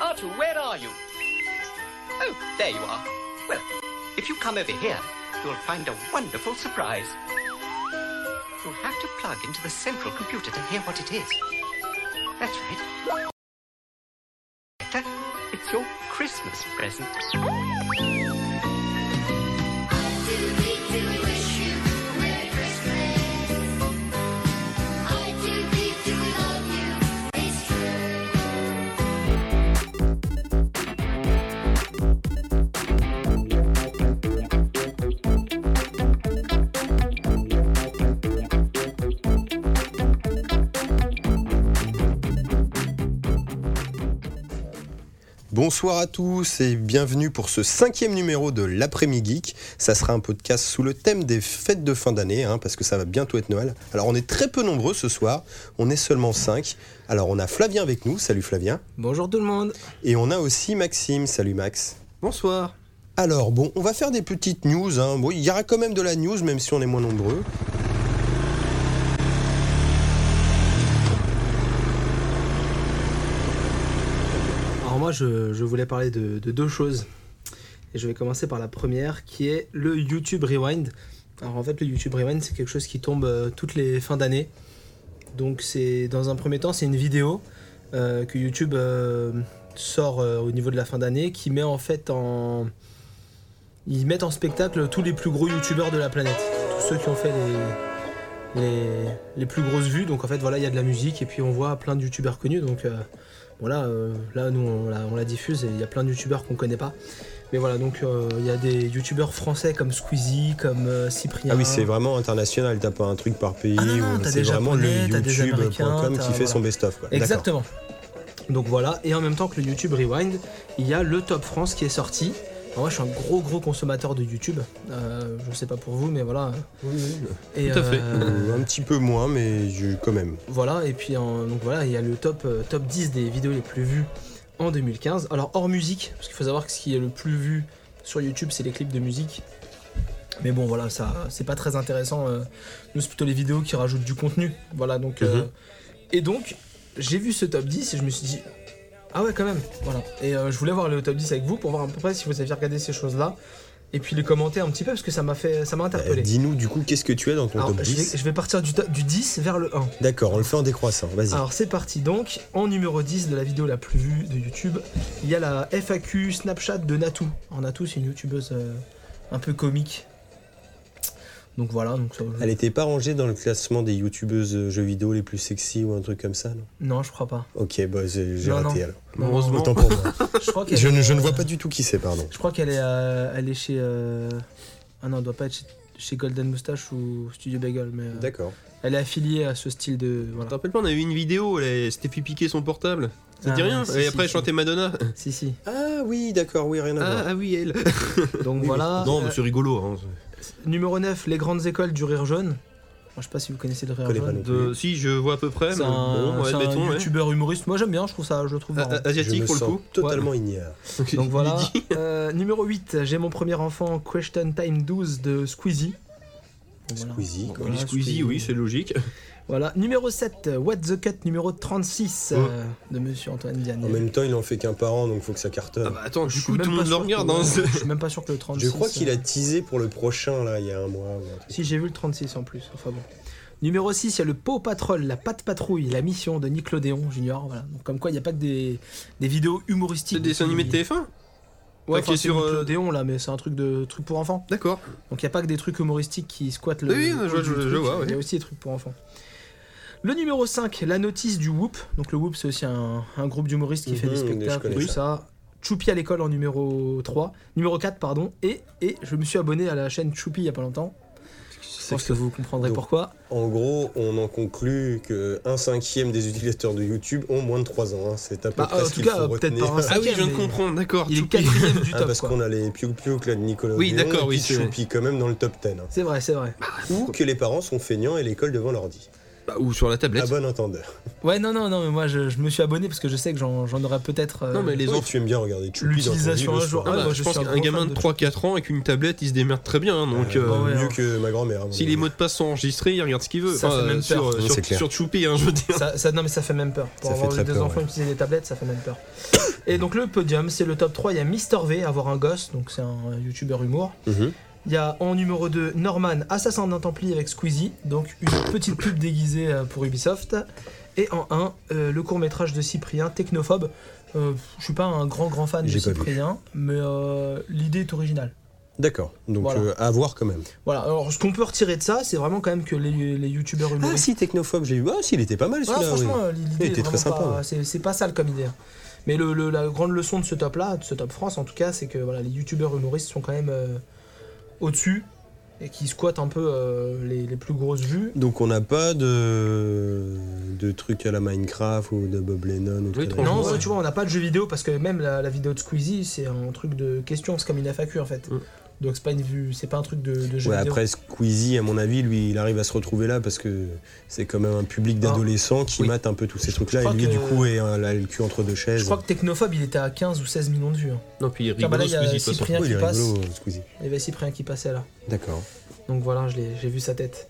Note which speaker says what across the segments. Speaker 1: Artu, where are you? Oh, there you are. Well, if you come over here, you'll find a wonderful surprise. You'll have to plug into the central computer to hear what it is. That's right. It's your Christmas present.
Speaker 2: Bonsoir à tous et bienvenue pour ce cinquième numéro de l'après-midi geek. Ça sera un podcast sous le thème des fêtes de fin d'année, hein, parce que ça va bientôt être Noël. Alors on est très peu nombreux ce soir, on est seulement 5. Alors on a Flavien avec nous, salut Flavien.
Speaker 3: Bonjour tout le monde.
Speaker 2: Et on a aussi Maxime, salut Max.
Speaker 4: Bonsoir.
Speaker 2: Alors bon, on va faire des petites news. hein. Bon, il y aura quand même de la news, même si on est moins nombreux.
Speaker 3: Alors moi je, je voulais parler de, de deux choses. Et je vais commencer par la première qui est le YouTube Rewind. Alors en fait le YouTube Rewind c'est quelque chose qui tombe euh, toutes les fins d'année. Donc c'est dans un premier temps c'est une vidéo euh, que YouTube euh, sort euh, au niveau de la fin d'année qui met en fait en... Ils mettent en spectacle tous les plus gros youtubeurs de la planète. Tous ceux qui ont fait les, les, les plus grosses vues. Donc en fait voilà il y a de la musique et puis on voit plein de youtubeurs connus. Donc euh, voilà, euh, là nous on la, on la diffuse et il y a plein de youtubeurs qu'on connaît pas. Mais voilà, donc euh, il y a des youtubeurs français comme Squeezie, comme euh, Cyprien.
Speaker 2: Ah oui, c'est vraiment international, t'as pas un truc par pays,
Speaker 3: Ah non, non,
Speaker 2: ou
Speaker 3: t'as
Speaker 2: c'est
Speaker 3: des
Speaker 2: vraiment le
Speaker 3: Japonais, t'as des
Speaker 2: youtube.com qui
Speaker 3: Américains,
Speaker 2: fait
Speaker 3: t'as-
Speaker 2: son best-of. quoi. D'accord.
Speaker 3: Exactement. Donc voilà, et en même temps que le YouTube Rewind, il y a le Top France qui est sorti. Alors moi je suis un gros gros consommateur de YouTube. Euh, je sais pas pour vous, mais voilà. Et,
Speaker 4: Tout à fait.
Speaker 3: euh,
Speaker 2: Euh, Un petit peu moins, mais je- quand même.
Speaker 3: Voilà, et puis en- donc voilà, il y a le top, euh, top 10 des vidéos les plus vues en 2015. Alors hors musique, parce qu'il faut savoir que ce qui est le plus vu sur YouTube, c'est les clips de musique. Mais bon, voilà, ça, c'est pas très intéressant. euh, nous, c'est plutôt les vidéos qui rajoutent du contenu. Voilà, donc. euh, et donc, j'ai vu ce top 10 et je me suis dit. Ah ouais, quand même. Voilà. Et euh, je voulais voir le top 10 avec vous pour voir à peu près si vous aviez regardé ces choses-là. Et puis les commenter un petit peu parce que ça m'a fait, ça m'a
Speaker 2: Euh,
Speaker 3: interpellé.
Speaker 2: Dis-nous du coup, qu'est-ce que tu as dans ton
Speaker 3: Alors,
Speaker 2: top
Speaker 3: je
Speaker 2: 10
Speaker 3: vais, je vais partir du, to- du 10 vers le 1.
Speaker 2: D'accord, on le fait en décroissant, vas-y.
Speaker 3: Alors c'est parti donc, en numéro 10 de la vidéo la plus vue de YouTube, il y a la FAQ Snapchat de Natou. Alors Natou c'est une youtubeuse euh, un peu comique. Donc voilà, donc ça-
Speaker 2: Elle était pas rangée dans le classement des youtubeuses euh, jeux vidéo les plus sexy ou un truc comme ça, non
Speaker 3: non je crois pas.
Speaker 2: Ok, bah c'est- j'ai
Speaker 3: Non,
Speaker 2: raté
Speaker 3: non.
Speaker 2: alors.
Speaker 3: Non,
Speaker 4: Heureusement.
Speaker 2: Autant pour moi.
Speaker 3: Je crois qu'elle
Speaker 2: je, ne,
Speaker 3: est,
Speaker 2: je ne
Speaker 3: euh,
Speaker 2: vois pas du tout qui c'est, pardon.
Speaker 3: Je crois qu'elle est, euh, elle est chez... euh, Ah non, elle doit pas être chez, chez Golden Moustache ou Studio Bagel, mais euh,
Speaker 2: D'accord.
Speaker 3: elle est affiliée à ce style de...
Speaker 4: Je
Speaker 3: Voilà.
Speaker 4: te rappelle pas, on avait eu une vidéo, elle s'était fait piquer son portable. Ça te
Speaker 3: Ah,
Speaker 4: dit rien
Speaker 3: si,
Speaker 4: Et
Speaker 3: si,
Speaker 4: après, elle
Speaker 3: si.
Speaker 4: chantait Madonna.
Speaker 3: Si si.
Speaker 2: Ah oui, d'accord, oui, rien à
Speaker 4: Ah,
Speaker 2: voir.
Speaker 4: ah oui, elle.
Speaker 3: Donc
Speaker 2: oui.
Speaker 3: voilà.
Speaker 4: non,
Speaker 3: euh,
Speaker 4: mais c'est rigolo. hein.
Speaker 3: numéro 9, les grandes écoles du rire jaune. Moi, je sais pas si vous connaissez le rire
Speaker 2: connais pas
Speaker 3: jaune.
Speaker 2: non plus.
Speaker 4: De- Si, je vois à peu près.
Speaker 3: C'est
Speaker 4: mais
Speaker 3: un,
Speaker 4: bon, ouais,
Speaker 3: c'est un
Speaker 4: admettons, ouais. Euh,
Speaker 3: youtubeur humoriste. Moi j'aime bien, je trouve ça, je le trouve
Speaker 4: A-
Speaker 3: marrant.
Speaker 4: a-
Speaker 2: Je
Speaker 4: Asiatique
Speaker 2: me
Speaker 4: pour le
Speaker 2: sens
Speaker 4: coup.
Speaker 2: totalement ignore.
Speaker 3: Donc voilà.
Speaker 4: Il dit-
Speaker 3: Euh, numéro 8, j'ai mon premier enfant, Question Time 12 de Squeezie. Donc voilà.
Speaker 2: Squeezie, quoi.
Speaker 4: Il dit
Speaker 3: Voilà,
Speaker 4: Squeezie,
Speaker 3: Squeezie.
Speaker 4: oui, c'est logique.
Speaker 3: Voilà. Numéro 7, euh, What the Cut numéro 36
Speaker 4: Ouais.
Speaker 3: euh, de monsieur Antoine Diane.
Speaker 2: En même temps, il en fait qu'un par an, donc faut que ça cartonne.
Speaker 4: Ah bah attends,
Speaker 3: Je
Speaker 4: Oh, du
Speaker 3: suis
Speaker 4: coup,
Speaker 3: même
Speaker 4: tout le
Speaker 3: pas
Speaker 4: monde le
Speaker 3: sûr
Speaker 4: regarde.
Speaker 3: que-
Speaker 4: hein, c'est-
Speaker 3: Je suis même pas sûr que le 36.
Speaker 2: je crois qu'il
Speaker 3: euh,
Speaker 2: a teasé pour le prochain, là, il y a un mois. ou un truc.
Speaker 3: Si j'ai vu le 36 en plus, enfin bon. Numéro 6, il y a le Pau Patrol, la patte patrouille, la mission de Nick Lodéon Junior. Voilà. Donc, comme quoi, il n'y a pas que des, des vidéos humoristiques.
Speaker 4: C'est des dessins animés de
Speaker 3: Ouais,
Speaker 4: TF1 Enfin, qui
Speaker 3: enfin, c'est
Speaker 4: est sur,
Speaker 3: Nick
Speaker 4: euh,
Speaker 3: Lodéon là, mais c'est un truc de truc pour enfants.
Speaker 4: D'accord.
Speaker 3: Donc il n'y a pas que des trucs humoristiques qui squattent le.
Speaker 4: Oui, oui, je-
Speaker 3: le
Speaker 4: je-
Speaker 3: truc,
Speaker 4: je vois,
Speaker 3: Il y a aussi des trucs pour enfants. Le numéro 5, la notice du Whoop. Donc le Whoop, c'est aussi un, un groupe d'humoristes qui fait
Speaker 2: Mhm,
Speaker 3: des
Speaker 2: je
Speaker 3: spectacles et
Speaker 2: connais
Speaker 3: tout ça. Choupi à l'école en numéro 3, numéro 4, pardon. Et, et je me suis abonné à la chaîne Choupi il n'y a pas longtemps. Je
Speaker 4: Ah
Speaker 3: pense que vous comprendrez
Speaker 2: Donc,
Speaker 3: pourquoi.
Speaker 2: En gros, on en conclut que un cinquième des utilisateurs de YouTube ont moins de 3 ans. hein. C'est à peu
Speaker 3: Bah,
Speaker 2: près
Speaker 3: en
Speaker 2: ce
Speaker 3: tout
Speaker 2: qu'il
Speaker 3: cas,
Speaker 2: faut
Speaker 3: euh, peut-être
Speaker 2: retenir.
Speaker 3: pas un
Speaker 4: Ah oui, je viens de
Speaker 3: mais-
Speaker 4: comprendre, d'accord.
Speaker 3: Il est
Speaker 4: Choupi.
Speaker 3: quatrième du
Speaker 2: Ah,
Speaker 3: top.
Speaker 2: parce
Speaker 3: quoi.
Speaker 2: qu'on a les Piu Piu là de Nicolas.
Speaker 4: Oui,
Speaker 2: Léon,
Speaker 4: d'accord,
Speaker 2: et
Speaker 4: oui,
Speaker 2: puis
Speaker 4: c'est vrai.
Speaker 2: Choupi quand même dans le top 10. hein.
Speaker 3: Ah, C'est vrai, c'est vrai.
Speaker 2: Ou que les parents sont feignants et l'école devant l'ordi.
Speaker 4: Bah, ou sur la tablette.
Speaker 3: Ah
Speaker 2: À bon entendeur.
Speaker 3: Ouais, non, non, non, mais moi je, je me suis abonné parce que je sais que j'en j'en aurai peut-être. euh,
Speaker 4: Non, mais les
Speaker 2: Oui,
Speaker 4: enfants.
Speaker 2: tu aimes bien regarder Choupi dans ton lit
Speaker 3: l'utilisation
Speaker 2: le
Speaker 3: un jour.
Speaker 2: soir.
Speaker 3: Ah,
Speaker 4: bah,
Speaker 3: moi,
Speaker 4: je,
Speaker 3: je
Speaker 4: pense
Speaker 3: suis un
Speaker 4: qu'un
Speaker 3: gros
Speaker 4: gamin
Speaker 3: fan
Speaker 4: de
Speaker 3: de
Speaker 4: 3-4 ans avec une tablette, il se démerde très bien. hein, donc,
Speaker 2: Euh,
Speaker 4: euh,
Speaker 3: ouais,
Speaker 2: mieux
Speaker 3: hein.
Speaker 2: que ma grand-mère. à mon
Speaker 4: si
Speaker 2: avis.
Speaker 4: les mots de passe sont enregistrés, il regarde ce qu'il veut.
Speaker 3: Ça fait même
Speaker 4: sur,
Speaker 3: peur.
Speaker 4: euh,
Speaker 2: Non, c'est
Speaker 4: sur,
Speaker 2: clair.
Speaker 4: sur Choupi, hein, je veux dire.
Speaker 3: Ça, ça- non, mais ça fait même peur. Pour
Speaker 2: Ça
Speaker 3: avoir
Speaker 2: fait très
Speaker 3: deux
Speaker 2: peur,
Speaker 3: enfants
Speaker 2: ouais.
Speaker 3: utiliser des tablettes, ça fait même peur. Et donc le podium, c'est le top 3. Il y a Mister V, avoir un gosse, donc c'est un youtubeur humour.
Speaker 2: Mhm.
Speaker 3: Il y a en numéro 2 Norman, assassin d'un Templier avec Squeezie, donc une petite pub déguisée euh, pour Ubisoft. Et en 1, le court métrage de Cyprien, Technophobe. Euh, je suis pas un grand grand fan de
Speaker 2: J'ai pas vu.
Speaker 3: Cyprien, mais euh, l'idée est originale.
Speaker 2: D'accord. Donc
Speaker 3: Voilà.
Speaker 2: euh, à voir quand même.
Speaker 3: Voilà, alors ce qu'on peut retirer de ça, c'est vraiment quand même que les, les youtubeurs
Speaker 2: Ah
Speaker 3: humoristiques.
Speaker 2: si, Technophobe, j'ai vu. Ah si, il était pas mal
Speaker 3: Ouais,
Speaker 2: celui-là.
Speaker 3: franchement,
Speaker 2: oui.
Speaker 3: euh, l'idée
Speaker 2: Il était très
Speaker 3: est vraiment
Speaker 2: sympa,
Speaker 3: pas-
Speaker 2: ouais.
Speaker 3: c'est c'est pas sale comme idée. hein. Mais le, le- la grande leçon de ce top-là, de ce top France en tout cas, c'est que voilà, les youtubeurs humoristes sont quand même euh, au-dessus et qui squattent un peu euh, les, les plus grosses vues.
Speaker 2: Donc on n'a pas de... de trucs à la Minecraft ou de Bob Lennon ou de
Speaker 4: Oui,
Speaker 2: conneries.
Speaker 4: Ouais.
Speaker 3: Non, ouais, tu vois, on n'a pas de jeux vidéo parce que même la, la vidéo de Squeezie, c'est un truc de question, c'est comme une FAQ en fait.
Speaker 4: Mm.
Speaker 3: Donc c'est pas une vue, c'est pas un truc de, de jeu
Speaker 2: Ouais,
Speaker 3: vidéo.
Speaker 2: après Squeezie, à mon avis, lui, il arrive à se retrouver là parce que c'est quand même un public d'adolescents qui
Speaker 3: Oui.
Speaker 2: mate un peu tous ces trucs-là.
Speaker 3: crois
Speaker 2: Et lui,
Speaker 3: que-
Speaker 2: du coup, est euh, là, le cul entre deux
Speaker 3: Je
Speaker 2: chaises.
Speaker 3: crois que Technophobe, il était à 15 ou 16 millions de vues. hein.
Speaker 4: Non, puis il
Speaker 3: Ah, bah là,
Speaker 4: rigole,
Speaker 3: il y a
Speaker 4: Squeezie, de toute façon.
Speaker 3: Cyprien
Speaker 2: Oui, il
Speaker 3: qui
Speaker 2: est
Speaker 3: passe.
Speaker 2: rigolo, euh, Squeezie.
Speaker 3: Il y avait Cyprien qui passait là.
Speaker 2: D'accord.
Speaker 3: Donc voilà, je l'ai- j'ai vu sa tête.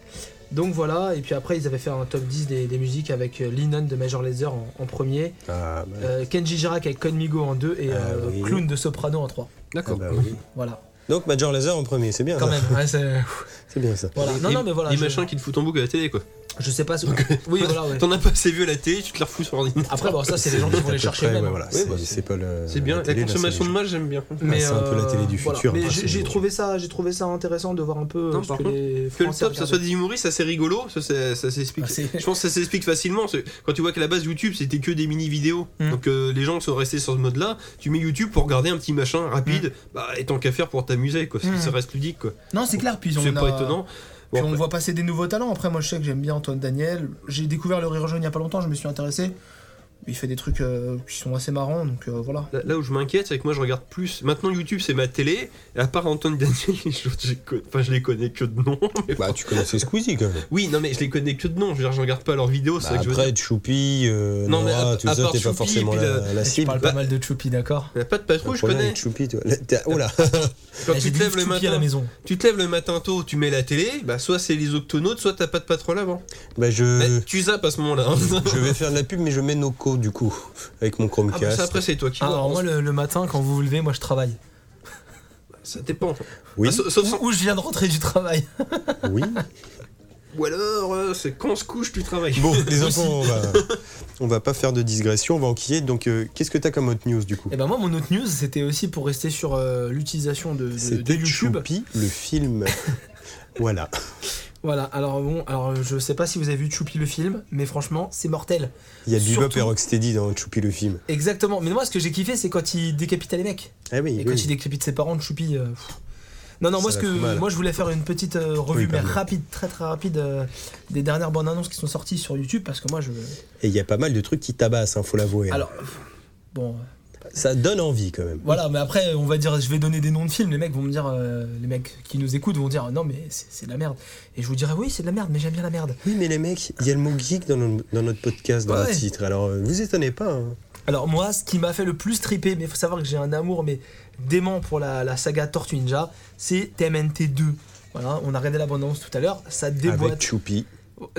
Speaker 3: Donc voilà, et puis après ils avaient fait un top 10 des, des musiques avec euh, Lennon de Major Lazer en, en premier,
Speaker 2: Ah, bah,
Speaker 3: euh, Kenji Girac avec Conmigo en deux et
Speaker 2: Ah
Speaker 3: euh,
Speaker 2: oui.
Speaker 3: Clown de Soprano en trois.
Speaker 2: ah
Speaker 4: D'accord.
Speaker 2: bah oui.
Speaker 3: Voilà,
Speaker 2: Donc Major Laser en premier, c'est bien.
Speaker 3: quand
Speaker 2: ça.
Speaker 3: même. ouais, c'est-
Speaker 2: C'est bien ça.
Speaker 3: voilà.
Speaker 4: Les-
Speaker 3: Non, non, mais voilà.
Speaker 4: Les
Speaker 3: je,
Speaker 4: machins qui te foutent en boucle à la télé, quoi.
Speaker 3: je sais pas. ce-
Speaker 2: euh,
Speaker 3: Oui, voilà. ouais.
Speaker 4: T'en as pas assez vu à la télé, tu te la refous sur ordinateur.
Speaker 3: Après, bon, ça c'est les gens qui vont
Speaker 2: À
Speaker 3: les
Speaker 2: peu
Speaker 3: chercher
Speaker 2: près,
Speaker 3: même.
Speaker 2: ouais,
Speaker 3: hein.
Speaker 2: voilà,
Speaker 4: Oui,
Speaker 2: c'est-
Speaker 4: bah,
Speaker 2: c'est pas le.
Speaker 4: C'est bien,
Speaker 2: Euh, la
Speaker 4: la,
Speaker 2: télé, là,
Speaker 4: consommation
Speaker 2: c'est-
Speaker 4: de mal, j'aime bien.
Speaker 3: Mais,
Speaker 2: c'est un peu la
Speaker 3: euh,
Speaker 2: télé du
Speaker 3: voilà.
Speaker 2: futur,
Speaker 3: Mais
Speaker 2: hein,
Speaker 3: j'ai
Speaker 2: c'est-
Speaker 3: j'ai trouvé ça, j'ai trouvé ça intéressant de voir un peu euh,
Speaker 4: Non,
Speaker 3: ce
Speaker 4: par
Speaker 3: que
Speaker 4: contre,
Speaker 3: les
Speaker 4: Que le
Speaker 3: Français
Speaker 4: top, ça soit
Speaker 3: regardaient.
Speaker 4: des humoristes, ça c'est rigolo, ça, ça, ça s'explique.
Speaker 3: Ah, c'est-
Speaker 4: je pense que ça s'explique facilement. parce que Quand tu vois qu'à la base YouTube c'était que des mini vidéos,
Speaker 3: Mm.
Speaker 4: donc euh, les gens sont restés sur ce mode là, tu mets YouTube pour regarder un petit machin rapide, bah, et tant qu'à faire pour t'amuser, quoi.
Speaker 3: Mm.
Speaker 4: Ça reste ludique, quoi.
Speaker 3: Non, c'est clair. Puis
Speaker 4: C'est
Speaker 3: on
Speaker 4: pas
Speaker 3: a-
Speaker 4: étonnant. Bon,
Speaker 3: Puis on
Speaker 4: après-
Speaker 3: voit passer des nouveaux talents. Après, moi, je sais que j'aime bien Antoine Daniel. J'ai découvert le Rire Jaune il y a pas longtemps, je me suis intéressé. Il fait des trucs euh, qui sont assez marrants, donc euh, voilà.
Speaker 4: Là, là où je m'inquiète, c'est que moi je regarde plus. Maintenant YouTube c'est ma télé, et à part Antoine Daniel, je, je con- enfin, je les connais que de nom. mais-
Speaker 2: Bah, tu connaissais Squeezie quand même.
Speaker 4: Oui, non mais je les connais que de nom, je veux dire, je regarde pas leurs vidéos, c'est
Speaker 2: Bah,
Speaker 4: ça que je veux dire.
Speaker 2: après, Choupi, euh,
Speaker 4: Non, mais
Speaker 2: Nora,
Speaker 4: à-
Speaker 2: tout
Speaker 4: à
Speaker 2: ça,
Speaker 4: part
Speaker 2: t'es pas
Speaker 4: Choupi,
Speaker 2: forcément
Speaker 4: puis
Speaker 2: la,
Speaker 4: la-
Speaker 2: la cible.
Speaker 4: pas-
Speaker 3: mal de Choupi, d'accord
Speaker 4: La pas de
Speaker 2: Le
Speaker 4: patrouille, je
Speaker 2: problème
Speaker 4: connais.
Speaker 2: avec Choupi, toi. Là, t'as- Oh là
Speaker 4: Quand
Speaker 3: Eh,
Speaker 4: tu te lèves le matin,
Speaker 3: maison.
Speaker 4: Tu te lèves le matin tôt, tu mets la télé, bah soit c'est les octonautes, soit t'as pas de patrouille avant.
Speaker 2: Bah, je.
Speaker 4: Bah, tu zappes à ce moment-là. hein.
Speaker 2: Je vais faire de la pub, mais je mets Noco du coup, avec mon
Speaker 4: Ah, bah,
Speaker 2: Chromecast.
Speaker 4: ça, après c'est toi qui vois, hein.
Speaker 3: le, matin, quand vous vous levez, moi, je travaille.
Speaker 4: Ça dépend.
Speaker 2: oui,
Speaker 3: Ah,
Speaker 4: Bah, sa- sauf sans-
Speaker 3: Ou je viens de rentrer du travail.
Speaker 2: oui.
Speaker 4: Ou alors, euh, c'est quand on se couche, tu travailles.
Speaker 2: Bon, les enfants, on va, on va pas faire de digression, on va enquiller. Donc, euh, qu'est-ce que t'as comme autre news du coup
Speaker 3: Et ben moi, mon autre news, c'était aussi pour rester sur euh, l'utilisation de, de, de
Speaker 2: C'était
Speaker 3: YouTube.
Speaker 2: Choupi, le film. voilà.
Speaker 3: Voilà. Alors bon, alors je sais pas si vous avez vu Choupi le film, mais franchement, c'est mortel.
Speaker 2: Il y a Bebop
Speaker 3: Surtout-
Speaker 2: et Rocksteady dans Choupi le film.
Speaker 3: Exactement. Mais moi, ce que j'ai kiffé, c'est quand il décapitait les mecs.
Speaker 2: Ah oui,
Speaker 3: Et
Speaker 2: oui,
Speaker 3: quand
Speaker 2: oui.
Speaker 3: il décrépite ses parents, Choupi. euh, pff. non, non,
Speaker 2: Ça
Speaker 3: moi, ce
Speaker 2: la fout mal.
Speaker 3: que, moi je voulais faire une petite euh,
Speaker 2: Oui,
Speaker 3: revue, mais
Speaker 2: pardon.
Speaker 3: rapide, très très rapide, euh, des dernières bandes annonces qui sont sorties sur YouTube parce que moi je.
Speaker 2: Et il y a pas mal de trucs qui tabassent, hein, faut l'avouer.
Speaker 3: Alors. pff, Bon, euh,
Speaker 2: Ça donne envie quand même.
Speaker 3: voilà, mais après, on va dire, je vais donner des noms de films, les mecs vont me dire, euh, les mecs qui nous écoutent vont dire, non, mais c'est c'est de la merde. Et je vous dirai, oui, c'est de la merde, mais j'aime bien la merde.
Speaker 2: Oui, mais les mecs, il y a le mot geek dans, nos- dans notre podcast, dans
Speaker 3: Ouais.
Speaker 2: le titre. Alors, euh, vous étonnez pas. hein.
Speaker 3: Alors, moi, ce qui m'a fait le plus triper, mais faut savoir que j'ai un amour, mais dément pour la, la saga Tortue Ninja, c'est TMNT 2. Voilà, on a regardé la bande annonce tout à l'heure, ça
Speaker 2: Avec
Speaker 3: déboîte.
Speaker 2: Choupi.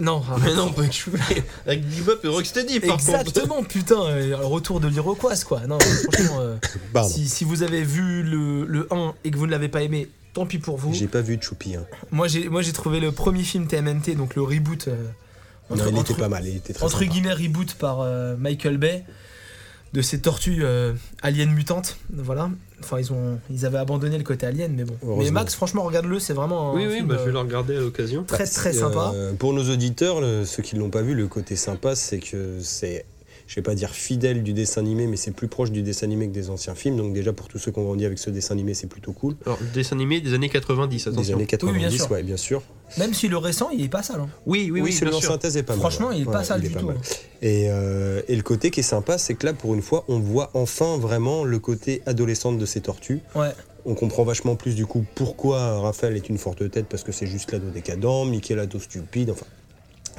Speaker 3: Non,
Speaker 4: Mais non, pas que je voulais. Avec Bebop et Rocksteady, par contre.
Speaker 3: Exactement, putain, euh, le retour de l'Iroquoise, quoi. Non, franchement, euh,
Speaker 2: Pardon.
Speaker 3: si, si vous avez vu le, le 1 et que vous ne l'avez pas aimé, tant pis pour vous.
Speaker 2: J'ai pas vu Choupi. hein.
Speaker 3: Moi, j'ai moi, j'ai trouvé le premier film TMNT, donc le reboot. euh,
Speaker 2: Non, il était
Speaker 3: entre-
Speaker 2: pas mal, il était très
Speaker 3: entre
Speaker 2: sympa.
Speaker 3: guillemets reboot par euh, Michael Bay de ces tortues euh, aliens mutantes. Voilà. Enfin, ils, ont, ils avaient abandonné le côté alien, mais bon.
Speaker 2: Heureusement.
Speaker 3: Mais Max, franchement, regarde-le, c'est vraiment un
Speaker 4: Oui, oui,
Speaker 3: film,
Speaker 4: bah, je vais
Speaker 3: euh,
Speaker 4: le regarder à l'occasion.
Speaker 3: très très sympa.
Speaker 2: Euh, pour nos auditeurs, le- ceux qui ne l'ont pas vu, le côté sympa, c'est que c'est, je vais pas dire fidèle du dessin animé, mais c'est plus proche du dessin animé que des anciens films. Donc déjà pour tous ceux qui ont grandi avec ce dessin animé, c'est plutôt cool.
Speaker 4: Alors, le dessin animé des années 90,
Speaker 2: Des
Speaker 4: attention.
Speaker 2: années 90,
Speaker 3: Oui, bien sûr.
Speaker 2: ouais, bien sûr.
Speaker 3: Même si le récent, il est pas sale. hein.
Speaker 4: Oui, oui, oui,
Speaker 2: celui
Speaker 4: bien
Speaker 2: en
Speaker 4: sûr.
Speaker 2: synthèse est pas mal.
Speaker 3: Franchement, il est
Speaker 2: Ouais,
Speaker 3: pas sale
Speaker 2: il est
Speaker 3: du
Speaker 2: pas
Speaker 3: tout.
Speaker 2: mal.
Speaker 3: hein.
Speaker 2: Et, euh, et le côté qui est sympa, c'est que là, pour une fois, on voit enfin vraiment le côté adolescente de ces tortues.
Speaker 3: Ouais.
Speaker 2: On comprend vachement plus du coup pourquoi Raphaël est une forte tête, parce que c'est juste l'ado décadent, Mickey l'ado stupide, enfin.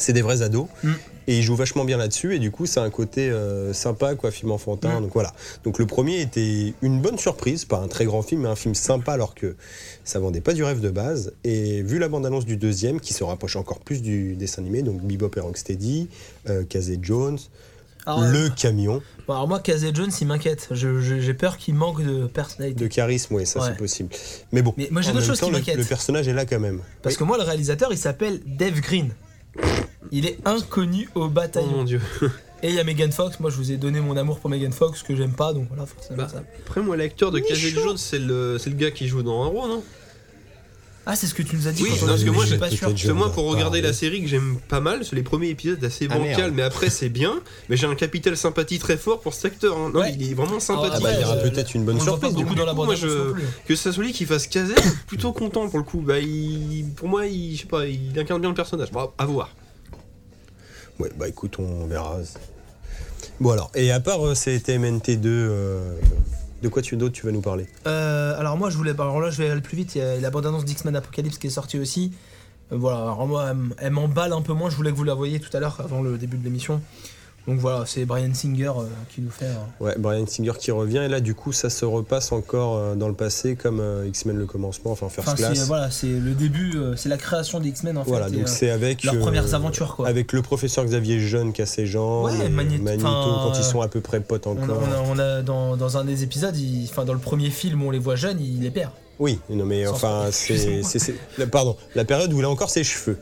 Speaker 2: C'est des vrais ados
Speaker 3: Mm.
Speaker 2: et ils jouent vachement bien là-dessus et du coup c'est un côté euh, sympa quoi film enfantin
Speaker 3: Mm.
Speaker 2: donc voilà donc le premier était une bonne surprise pas un très grand film mais un film sympa alors que ça vendait pas du rêve de base et vu la bande annonce du deuxième qui se rapproche encore plus du dessin animé donc Bebop et Rocksteady euh, Casey Jones
Speaker 3: Alors,
Speaker 2: le camion
Speaker 3: bon, alors moi, Casey Jones, il m'inquiète. Je- je- J'ai peur qu'il manque de personnalité.
Speaker 2: de charisme ouais ça
Speaker 3: Ouais.
Speaker 2: c'est possible mais bon
Speaker 3: Mais moi, j'ai
Speaker 2: en
Speaker 3: d'autres
Speaker 2: même
Speaker 3: choses
Speaker 2: temps,
Speaker 3: qui
Speaker 2: le-
Speaker 3: m'inquiètent.
Speaker 2: le personnage est là quand même
Speaker 3: Parce que moi, le réalisateur, il s'appelle Dave Green. Il est inconnu au
Speaker 4: Oh
Speaker 3: bataillon.
Speaker 4: mon dieu.
Speaker 3: Et il y a Megan Fox. Moi, je vous ai donné mon amour pour Megan Fox, que j'aime pas, donc voilà, forcément.
Speaker 4: Bah,
Speaker 3: ça-
Speaker 4: après, moi, l'acteur de Casey
Speaker 3: Michou.
Speaker 4: Jones, c'est le, c'est le gars qui joue dans hein. Arrow, non
Speaker 3: Ah, c'est ce que tu nous as dit.
Speaker 4: Oui,
Speaker 3: quand on
Speaker 4: non, parce
Speaker 3: a vu,
Speaker 4: que moi,
Speaker 3: je suis
Speaker 4: j'ai-
Speaker 3: pas sûr.
Speaker 2: peut-être-
Speaker 4: Parce que moi, pour
Speaker 2: Ah,
Speaker 4: regarder
Speaker 2: oui.
Speaker 4: la série que j'aime pas mal, c'est les premiers épisodes assez
Speaker 2: Ah,
Speaker 4: bancal,
Speaker 2: merde.
Speaker 4: mais après, c'est bien. Mais j'ai un capital sympathie très fort pour cet acteur. hein. Non,
Speaker 3: Ouais.
Speaker 4: il est vraiment sympathique.
Speaker 2: ah bah il y aura
Speaker 3: euh,
Speaker 2: peut-être une
Speaker 3: On
Speaker 2: bonne
Speaker 3: le voit pas
Speaker 2: surprise du
Speaker 3: beaucoup
Speaker 2: coup.
Speaker 3: dans la
Speaker 4: coup,
Speaker 3: bande
Speaker 4: moi, je-
Speaker 3: annonce non plus.
Speaker 4: Que ça soit lui qui fasse Casey, je suis plutôt content pour le coup. Bah, il- pour moi, il, je sais pas, il incarne bien le personnage. Bon, à voir.
Speaker 2: Ouais, bah écoute, on verra. Bon alors, et à part euh, ces TMNT2, euh, de quoi tu d'autre tu vas nous parler
Speaker 3: Euh, alors moi je voulais, alors là je vais aller plus vite. Il y a la bande-annonce d'X-Men Apocalypse qui est sortie aussi. Euh, voilà, alors moi elle m- elle m'emballe un peu moins. Je voulais que vous la voyiez tout à l'heure avant le début de l'émission. Donc voilà, c'est Brian Singer euh, qui nous fait. euh,
Speaker 2: Ouais, Brian Singer qui revient, et là du coup ça se repasse encore euh, dans le passé comme euh, X-Men le commencement, enfin First
Speaker 3: Enfin c'est
Speaker 2: Class.
Speaker 3: voilà, c'est le début, euh, c'est la création des X-Men en fait.
Speaker 2: Voilà,
Speaker 3: et,
Speaker 2: donc
Speaker 3: euh,
Speaker 2: c'est avec
Speaker 3: leurs premières aventures, quoi.
Speaker 2: Avec le professeur Xavier Jeune qui a ses gens,
Speaker 3: Ouais,
Speaker 2: et
Speaker 3: Magneto, enfin, euh,
Speaker 2: quand ils sont à peu près potes
Speaker 3: on a,
Speaker 2: encore. euh,
Speaker 3: on a- on a- dans, dans un des épisodes, il- enfin dans le premier film, on les voit jeunes, il les perd.
Speaker 2: Oui, non mais
Speaker 3: Sans-
Speaker 2: enfin c'est,
Speaker 3: Excusez-moi.
Speaker 2: c'est- c'est- la- pardon, la période où il a encore ses cheveux.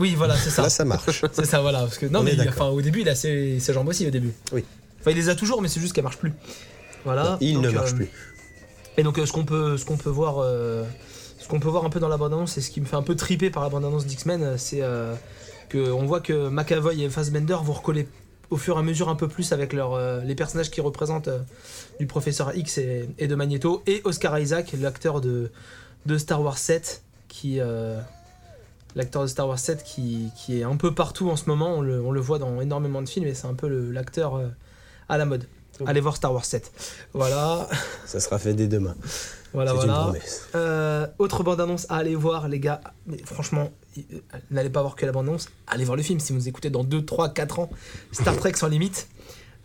Speaker 3: Oui, voilà, c'est ça.
Speaker 2: Là ça marche.
Speaker 3: c'est ça, voilà. Parce que non,
Speaker 2: On
Speaker 3: mais
Speaker 2: est
Speaker 3: il-
Speaker 2: d'accord.
Speaker 3: enfin, au début, il a ses, ses jambes aussi au début.
Speaker 2: Oui.
Speaker 3: Enfin, il les a toujours, mais c'est juste qu'elles marchent plus. Voilà.
Speaker 2: il
Speaker 3: donc,
Speaker 2: ne
Speaker 3: euh,
Speaker 2: marche plus.
Speaker 3: Et donc euh, ce qu'on peut, ce qu'on peut voir, euh, ce qu'on peut voir un peu dans la bande-annonce, et ce qui me fait un peu triper par la bande-annonce d'X-Men, euh, c'est euh, que on voit que McAvoy et Fassbender vont recoller au fur et à mesure un peu plus avec leur, euh, les personnages qui représentent euh, du professeur X et, et de Magneto et Oscar Isaac, l'acteur de, de Star Wars 7, qui euh, l'acteur de Star Wars 7 qui, qui est un peu partout en ce moment. On le, on le voit dans énormément de films et c'est un peu le- l'acteur euh, à la mode. Allez voir Star Wars 7. Voilà,
Speaker 2: Ça sera fait dès demain.
Speaker 3: voilà,
Speaker 2: c'est
Speaker 3: voilà.
Speaker 2: une promesse.
Speaker 3: Euh, autre bande-annonce à aller voir, les gars. Mais franchement, y- euh, n'allez pas voir que la bande-annonce. Allez voir le film si vous écoutez dans 2, 3, 4 ans. Star Trek sans limite.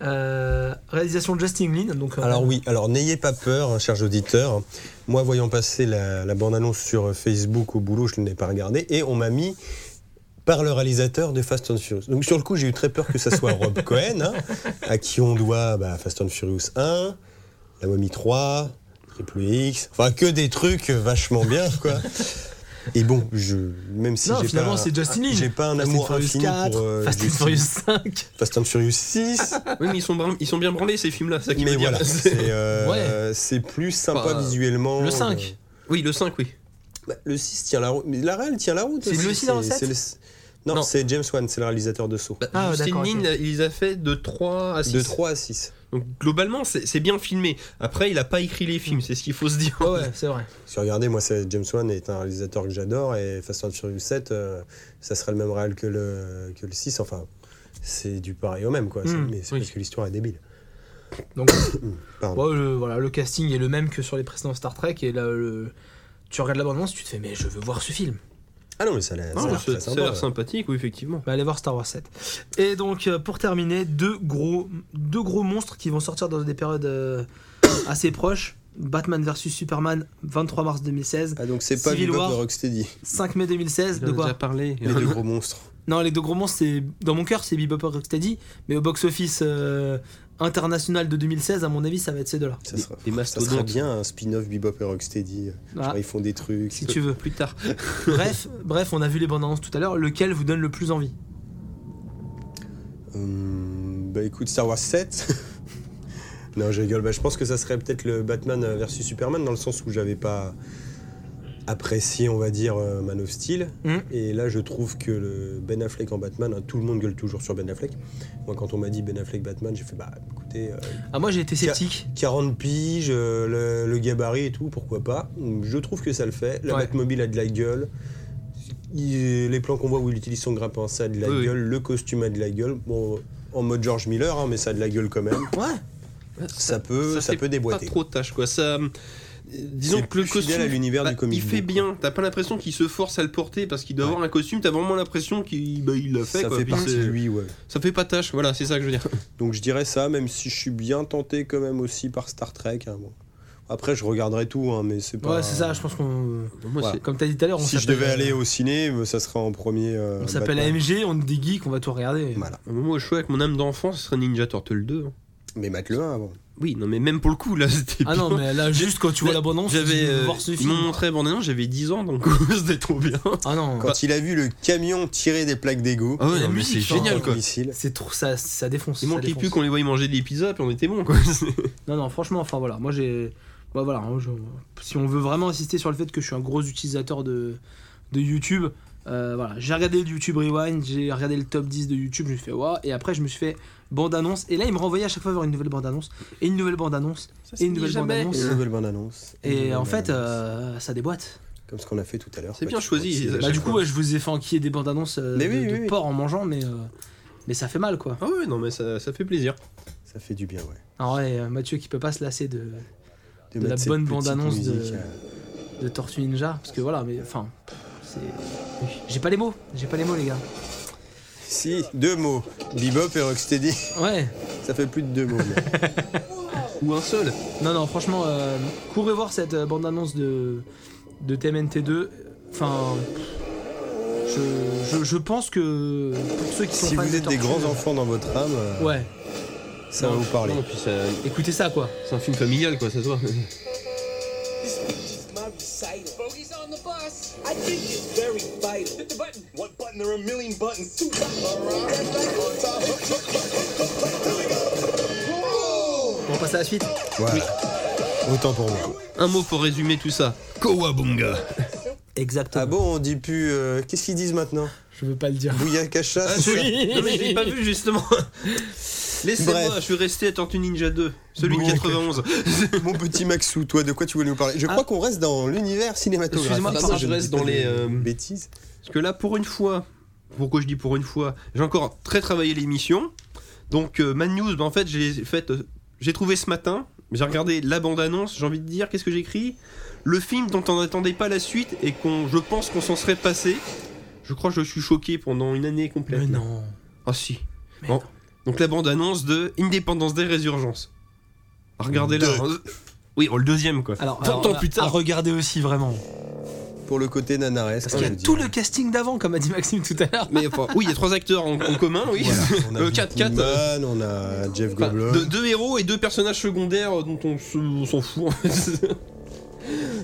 Speaker 3: Euh, réalisation de Justin Lin. Donc, euh,
Speaker 2: Alors oui, alors n'ayez pas peur, hein, chers auditeurs. Moi, voyant passer la, la bande-annonce sur euh, Facebook au boulot, je ne l'ai pas regardée, et on m'a mis par le réalisateur de Fast and Furious. Donc sur le coup, j'ai eu très peur que ça soit Rob Cohen, hein, à qui on doit bah, Fast and Furious 1, La Momie 3, Triple X, enfin que des trucs vachement bien, quoi. Et bon, je, même si
Speaker 3: Non,
Speaker 2: j'ai
Speaker 3: finalement,
Speaker 2: pas,
Speaker 3: c'est Justin Lin.
Speaker 2: j'ai pas un
Speaker 3: Fast and
Speaker 2: amour
Speaker 3: Furious
Speaker 2: infini
Speaker 3: 4,
Speaker 2: pour euh,
Speaker 3: Fast and
Speaker 2: Justin.
Speaker 3: Furious 5.
Speaker 2: Fast and Furious 6.
Speaker 4: Oui, mais ils sont, brin- ils sont bien branlés ces films-là, c'est ça qui
Speaker 2: Mais
Speaker 4: veut dire.
Speaker 2: voilà, c'est euh, c'est plus sympa
Speaker 4: Enfin,
Speaker 2: visuellement. euh,
Speaker 3: le cinq.
Speaker 4: Oui, le 5, oui.
Speaker 2: Bah, le 6 tient la route. Mais la réelle tient la route.
Speaker 3: C'est
Speaker 2: aussi.
Speaker 3: lui aussi dans le
Speaker 2: C'est-
Speaker 3: sept
Speaker 2: c'est le- Non,
Speaker 4: Non.
Speaker 2: c'est James Wan, c'est le réalisateur de Saw.
Speaker 4: Bah,
Speaker 3: Ah,
Speaker 4: Justin
Speaker 3: d'accord,
Speaker 4: Lin,
Speaker 3: ok.
Speaker 4: il les a fait de 3 à 6.
Speaker 2: de 3 à 6.
Speaker 4: Donc globalement, c'est c'est bien filmé. Après, il a pas écrit les films, c'est ce qu'il faut se dire.
Speaker 3: Ouais, ouais, c'est vrai.
Speaker 2: Si regardez, moi, c'est- James Wan est un réalisateur que j'adore et Fast and Furious 7, euh, ça serait le même réel que le, que le 6. Enfin, c'est du pareil au même, quoi. C'est-
Speaker 3: Mm,
Speaker 2: mais c'est
Speaker 4: oui.
Speaker 2: parce que l'histoire est débile.
Speaker 3: Donc,
Speaker 2: Pardon.
Speaker 3: ouais, le, voilà, le casting est le même que sur les précédents Star Trek. Et là, le- tu regardes la bande-annonce, tu te fais, mais je veux voir ce film.
Speaker 2: Ah non, mais ça a l'air ça a
Speaker 4: Non,
Speaker 2: l'air
Speaker 4: c'est-
Speaker 2: très
Speaker 4: ça a l'air
Speaker 2: sympa.
Speaker 4: sympathique, oui, effectivement.
Speaker 3: Bah, allez voir Star Wars 7. Et donc, euh, pour terminer, deux gros, deux gros monstres qui vont sortir dans des périodes euh, assez proches. Batman vs Superman, 23 mars 2016.
Speaker 2: Ah, donc c'est pas
Speaker 3: Civil
Speaker 2: Bebop
Speaker 3: War.
Speaker 2: de Rocksteady,
Speaker 3: 5 mai 2016,
Speaker 4: On
Speaker 3: de
Speaker 4: en a
Speaker 3: quoi
Speaker 4: déjà parlé.
Speaker 2: les deux gros monstres.
Speaker 3: Non, les deux gros monstres, c'est dans mon cœur, c'est Bebop et Rocksteady, mais au box-office euh, international de 2016, à mon avis, ça va être ces deux-là.
Speaker 2: Ça sera,
Speaker 4: Des
Speaker 2: ça serait
Speaker 4: mastodontes.
Speaker 2: bien un spin-off Bebop et Rocksteady.
Speaker 3: Ah,
Speaker 2: Genre, ils font des trucs.
Speaker 3: si tu veux.
Speaker 4: Plus tard.
Speaker 3: bref, bref, on a vu les bandes annonces tout à l'heure. Lequel vous donne le plus envie
Speaker 2: Hum, bah écoute, Star Wars 7. non, je rigole. Bah, je pense que ça serait peut-être le Batman euh, versus Superman dans le sens où j'avais pas apprécié, on va dire, euh, Man of Steel.
Speaker 3: Mhm.
Speaker 2: Et là, je trouve que le Ben Affleck en Batman, hein, tout le monde gueule toujours sur Ben Affleck. Moi, quand on m'a dit Ben Affleck Batman, j'ai fait bah écoutez, euh,
Speaker 3: Ah, moi, j'ai été sceptique.
Speaker 2: 40 piges, euh, le, le gabarit et tout, pourquoi pas. Je trouve que ça le fait. La
Speaker 3: Ouais.
Speaker 2: Batmobile a de la gueule. Il- les plans qu'on voit où il utilise son grappin, ça a de la
Speaker 4: Oui, oui.
Speaker 2: gueule. Le costume a de la gueule. Bon, en mode George Miller, hein, mais ça a de la gueule quand même.
Speaker 3: Ouais.
Speaker 2: Ça peut, ça,
Speaker 4: fait
Speaker 2: peut déboîter.
Speaker 4: Pas trop de tâches, quoi. Ça, hum, euh, disons
Speaker 2: C'est
Speaker 4: que le
Speaker 2: plus fidèle
Speaker 4: costume
Speaker 2: à l'univers
Speaker 4: bah,
Speaker 2: du comic
Speaker 4: il fait
Speaker 2: book,
Speaker 4: bien t'as pas l'impression qu'il se force à le porter parce qu'il doit
Speaker 2: Ouais.
Speaker 4: avoir un costume t'as vraiment l'impression qu'il bah, il l'a fait
Speaker 2: ça
Speaker 4: quoi,
Speaker 2: fait
Speaker 4: puis
Speaker 2: partie
Speaker 4: c'est-
Speaker 2: de lui, ouais.
Speaker 4: ça fait pas tâche voilà c'est ça que je veux dire
Speaker 2: Donc je dirais ça, même si je suis bien tenté quand même aussi par Star Trek. hein, bon. Après, je regarderai tout, hein, mais c'est pas.
Speaker 3: Ouais, c'est ça, je pense qu'on. euh,
Speaker 4: Moi,
Speaker 2: Voilà.
Speaker 4: c'est-
Speaker 3: Comme t'as dit tout à l'heure, on
Speaker 2: Si je
Speaker 3: s'appelle- euh,
Speaker 2: devais aller au ciné, ça serait en premier. euh,
Speaker 3: On s'appelle
Speaker 2: Batman.
Speaker 3: AMG, on te dit geek, on va tout regarder.
Speaker 2: Voilà.
Speaker 4: Moi, au choix avec mon âme d'enfant, ce serait Ninja Turtle 2. hein.
Speaker 2: Mais mate le 1 avant.
Speaker 4: Oui, non, mais même pour le coup, là, c'était.
Speaker 3: Ah non,
Speaker 4: bien.
Speaker 3: mais là, juste quand tu vois
Speaker 4: Là,
Speaker 3: l'abondance, tu
Speaker 4: J'avais.
Speaker 3: dis,
Speaker 4: euh,
Speaker 3: voir ce
Speaker 4: ils
Speaker 3: film.
Speaker 4: m'ont montré bande annonce, j'avais 10 ans, donc c'était trop bien.
Speaker 3: Ah non,
Speaker 4: Bah.
Speaker 2: Quand il a vu le camion tirer des plaques d'égout,
Speaker 4: Ah ouais,
Speaker 3: la
Speaker 4: non, mais c'est
Speaker 3: musique,
Speaker 4: génial,
Speaker 3: hein.
Speaker 4: quoi.
Speaker 2: missile.
Speaker 3: c'est trop, ça, ça défonce.
Speaker 4: Il
Speaker 3: ça
Speaker 4: manquait plus
Speaker 3: défonce.
Speaker 4: qu'on les voyait manger des pizzas, puis on était bon, quoi.
Speaker 3: Non, non, franchement, enfin voilà, moi j'ai. Bah voilà, hein, je- si on veut vraiment insister sur le fait que je suis un gros utilisateur de, de YouTube, euh, voilà, j'ai regardé le YouTube Rewind, j'ai regardé le top 10 de YouTube, je me suis fait waouh, et après je me suis fait bande-annonce, et là il me renvoyait à chaque fois vers une nouvelle bande-annonce, et une nouvelle bande-annonce, et une nouvelle
Speaker 2: Et
Speaker 3: bande-annonce,
Speaker 2: une nouvelle bande-annonce. Une
Speaker 3: et
Speaker 2: nouvelle
Speaker 3: en fait
Speaker 2: bande-annonce.
Speaker 3: euh, ça déboîte.
Speaker 2: Comme ce qu'on a fait tout à l'heure.
Speaker 4: C'est
Speaker 2: quoi,
Speaker 4: bien
Speaker 2: tu
Speaker 4: choisi,
Speaker 2: vois,
Speaker 4: à
Speaker 2: c'est-
Speaker 3: Bah,
Speaker 4: chaque
Speaker 3: du coup,
Speaker 4: fois.
Speaker 3: ouais, je vous ai fait enquiller des bandes-annonces euh,
Speaker 2: Mais oui,
Speaker 3: de, de
Speaker 2: oui, oui.
Speaker 3: porc en mangeant, mais, euh, mais ça fait mal quoi.
Speaker 4: Ah ouais, non, mais ça, ça fait plaisir.
Speaker 2: Ça fait du bien, ouais.
Speaker 3: En vrai, euh, Mathieu qui peut pas se lasser de, De la
Speaker 2: mettre cette
Speaker 3: bonne
Speaker 2: petite
Speaker 3: bande-annonce de-
Speaker 2: musique, euh,
Speaker 3: de Tortue Ninja, parce que voilà, mais enfin, c'est. J'ai pas les mots, j'ai pas les mots, les gars.
Speaker 2: Si, deux mots. Bebop et Rocksteady,
Speaker 3: Ouais,
Speaker 2: ça fait plus de deux mots. mais-
Speaker 4: Ou un seul.
Speaker 3: non, non, franchement, euh, courez voir cette euh, bande-annonce de, de TMNT2. Enfin, je, je, je pense que pour ceux qui sont
Speaker 2: si
Speaker 3: fans
Speaker 2: vous
Speaker 3: de
Speaker 2: êtes des
Speaker 3: Tortue,
Speaker 2: grands enfants dans votre âme, euh,
Speaker 3: Ouais,
Speaker 2: ça va vous parler.
Speaker 4: Non, puis ça-
Speaker 3: écoutez ça, quoi.
Speaker 4: c'est un film familial, quoi, ça se voit.
Speaker 5: This is my recital. Bogey's on the bus. I think it's very vital. Hit the button. One button. There are a million buttons. Two buttons. Around and back on top. Hook, hook, hook, hook, hook, hook. Here we go. Whoa!
Speaker 3: On va passer à la suite.
Speaker 2: Voilà. Autant pour moi.
Speaker 4: Un mot pour résumer tout ça. Kowabunga.
Speaker 3: Exactement.
Speaker 2: Ah bon, on dit plus. euh, Qu'est-ce qu'ils disent maintenant
Speaker 3: Je veux pas le dire.
Speaker 2: Bouillakacha c'est ça
Speaker 4: Non, mais je l'ai pas vu, justement. Laissez-moi,
Speaker 2: Bref.
Speaker 4: je suis resté à Tortue Ninja 2, celui de
Speaker 2: Bon.
Speaker 4: 91.
Speaker 2: Mon petit Maxou, toi, de quoi tu voulais nous parler Je crois qu'on reste dans l'univers cinématographique.
Speaker 4: Excuse-moi,
Speaker 2: Ça,
Speaker 4: pardon, je
Speaker 2: ne dis
Speaker 4: reste
Speaker 2: pas
Speaker 4: dans
Speaker 2: de
Speaker 4: les, euh,
Speaker 2: Bêtises.
Speaker 4: Parce que là, pour une fois, pourquoi je dis pour une fois, j'ai encore très travaillé l'émission. Donc, euh, Mad News, bah, en fait, j'ai fait, euh, j'ai trouvé ce matin, j'ai regardé la bande-annonce, j'ai envie de dire, qu'est-ce que j'écris Le film dont on n'attendait pas la suite et qu'on, je pense qu'on s'en serait passé. Je crois que je suis choqué pendant une année complète.
Speaker 3: Mais
Speaker 4: là.
Speaker 3: non.
Speaker 4: Ah si.
Speaker 3: Mais
Speaker 4: Bon. Donc la bande-annonce de Indépendance des Résurgences. Regardez-la. hein. Oui, oh, le deuxième quoi.
Speaker 3: Alors,
Speaker 4: 20
Speaker 3: alors,
Speaker 4: ans
Speaker 3: à-
Speaker 4: plus
Speaker 3: à
Speaker 4: tard.
Speaker 3: regarder aussi, vraiment.
Speaker 2: Pour le côté nanaresque. hein,
Speaker 3: Parce qu'il y
Speaker 2: je
Speaker 3: a
Speaker 2: dis.
Speaker 3: tout le casting d'avant, comme a dit Maxime tout à l'heure.
Speaker 4: Mais enfin, oui, il y a trois acteurs en, en commun, oui.
Speaker 2: Voilà, on a
Speaker 4: Euh,
Speaker 2: Bill
Speaker 4: quatre, quatre,
Speaker 2: Pullman, on a Jeff
Speaker 4: Enfin,
Speaker 2: Goldblum.
Speaker 4: deux, deux héros et deux personnages secondaires euh, dont on se- on s'en fout. en fait.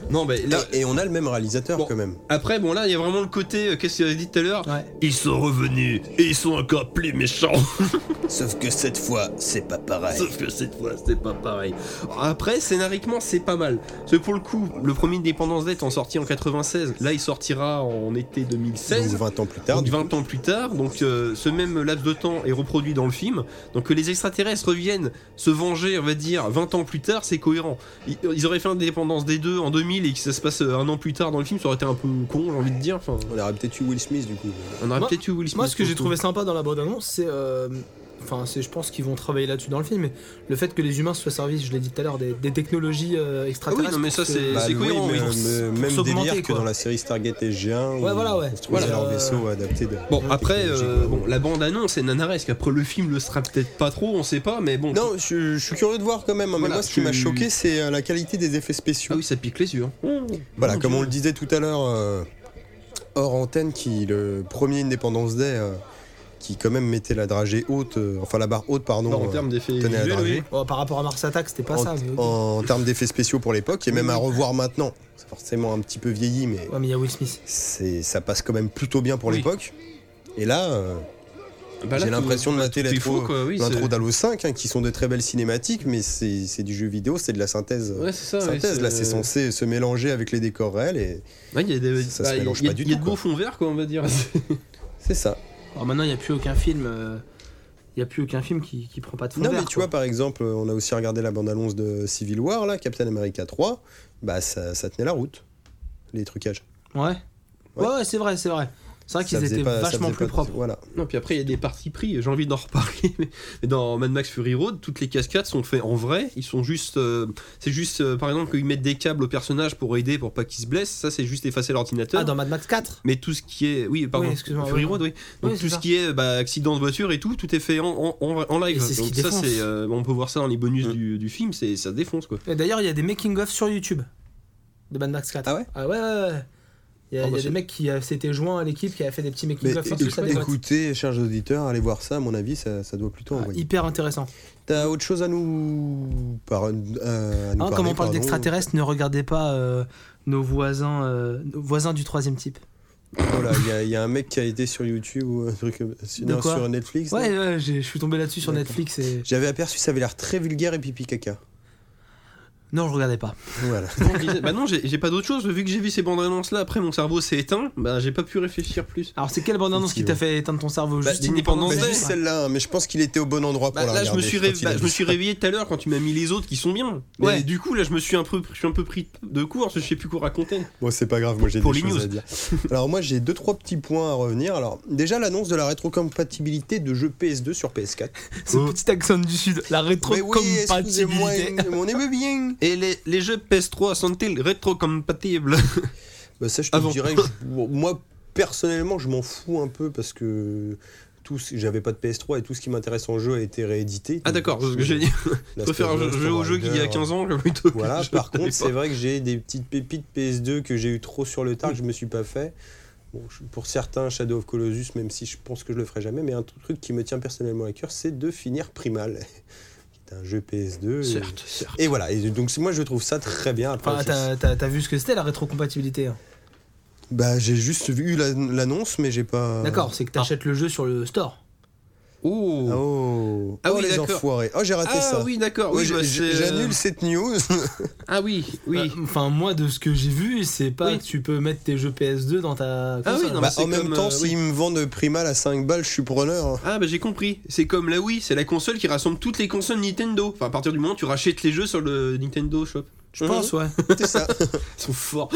Speaker 4: non, mais là.
Speaker 2: Et, et on a le même réalisateur
Speaker 4: Bon.
Speaker 2: quand même.
Speaker 4: Après, bon, là, il y a vraiment le côté. euh, Qu'est-ce qu'il avait dit tout à l'heure
Speaker 3: Ouais.
Speaker 4: Ils sont revenus et ils sont encore plus méchants.
Speaker 2: Sauf que cette fois, c'est pas pareil.
Speaker 4: Sauf que cette fois, c'est pas pareil. Après, scénariquement, c'est pas mal. Parce que pour le coup, le premier Indépendance d'être en sorti en 96. Là, il sortira en été 2016.
Speaker 2: Donc 20 ans plus tard.
Speaker 4: Donc 20 ans plus tard, donc euh, ce même laps de temps est reproduit dans le film. Donc que les extraterrestres reviennent se venger, on va dire, 20 ans plus tard, c'est cohérent. Ils, euh, ils auraient fait l'indépendance des deux en 2000 et que ça se passe euh, un an plus tard dans le film, ça aurait été un peu con, j'ai envie de dire. Enfin,
Speaker 2: On aurait peut-être eu Will Smith du coup.
Speaker 4: on aurait
Speaker 3: Moi-
Speaker 4: peut-être eu Will Smith.
Speaker 3: Moi, ce que j'ai
Speaker 4: pour
Speaker 3: trouvé
Speaker 4: le coup.
Speaker 3: sympa dans la bande-annonce, c'est. euh, Enfin, c'est, je pense qu'ils vont travailler là-dessus dans le film, mais le fait que les humains se soient servis, je l'ai dit tout à l'heure, des, des technologies euh, extraterrestres.
Speaker 4: Ah oui, non, mais
Speaker 3: pour
Speaker 4: ça,
Speaker 3: se- Bah,
Speaker 2: oui,
Speaker 4: c'est- cohérent,
Speaker 2: mais,
Speaker 4: oui, pour
Speaker 2: mais-
Speaker 3: s-
Speaker 2: Bah, même
Speaker 3: euh, pour s'augmenter,
Speaker 2: délire que
Speaker 3: quoi.
Speaker 2: dans la série Stargate SG1. où
Speaker 3: Ouais, voilà, ouais.
Speaker 2: Ils construisaient
Speaker 3: Voilà.
Speaker 2: leur vaisseau adapté de.
Speaker 4: euh, Bon, après, euh,
Speaker 2: Technologie, quoi.
Speaker 4: bon, la bande-annonce est nanaresque. Après, le film le sera peut-être pas trop, on sait pas, mais bon.
Speaker 2: Non, je, je suis curieux de voir quand même. hein, mais
Speaker 4: Voilà,
Speaker 2: moi, ce qui
Speaker 4: tu-
Speaker 2: m'a choqué, c'est euh, la qualité des effets spéciaux.
Speaker 4: Ah oui, ça pique les yeux. hein.
Speaker 2: Voilà, comme on le disait tout à l'heure, euh, hors antenne, qui le premier Indépendance Day, euh, qui quand même mettait la dragée haute, euh, enfin la barre haute, pardon,
Speaker 4: Bah, en
Speaker 2: euh,
Speaker 4: termes d'effets
Speaker 2: tenez à
Speaker 4: visuels, oui.
Speaker 2: draguer.
Speaker 3: Oh, par rapport à Mars Attack, c'était pas
Speaker 2: en,
Speaker 3: ça. Mais...
Speaker 2: en termes d'effets spéciaux pour l'époque, et même à revoir maintenant. C'est forcément un petit peu vieilli, mais
Speaker 3: Ouais, mais il y a Will Smith.
Speaker 2: c'est, ça passe quand même plutôt bien pour
Speaker 4: Oui.
Speaker 2: l'époque. Et là, euh,
Speaker 4: Bah là,
Speaker 2: j'ai
Speaker 4: tout-
Speaker 2: l'impression de mater
Speaker 4: tout est faux,
Speaker 2: l'intro,
Speaker 4: quoi, oui,
Speaker 2: l'intro
Speaker 4: c'est-
Speaker 2: d'Halo 5, hein, qui sont de très belles cinématiques, mais c'est, c'est du jeu vidéo, c'est de la synthèse.
Speaker 4: Ouais, c'est ça. ouais,
Speaker 2: synthèse. là, c'est censé se mélanger avec les décors réels, et
Speaker 4: Ouais, il y a des.
Speaker 2: Ça se
Speaker 4: bah, il y a-
Speaker 2: mélange
Speaker 4: il y a-
Speaker 2: pas du
Speaker 4: Il y a
Speaker 2: tout,
Speaker 4: de
Speaker 2: quoi.
Speaker 4: beaux fonds verts, quoi, on va dire.
Speaker 2: c'est ça.
Speaker 3: Alors Oh, maintenant, il n'y a plus aucun film. euh, Il y a plus aucun film qui, qui prend pas de fond
Speaker 2: Non,
Speaker 3: vert,
Speaker 2: mais tu
Speaker 3: quoi.
Speaker 2: vois, par exemple, on a aussi regardé la bande-annonce de Civil War, là, Captain America 3, bah ça, ça tenait la route, les trucages.
Speaker 3: Ouais.
Speaker 2: Ouais.
Speaker 3: Ouais, ouais, c'est vrai, c'est vrai.
Speaker 6: C'est vrai
Speaker 2: Ça
Speaker 6: Ah, qu'ils
Speaker 2: faisait
Speaker 6: étaient
Speaker 2: pas- ça
Speaker 6: vachement
Speaker 2: faisait
Speaker 6: plus
Speaker 2: pas-
Speaker 6: propres.
Speaker 2: Voilà.
Speaker 4: Non, puis après, il y a des parties pris, j'ai envie d'en reparler, mais, mais dans Mad Max Fury Road, toutes les cascades sont faites en vrai, ils sont juste... euh, c'est juste, euh, par exemple, qu'ils mettent des câbles au personnage pour aider, pour pas qu'il se blesse, ça c'est juste effacer l'ordinateur.
Speaker 6: Ah, dans Mad Max 4
Speaker 4: Mais tout ce qui est... Oui, pardon,
Speaker 6: Oui, excuse-moi,
Speaker 4: Fury
Speaker 6: oui.
Speaker 4: Road, oui. Donc
Speaker 6: Oui, c'est
Speaker 4: tout ce
Speaker 6: ça.
Speaker 4: qui est bah, accident de voiture et tout, tout est fait en, en, en- en live.
Speaker 6: Et c'est ce
Speaker 4: Donc
Speaker 6: qui
Speaker 4: ça,
Speaker 6: défonce.
Speaker 4: c'est, euh, on peut voir ça dans les bonus
Speaker 2: Mm.
Speaker 4: du, du film, c'est, ça défonce, quoi.
Speaker 6: Et D'ailleurs, il y a des making-of sur YouTube de Mad Max 4.
Speaker 2: Ah ouais Ah,
Speaker 6: Ah ouais, ouais, ouais. Il y a,
Speaker 4: Oh,
Speaker 6: il y a
Speaker 4: bah, c'est-
Speaker 6: des mecs qui euh, s'étaient joints à l'équipe qui avaient fait des petits
Speaker 2: Mais
Speaker 6: making-of. sur
Speaker 2: écoute-
Speaker 6: ça, des boîtes.
Speaker 2: écoutez, chers auditeurs, allez voir ça, à mon avis, ça, ça doit plutôt
Speaker 6: Ah,
Speaker 2: envoyer.
Speaker 6: hyper intéressant.
Speaker 2: T'as autre chose à nous, par... euh, à nous
Speaker 6: Hein,
Speaker 2: parler,
Speaker 6: comme on
Speaker 2: pardon
Speaker 6: parle d'extraterrestres, ne regardez pas euh, nos voisins, euh, nos voisins du troisième type.
Speaker 2: Voilà, il y a- il y, a un mec qui a été sur YouTube ou un truc comme-
Speaker 6: De
Speaker 2: non,
Speaker 6: quoi
Speaker 2: sur Netflix. non
Speaker 6: Ouais, ouais, j'ai- je suis tombé là-dessus sur
Speaker 2: D'accord.
Speaker 6: Netflix et
Speaker 2: J'avais aperçu, ça avait l'air très vulgaire et pipi caca.
Speaker 6: non, je regardais pas.
Speaker 2: Voilà.
Speaker 4: Bon, je disais, bah non, j'ai, j'ai pas d'autre chose, vu que j'ai vu ces bandes annonces là, après mon cerveau s'est éteint, bah j'ai pas pu réfléchir plus.
Speaker 6: Alors c'est quelle bande annonce qui t'a fait éteindre ton cerveau
Speaker 4: Bah,
Speaker 6: Juste
Speaker 4: d'Independence
Speaker 2: Bah,
Speaker 4: Day.
Speaker 6: Day
Speaker 2: juste celle-là, hein, mais je pense qu'il était au bon endroit pour
Speaker 4: Bah,
Speaker 2: la
Speaker 4: là, je me,
Speaker 2: regarder,
Speaker 4: suis
Speaker 2: quand
Speaker 4: ré-
Speaker 2: il a
Speaker 4: bah, je
Speaker 2: dit
Speaker 4: me
Speaker 2: ça.
Speaker 4: suis réveillé tout à l'heure quand tu m'as mis les autres qui sont bien. Mais
Speaker 6: Ouais.
Speaker 4: du coup, là, je me suis un peu, je suis un peu pris de court, parce que je sais plus quoi raconter.
Speaker 2: Bon, c'est pas grave, moi j'ai des
Speaker 4: Pour les
Speaker 2: choses
Speaker 4: news.
Speaker 2: à dire. Alors moi j'ai deux trois petits points à revenir. Alors déjà l'annonce de la rétrocompatibilité de jeux PS2 sur PS4.
Speaker 6: Ce petit accent du sud, la
Speaker 2: Oh. Mais oui, excusez-moi,
Speaker 6: rétrocompatibilité.
Speaker 2: on aime bien.
Speaker 4: Et les, les jeux PS3 sont-ils rétrocompatibles
Speaker 2: Bah ça, je te
Speaker 4: Avant.
Speaker 2: dirais que je- moi, personnellement, je m'en fous un peu parce que tout ce- j'avais pas de PS3 et tout ce qui m'intéresse en jeu a été réédité.
Speaker 4: Ah d'accord,
Speaker 2: Donc,
Speaker 4: ce que j'ai dit. Je
Speaker 2: Last
Speaker 4: préfère
Speaker 2: of
Speaker 4: un
Speaker 2: Us,
Speaker 4: jeu au
Speaker 2: Tomb
Speaker 4: jeu qu'il y a
Speaker 2: Raider,
Speaker 4: 15 ans plutôt que
Speaker 2: Voilà,
Speaker 4: le jeu
Speaker 2: par
Speaker 4: de
Speaker 2: contre,
Speaker 4: l'époque.
Speaker 2: c'est vrai que j'ai des petites pépites PS2 que j'ai eu trop sur le tard que je me suis pas fait. Bon, je- pour certains, Shadow of Colossus, même si je pense que je le ferai jamais, mais un truc qui me tient personnellement à cœur, c'est de finir Primal, qui est un jeu PS2. et-
Speaker 4: Certes, certes.
Speaker 2: euh. Et, voilà, et donc c'est- moi je trouve ça très bien. Après,
Speaker 6: Enfin,
Speaker 2: je-
Speaker 6: t'as- t'as t'as vu ce que c'était la rétrocompatibilité hein.
Speaker 2: bah, j'ai juste vu la- l'annonce, mais j'ai pas.
Speaker 6: D'accord, c'est que t'achètes le jeu sur le store.
Speaker 4: Oh.
Speaker 2: Oh,
Speaker 4: Ah
Speaker 2: Oh,
Speaker 4: oui,
Speaker 2: les
Speaker 4: d'accord.
Speaker 2: enfoirés. Oh, j'ai raté
Speaker 4: Ah
Speaker 2: ça.
Speaker 4: oui, d'accord.
Speaker 2: Oui,
Speaker 4: Oui, bah,
Speaker 2: j- j-
Speaker 4: c'est, euh,
Speaker 2: j'annule cette news.
Speaker 4: Ah oui, oui.
Speaker 6: Euh, Enfin, moi, de ce que j'ai vu, c'est pas
Speaker 4: Oui.
Speaker 6: que tu peux mettre tes jeux PS2 dans ta.
Speaker 4: Ah oui,
Speaker 6: console.
Speaker 4: non, mais
Speaker 2: Bah,
Speaker 4: c'est
Speaker 2: en même
Speaker 4: comme,
Speaker 2: temps,
Speaker 4: euh,
Speaker 2: s'ils
Speaker 4: oui.
Speaker 2: me vendent Primal à 5 balles, je suis preneur. hein.
Speaker 4: Ah bah j'ai compris, c'est comme la Wii, c'est la console qui rassemble toutes les consoles Nintendo. Enfin à partir du moment où tu rachètes les jeux sur le Nintendo Shop.
Speaker 6: je pense, ouais.
Speaker 2: C'est ça.
Speaker 4: Ils sont forts.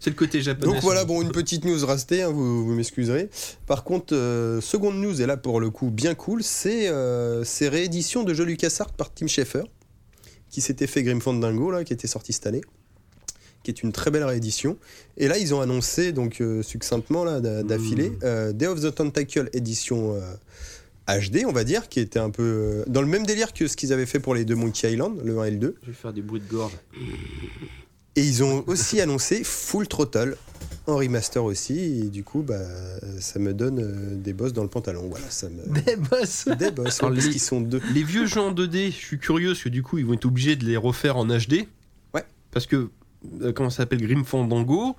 Speaker 4: c'est le côté japonais.
Speaker 2: Donc voilà, bon, une petite news restée, hein, vous, vous m'excuserez. Par contre, euh, seconde news, et là pour le coup bien cool, c'est euh, ces rééditions de jeux LucasArts par Tim Schafer, qui s'était fait Grim Fandango, là, qui était sorti cette année, qui est une très belle réédition. Et là, ils ont annoncé, donc euh, succinctement, là, d'a- d'affilée, euh, Day of the Tentacle édition euh, HD, on va dire, qui était un peu euh, dans le même délire que ce qu'ils avaient fait pour les deux Monkey Island, le 1 et le 2.
Speaker 4: Je vais faire des bruits de gorge.
Speaker 2: Et ils ont aussi annoncé Full Throttle en remaster aussi. Et du coup, bah, ça me donne euh, des bosses dans le pantalon. Voilà, Bah, ça me.
Speaker 6: Des boss.
Speaker 2: Des bosses,
Speaker 4: Alors,
Speaker 2: ouais, parce
Speaker 4: les-
Speaker 2: qu'ils sont deux.
Speaker 4: Les vieux jeux en 2D, je suis curieux parce que du coup ils vont être obligés de les refaire en HD.
Speaker 2: Ouais.
Speaker 4: Parce que euh, comment ça s'appelle Grim Fandango,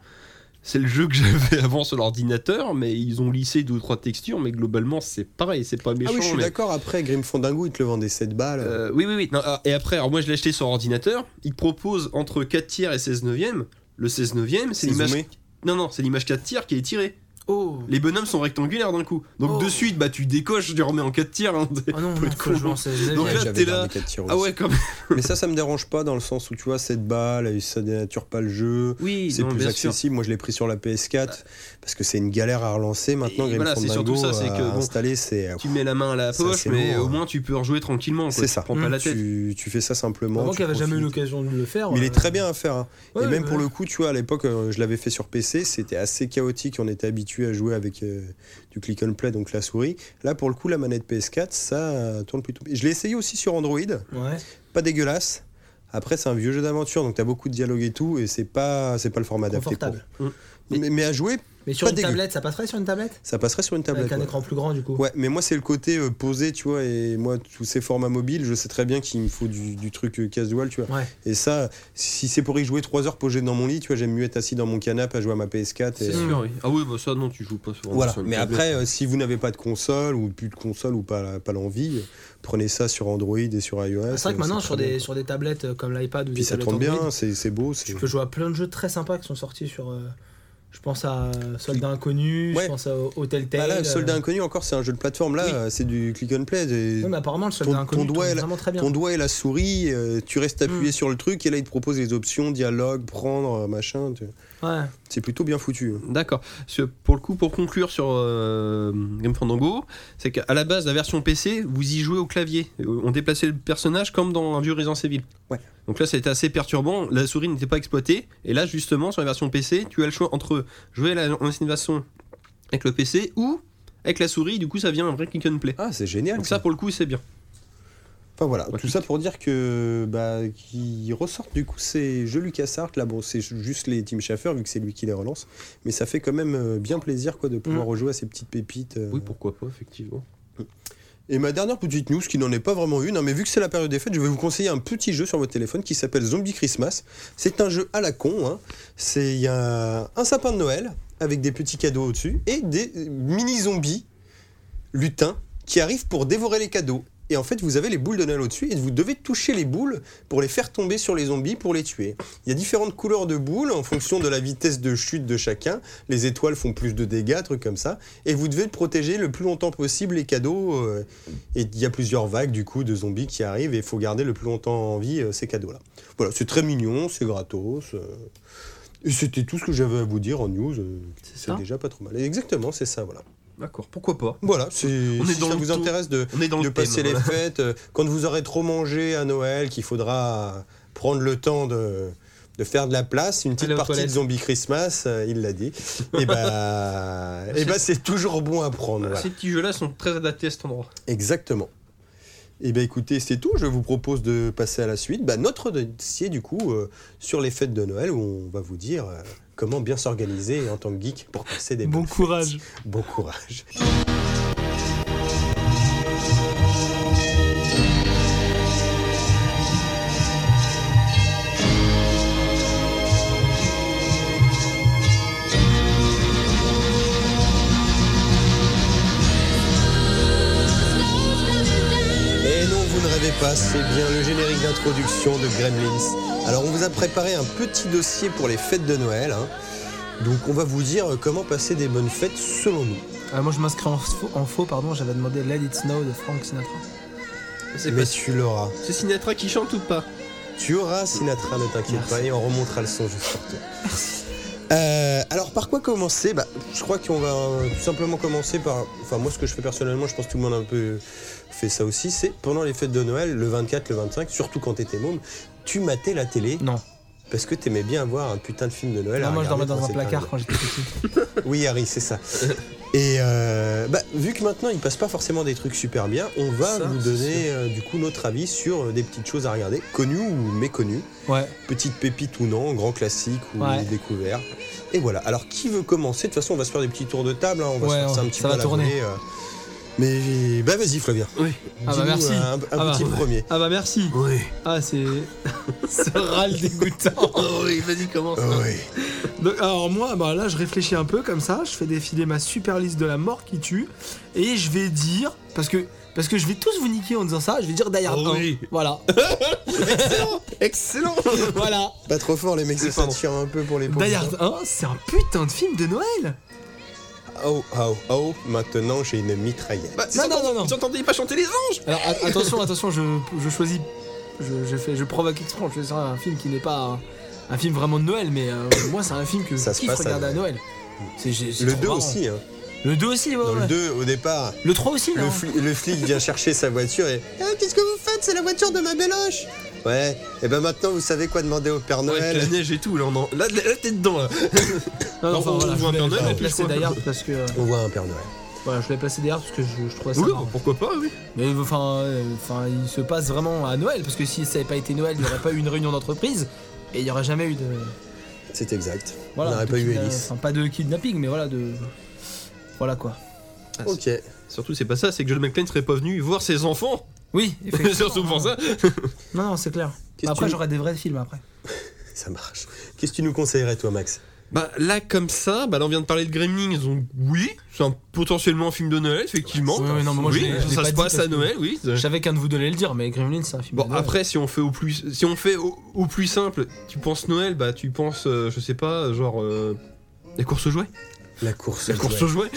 Speaker 4: c'est le jeu que j'avais avant sur l'ordinateur, mais ils ont lissé deux ou trois textures, mais globalement c'est pareil, c'est pas
Speaker 2: Ah
Speaker 4: méchant.
Speaker 2: oui, je suis
Speaker 4: mais-
Speaker 2: d'accord. Après, Grim Fandango, ils te le vendaient 7 balles.
Speaker 4: Euh, oui, oui, oui. Non, ah, et après, alors moi je l'ai acheté sur ordinateur. Il propose entre 4 tiers et 16 neuvième. Le 16 neuvième, c'est
Speaker 2: C'est
Speaker 4: l'image.
Speaker 2: zoomé.
Speaker 4: Non, non, c'est l'image 4 tiers qui est tirée.
Speaker 6: Oh.
Speaker 4: Les bonhommes sont rectangulaires d'un coup. Donc
Speaker 6: Oh.
Speaker 4: de suite, bah tu décoches, tu les remets en 4 tiers. hein.
Speaker 6: Oh non,
Speaker 4: Faut être
Speaker 6: faut
Speaker 4: con.
Speaker 6: jouer en 16
Speaker 4: Donc là,
Speaker 2: j'avais
Speaker 4: t'es
Speaker 2: gardé
Speaker 4: là.
Speaker 2: quatre tirs
Speaker 4: Ah
Speaker 2: aussi.
Speaker 4: ouais, quand même.
Speaker 2: Mais ça, ça me dérange pas dans le sens où tu vois, 7 balles, et ça dénature pas le jeu.
Speaker 4: Oui,
Speaker 2: C'est
Speaker 4: non,
Speaker 2: plus
Speaker 4: bien sûr.
Speaker 2: accessible. Moi, je l'ai pris sur la PS4 parce que c'est une galère à relancer maintenant.
Speaker 4: Et
Speaker 2: Grim
Speaker 4: voilà, c'est
Speaker 2: Fandango,
Speaker 4: surtout ça, c'est
Speaker 2: à
Speaker 4: que, bon,
Speaker 2: installer, c'est.
Speaker 4: Tu mets la main à la
Speaker 2: Ah Ça,
Speaker 4: poche,
Speaker 2: c'est
Speaker 4: mais
Speaker 2: lourd,
Speaker 4: au
Speaker 2: hein.
Speaker 4: moins tu peux rejouer tranquillement. quoi.
Speaker 2: C'est ça.
Speaker 4: Mmh, Tu te prends pas la tête.
Speaker 2: Tu, tu fais ça simplement.
Speaker 6: Moi
Speaker 2: tu
Speaker 6: qui n'avais jamais eu
Speaker 2: profites.
Speaker 6: l'occasion de le faire.
Speaker 2: Mais il
Speaker 6: euh,
Speaker 2: est très bien à faire. hein.
Speaker 6: ouais,
Speaker 2: et même
Speaker 6: ouais.
Speaker 2: pour le coup, tu vois, à l'époque, euh, je l'avais fait sur PC, c'était assez chaotique. On était habitué à jouer avec euh, du click and play, donc la souris. Là, pour le coup, la manette PS4, ça euh, tourne plutôt. bien. Je l'ai essayé aussi sur Android,
Speaker 6: Ouais.
Speaker 2: pas dégueulasse. Après, c'est un vieux jeu d'aventure, donc t'as beaucoup de dialogues et tout, et c'est pas, c'est pas le format adapté. Pour.
Speaker 6: Confortable.
Speaker 2: Mais, mais à jouer,
Speaker 6: Mm. Mais sur
Speaker 2: Pas
Speaker 6: une
Speaker 2: dégueu.
Speaker 6: tablette, ça passerait sur une tablette
Speaker 2: ça passerait sur une tablette.
Speaker 6: Avec un
Speaker 2: ouais.
Speaker 6: écran plus grand du coup.
Speaker 2: Ouais, mais moi, c'est le côté euh, posé, tu vois, et moi, tous ces formats mobiles, je sais très bien qu'il me faut du, du truc euh, casual, tu vois.
Speaker 6: Ouais.
Speaker 2: Et ça, si c'est pour y jouer 3 heures posé dans mon lit, tu vois, j'aime mieux être assis dans mon canapé à jouer à ma PS4.
Speaker 4: C'est
Speaker 2: Et...
Speaker 4: sûr, oui. Ah oui, bah ça, non, tu joues pas sur
Speaker 2: Voilà.
Speaker 4: sur une
Speaker 2: Mais
Speaker 4: tablette.
Speaker 2: après, euh, si vous n'avez pas de console ou plus de console ou pas, pas l'envie, euh, prenez ça sur Android et sur iOS.
Speaker 6: Ah, C'est vrai
Speaker 2: euh,
Speaker 6: que maintenant,
Speaker 2: très
Speaker 6: sur
Speaker 2: bien.
Speaker 6: des, sur des tablettes euh, comme l'iPad ou des
Speaker 2: Puis ça
Speaker 6: tablettes
Speaker 2: tourne
Speaker 6: Android,
Speaker 2: bien, c'est c'est beau. c'est-
Speaker 6: tu peux jouer à plein de jeux très sympas qui sont sortis sur. euh,
Speaker 3: Je pense à Soldat Inconnu,
Speaker 2: Ouais.
Speaker 3: je pense à Hotel Tale.
Speaker 2: Bah là, Soldat
Speaker 3: euh,
Speaker 2: Inconnu, encore, c'est un jeu de plateforme. Là,
Speaker 3: oui.
Speaker 2: euh, c'est du click and play.
Speaker 6: euh,
Speaker 2: c'est-
Speaker 3: non, mais apparemment, le Soldat
Speaker 2: Ton- ton
Speaker 3: Inconnu,
Speaker 2: doigt,
Speaker 3: tombe
Speaker 2: elle-
Speaker 3: vraiment très bien.
Speaker 2: Ton doigt et la souris, euh, tu restes appuyé
Speaker 3: Mm.
Speaker 2: sur le truc et là, il te propose les options dialogue, prendre, euh, machin. tu-
Speaker 3: Ouais.
Speaker 2: C'est plutôt bien foutu. hein.
Speaker 4: D'accord. Parce que Pour le coup, pour conclure sur euh, Game Fandango, c'est qu'à la base, la version PC, vous y jouez au clavier. Euh, On déplaçait le personnage comme dans un vieux Resident Evil.
Speaker 2: Ouais.
Speaker 4: Donc là, c'était assez perturbant. La souris n'était pas exploitée. Et là, justement, sur la version PC, tu as le choix entre jouer à la, en ancienne version avec le PC ou avec la souris. Du coup, ça vient un vrai click and play.
Speaker 2: Ah, c'est génial.
Speaker 4: Donc ça,
Speaker 2: ça.
Speaker 4: pour le coup, c'est bien.
Speaker 2: Enfin voilà,
Speaker 4: Ouais,
Speaker 2: tout ça pour dire que bah, qu'ils ressortent du coup ces jeux LucasArts. Là, bon, c'est juste les Tim Schafer vu que c'est lui qui les relance. Mais ça fait quand même euh, bien plaisir quoi, de pouvoir rejouer à ces petites pépites. euh.
Speaker 4: Oui, pourquoi pas, effectivement.
Speaker 2: Et ma dernière petite news, qui n'en est pas vraiment une, hein, mais vu que c'est la période des fêtes, je vais vous conseiller un petit jeu sur votre téléphone qui s'appelle Zombie Christmas. C'est un jeu à la con. hein. C'est il y a un sapin de Noël avec des petits cadeaux au-dessus et des mini zombies lutins qui arrivent pour dévorer les cadeaux. Et en fait, vous avez les boules de Noël au-dessus et vous devez toucher les boules pour les faire tomber sur les zombies pour les tuer. Il y a différentes couleurs de boules en fonction de la vitesse de chute de chacun. Les étoiles font plus de dégâts, trucs comme ça. Et vous devez protéger le plus longtemps possible les cadeaux. euh, et il y a plusieurs vagues du coup de zombies qui arrivent et il faut garder le plus longtemps en vie euh, ces cadeaux-là. Voilà, c'est très mignon, c'est gratos. euh, Et c'était tout ce que j'avais à vous dire en news. euh,
Speaker 4: C'est
Speaker 2: C'est déjà pas trop mal. Exactement, c'est ça, voilà.
Speaker 4: D'accord. Pourquoi pas
Speaker 2: Voilà, c'est-
Speaker 4: On est
Speaker 2: si
Speaker 4: dans
Speaker 2: ça
Speaker 4: le
Speaker 2: vous
Speaker 4: ton.
Speaker 2: intéresse de,
Speaker 4: On est dans
Speaker 2: de
Speaker 4: le thème,
Speaker 2: passer les
Speaker 4: voilà.
Speaker 2: fêtes, euh, quand vous aurez trop mangé à Noël, qu'il faudra prendre le temps de, de faire de la place, une petite
Speaker 3: Aller aux
Speaker 2: partie de
Speaker 3: toilettes.
Speaker 2: Zombie Christmas, euh, il l'a dit, et bah, et bah c'est toujours bon à prendre. voilà.
Speaker 4: Ces petits jeux-là sont très adaptés à cet endroit.
Speaker 2: Exactement. Eh bien écoutez, c'est tout. Je vous propose de passer à la suite. Bah, notre dossier du coup euh, sur les fêtes de Noël où on va vous dire euh, comment bien s'organiser en tant que geek pour passer des
Speaker 3: Bon
Speaker 2: bonnes
Speaker 3: courage.
Speaker 2: fêtes. Bon courage. Et non, vous ne rêvez pas, c'est bien le générique d'introduction de Gremlins. Alors on vous a préparé un petit dossier pour les fêtes de Noël. hein. Donc on va vous dire euh, comment passer des bonnes fêtes selon nous.
Speaker 3: Ah, moi, je m'inscris en, faux- en faux, pardon, j'avais demandé Let It Snow de Frank Sinatra.
Speaker 4: C'est
Speaker 2: Mais
Speaker 4: pas-
Speaker 2: Eh ben, tu l'auras.
Speaker 4: c'est Sinatra qui chante ou pas
Speaker 2: Tu auras Sinatra, ne t'inquiète
Speaker 3: Merci.
Speaker 2: pas, et on remontera le son juste pour toi. Euh, alors par quoi commencer bah, Je crois qu'on va euh, tout simplement commencer par... Enfin moi ce que je fais personnellement, je pense que tout le monde a un peu fait ça aussi, c'est pendant les fêtes de Noël, le 24, le 25, surtout quand t'étais môme, tu matais la télé
Speaker 3: Non,
Speaker 2: parce que t'aimais bien voir un putain de film de Noël. à
Speaker 3: là, moi, je dormais
Speaker 2: regarder
Speaker 3: dans
Speaker 2: quand
Speaker 3: un
Speaker 2: c'était
Speaker 3: placard quand j'étais petit.
Speaker 2: oui, Harry, c'est ça. Et euh, bah, vu que maintenant il passe pas forcément des trucs super bien, on va
Speaker 4: Ça,
Speaker 2: vous
Speaker 4: c'est
Speaker 2: donner euh, du coup notre avis sur euh, des petites choses à regarder, connues ou méconnues,
Speaker 3: Ouais.
Speaker 2: petites pépites ou non, grand classique ou
Speaker 3: Ouais.
Speaker 2: découvert. Et voilà. Alors qui veut commencer De toute façon, on va se faire des petits tours de table. hein, on va
Speaker 3: Ouais,
Speaker 2: se faire ça un
Speaker 3: on-
Speaker 2: petit
Speaker 3: ça
Speaker 2: peu
Speaker 3: va
Speaker 2: à la
Speaker 3: tourner.
Speaker 2: volée, euh. Mais bah vas-y, Flavien.
Speaker 4: Oui.
Speaker 3: Ah, bah,
Speaker 2: Dis-nous,
Speaker 3: merci.
Speaker 2: euh, Un, un
Speaker 3: Ah, bah.
Speaker 2: petit premier.
Speaker 3: Ah bah merci.
Speaker 4: Oui.
Speaker 3: Ah, c'est. Ce râle dégoûtant.
Speaker 4: Oh, oui, vas-y, commence.
Speaker 2: oui.
Speaker 3: Donc, alors moi, bah là, je réfléchis un peu comme ça. Je fais défiler ma super liste de la mort qui tue, et je vais dire parce que parce que je vais tous vous niquer en disant ça. Je vais dire Die Hard
Speaker 4: Oh oui.
Speaker 3: 1. Voilà,
Speaker 4: Excellent
Speaker 3: voilà.
Speaker 2: Pas trop fort, les mecs,
Speaker 4: Oui,
Speaker 2: ça
Speaker 4: pardon.
Speaker 2: tire un peu pour les pauvres.
Speaker 3: Die Hard 1, c'est un putain de film de Noël.
Speaker 2: Oh, oh, oh, maintenant j'ai une mitraillette.
Speaker 4: bah,
Speaker 3: Non, non, non, non.
Speaker 4: Vous entendez pas chanter les anges
Speaker 3: Alors a- attention, attention, je, je choisis, je, je fais, je provoque exprès. Je choisis un film qui n'est pas un, un film vraiment de Noël, mais euh, moi, c'est un film que
Speaker 2: Ça
Speaker 3: je
Speaker 2: se
Speaker 3: kiffe
Speaker 2: passe à
Speaker 3: regarder à
Speaker 2: Noël.
Speaker 3: Noël. C'est- j'ai- c'est
Speaker 2: le
Speaker 3: trop
Speaker 2: 2
Speaker 3: marrant.
Speaker 2: aussi, hein.
Speaker 3: Le 2 aussi, ouais,
Speaker 2: Dans le
Speaker 3: ouais.
Speaker 2: 2, au départ,
Speaker 3: Le 3 aussi,
Speaker 2: Le,
Speaker 3: non
Speaker 2: fli- le flic vient chercher sa voiture et Ah, Qu'est-ce que vous faites C'est la voiture de ma béloche Ouais, et ben maintenant vous savez quoi demander au Père
Speaker 4: Ouais, avec
Speaker 2: Noël.
Speaker 4: la neige et tout, là, on en... là, là, là, t'es dedans, là.
Speaker 3: Non,
Speaker 4: Non, on
Speaker 3: je
Speaker 4: voit un
Speaker 3: voulais-
Speaker 4: Père Noël,
Speaker 3: je
Speaker 4: en
Speaker 3: voulais
Speaker 4: plus,
Speaker 3: placer
Speaker 4: je crois.
Speaker 3: Die Hard parce que euh,
Speaker 2: On voit un Père Noël.
Speaker 3: voilà, je l'ai placé Die Hard parce que je, je trouvais ça.
Speaker 4: Oui,
Speaker 3: marrant.
Speaker 4: bah, pourquoi pas, oui.
Speaker 3: Mais enfin, euh, enfin, il se passe vraiment à Noël parce que si ça n'avait pas été Noël, il n'y aurait pas eu une réunion d'entreprise et il n'y aurait jamais eu de.
Speaker 2: C'est exact.
Speaker 3: Voilà,
Speaker 2: On n'aurait
Speaker 3: de
Speaker 2: pas eu
Speaker 3: kidna-
Speaker 2: Alice.
Speaker 3: Enfin, pas de kidnapping, mais voilà de. Voilà quoi. Ah,
Speaker 2: Ok.
Speaker 4: Surtout, c'est pas ça, c'est que John McClane serait pas venu voir ses enfants.
Speaker 3: Oui,
Speaker 4: C'est
Speaker 3: effectivement.
Speaker 4: surtout pour ça.
Speaker 3: Non, non, c'est clair.
Speaker 2: Qu'est-ce que
Speaker 3: Après,
Speaker 2: tu...
Speaker 3: j'aurai des vrais films après.
Speaker 2: Ça marche. Qu'est-ce que tu nous conseillerais, toi, Max
Speaker 4: Bah, là, comme ça, bah, là, on vient de parler de Gremlins, donc oui, c'est un- potentiellement un film de Noël, effectivement.
Speaker 3: Oui, oui, non, mais moi, je l'ai- je l'ai
Speaker 4: ça
Speaker 3: pas
Speaker 4: se
Speaker 3: dit
Speaker 4: passe
Speaker 3: parce
Speaker 4: à
Speaker 3: que-
Speaker 4: Noël, oui.
Speaker 3: Je savais qu'un de vous devait le dire, mais Gremlin, c'est un film.
Speaker 4: Bon
Speaker 3: de Noël.
Speaker 4: après si on fait au plus si on fait au, au plus simple, tu penses Noël, bah tu penses euh, je sais pas genre euh, La course aux jouets
Speaker 2: La course.
Speaker 4: La course aux jouets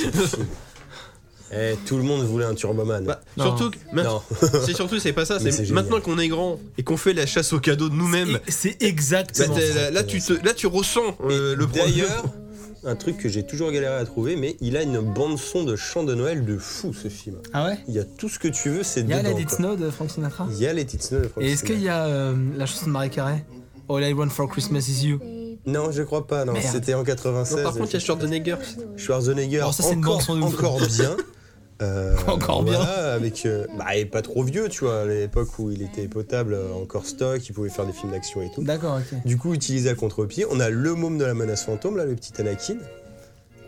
Speaker 2: Eh, tout le monde voulait un Turboman.
Speaker 4: Bah,
Speaker 6: Non.
Speaker 4: Surtout que. ma-
Speaker 2: non.
Speaker 4: C'est surtout, c'est pas ça.
Speaker 2: Mais
Speaker 4: C'est
Speaker 2: c'est
Speaker 4: maintenant
Speaker 2: génial.
Speaker 4: qu'on est grand et qu'on fait la chasse aux cadeaux de nous-mêmes.
Speaker 3: Et C'est
Speaker 4: Bah,
Speaker 3: exactement.
Speaker 4: t'es-
Speaker 3: ça.
Speaker 4: là, là, tu te- là, tu ressens euh,
Speaker 2: Et
Speaker 4: le problème.
Speaker 2: D'ailleurs, un truc que j'ai toujours galéré à trouver, mais il a une bande-son de chant de Noël de fou ce film.
Speaker 3: Ah ouais
Speaker 2: Il y a tout ce que tu veux, c'est
Speaker 3: Il y a
Speaker 2: dedans.
Speaker 3: la Dead
Speaker 2: quoi.
Speaker 3: Snow de Frank Sinatra
Speaker 2: Il y a les Dead Snow, je crois
Speaker 3: Et
Speaker 2: que
Speaker 3: est-ce
Speaker 2: c'est-
Speaker 3: qu'il y a euh, la chanson de Marie Carré All I Want for Christmas is You
Speaker 2: Non, je crois pas, non,
Speaker 3: Merde.
Speaker 2: c'était en 96.
Speaker 4: Non, par contre, il y a Schwarzenegger.
Speaker 2: Schwarzenegger,
Speaker 3: Alors ça, c'est une
Speaker 2: encore,
Speaker 3: bande-son de ouf.
Speaker 2: encore bien. Euh,
Speaker 3: Encore bien.
Speaker 2: voilà, avec, euh, bah, et pas trop vieux, tu vois, à l'époque où il était potable, euh, encore stock, il pouvait faire des films d'action et tout.
Speaker 3: D'accord, ok.
Speaker 2: Du coup, utilisé à contre-pied, on a le môme de la menace fantôme, là, le petit Anakin.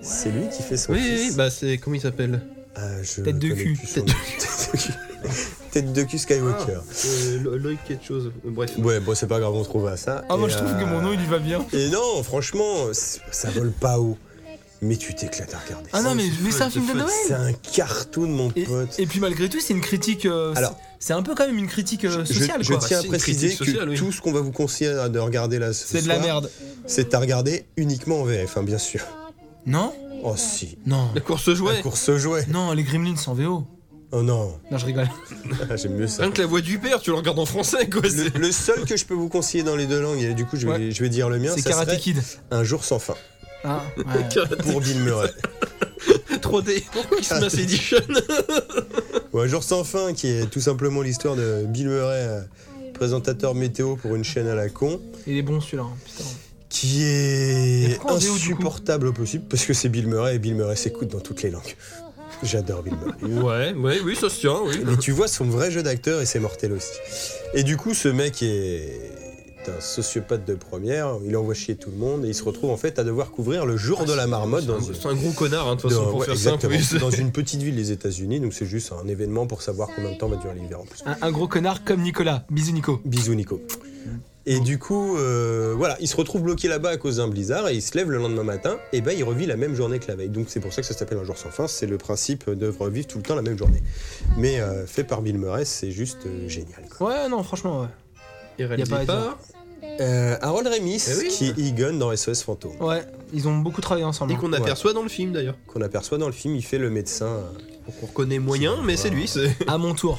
Speaker 2: C'est lui qui fait son
Speaker 4: Oui, oui,
Speaker 2: fils.
Speaker 4: oui, bah c'est. Comment il s'appelle
Speaker 2: Ah, je
Speaker 3: bah. Tête de
Speaker 2: connais
Speaker 3: cul. Ah.
Speaker 2: plus son nom. Tête de cul. Tête de cul Skywalker.
Speaker 4: Euh, Lo- Lloyd quelque chose. Euh, Bref.
Speaker 2: Ouais, bon, c'est pas grave, on trouvera ça.
Speaker 3: Ah, moi
Speaker 2: Et,
Speaker 3: je trouve
Speaker 2: euh,
Speaker 3: que mon nom il y va bien.
Speaker 2: Et non, franchement, c'est- ça vole pas haut. Mais tu t'éclates à regarder.
Speaker 3: Ah
Speaker 2: ça.
Speaker 3: non, mais, mais c'est un
Speaker 4: the
Speaker 3: film de
Speaker 4: fuck.
Speaker 2: C'est
Speaker 3: Noël
Speaker 2: un cartoon, mon
Speaker 3: et,
Speaker 2: pote.
Speaker 3: et puis malgré tout, c'est une critique. euh,
Speaker 2: Alors-
Speaker 3: c'est- c'est un peu quand même une critique euh,
Speaker 2: Je-
Speaker 3: sociale,
Speaker 2: je,
Speaker 3: quoi.
Speaker 2: tiens à
Speaker 4: C'est une
Speaker 2: préciser
Speaker 4: critique
Speaker 2: que
Speaker 4: sociale, oui.
Speaker 2: tout ce qu'on va vous conseiller de regarder là ce
Speaker 3: C'est de la
Speaker 2: soir,
Speaker 3: merde.
Speaker 2: C'est à regarder uniquement en VF, hein, bien sûr.
Speaker 3: Non
Speaker 2: Oh si.
Speaker 3: Non.
Speaker 4: La course aux
Speaker 2: La
Speaker 4: jouets.
Speaker 2: course aux jouets.
Speaker 3: Non, les Gremlins en VO.
Speaker 2: Oh non,
Speaker 3: Non, je rigole.
Speaker 2: j'aime mieux ça.
Speaker 4: Rien que la voix du père, tu le regardes en français, quoi.
Speaker 2: Le,
Speaker 4: c'est-
Speaker 2: le seul que je peux vous conseiller dans les deux langues, et du coup je vais, je vais dire le mien,
Speaker 3: C'est
Speaker 2: ça
Speaker 3: Karate
Speaker 2: serait
Speaker 3: Kid.
Speaker 2: Un jour sans fin
Speaker 3: Ah, ouais.
Speaker 2: pour Bill Murray.
Speaker 4: 3D. Pourquoi
Speaker 2: Ah,
Speaker 4: Christmas Edition
Speaker 2: Ouais, jour sans fin, qui est tout simplement l'histoire de Bill Murray, euh, présentateur météo pour une chaîne à la con,
Speaker 3: Il est bon celui-là, hein, putain.
Speaker 2: qui
Speaker 3: Mais
Speaker 2: est
Speaker 3: pourquoi en VO, du coup
Speaker 2: insupportable au possible parce que c'est Bill Murray et Bill Murray s'écoute dans toutes les langues. J'adore Bill Murray.
Speaker 4: Ouais, ouais, oui, ça se tient, oui.
Speaker 2: Mais tu vois son vrai jeu d'acteur et c'est mortel aussi. Et du coup, ce mec est un sociopathe de première, il envoie chier tout le monde et il se retrouve en fait à devoir couvrir le jour de la marmotte dans une.
Speaker 4: Ah, C'est un gros connard, hein, de toute façon,
Speaker 2: dans-
Speaker 4: pour
Speaker 2: ouais,
Speaker 4: faire simple.
Speaker 2: exactement,
Speaker 4: oui, c'est-
Speaker 2: dans une petite ville des États-Unis, donc c'est juste un événement pour savoir combien de temps va durer l'hiver en plus.
Speaker 3: Un, un gros connard comme Nicolas. Bisous Nico.
Speaker 2: Bisous Nico. Et du coup, euh, voilà, il se retrouve bloqué là-bas à cause d'un blizzard et il se lève le lendemain matin, et ben il revit la même journée que la veille. Donc c'est pour ça que ça s'appelle un jour sans fin, c'est le principe de revivre tout le temps la même journée. Mais euh, fait par Bill Murray, c'est juste euh, génial. quoi.
Speaker 3: Ouais, non, franchement, ouais.
Speaker 4: Il réalisé
Speaker 3: Y a pas à
Speaker 4: par-
Speaker 2: Euh, Harold Ramis,
Speaker 4: Eh oui.
Speaker 2: qui est Egon dans SOS Fantôme,
Speaker 3: Ouais, ils ont beaucoup travaillé ensemble.
Speaker 4: Et
Speaker 3: hein.
Speaker 4: qu'on
Speaker 2: Ouais.
Speaker 4: aperçoit dans le film d'ailleurs.
Speaker 2: qu'on aperçoit dans le film, il fait le médecin. euh,
Speaker 4: Donc on reconnaît moyen, mais c'est lui. c'est...
Speaker 3: hein. À mon tour.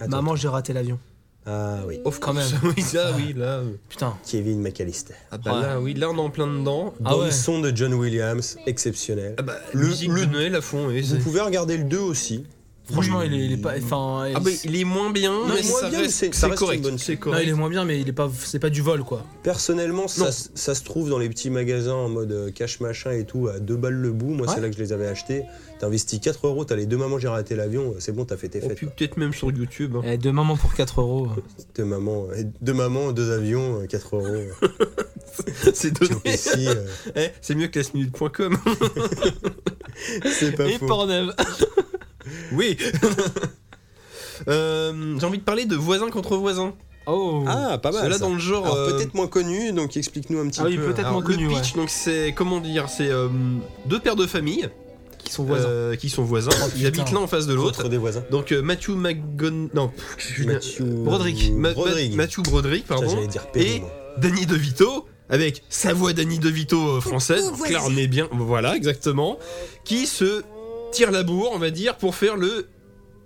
Speaker 2: attends.
Speaker 3: Maman, j'ai raté l'avion.
Speaker 2: Ah oui,
Speaker 3: Off quand même.
Speaker 4: oui, ça, oui, là. euh,
Speaker 3: Putain.
Speaker 2: Kevin McAllister.
Speaker 4: Ah bah
Speaker 3: Ouais.
Speaker 4: là, oui, là on est en plein dedans.
Speaker 3: Ah
Speaker 2: Bande
Speaker 3: ouais.
Speaker 2: son de John Williams, exceptionnel.
Speaker 4: Ah bah,
Speaker 2: Le-
Speaker 4: le, musique
Speaker 2: le-
Speaker 4: de Noël à fond. oui,
Speaker 2: Vous
Speaker 4: c'est-
Speaker 2: pouvez regarder le 2 aussi.
Speaker 3: Franchement, il est, il est pas. Enfin.
Speaker 4: Ah bah il est moins bien,
Speaker 2: il
Speaker 4: mais
Speaker 2: est moins
Speaker 4: ça
Speaker 2: bien,
Speaker 4: reste,
Speaker 2: mais c'est- ça
Speaker 4: c'est
Speaker 2: reste une
Speaker 4: correct.
Speaker 2: bonne-
Speaker 4: C'est
Speaker 3: Non, il
Speaker 4: correct.
Speaker 3: est moins bien, mais il est pas, c'est pas du vol quoi.
Speaker 2: Personnellement,
Speaker 4: Non.
Speaker 2: ça, s- ça se trouve dans les petits magasins en mode euh, cash machin et tout, à deux balles le bout. Moi,
Speaker 3: Ouais.
Speaker 2: c'est là que je les avais achetés. T'investis 4 euros, t'as les deux mamans, j'ai raté l'avion, c'est bon, t'as fait tes
Speaker 4: On
Speaker 3: Oh,
Speaker 2: fêtes.
Speaker 4: peut peut-être même sur YouTube. hein.
Speaker 3: Eh, deux mamans pour 4 euros.
Speaker 2: quoi. Deux mamans, euh, deux mamans, deux avions, euh, 4 euros.
Speaker 4: c'est
Speaker 2: Tu vois,
Speaker 4: donné.
Speaker 2: ici, euh,
Speaker 4: Eh, c'est mieux que laseminute.com.
Speaker 2: c'est pas
Speaker 3: Et
Speaker 2: faux.
Speaker 3: Pornhub.
Speaker 4: oui. Euh, J'ai envie de parler de voisin contre voisin.
Speaker 3: Oh.
Speaker 2: Ah, pas mal.
Speaker 4: C'est là
Speaker 2: ça.
Speaker 4: dans le genre.
Speaker 2: Alors
Speaker 4: euh,
Speaker 2: peut-être moins connu, donc explique-nous un petit
Speaker 3: Ah oui,
Speaker 2: peu.
Speaker 3: peut-être
Speaker 4: alors,
Speaker 3: moins connu,
Speaker 4: le pitch, donc c'est comment dire, c'est euh, deux pères de famille
Speaker 3: Qui sont voisins.
Speaker 4: euh, qui sont voisins, ils
Speaker 3: putain.
Speaker 4: habitent l'un en face de l'autre.
Speaker 2: L'autre euh, des voisins.
Speaker 4: Donc euh, Matthew McGon... Non, pff, je-
Speaker 2: Mathieu
Speaker 3: Broderick.
Speaker 4: Ma- Ma-
Speaker 2: Broderick.
Speaker 4: Matthew Broderick,
Speaker 2: Putain,
Speaker 4: pardon.
Speaker 2: J'allais dire Perry,
Speaker 4: Et-
Speaker 2: moi.
Speaker 4: Danny DeVito, avec sa voix Danny DeVito euh, française. Donc là, on est bien... Voilà, exactement. Qui se tire la bourre, on va dire, pour faire le...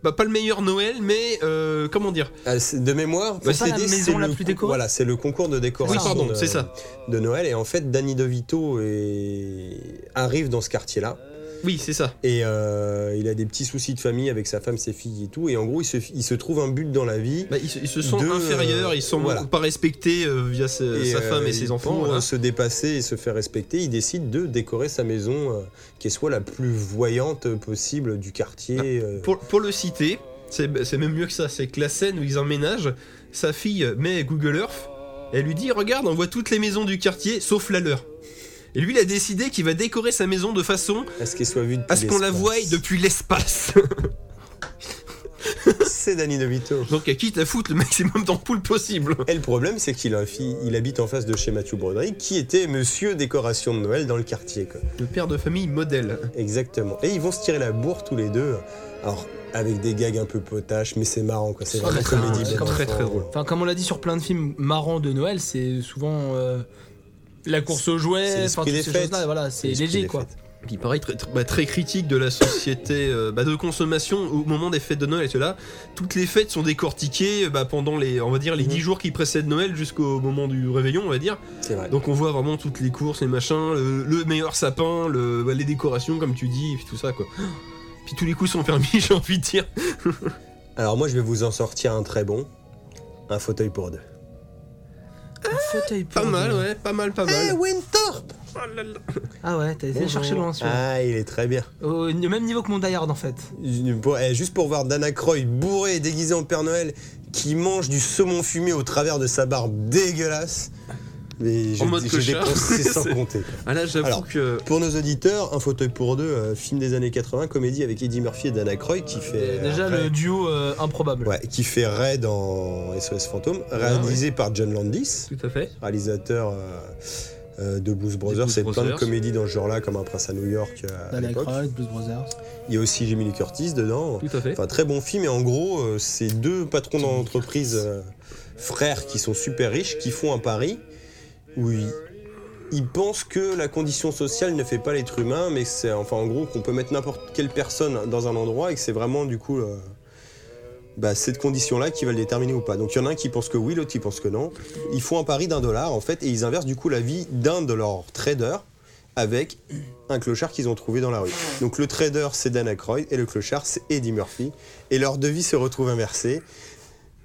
Speaker 4: Bah, pas le meilleur Noël, mais euh, comment dire
Speaker 2: Ah, c'est- de mémoire,
Speaker 3: C'est pas la
Speaker 2: CD,
Speaker 3: maison
Speaker 2: c'est
Speaker 3: la
Speaker 2: le
Speaker 3: plus
Speaker 2: con-
Speaker 3: décorée
Speaker 2: Voilà, c'est le concours de décoration.
Speaker 4: Oui, pardon,
Speaker 2: de-
Speaker 4: c'est ça.
Speaker 2: de Noël. Et en fait, Danny DeVito est- arrive dans ce quartier-là.
Speaker 4: Oui, c'est ça.
Speaker 2: Et euh, il a des petits soucis de famille avec sa femme, ses filles et tout. Et en gros, il se, il se trouve un but dans la vie.
Speaker 4: Bah, ils, se- ils se sentent
Speaker 2: De, euh,
Speaker 4: inférieurs, ils se sentent
Speaker 2: voilà.
Speaker 4: pas respectés euh, via ce-
Speaker 2: Et,
Speaker 4: sa
Speaker 2: euh,
Speaker 4: femme et ses enfants.
Speaker 2: Pour
Speaker 4: voilà.
Speaker 2: euh, se dépasser et se faire respecter, il décide de décorer sa maison euh, qui soit la plus voyante possible du quartier. euh.
Speaker 4: Pour, pour le citer, c'est c'est même mieux que ça, c'est que la scène où ils emménagent, sa fille met Google Earth, elle lui dit Regarde, on voit toutes les maisons du quartier sauf la leur. Et lui, il a décidé qu'il va décorer sa maison de façon
Speaker 2: à ce qu'elle soit vue depuis
Speaker 4: à ce qu'on la
Speaker 2: l'espace.
Speaker 4: voie depuis l'espace.
Speaker 2: C'est Danny DeVito.
Speaker 4: Donc, elle quitte à foutre le maximum d'ampoules possible.
Speaker 2: Et le problème, c'est qu'il a un fi- il habite en face de chez Mathieu Broderick, qui était monsieur décoration de Noël dans le quartier. Quoi.
Speaker 4: Le père de famille modèle.
Speaker 2: Exactement. Et ils vont se tirer la bourre tous les deux. Alors, avec des gags un peu potaches, mais c'est marrant, quoi. C'est
Speaker 3: C'est
Speaker 2: vraiment
Speaker 3: très, très
Speaker 2: comédie.
Speaker 3: drôle.
Speaker 2: bon
Speaker 4: Très, très
Speaker 2: enfant.
Speaker 4: drôle.
Speaker 3: Enfin, comme on l'a dit sur plein de films marrants de Noël, c'est souvent euh, la course aux
Speaker 2: C'est
Speaker 3: jouets,
Speaker 2: l'esprit
Speaker 3: enfin toutes
Speaker 2: des
Speaker 3: ces
Speaker 2: fêtes.
Speaker 3: choses-là, voilà, c'est
Speaker 2: l'esprit
Speaker 3: léger
Speaker 2: des
Speaker 3: quoi.
Speaker 2: fêtes.
Speaker 4: Puis pareil, très, très- bah, très critique de la société euh, bah, de consommation au moment des fêtes de Noël. Et là, toutes les fêtes sont décortiquées euh, bah, pendant les, on va dire, les 10 jours qui précèdent Noël jusqu'au moment du réveillon, on va dire.
Speaker 2: C'est vrai.
Speaker 4: Donc on voit vraiment toutes les courses, les machins, le, le meilleur sapin, le, bah, les décorations, comme tu dis, et puis tout ça, quoi. Puis tous les coups sont permis, j'ai envie de dire.
Speaker 2: Alors moi, je vais vous en sortir un très bon. Un fauteuil pour deux.
Speaker 6: Un fauteuil pour
Speaker 4: Pas mal,
Speaker 6: deux.
Speaker 4: Eh ouais, Oh pas mal, pas mal.
Speaker 2: Winthorpe
Speaker 3: Ah ouais, t'as essayé de chercher loin celui-là.
Speaker 2: Ah, il est très bien.
Speaker 3: Au au même niveau que mon Die Hard en fait.
Speaker 2: Pour- eh, juste pour voir Dana Croy bourré et déguisé en Père Noël qui mange du saumon fumé au travers de sa barbe dégueulasse. Mais je,
Speaker 4: En mode
Speaker 2: je
Speaker 4: clochard.
Speaker 2: dépense, c'est sans
Speaker 4: C'est-
Speaker 2: compter.
Speaker 4: Ah là, j'avoue
Speaker 2: Alors.
Speaker 4: que.
Speaker 2: Pour nos auditeurs, Un fauteuil pour deux, euh, film des années 80, comédie avec Eddie Murphy et Dana Croy qui fait.
Speaker 3: Déjà
Speaker 2: après-
Speaker 3: le duo euh, improbable.
Speaker 2: Ouais, qui fait Ray dans SOS Fantôme, réalisé par John Landis,
Speaker 4: Tout à fait.
Speaker 2: réalisateur euh, euh, de Blues Brothers.
Speaker 4: Blues
Speaker 2: C'est plein de
Speaker 4: Brothers.
Speaker 2: comédies dans ce genre-là, comme Un prince à New York euh, à
Speaker 3: Dana
Speaker 2: l'époque.
Speaker 3: Croyd, Blues Brothers.
Speaker 2: Il y a aussi Jamie Lee Curtis dedans.
Speaker 4: Tout à fait.
Speaker 2: Enfin, très bon film. Et en gros, euh, c'est deux patrons d'entreprise euh, frères qui sont super riches, qui font un pari où ils, ils pensent que la condition sociale ne fait pas l'être humain, mais que c'est enfin en gros qu'on peut mettre n'importe quelle personne dans un endroit et que c'est vraiment du coup. euh, bah, cette condition-là qui va le déterminer ou pas. Donc il y en a un qui pense que oui, l'autre qui pense que non. Ils font un pari d'un dollar en fait et ils inversent du coup la vie d'un de leurs traders avec un clochard qu'ils ont trouvé dans la rue. Donc le trader c'est Dana Croy et le clochard c'est Eddie Murphy et leur devis se retrouve inversé.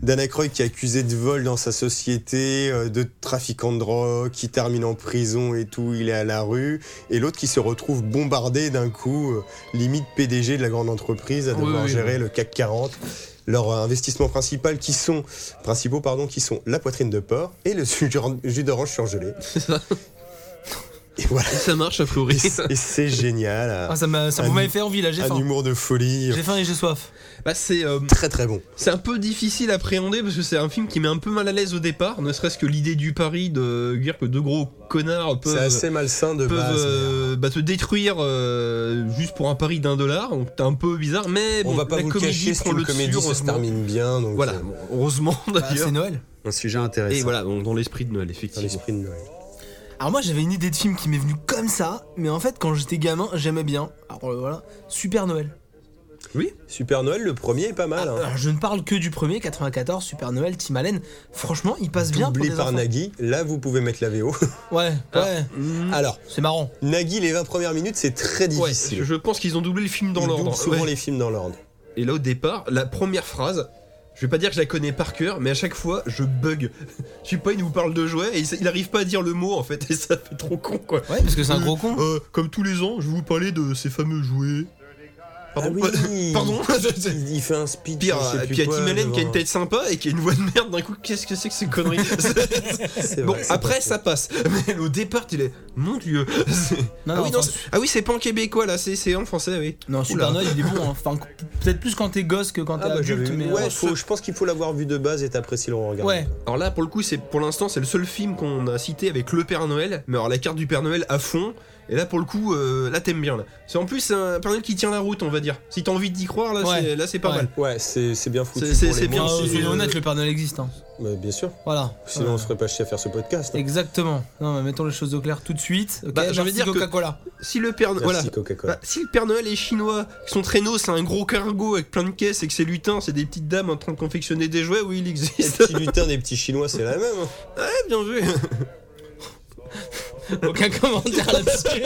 Speaker 2: Dana Croy qui est accusé de vol dans sa société, euh, de trafiquant de drogue, qui termine en prison et tout, il est à la rue. Et l'autre qui se retrouve bombardé d'un coup, euh, limite PDG de la grande entreprise, à
Speaker 4: Oui,
Speaker 2: devoir
Speaker 4: oui,
Speaker 2: gérer le CAC 40. Leurs euh, investissements principaux qui sont, principaux pardon, qui sont la poitrine de porc et le jus d'or- jus d'orange surgelé.
Speaker 4: C'est ça.
Speaker 2: Et voilà,
Speaker 4: Ça marche à Floris.
Speaker 2: et c'est génial. hein.
Speaker 3: Ah, ça m'a- ça
Speaker 2: Un
Speaker 3: vous m'avez
Speaker 2: hu-
Speaker 3: fait envie là, j'ai
Speaker 2: un
Speaker 3: faim.
Speaker 2: humour de folie, euh,
Speaker 3: J'ai faim et j'ai soif.
Speaker 4: Bah, c'est. euh,
Speaker 2: très très bon.
Speaker 4: C'est un peu difficile à appréhender parce que c'est un film qui met un peu mal à l'aise au départ, ne serait-ce que l'idée du pari de dire que deux gros connards peuvent,
Speaker 2: C'est assez malsain de
Speaker 4: peuvent,
Speaker 2: base. mais, euh,
Speaker 4: euh, bah, te détruire euh, juste pour un pari d'un dollar, donc t'es un peu bizarre, mais
Speaker 2: On
Speaker 4: bon,
Speaker 2: va pas
Speaker 4: la
Speaker 2: vous le
Speaker 4: comédie
Speaker 2: cacher, c'est
Speaker 4: prend
Speaker 2: une
Speaker 4: le dessus,
Speaker 2: comédie, ça se
Speaker 4: heureusement.
Speaker 2: termine bien, donc
Speaker 4: Voilà,
Speaker 2: euh,
Speaker 4: bon, heureusement
Speaker 3: Bah,
Speaker 4: d'ailleurs.
Speaker 3: c'est Noël.
Speaker 2: un sujet
Speaker 4: Et
Speaker 2: intéressant
Speaker 4: voilà, donc dans l'esprit de Noël,
Speaker 2: dans
Speaker 4: effectivement.
Speaker 2: l'esprit de Noël.
Speaker 3: Alors moi j'avais une idée de film qui m'est venue comme ça, mais en fait quand j'étais gamin j'aimais bien. Alors euh, voilà, Super Noël.
Speaker 2: Super Noël, le premier est pas mal.
Speaker 4: Ah,
Speaker 2: hein.
Speaker 3: Alors je ne parle que du premier 94 Super Noël Tim Allen. Franchement il
Speaker 4: ah,
Speaker 3: passe bien pour
Speaker 2: Doublé
Speaker 3: des
Speaker 2: par Ah.
Speaker 3: enfants.
Speaker 2: Nagui, là vous pouvez mettre la VO.
Speaker 3: Ouais ouais,
Speaker 2: Alors,
Speaker 3: c'est marrant.
Speaker 2: Nagui, les 20 premières minutes, c'est très
Speaker 4: Mm. Ouais,
Speaker 2: difficile.
Speaker 4: je je pense qu'ils ont doublé le film dans
Speaker 2: Ils
Speaker 4: l'ordre.
Speaker 2: doublent souvent
Speaker 4: Ouais.
Speaker 2: les films dans l'ordre.
Speaker 4: Et là au départ, la première phrase, je vais pas dire que je la connais par cœur, mais à chaque fois je bug. Je sais pas, il nous parle de jouets et il il arrive pas à dire le mot en fait, et ça fait trop con quoi.
Speaker 3: Ouais parce que c'est un
Speaker 2: Mm.
Speaker 3: gros con.
Speaker 4: Euh, comme tous les ans, je vais vous parler de ces fameux jouets. Pardon,
Speaker 2: Ah oui.
Speaker 4: pardon.
Speaker 2: Il il fait un speech.
Speaker 4: Pire, euh,
Speaker 2: je sais plus
Speaker 4: puis il y a
Speaker 2: quoi,
Speaker 4: Tim Allen qui a une
Speaker 2: devant-
Speaker 4: tête sympa et qui a une voix de merde d'un coup. Qu'est-ce que c'est que ces conneries
Speaker 2: C'est
Speaker 4: Bon,
Speaker 2: vrai, c'est
Speaker 4: après
Speaker 2: pas
Speaker 4: ça passe. Mais au départ, tu es. Mon dieu C'est-
Speaker 3: Non,
Speaker 4: ah,
Speaker 3: non,
Speaker 4: oui, non,
Speaker 3: enfin,
Speaker 4: c'est- ah oui, c'est pas en québécois là, c'est c'est en français, oui.
Speaker 3: Non, Super Noël, il est bon. hein. Enfin, peut-être plus quand t'es gosse que quand t'es
Speaker 2: Ah bah,
Speaker 3: adulte,
Speaker 2: j'avais-
Speaker 3: mais.
Speaker 2: ouais,
Speaker 3: euh,
Speaker 2: faut- je pense qu'il faut l'avoir vu de base et t'apprécies le regard.
Speaker 3: ouais.
Speaker 4: Alors là, pour le coup, c'est pour l'instant, c'est le seul film qu'on a cité avec le Père Noël. Mais alors la carte du Père Noël à fond. Et là, pour le coup, euh, là t'aimes bien. Là, c'est en plus c'est un Père Noël qui tient la route, on va dire. Si t'as envie d'y croire, là,
Speaker 3: Ouais.
Speaker 4: c'est- là, c'est pas
Speaker 3: Ouais.
Speaker 4: mal.
Speaker 2: Ouais, c'est c'est bien foutu.
Speaker 4: C'est- c'est-
Speaker 2: pour les
Speaker 4: c'est
Speaker 3: Bien,
Speaker 4: bien,
Speaker 2: moins,
Speaker 4: c'est-
Speaker 3: euh, soyons honnêtes, le Père Noël existe. hein.
Speaker 2: Mais bien sûr.
Speaker 3: Voilà.
Speaker 2: euh, Sinon, on se ferait pas chier à faire ce podcast. hein.
Speaker 3: Exactement. Non, mais mettons les choses au clair tout de suite. Ok,
Speaker 4: Bah,
Speaker 3: merci
Speaker 4: j'avais dire que-
Speaker 3: Coca-Cola.
Speaker 4: Si le Père Noël. Voilà.
Speaker 2: Merci Coca-Cola.
Speaker 4: Bah, si le Père Noël est chinois, que son traîneau c'est un gros cargo avec plein de caisses et que ses lutins c'est des petites dames en train de confectionner des jouets, oui il
Speaker 2: Les
Speaker 4: existe.
Speaker 2: petits lutins des petits chinois, c'est la même. hein.
Speaker 4: Ouais, bien joué.
Speaker 3: Aucun commentaire là-dessus.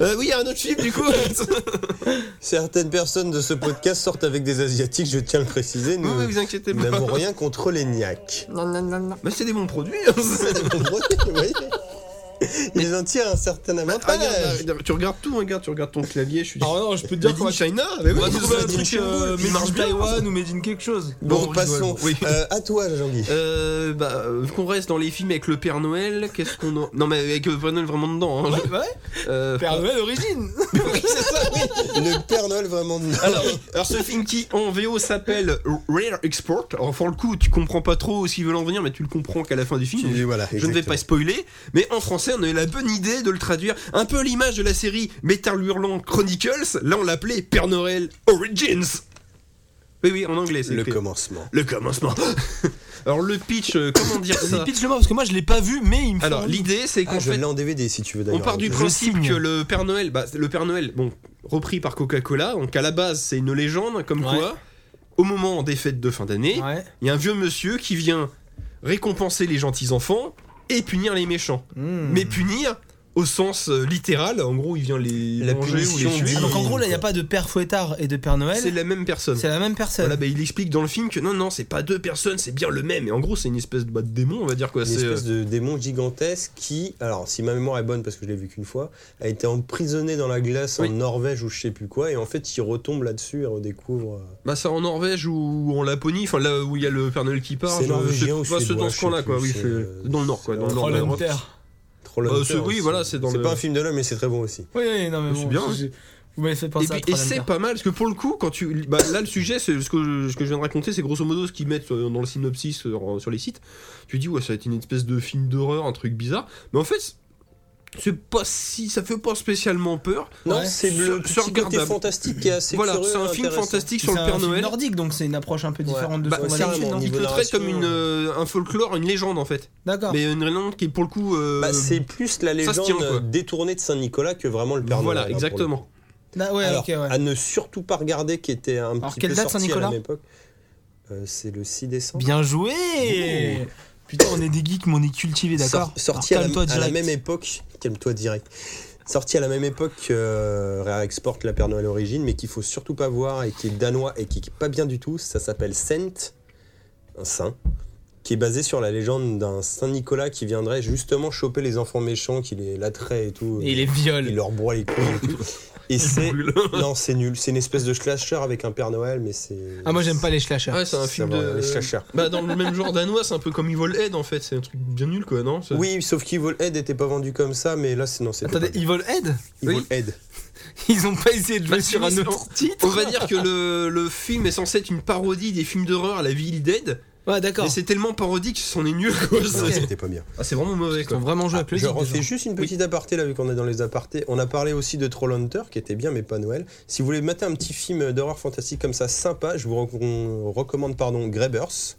Speaker 4: Euh, oui, il y a un autre film du coup.
Speaker 2: Certaines personnes de ce podcast sortent avec des Asiatiques, je tiens à le préciser. Nous
Speaker 4: Oui, oui, vous inquiétez
Speaker 2: nous
Speaker 4: pas.
Speaker 2: n'avons rien contre les niaques.
Speaker 4: Bah, c'est des bons produits.
Speaker 2: Vous voyez Ils en tirent un certain
Speaker 4: Ah, regarde,
Speaker 2: avantage.
Speaker 4: regarde, tu regardes tout, regarde, tu regardes ton clavier, je suis
Speaker 3: Alors, Ah, non, je peux te dire
Speaker 4: Made in
Speaker 3: qu'on va
Speaker 4: China mais oui,
Speaker 3: on va
Speaker 4: c'est
Speaker 3: trouver
Speaker 4: ça,
Speaker 3: un
Speaker 4: dit
Speaker 3: truc
Speaker 4: China.
Speaker 3: euh,
Speaker 4: Il
Speaker 3: Made
Speaker 4: marche
Speaker 3: in
Speaker 4: bien.
Speaker 3: Taïwan ou Made in quelque chose.
Speaker 2: Bon,
Speaker 4: Bon,
Speaker 2: passons.
Speaker 4: oui.
Speaker 2: Euh, à toi, Jean-Guy.
Speaker 4: Euh, bah, euh, vu qu'on reste dans les films avec le Père Noël, qu'est-ce qu'on en... Non mais avec le Père Noël vraiment dedans. hein, je-
Speaker 3: Ouais,
Speaker 4: euh,
Speaker 3: Père Noël origine.
Speaker 4: oui, c'est ça, oui.
Speaker 2: Le Père Noël vraiment de
Speaker 4: Alors, alors, ce film qui en VO s'appelle Rare Export. Alors, pour le coup, tu comprends pas trop où s'ils veulent en venir, mais tu le comprends qu'à la fin du film.
Speaker 2: Et voilà,
Speaker 4: Je ne vais pas
Speaker 2: exactement.
Speaker 4: spoiler, mais en français, on a eu la bonne idée de le traduire un peu à l'image de la série Metal Hurlant Chronicles. Là, on l'appelait Père Noël Origins. Oui, oui, en anglais, c'est
Speaker 2: le
Speaker 4: écrit.
Speaker 2: commencement.
Speaker 4: le commencement. Alors, le pitch, euh, comment dire
Speaker 3: Vas-y,
Speaker 4: ça
Speaker 3: pitch-le-moi, parce que moi je l'ai pas vu, mais il me fait
Speaker 4: Alors,
Speaker 3: envie.
Speaker 4: l'idée, c'est qu'on
Speaker 2: Ah, je
Speaker 4: fait
Speaker 2: l'ai en DVD si tu veux d'ailleurs.
Speaker 4: On part du
Speaker 3: Je
Speaker 4: principe
Speaker 3: signe.
Speaker 4: que le Père Noël, bah, le Père Noël, bon, repris par Coca-Cola, donc à la base c'est une légende, comme
Speaker 3: Ouais.
Speaker 4: quoi, au moment des fêtes de fin d'année, il
Speaker 3: Ouais.
Speaker 4: y a un vieux monsieur qui vient récompenser les gentils enfants et punir les méchants.
Speaker 3: Hmm.
Speaker 4: Mais punir au sens euh, littéral, en gros il vient les
Speaker 2: La
Speaker 4: manger ou les
Speaker 2: punition
Speaker 4: tuer.
Speaker 2: dit-
Speaker 3: Ah, Donc en gros, là, il n'y a pas de père Fouettard et de père Noël.
Speaker 4: C'est la même personne.
Speaker 3: C'est la même personne.
Speaker 4: Voilà, bah, il explique dans le film que non, non, c'est pas deux personnes, c'est bien le même. Et en gros, c'est une espèce de, bah, de démon, on va dire quoi.
Speaker 2: Une
Speaker 4: C'est euh,
Speaker 2: espèce de démon gigantesque qui, alors si ma mémoire est bonne parce que je l'ai vu qu'une fois, a été emprisonné dans la glace
Speaker 4: Oui.
Speaker 2: en Norvège ou je sais plus quoi, et en fait il retombe là-dessus et redécouvre. euh,
Speaker 4: Bah ça en Norvège ou en Laponie, enfin là où il y a le Père Noël qui part.
Speaker 2: C'est norvégien ou
Speaker 4: pas ce
Speaker 2: suédois,
Speaker 4: dans ce coin-là
Speaker 2: je sais
Speaker 4: quoi,
Speaker 2: plus,
Speaker 4: oui,
Speaker 2: c'est,
Speaker 4: c'est
Speaker 2: euh,
Speaker 4: dans le nord quoi,
Speaker 2: c'est
Speaker 4: dans le
Speaker 2: un
Speaker 4: nord.
Speaker 2: troll
Speaker 4: dans le
Speaker 2: and
Speaker 4: nord.
Speaker 3: Oh, père.
Speaker 2: Trollhunter,
Speaker 4: c'est- Bah, oui,
Speaker 2: hein,
Speaker 4: voilà,
Speaker 2: c'est
Speaker 4: c'est dans
Speaker 2: c'est
Speaker 4: le-
Speaker 2: pas un film de l'homme, mais c'est très bon aussi.
Speaker 3: Oui, oui, non, mais
Speaker 4: C'est
Speaker 3: bon.
Speaker 4: bien, hein.
Speaker 3: je- Vous m'avez fait
Speaker 4: Et
Speaker 3: penser
Speaker 4: puis
Speaker 3: à
Speaker 4: et
Speaker 3: Troll
Speaker 4: c'est
Speaker 3: and Père.
Speaker 4: pas mal parce que pour le coup quand tu bah, là le sujet c'est ce que, ce que je viens de raconter c'est grosso modo ce qu'ils mettent euh, dans le synopsis sur, sur les sites tu dis ouais ça va être une espèce de film d'horreur un truc bizarre mais en fait c'est pas si ça fait pas spécialement peur
Speaker 2: Non,
Speaker 3: Ouais.
Speaker 2: c'est le
Speaker 4: Sur-
Speaker 2: petit
Speaker 4: sur
Speaker 2: côté
Speaker 4: regardable.
Speaker 2: fantastique qui est assez
Speaker 4: voilà
Speaker 2: curieux,
Speaker 4: c'est un film
Speaker 2: intéressant.
Speaker 4: fantastique
Speaker 3: C'est
Speaker 4: sur le
Speaker 3: un
Speaker 4: Père
Speaker 3: film
Speaker 4: Noël
Speaker 3: nordique, donc c'est une approche un peu
Speaker 2: Ouais.
Speaker 3: différente de
Speaker 4: Bah,
Speaker 3: ce qu'on a
Speaker 4: c'est
Speaker 2: carrément,
Speaker 3: l'habitude, non
Speaker 4: il
Speaker 2: niveau
Speaker 4: te le traite
Speaker 2: narration,
Speaker 4: comme une, euh, un folklore une légende en fait
Speaker 3: hein. D'accord.
Speaker 4: mais une légende qui est pour le coup euh,
Speaker 2: Ah. Bah, c'est plus la
Speaker 4: ça se
Speaker 2: légende
Speaker 4: tient, quoi.
Speaker 2: détournée de Saint-Nicolas que vraiment le Père
Speaker 4: voilà
Speaker 2: Noël. hein, pour le
Speaker 4: exactement
Speaker 3: Ah, ouais,
Speaker 2: Alors,
Speaker 3: ok, ouais.
Speaker 2: à ne surtout pas regarder qui était un
Speaker 3: Alors,
Speaker 2: petit
Speaker 3: quelle
Speaker 2: peu
Speaker 3: date,
Speaker 2: sorti à la
Speaker 3: Saint-Nicolas
Speaker 2: même époque. Euh, c'est le 6 décembre.
Speaker 3: Bien joué Putain, on est des geeks, mais on est cultivés, d'accord
Speaker 2: Sor- sorti à
Speaker 3: Alors,
Speaker 2: la,
Speaker 3: calme-toi
Speaker 2: à la
Speaker 3: direct.
Speaker 2: même époque, calme-toi direct. Sorti à la même époque que euh, réexporte la Père Noël origine, mais qu'il faut surtout pas voir et qui est danois et qui est pas bien du tout. Ça s'appelle Saint, un saint, qui est basé sur la légende d'un Saint Nicolas qui viendrait justement choper les enfants méchants, qui les lattrait et tout.
Speaker 3: Et il est viol.
Speaker 2: Il leur broie les couilles et tout. Et c'est
Speaker 4: brûle.
Speaker 2: non, c'est nul. C'est une espèce de slasher avec un Père Noël, mais c'est
Speaker 3: Ah, moi j'aime pas les slashers.
Speaker 4: Ouais, c'est un
Speaker 2: Ça
Speaker 4: film
Speaker 2: va,
Speaker 4: de.
Speaker 2: les slashers.
Speaker 4: Bah, dans le même genre danois, c'est un peu comme Evil Head en fait, c'est un truc bien nul quoi, non C'est-
Speaker 2: Oui, sauf qu'Evil Head était pas vendu comme ça, mais là c'est non, c'est
Speaker 3: Attendez, ils volent aide
Speaker 2: Evil
Speaker 4: oui.
Speaker 2: Head.
Speaker 3: Ils ont pas essayé de jouer
Speaker 4: Bah,
Speaker 3: sur
Speaker 4: si,
Speaker 3: un
Speaker 4: mais
Speaker 3: autre titre
Speaker 4: On va dire que le, le film est censé être une parodie des films d'horreur à la Ville Dead,
Speaker 3: Ouais, d'accord.
Speaker 4: mais c'est tellement parodique que c'en est nul quoi.
Speaker 2: Non,
Speaker 4: C'est
Speaker 2: c'était pas bien.
Speaker 4: ah, c'est vraiment mauvais
Speaker 3: Ils ont
Speaker 4: quoi.
Speaker 3: vraiment joué avec le
Speaker 2: Je
Speaker 3: titre,
Speaker 2: refais
Speaker 3: déjà.
Speaker 2: juste une petite aparté là, vu qu'on est dans les apartés. On a parlé aussi de Trollhunter, qui était bien, mais pas Noël. Si vous voulez mater un petit film d'horreur fantastique comme ça, sympa, je vous recon- recommande pardon, Grabbers.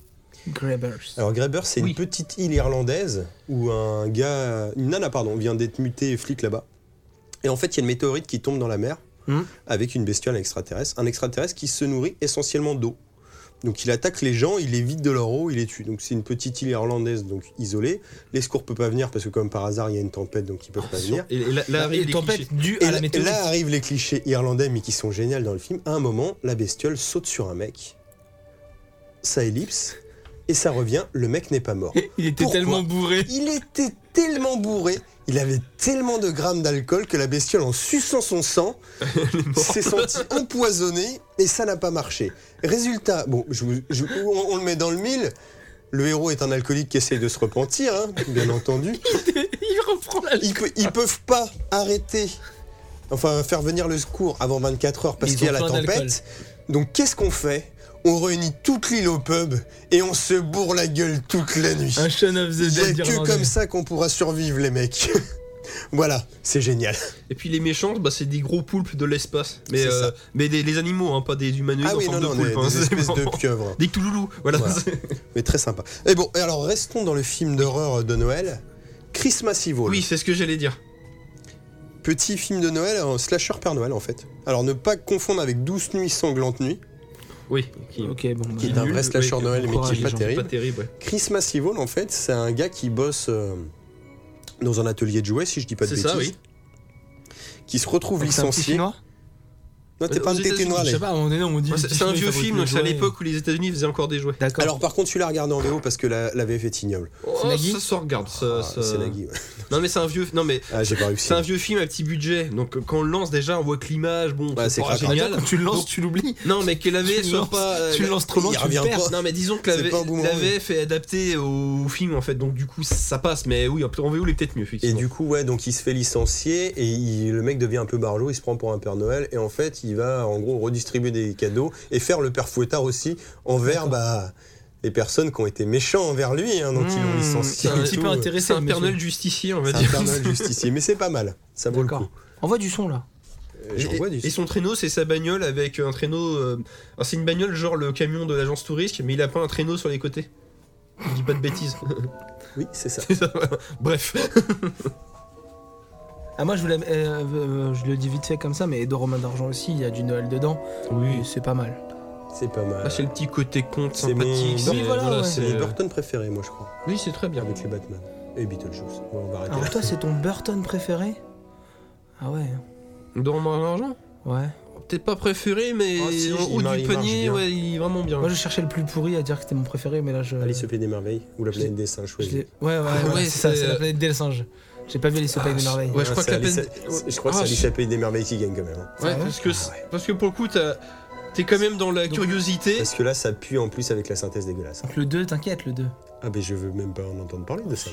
Speaker 3: Grabbers.
Speaker 2: Alors Grabbers, c'est
Speaker 3: Oui.
Speaker 2: une petite île irlandaise où un gars, une nana pardon, vient d'être mutée flic là-bas. Et en fait, il y a une météorite qui tombe dans la mer
Speaker 3: Hmm.
Speaker 2: avec une bestiole extraterrestre, un extraterrestre qui se nourrit essentiellement d'eau. Donc il attaque les gens, il les vide de leur eau, il les tue. Donc c'est une petite île irlandaise donc isolée. Les secours peuvent pas venir parce que comme par hasard, il y a une tempête donc ils peuvent pas venir.
Speaker 4: Et, et là, là,
Speaker 3: Bah, Et
Speaker 4: arrive les clichés.
Speaker 3: tempête due
Speaker 2: Bah, Et
Speaker 3: à Ah, la
Speaker 2: là-
Speaker 3: météo.
Speaker 2: là arrivent les clichés irlandais, mais qui sont géniaux dans le film. À un moment, la bestiole saute sur un mec, ça ellipse, et ça revient. Le mec n'est pas mort.
Speaker 3: E, Il était
Speaker 2: Pourquoi
Speaker 3: tellement bourré.
Speaker 2: Il était tellement bourré, il avait tellement de grammes d'alcool que la bestiole, en suçant son sang, s'est sentie empoisonnée et ça n'a pas marché. Résultat, bon, je vous- je- on, on le met dans le mille. Le héros est un alcoolique qui essaye de se repentir, hein, bien entendu.
Speaker 3: Il reprend la
Speaker 2: Ils, pe- ils peuvent pas arrêter, enfin faire venir le secours avant 24 heures parce
Speaker 3: Ils
Speaker 2: qu'il y a
Speaker 3: ont
Speaker 2: la
Speaker 3: plein d'alcool.
Speaker 2: tempête. Donc qu'est-ce qu'on fait On réunit toute l'île au pub et on se bourre la gueule toute la nuit.
Speaker 3: Un Shaun of the
Speaker 2: Il n'y a
Speaker 3: Dead
Speaker 2: que
Speaker 3: irlandais.
Speaker 2: comme ça qu'on pourra survivre, les mecs. voilà, c'est génial.
Speaker 4: Et puis les méchants, bah, c'est des gros poulpes de l'espace, mais,
Speaker 2: C'est
Speaker 4: euh,
Speaker 2: ça.
Speaker 4: mais des, les animaux, hein, pas des humanoïdes
Speaker 2: Ah oui,
Speaker 4: en
Speaker 2: non,
Speaker 4: forme
Speaker 2: non,
Speaker 4: de
Speaker 2: des,
Speaker 4: poulpe. hein,
Speaker 2: des
Speaker 4: c'est
Speaker 2: espèces de
Speaker 4: vraiment-
Speaker 2: pieuvres.
Speaker 4: Des Touloulous, voilà.
Speaker 2: Voilà. Mais très sympa. Et bon, et alors restons dans le film d'horreur de Noël, Christmas Evil.
Speaker 4: oui, c'est ce que j'allais dire.
Speaker 2: Petit film de Noël, un slasher Père Noël en fait. Alors ne pas confondre avec Douce Nuits Sanglantes Nuits,
Speaker 4: Oui, qui,
Speaker 3: Ok, bon. bah,
Speaker 2: qui est un
Speaker 4: nul,
Speaker 2: vrai slasher
Speaker 4: ouais,
Speaker 2: Noël mais
Speaker 3: encourage
Speaker 2: qui est
Speaker 3: les
Speaker 2: pas
Speaker 3: gens, c'est
Speaker 2: terrible.
Speaker 4: pas terrible. ouais.
Speaker 2: Christmas Evil, en fait, c'est un gars qui bosse euh, dans un atelier de jouets, si je dis pas de
Speaker 4: C'est
Speaker 2: bêtises,
Speaker 4: ça, oui.
Speaker 2: qui se retrouve
Speaker 3: donc c'est un petit
Speaker 2: licencié.
Speaker 3: chinois
Speaker 2: Non, t'es
Speaker 4: Euh,
Speaker 2: pas
Speaker 4: aux
Speaker 2: un tété
Speaker 4: États-Unis,
Speaker 2: noir,
Speaker 3: Je
Speaker 2: là.
Speaker 3: sais pas, à un moment donné, on dit.
Speaker 4: Ouais, c'est-
Speaker 3: petit
Speaker 4: C'est un
Speaker 3: chinois,
Speaker 4: vieux
Speaker 3: ça vaut
Speaker 4: film,
Speaker 3: le
Speaker 4: donc c'est à
Speaker 3: jouer.
Speaker 4: l'époque où les États-Unis faisaient encore des jouets.
Speaker 3: D'accord.
Speaker 2: Alors par contre, tu l'as regardé en VO parce que la, la VF est ignoble.
Speaker 4: Oh,
Speaker 3: Nagui
Speaker 4: ça se regarde. Ça,
Speaker 2: Ah,
Speaker 4: ça-
Speaker 2: C'est la guille, ouais.
Speaker 4: Non mais c'est un vieux. Non mais
Speaker 2: Ah, j'ai pas réussi.
Speaker 4: c'est un vieux film à petit budget. Donc euh, quand on le lance déjà, on voit que l'image, bon,
Speaker 2: Ouais, c'est
Speaker 4: pas
Speaker 2: craquant.
Speaker 4: génial.
Speaker 3: Quand tu le lances, tu l'oublies.
Speaker 4: Non mais que la VF
Speaker 3: Tu le
Speaker 4: soit
Speaker 3: lances-
Speaker 4: pas. euh,
Speaker 3: tu le
Speaker 4: la-
Speaker 3: lances trop loin,
Speaker 2: il
Speaker 3: tu le
Speaker 2: revient
Speaker 3: perds.
Speaker 2: pas.
Speaker 4: Non mais disons que la,
Speaker 2: C'est
Speaker 4: V-
Speaker 2: pas un boomerang.
Speaker 4: la VF est adaptée au au film en fait, donc du coup ça passe. Mais oui, en en VO il est peut-être mieux.
Speaker 2: Et
Speaker 4: effectivement.
Speaker 2: du coup, ouais, donc il se fait licencier et il- le mec devient un peu barlot, il se prend pour un Père Noël et en fait, il va en gros redistribuer des cadeaux et faire le Père Fouettard aussi envers bah, les personnes qui ont été méchants envers lui, hein, donc ils l'ont
Speaker 3: Mmh,
Speaker 2: licencié.
Speaker 3: c'est un
Speaker 2: et
Speaker 3: petit
Speaker 2: tout.
Speaker 3: peu intéressé,
Speaker 4: c'est un
Speaker 3: le
Speaker 4: Père
Speaker 3: monsieur.
Speaker 4: Noël justicier, on va
Speaker 2: C'est un
Speaker 4: dire.
Speaker 2: Père Noël justicier, mais c'est pas mal, ça vaut le coup.
Speaker 3: D'accord. Envoie du son là.
Speaker 2: J'en
Speaker 4: Et-
Speaker 2: vois du
Speaker 4: Et son traîneau, c'est sa bagnole avec un traîneau. euh, alors, c'est une bagnole genre le camion de l'agence touriste, mais il a pas un traîneau sur les côtés. Je dis pas de bêtises.
Speaker 2: Oui, c'est ça.
Speaker 4: C'est ça, voilà. Bref.
Speaker 3: Ah, moi, je, voulais, euh, euh, je le dis vite fait comme ça, mais de Romain d'Argent aussi, il y a du Noël dedans.
Speaker 4: Oui.
Speaker 3: Et C'est pas mal.
Speaker 2: C'est pas mal.
Speaker 4: Ah, c'est le petit côté conte
Speaker 2: C'est mon-
Speaker 4: sympathique. c'est-
Speaker 3: Oui, voilà, ouais.
Speaker 2: c'est
Speaker 4: c'est- euh,
Speaker 2: mes Burton préférés, moi, je crois.
Speaker 4: Oui, c'est très bien.
Speaker 2: Avec les Batman. Et Beetlejuice. Bon, on va arrêter
Speaker 3: Alors,
Speaker 2: là.
Speaker 3: toi, c'est ton Burton préféré Ah ouais
Speaker 4: Dans mon argent
Speaker 3: Ouais.
Speaker 4: Peut-être pas préféré, mais
Speaker 2: Ah, si,
Speaker 4: en
Speaker 2: il
Speaker 4: haut
Speaker 2: mar-
Speaker 4: du
Speaker 2: il marche
Speaker 4: panier,
Speaker 2: bien.
Speaker 4: ouais, il est vraiment bien.
Speaker 3: Moi, je cherchais le plus pourri à dire que c'était mon préféré, mais là, je.
Speaker 2: Alice au Pays des Merveilles. Ou la
Speaker 3: Je
Speaker 2: planète des singes,
Speaker 3: je
Speaker 2: choisis.
Speaker 3: l'ai- Ouais, ouais, ouais,
Speaker 4: ouais,
Speaker 3: c'est ça,
Speaker 4: c'est-
Speaker 3: c'est euh, la planète des singes. J'ai pas vu les sopailles
Speaker 4: Ah,
Speaker 3: de merveille.
Speaker 4: ouais, je crois
Speaker 2: c'est
Speaker 4: que la
Speaker 2: Alice-
Speaker 4: peine-
Speaker 2: c'est- Je crois que c'est
Speaker 4: Ah,
Speaker 2: Alice
Speaker 4: je-
Speaker 2: au Pays des Merveilles qui gagne quand même. hein.
Speaker 3: Ah
Speaker 4: Ouais,
Speaker 3: ouais
Speaker 4: parce que, c'est- parce que pour le coup, t'as- t'es quand même dans la curiosité.
Speaker 2: Parce que là, ça pue en plus avec la synthèse dégueulasse.
Speaker 3: Donc, le 2, t'inquiète, le 2.
Speaker 2: Ah, mais je veux même pas en entendre parler de ça.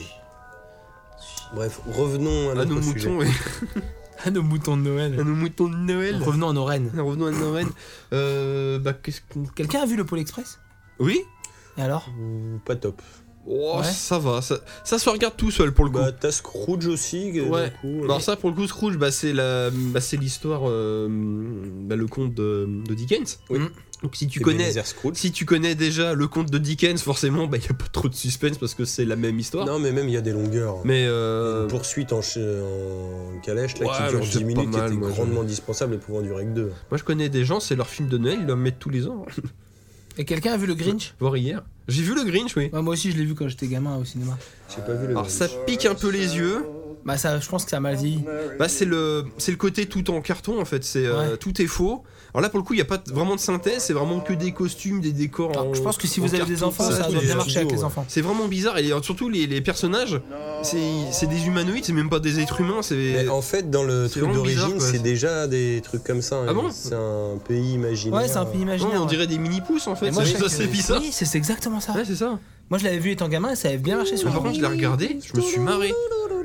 Speaker 2: Bref, revenons à
Speaker 4: À
Speaker 2: notre
Speaker 4: nos
Speaker 2: sujet.
Speaker 4: moutons, ouais.
Speaker 3: Ah, nos moutons de
Speaker 4: à
Speaker 3: Noël.
Speaker 4: nos moutons de Noël.
Speaker 3: Revenons à nos reines.
Speaker 4: Revenons à Noël. Euh, bah, qu'est-ce qu'on.
Speaker 3: Quelqu'un a vu le Pôle Express
Speaker 4: Oui
Speaker 3: Et alors
Speaker 2: Ou Pas top.
Speaker 4: Oh,
Speaker 3: Ouais.
Speaker 4: ça va, ça, ça se regarde tout seul pour le coup.
Speaker 2: Bah, t'as Scrooge aussi. que,
Speaker 4: Ouais.
Speaker 2: du coup, euh,
Speaker 4: Alors ça pour le coup Scrooge bah, c'est la bah, c'est l'histoire euh, bah, le conte de, de Dickens.
Speaker 2: Oui.
Speaker 4: Mm. Donc si tu connais
Speaker 2: Ebenezer Scrooge.
Speaker 4: si tu connais déjà le conte de Dickens forcément bah il y a pas trop de suspense parce que c'est la même histoire.
Speaker 2: Non, mais même, il y a des longueurs.
Speaker 4: Mais
Speaker 2: Une
Speaker 4: euh,
Speaker 2: poursuite en, ch- en calèche là,
Speaker 4: Ouais,
Speaker 2: qui dure
Speaker 4: mais
Speaker 2: 10
Speaker 4: c'est pas
Speaker 2: minutes,
Speaker 4: mal,
Speaker 2: qui était
Speaker 4: moi, je-
Speaker 2: grandement indispensable et pouvant durer que deux.
Speaker 4: moi je connais des gens, c'est leur film de Noël, ils le mettent tous les ans. hein.
Speaker 3: Et quelqu'un a vu le Grinch
Speaker 4: Voir hier. J'ai vu le Grinch oui.
Speaker 3: Ouais, Moi aussi, je l'ai vu quand j'étais gamin au cinéma.
Speaker 2: J'ai pas vu le.
Speaker 4: Alors ça pique un peu les yeux.
Speaker 3: Bah, ça, je pense que ça m'a vieilli.
Speaker 4: Bah c'est le c'est le côté tout en carton en fait, c'est euh,
Speaker 3: Ouais.
Speaker 4: tout est faux. Alors là pour le coup, il y a pas t- vraiment de synthèse, c'est vraiment que des costumes, des décors en-
Speaker 3: Alors, Ah, je pense que si
Speaker 4: en
Speaker 3: vous avez des
Speaker 4: carton,
Speaker 3: enfants,
Speaker 2: ça,
Speaker 3: ça
Speaker 2: tous
Speaker 3: doit
Speaker 2: les
Speaker 3: bien marcher avec
Speaker 2: studios,
Speaker 3: les
Speaker 2: ouais.
Speaker 3: enfants.
Speaker 4: C'est vraiment bizarre et surtout les, les personnages, c'est c'est des humanoïdes, c'est même pas des êtres humains, c'est
Speaker 2: Mais en fait, dans le
Speaker 4: c'est
Speaker 2: truc
Speaker 4: vraiment
Speaker 2: d'origine,
Speaker 4: bizarre, quoi.
Speaker 2: c'est déjà des trucs comme ça. hein.
Speaker 4: Ah bon
Speaker 2: c'est un pays imaginaire.
Speaker 3: Ouais, c'est un pays
Speaker 4: Non,
Speaker 3: imaginaire.
Speaker 4: on
Speaker 3: ouais.
Speaker 4: dirait des mini pouces en fait,
Speaker 3: Et moi,
Speaker 4: c'est-
Speaker 3: je sais
Speaker 4: ça, c'est
Speaker 3: que-
Speaker 4: bizarre.
Speaker 3: Oui, c'est hein. c'est exactement ça.
Speaker 4: Ouais, c'est ça.
Speaker 3: Moi, je l'avais vu étant gamin et ça avait bien marché sur
Speaker 4: Mais par
Speaker 3: moi.
Speaker 4: contre, je l'ai regardé, je me suis marré.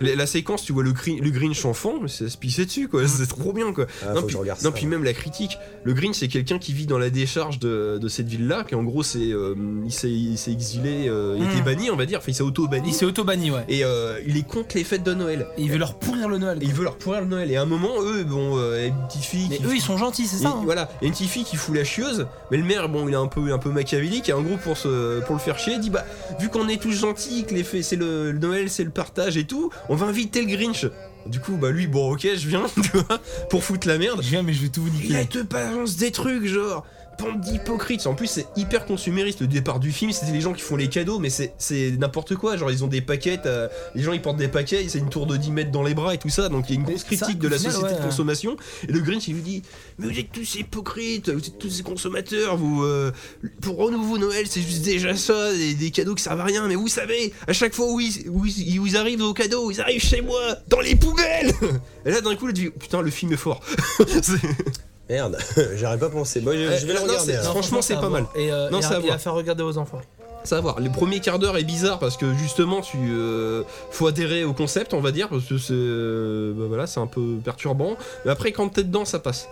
Speaker 4: La, la séquence, tu vois le, Grinch le Grinch enfant, mais c'est se pisser dessus quoi, c'est trop bien quoi.
Speaker 2: Ah, faut
Speaker 4: non,
Speaker 2: que
Speaker 4: puis,
Speaker 2: je regarde
Speaker 4: non,
Speaker 2: ça.
Speaker 4: puis même la critique. Le Green, c'est quelqu'un qui vit dans la décharge de, de cette ville-là, qui en gros, c'est, euh, il s'est il s'est exilé, euh, il
Speaker 3: Mm.
Speaker 4: était banni, on va dire, enfin, il s'est
Speaker 3: Il
Speaker 4: auto-banni.
Speaker 3: s'est auto-banni, ouais.
Speaker 4: Et euh, il est contre les fêtes de Noël.
Speaker 3: Et il veut leur pourrir le Noël.
Speaker 4: Et il veut leur pourrir le Noël. Et à un moment, eux, bon, euh, une petite fille
Speaker 3: Mais
Speaker 4: qui.
Speaker 3: eux, ils sont gentils, c'est
Speaker 4: il-
Speaker 3: ça hein
Speaker 4: voilà, il y a une petite fille qui fout la chieuse, mais le maire, bon, il est un peu, un peu machiavélique, et en gros, pour, se, pour le faire chier, il dit Bah, vu qu'on est tous gentils, que les fêtes, c'est le, le Noël, c'est le partage et tout, on va inviter le Grinch. Du coup, bah, lui, bon, ok, je viens, tu vois, pour foutre la merde.
Speaker 3: Je viens, mais je vais tout vous
Speaker 4: Il
Speaker 3: niquer.
Speaker 4: te balance des trucs, genre bande d'hypocrites. En plus, c'est hyper consumériste. Le départ du film, c'était les gens qui font les cadeaux, mais c'est- c'est n'importe quoi. Genre, ils ont des paquets, euh, les gens ils portent des paquets, c'est une tour de 10 mètres dans les bras et tout ça. Donc, il y a une grosse
Speaker 3: ça,
Speaker 4: critique de
Speaker 3: au
Speaker 4: la
Speaker 3: final,
Speaker 4: société
Speaker 3: ouais.
Speaker 4: de consommation. Et le Grinch, il lui dit Mais vous êtes tous hypocrites, vous êtes tous des consommateurs, vous. euh, pour renouveau Noël, c'est juste déjà ça, des, des cadeaux qui servent à rien. Mais vous savez, à chaque fois où ils, où ils- où ils arrivent vos cadeaux, ils arrivent chez moi, dans les poubelles Et là, d'un coup, il dit Putain, le film est fort. C'est-
Speaker 2: Merde, j'aurais pas pensé. Bon, je, je vais le
Speaker 4: Euh, non,
Speaker 2: regarder.
Speaker 4: c'est-
Speaker 2: alors.
Speaker 4: non. Franchement, c'est
Speaker 3: ça
Speaker 4: pas
Speaker 3: va.
Speaker 4: mal.
Speaker 3: Et, euh,
Speaker 4: Non,
Speaker 3: et
Speaker 4: ça
Speaker 3: à-
Speaker 4: va.
Speaker 3: et à faire regarder aux enfants.
Speaker 4: savoir. Le premier quart d'heure est bizarre parce que justement, tu euh, faut adhérer au concept, on va dire, parce que c'est euh, bah voilà, c'est un peu perturbant. Mais après, quand t'es dedans, ça passe.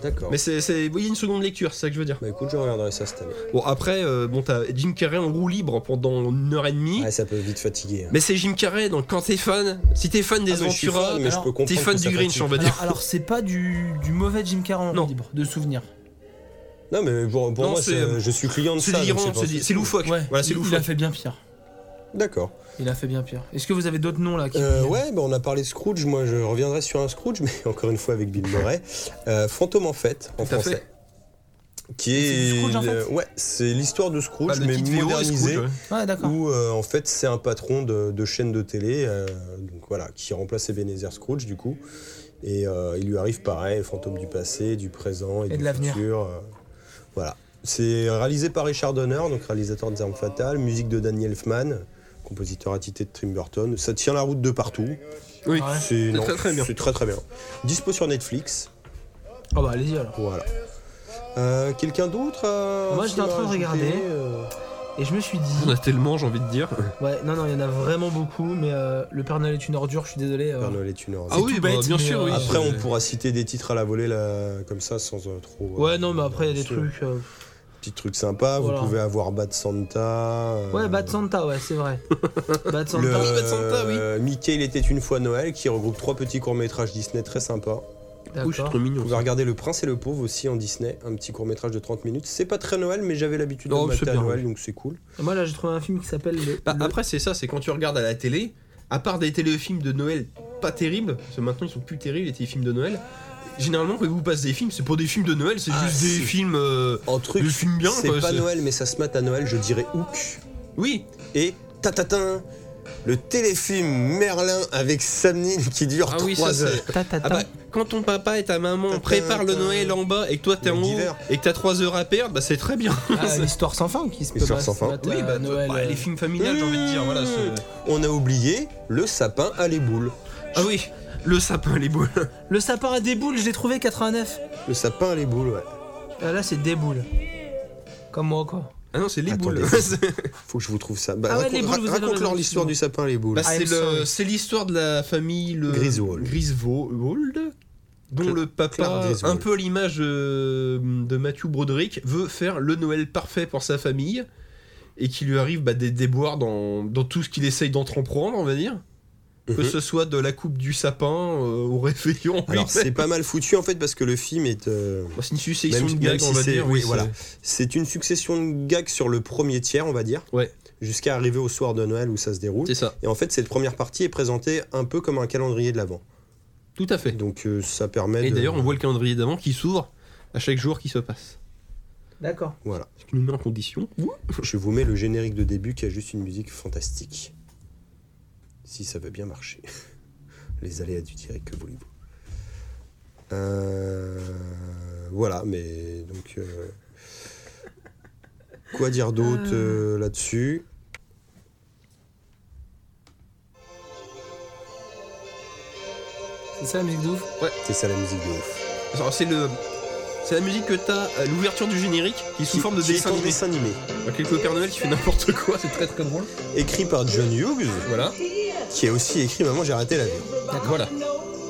Speaker 2: D'accord.
Speaker 4: Mais c'est, c'est- oui, il y a une seconde lecture, c'est ça que je veux dire.
Speaker 2: Bah écoute, je regarderai ça cette année.
Speaker 4: Bon, après, euh, bon, t'as Jim Carrey en roue libre pendant une heure et demie.
Speaker 2: Ouais, ça peut vite fatiguer. hein.
Speaker 4: Mais c'est Jim Carrey, donc quand t'es fan, si t'es fan
Speaker 2: Ah,
Speaker 4: des
Speaker 2: mais je suis fan,
Speaker 4: Ventura,
Speaker 2: mais je
Speaker 3: alors,
Speaker 2: peux comprendre.
Speaker 4: t'es fan
Speaker 2: que ça
Speaker 4: du Grinch,
Speaker 2: fatigue.
Speaker 4: on va dire.
Speaker 3: Alors, alors, c'est pas du, du mauvais Jim Carrey en
Speaker 4: Non.
Speaker 3: libre, de souvenir.
Speaker 2: Non, mais pour, pour
Speaker 4: Non,
Speaker 2: moi,
Speaker 4: c'est,
Speaker 2: c'est-
Speaker 4: euh,
Speaker 2: je suis client de
Speaker 4: C'est
Speaker 2: Ah, ça. donc
Speaker 4: délirant,
Speaker 2: pas-
Speaker 4: c'est, di- c'est loufoque. Voilà, c'est
Speaker 3: il, il
Speaker 4: loufoque.
Speaker 3: a fait bien pire.
Speaker 2: D'accord.
Speaker 3: Il a fait bien pire. Est-ce que vous avez d'autres noms là qui
Speaker 2: Euh,
Speaker 3: vous viennent
Speaker 2: ouais, bah, on a parlé de Scrooge. Moi, je reviendrai sur un Scrooge, mais encore une fois avec Bill Murray. Euh, Fantôme en fête, en
Speaker 4: Tout à fait.
Speaker 2: français. Qui
Speaker 3: c'est
Speaker 2: est. euh,
Speaker 3: du Scrooge, en fait
Speaker 2: ouais, c'est l'histoire de Scrooge,
Speaker 4: Bah, le
Speaker 2: mais
Speaker 4: titre VO est
Speaker 2: modernisé.
Speaker 4: Scrooge, ouais.
Speaker 3: Ouais, d'accord.
Speaker 2: Où euh, en fait c'est un patron de, de chaîne de télé, euh, donc voilà, qui remplace Ebenezer Scrooge du coup, et euh, il lui arrive pareil, fantôme du passé, du présent et,
Speaker 3: de
Speaker 2: du
Speaker 3: l'avenir.
Speaker 2: futur. euh, voilà. C'est réalisé par Richard Donner, donc réalisateur des Armes Fatales, musique de Danny Elfman, compositeur attité de Tim Burton. Ça tient la route de partout.
Speaker 3: Ouais.
Speaker 4: Oui.
Speaker 2: C'est non,
Speaker 4: très, très bien.
Speaker 2: c'est très très bien. Dispo sur Netflix.
Speaker 3: Ah bah allez-y alors.
Speaker 2: Voilà. Euh, Quelqu'un d'autre euh,
Speaker 3: Moi,
Speaker 2: qui
Speaker 3: j'étais en
Speaker 2: va
Speaker 3: train de
Speaker 2: rajouter,
Speaker 3: regarder.
Speaker 2: euh,
Speaker 3: Et je me suis
Speaker 4: On
Speaker 3: dit.
Speaker 4: a tellement, j'ai envie de dire.
Speaker 3: Ouais, non, non, il y en a vraiment beaucoup, mais euh, le Père Noël est une ordure, je suis désolé. euh,
Speaker 2: Père Noël est une horreur.
Speaker 4: Ah oui,
Speaker 3: tout
Speaker 4: bah,
Speaker 3: bête,
Speaker 4: bien
Speaker 3: mais,
Speaker 4: sûr,
Speaker 3: euh,
Speaker 4: oui.
Speaker 2: Après, on
Speaker 4: C'est-
Speaker 2: pourra citer des titres à la volée là, comme ça, sans euh, trop. euh,
Speaker 3: Ouais, non, mais après, il y a des
Speaker 2: sur-
Speaker 3: trucs. euh,
Speaker 2: Petits trucs sympas.
Speaker 3: Voilà.
Speaker 2: Vous pouvez avoir Bad Santa. euh,
Speaker 3: Ouais, Bad Santa, ouais, c'est vrai. Bad Santa.
Speaker 2: Le,
Speaker 4: Ah oui, Bad Santa, oui.
Speaker 2: euh, Mickey, il était une fois Noël, qui regroupe trois petits courts métrages Disney très sympas.
Speaker 4: Oh, je suis
Speaker 6: D'accord.
Speaker 4: trop mignon.
Speaker 2: Vous pouvez regarder Le Prince et le Pauvre aussi en Disney, un petit court métrage de 30 minutes. C'est pas très Noël, mais j'avais l'habitude de
Speaker 4: Non,
Speaker 2: le mater
Speaker 4: c'est
Speaker 2: à
Speaker 4: bien,
Speaker 2: Noël,
Speaker 4: oui.
Speaker 2: donc c'est cool.
Speaker 6: Moi là j'ai trouvé un film qui s'appelle le-
Speaker 4: Bah,
Speaker 6: le-
Speaker 4: Après, c'est ça, c'est quand tu regardes à la télé, à part des téléfilms de Noël pas terribles, parce que maintenant ils sont plus terribles les téléfilms de Noël, généralement quand ils vous passent des films, c'est pour des films de Noël, c'est
Speaker 2: Ah,
Speaker 4: juste des
Speaker 2: si.
Speaker 4: films. euh,
Speaker 2: En truc,
Speaker 4: Des films bien,
Speaker 2: c'est
Speaker 4: quoi,
Speaker 2: pas
Speaker 4: c'est-
Speaker 2: Noël, mais ça se mate à Noël, je dirais Hook.
Speaker 4: Oui,
Speaker 2: Et tatatin, le téléfilm Merlin avec Sam Neill qui dure
Speaker 4: ah
Speaker 2: 3
Speaker 4: oui, ça
Speaker 2: heures.
Speaker 4: c'est. Ah bah, quand ton papa et ta maman
Speaker 2: Tintin,
Speaker 4: préparent le
Speaker 2: tintin.
Speaker 4: Noël en bas et que toi t'es
Speaker 2: Le
Speaker 4: en haut
Speaker 2: divers.
Speaker 4: et que t'as 3 heures à perdre, bah c'est très bien.
Speaker 3: Ah, L'histoire sans fin qui se peut
Speaker 2: L'histoire
Speaker 3: pas
Speaker 2: sans
Speaker 3: se
Speaker 2: fin.
Speaker 3: battre
Speaker 4: Oui,
Speaker 3: à
Speaker 4: bah, toi,
Speaker 3: Noël.
Speaker 4: bah,
Speaker 3: euh.
Speaker 4: les films familiales, j'ai envie de dire, voilà. c'est-
Speaker 2: On a oublié le sapin à les boules.
Speaker 4: Ah oui, le sapin, les boules.
Speaker 3: Le sapin à des boules, je l'ai trouvé 89.
Speaker 2: Le sapin à les boules, ouais.
Speaker 3: Ah, là, c'est des boules. Comme moi, quoi.
Speaker 4: Ah non, c'est les
Speaker 2: Attendez.
Speaker 4: boules.
Speaker 2: Faut que je vous trouve ça. Bah,
Speaker 3: Ah ouais,
Speaker 2: raconte-
Speaker 3: les boules,
Speaker 2: ra-
Speaker 3: vous avez
Speaker 2: raconte
Speaker 3: raison,
Speaker 2: leur l'histoire du sapin à les boules.
Speaker 4: Bah, c'est
Speaker 3: I'm
Speaker 4: le- c'est l'histoire de la famille le...
Speaker 2: Griswold.
Speaker 4: Griswold, dont
Speaker 2: Cla-
Speaker 4: le
Speaker 2: Clark
Speaker 4: papa,
Speaker 2: Griswold.
Speaker 4: un peu à l'image euh, de Matthew Broderick, veut faire le Noël parfait pour sa famille et qui lui arrive bah, des déboires dans, dans tout ce qu'il essaye d'entreprendre, on va dire. Que
Speaker 2: Mhm.
Speaker 4: ce soit de la coupe du sapin euh, au réveillon. Bah,
Speaker 2: Alors
Speaker 4: lui-même.
Speaker 2: c'est pas mal foutu en fait parce que le film est euh,
Speaker 4: Bon, c'est une succession
Speaker 2: Même-
Speaker 4: de
Speaker 2: même
Speaker 4: gags,
Speaker 2: si
Speaker 4: on va
Speaker 2: c'est-
Speaker 4: dire.
Speaker 2: oui,
Speaker 4: c'est-
Speaker 2: voilà. c'est une succession de gags sur le premier tiers on va dire
Speaker 4: Ouais.
Speaker 2: jusqu'à arriver au soir de Noël où ça se déroule
Speaker 4: C'est ça,
Speaker 2: et en fait cette première partie est présentée un peu comme un calendrier de l'avant
Speaker 4: tout à fait.
Speaker 2: donc euh, ça permet
Speaker 4: Et
Speaker 2: de-
Speaker 4: d'ailleurs, on voit le calendrier d'avant qui s'ouvre à chaque jour qui se passe.
Speaker 6: D'accord.
Speaker 2: voilà
Speaker 4: Ce qui nous met en condition.
Speaker 2: je vous mets le générique de début qui a juste une musique fantastique si ça veut bien marcher les aléas du direct que voulez-vous Euh, voilà mais donc euh, quoi dire d'autre euh, là-dessus
Speaker 3: C'est ça la musique de ouf
Speaker 2: c'est ça la musique de ouf
Speaker 4: Alors, c'est le. C'est la musique que t'as à l'ouverture du générique qui est sous
Speaker 2: Qui-
Speaker 4: forme de
Speaker 2: qui est
Speaker 4: dessin
Speaker 2: un
Speaker 4: animé.
Speaker 2: dessin animé.
Speaker 4: Quelque Père Noël qui fait n'importe quoi, c'est très très drôle.
Speaker 2: Écrit par John Hughes,
Speaker 4: Voilà.
Speaker 2: qui a aussi écrit Maman, j'ai arrêté la vie.
Speaker 4: Voilà.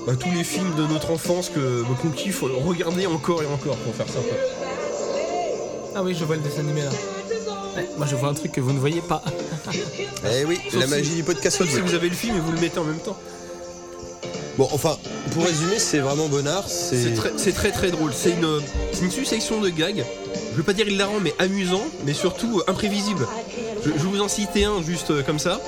Speaker 4: Bah, tous les films de notre enfance que bah, qu'on kiffe, faut le regarder encore et encore pour faire ça. quoi.
Speaker 3: Ah oui, je vois le dessin animé là. Ouais, moi, je vois un truc que vous ne voyez pas.
Speaker 2: Eh oui,
Speaker 4: Sauf
Speaker 2: la
Speaker 4: si-
Speaker 2: magie du podcast
Speaker 4: Sauf si
Speaker 2: audio.
Speaker 4: vous avez le film et vous le mettez en même temps.
Speaker 2: Bon, enfin, pour résumer, c'est vraiment bonnard. C'est
Speaker 4: C'est très, c'est très très drôle. C'est une, c'est une succession de gags. Je veux pas dire hilarant, mais amusant, mais surtout euh, imprévisible. Je, je vais vous en citer un juste euh, comme ça.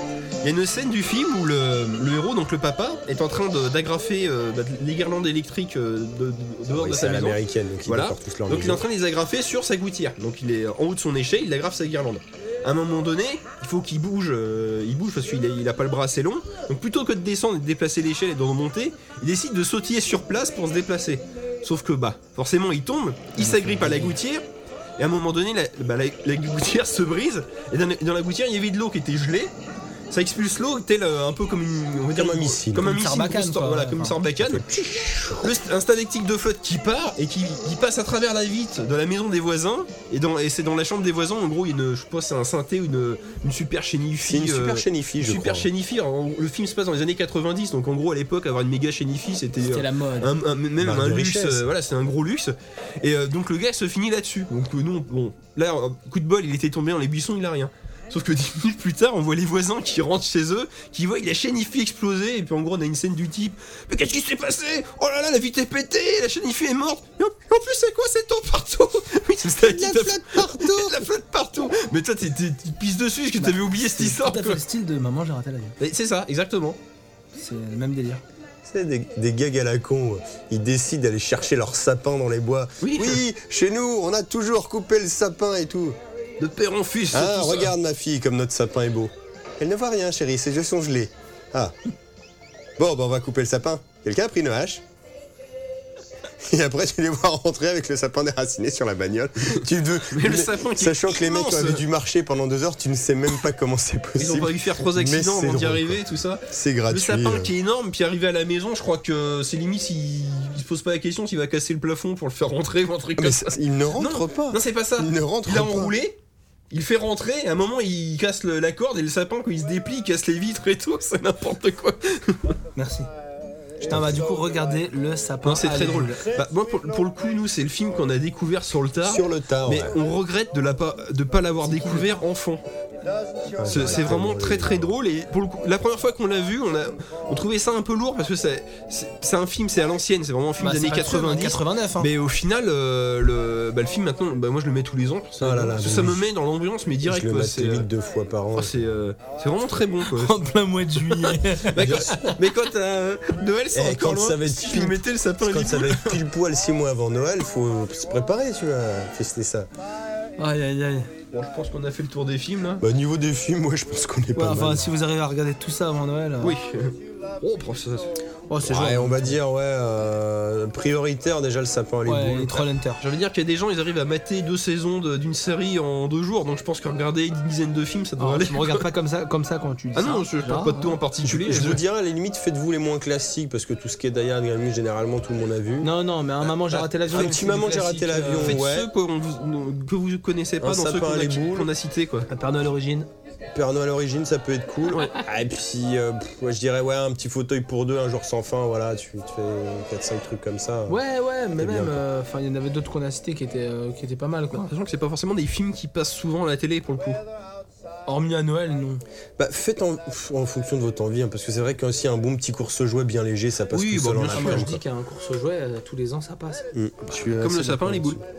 Speaker 4: Il y a une scène du film où le, le héros, donc le papa, est en train de- d'agrafer euh, bah, les guirlandes électriques euh, de, de- dehors
Speaker 2: Oui,
Speaker 4: de
Speaker 2: c'est
Speaker 4: sa
Speaker 2: à
Speaker 4: maison.
Speaker 2: l'américaine, donc ils
Speaker 4: Voilà.
Speaker 2: décorent tous leur
Speaker 4: Donc il est en
Speaker 2: maison.
Speaker 4: train de les agrafer sur sa gouttière. Donc il est en haut de son échelle, il agrafe sa guirlande. À un moment donné, il faut qu'il bouge, euh, il bouge parce qu'il a, il a pas le bras assez long. Donc plutôt que de descendre et de déplacer l'échelle et de remonter, il décide de sautiller sur place pour se déplacer. Sauf que bah, forcément il tombe,
Speaker 2: Ah,
Speaker 4: il s'agrippe à la gouttière, et à un moment donné, la, bah, la- la gouttière se brise, et dans, la- dans la gouttière il y avait de l'eau qui était gelée. Ça expulse l'eau, tel euh, un peu comme une, on va dire,
Speaker 2: Comme un missile.
Speaker 4: Comme, un
Speaker 3: Comme une
Speaker 4: missile,
Speaker 3: sarbacane,
Speaker 4: grosse-
Speaker 3: quoi.
Speaker 4: voilà, comme une
Speaker 3: Enfin,
Speaker 4: sarbacane. Le st- un stalectique de flotte qui part et qui, qui passe à travers la vitre de la maison des voisins et, dans- et c'est dans la chambre des voisins en gros il y a une, je pense c'est un synthé ou une, une super chénifie
Speaker 2: C'est une euh, super chénifie, je
Speaker 4: super
Speaker 2: crois.
Speaker 4: chénifie. Alors, en- le film se passe dans les années 90 donc en gros à l'époque avoir une méga chénifie c'était
Speaker 3: C'était
Speaker 4: euh,
Speaker 3: la mode.
Speaker 4: un, un- même
Speaker 2: Marque
Speaker 4: un
Speaker 2: de
Speaker 4: luxe,
Speaker 2: richesse.
Speaker 4: euh, voilà, c'est un gros luxe. Et euh, donc le gars se finit là-dessus. Donc euh, non, bon, là, euh, coup de bol, il était tombé dans les buissons, il a rien. Sauf que 10 minutes plus tard, on voit les voisins qui rentrent chez eux, qui voient la chénifie exploser, et puis en gros, on a une scène du type Mais qu'est-ce qui s'est passé Oh là là, la vitre est pétée, la chénifie est morte Et En en plus, c'est quoi cette eau partout Oui, c'est ça qui
Speaker 2: La
Speaker 4: t'a-
Speaker 2: flotte partout Bah,
Speaker 4: La flotte partout Mais toi, t'es- t'es- tu te pisses dessus, parce que t'avais oublié cette
Speaker 3: C'est tout
Speaker 4: histoire,
Speaker 3: à fait
Speaker 4: quoi.
Speaker 3: le style de Maman, j'ai raté la vie.
Speaker 4: Et C'est ça, exactement.
Speaker 3: C'est le même délire.
Speaker 2: C'est des, des gags à la con. euh, Ils décident d'aller chercher leur sapin dans les bois.
Speaker 4: Oui.
Speaker 2: oui, chez nous, on a toujours coupé le sapin et tout.
Speaker 4: De père en fils.
Speaker 2: Ah,
Speaker 4: tout ça.
Speaker 2: regarde ma fille, comme notre sapin est beau. Elle ne voit rien, chérie, ses yeux sont gelés. Ah. Bon, bah on va couper le sapin. Quelqu'un a pris une hache Et après, tu les vois rentrer avec le sapin déraciné sur la bagnole. Tu veux-
Speaker 4: Mais le sapin qui est
Speaker 2: Sachant que les mecs
Speaker 4: immense.
Speaker 2: avaient dû marcher pendant deux heures, tu ne sais même pas comment c'est
Speaker 4: Ils ont
Speaker 2: possible.
Speaker 4: pas eu faire trois
Speaker 2: Mais
Speaker 4: accidents
Speaker 2: c'est
Speaker 4: avant d'y
Speaker 2: drôle,
Speaker 4: arriver, tout ça.
Speaker 2: C'est
Speaker 4: Le
Speaker 2: gratuit.
Speaker 4: sapin
Speaker 2: euh.
Speaker 4: qui est énorme, puis arrivé à la maison, je crois que c'est limite il, il se pose pas la question s'il va casser le plafond pour le faire rentrer ou un truc
Speaker 2: Ah,
Speaker 4: comme
Speaker 2: Mais
Speaker 4: ça.
Speaker 2: c'est- il ne rentre pas.
Speaker 4: Non, c'est pas ça.
Speaker 2: Il ne rentre
Speaker 4: Il a
Speaker 2: pas.
Speaker 4: enroulé, il fait rentrer, et à un moment il casse le- la corde et le sapin quand il se déplie, il casse les vitres et tout, c'est n'importe quoi.
Speaker 3: Merci. Putain, bah du coup, regardez le sapin.
Speaker 4: Non, c'est
Speaker 3: à des
Speaker 4: très drôle.
Speaker 3: boules.
Speaker 4: Bah, moi pour, pour le coup, nous c'est le film qu'on a découvert sur le tard.
Speaker 2: Sur le tas,
Speaker 4: Mais
Speaker 2: Ah ouais.
Speaker 4: on regrette de, la pas, de pas l'avoir découvert enfant. C'est c'est vraiment très très drôle et pour le coup, la première fois qu'on l'a vu, on a on trouvait ça un peu lourd parce que c'est c'est- c'est un film, c'est à l'ancienne, c'est vraiment un film
Speaker 3: Bah,
Speaker 4: des
Speaker 3: c'est
Speaker 4: années
Speaker 3: pas le seul,
Speaker 4: 90.
Speaker 3: 89. hein.
Speaker 4: Mais au final, euh, le, bah, le film maintenant, bah, moi je le mets tous les ans. Ça,
Speaker 2: Ah là là,
Speaker 4: ça,
Speaker 2: mais
Speaker 4: ça
Speaker 2: oui.
Speaker 4: me met dans l'ambiance, mais direct.
Speaker 2: Je le
Speaker 4: quoi,
Speaker 2: mate
Speaker 4: c'est,
Speaker 2: limite
Speaker 4: euh,
Speaker 2: deux fois par an.
Speaker 4: oh, c'est euh, c'est vraiment très bon. Quoi.
Speaker 3: En plein mois de juillet.
Speaker 4: mais, quand, mais quand, euh, Noël, c'est
Speaker 2: Eh,
Speaker 4: encore
Speaker 2: quand
Speaker 4: loin.
Speaker 2: ça va être
Speaker 4: si
Speaker 2: pile-
Speaker 4: je mettais le sapin à
Speaker 2: Quand ça
Speaker 4: l'épaule.
Speaker 2: va être pile poil six mois avant Noël, faut se préparer, tu vois, fester ça.
Speaker 3: aïe aïe aïe.
Speaker 4: Bon, je pense qu'on a fait le tour des films là.
Speaker 2: Bah, niveau des films, moi, je pense qu'on est
Speaker 3: Ouais,
Speaker 2: pas
Speaker 3: enfin,
Speaker 2: mal.
Speaker 3: si vous arrivez à regarder tout ça avant Noël. euh,
Speaker 4: Oui. Oh, prends ça.
Speaker 3: Oh, c'est
Speaker 2: Ouais,
Speaker 3: jouable.
Speaker 2: on va dire, ouais, euh, prioritaire déjà le sapin à
Speaker 3: Ouais,
Speaker 2: l'épaule.
Speaker 3: les Troll Hunter.
Speaker 4: J'ai envie de dire qu'il y a des gens, ils arrivent à mater deux saisons de- d'une série en deux jours, donc je pense que regarder une dizaine de films, ça devrait
Speaker 3: Alors,
Speaker 4: aller.
Speaker 3: Ah, tu me regardes pas comme ça, comme ça quand tu dis
Speaker 4: Ah
Speaker 3: ça.
Speaker 4: non, je parle
Speaker 3: Gérard,
Speaker 4: pas de tout
Speaker 3: hein.
Speaker 4: en particulier.
Speaker 2: je
Speaker 4: je-
Speaker 2: vous dirais, à la limite, faites-vous les moins classiques, parce que tout ce qui est Die Hard, Grammy, généralement, tout le monde a vu.
Speaker 3: Non, non, mais un maman, j'ai
Speaker 2: bah,
Speaker 3: raté l'avion.
Speaker 2: un petit
Speaker 3: c'est
Speaker 2: maman,
Speaker 3: du
Speaker 2: j'ai raté
Speaker 3: classique,
Speaker 2: l'avion.
Speaker 3: euh,
Speaker 4: Faites
Speaker 2: Ouais.
Speaker 4: ceux qu'on vous- que vous connaissez pas
Speaker 2: Un
Speaker 4: dans ceux
Speaker 2: sapin
Speaker 4: qu'on
Speaker 2: à
Speaker 4: a,
Speaker 2: les boules.
Speaker 4: qu'on a cités quoi.
Speaker 3: Un euh, Père Noël origine.
Speaker 2: Père Noël à l'origine, ça peut être cool.
Speaker 4: Ouais.
Speaker 2: Ah, et puis, euh, pff, ouais, je dirais, ouais, un petit fauteuil pour deux, un jour sans fin, voilà, tu te fais 4-5 trucs comme ça.
Speaker 3: Ouais, ouais, mais
Speaker 2: C'est bien,
Speaker 3: même.
Speaker 2: quoi.
Speaker 3: euh, Enfin, il y en avait d'autres qu'on a cités qui étaient, euh, qui étaient pas mal, quoi.
Speaker 4: Sachant que c'est pas forcément des films qui passent souvent à la télé pour le coup.
Speaker 3: Hormis à Noël, non.
Speaker 2: Bah, faites en, pff, en fonction de votre envie, hein, parce que c'est vrai qu'un si un bon petit course jouet bien léger, ça passe
Speaker 4: Oui,
Speaker 2: tout
Speaker 4: bah,
Speaker 2: seul en
Speaker 4: bien
Speaker 2: la
Speaker 4: sûr,
Speaker 2: pomme,
Speaker 3: Moi, je
Speaker 2: quoi.
Speaker 3: dis qu'un course aux jouets, euh, tous les ans, ça passe.
Speaker 2: Mm. Je suis
Speaker 4: Comme
Speaker 2: assez
Speaker 4: le sapin,
Speaker 2: d'accord
Speaker 4: les boules.
Speaker 2: là-dessus.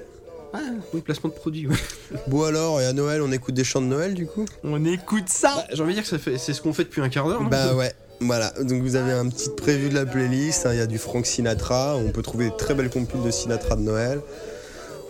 Speaker 4: Ah oui, placement de produit. ouais.
Speaker 2: Bon alors, et à Noël, on écoute des chants de Noël du coup
Speaker 3: On écoute ça
Speaker 4: Bah, J'ai envie de dire que ça fait- c'est ce qu'on fait depuis un quart d'heure. hein. non
Speaker 2: Bah ouais. Voilà, donc vous avez un petit prévu de la playlist, hein, il y a du Frank Sinatra, on peut trouver des très belles compiles de Sinatra de Noël.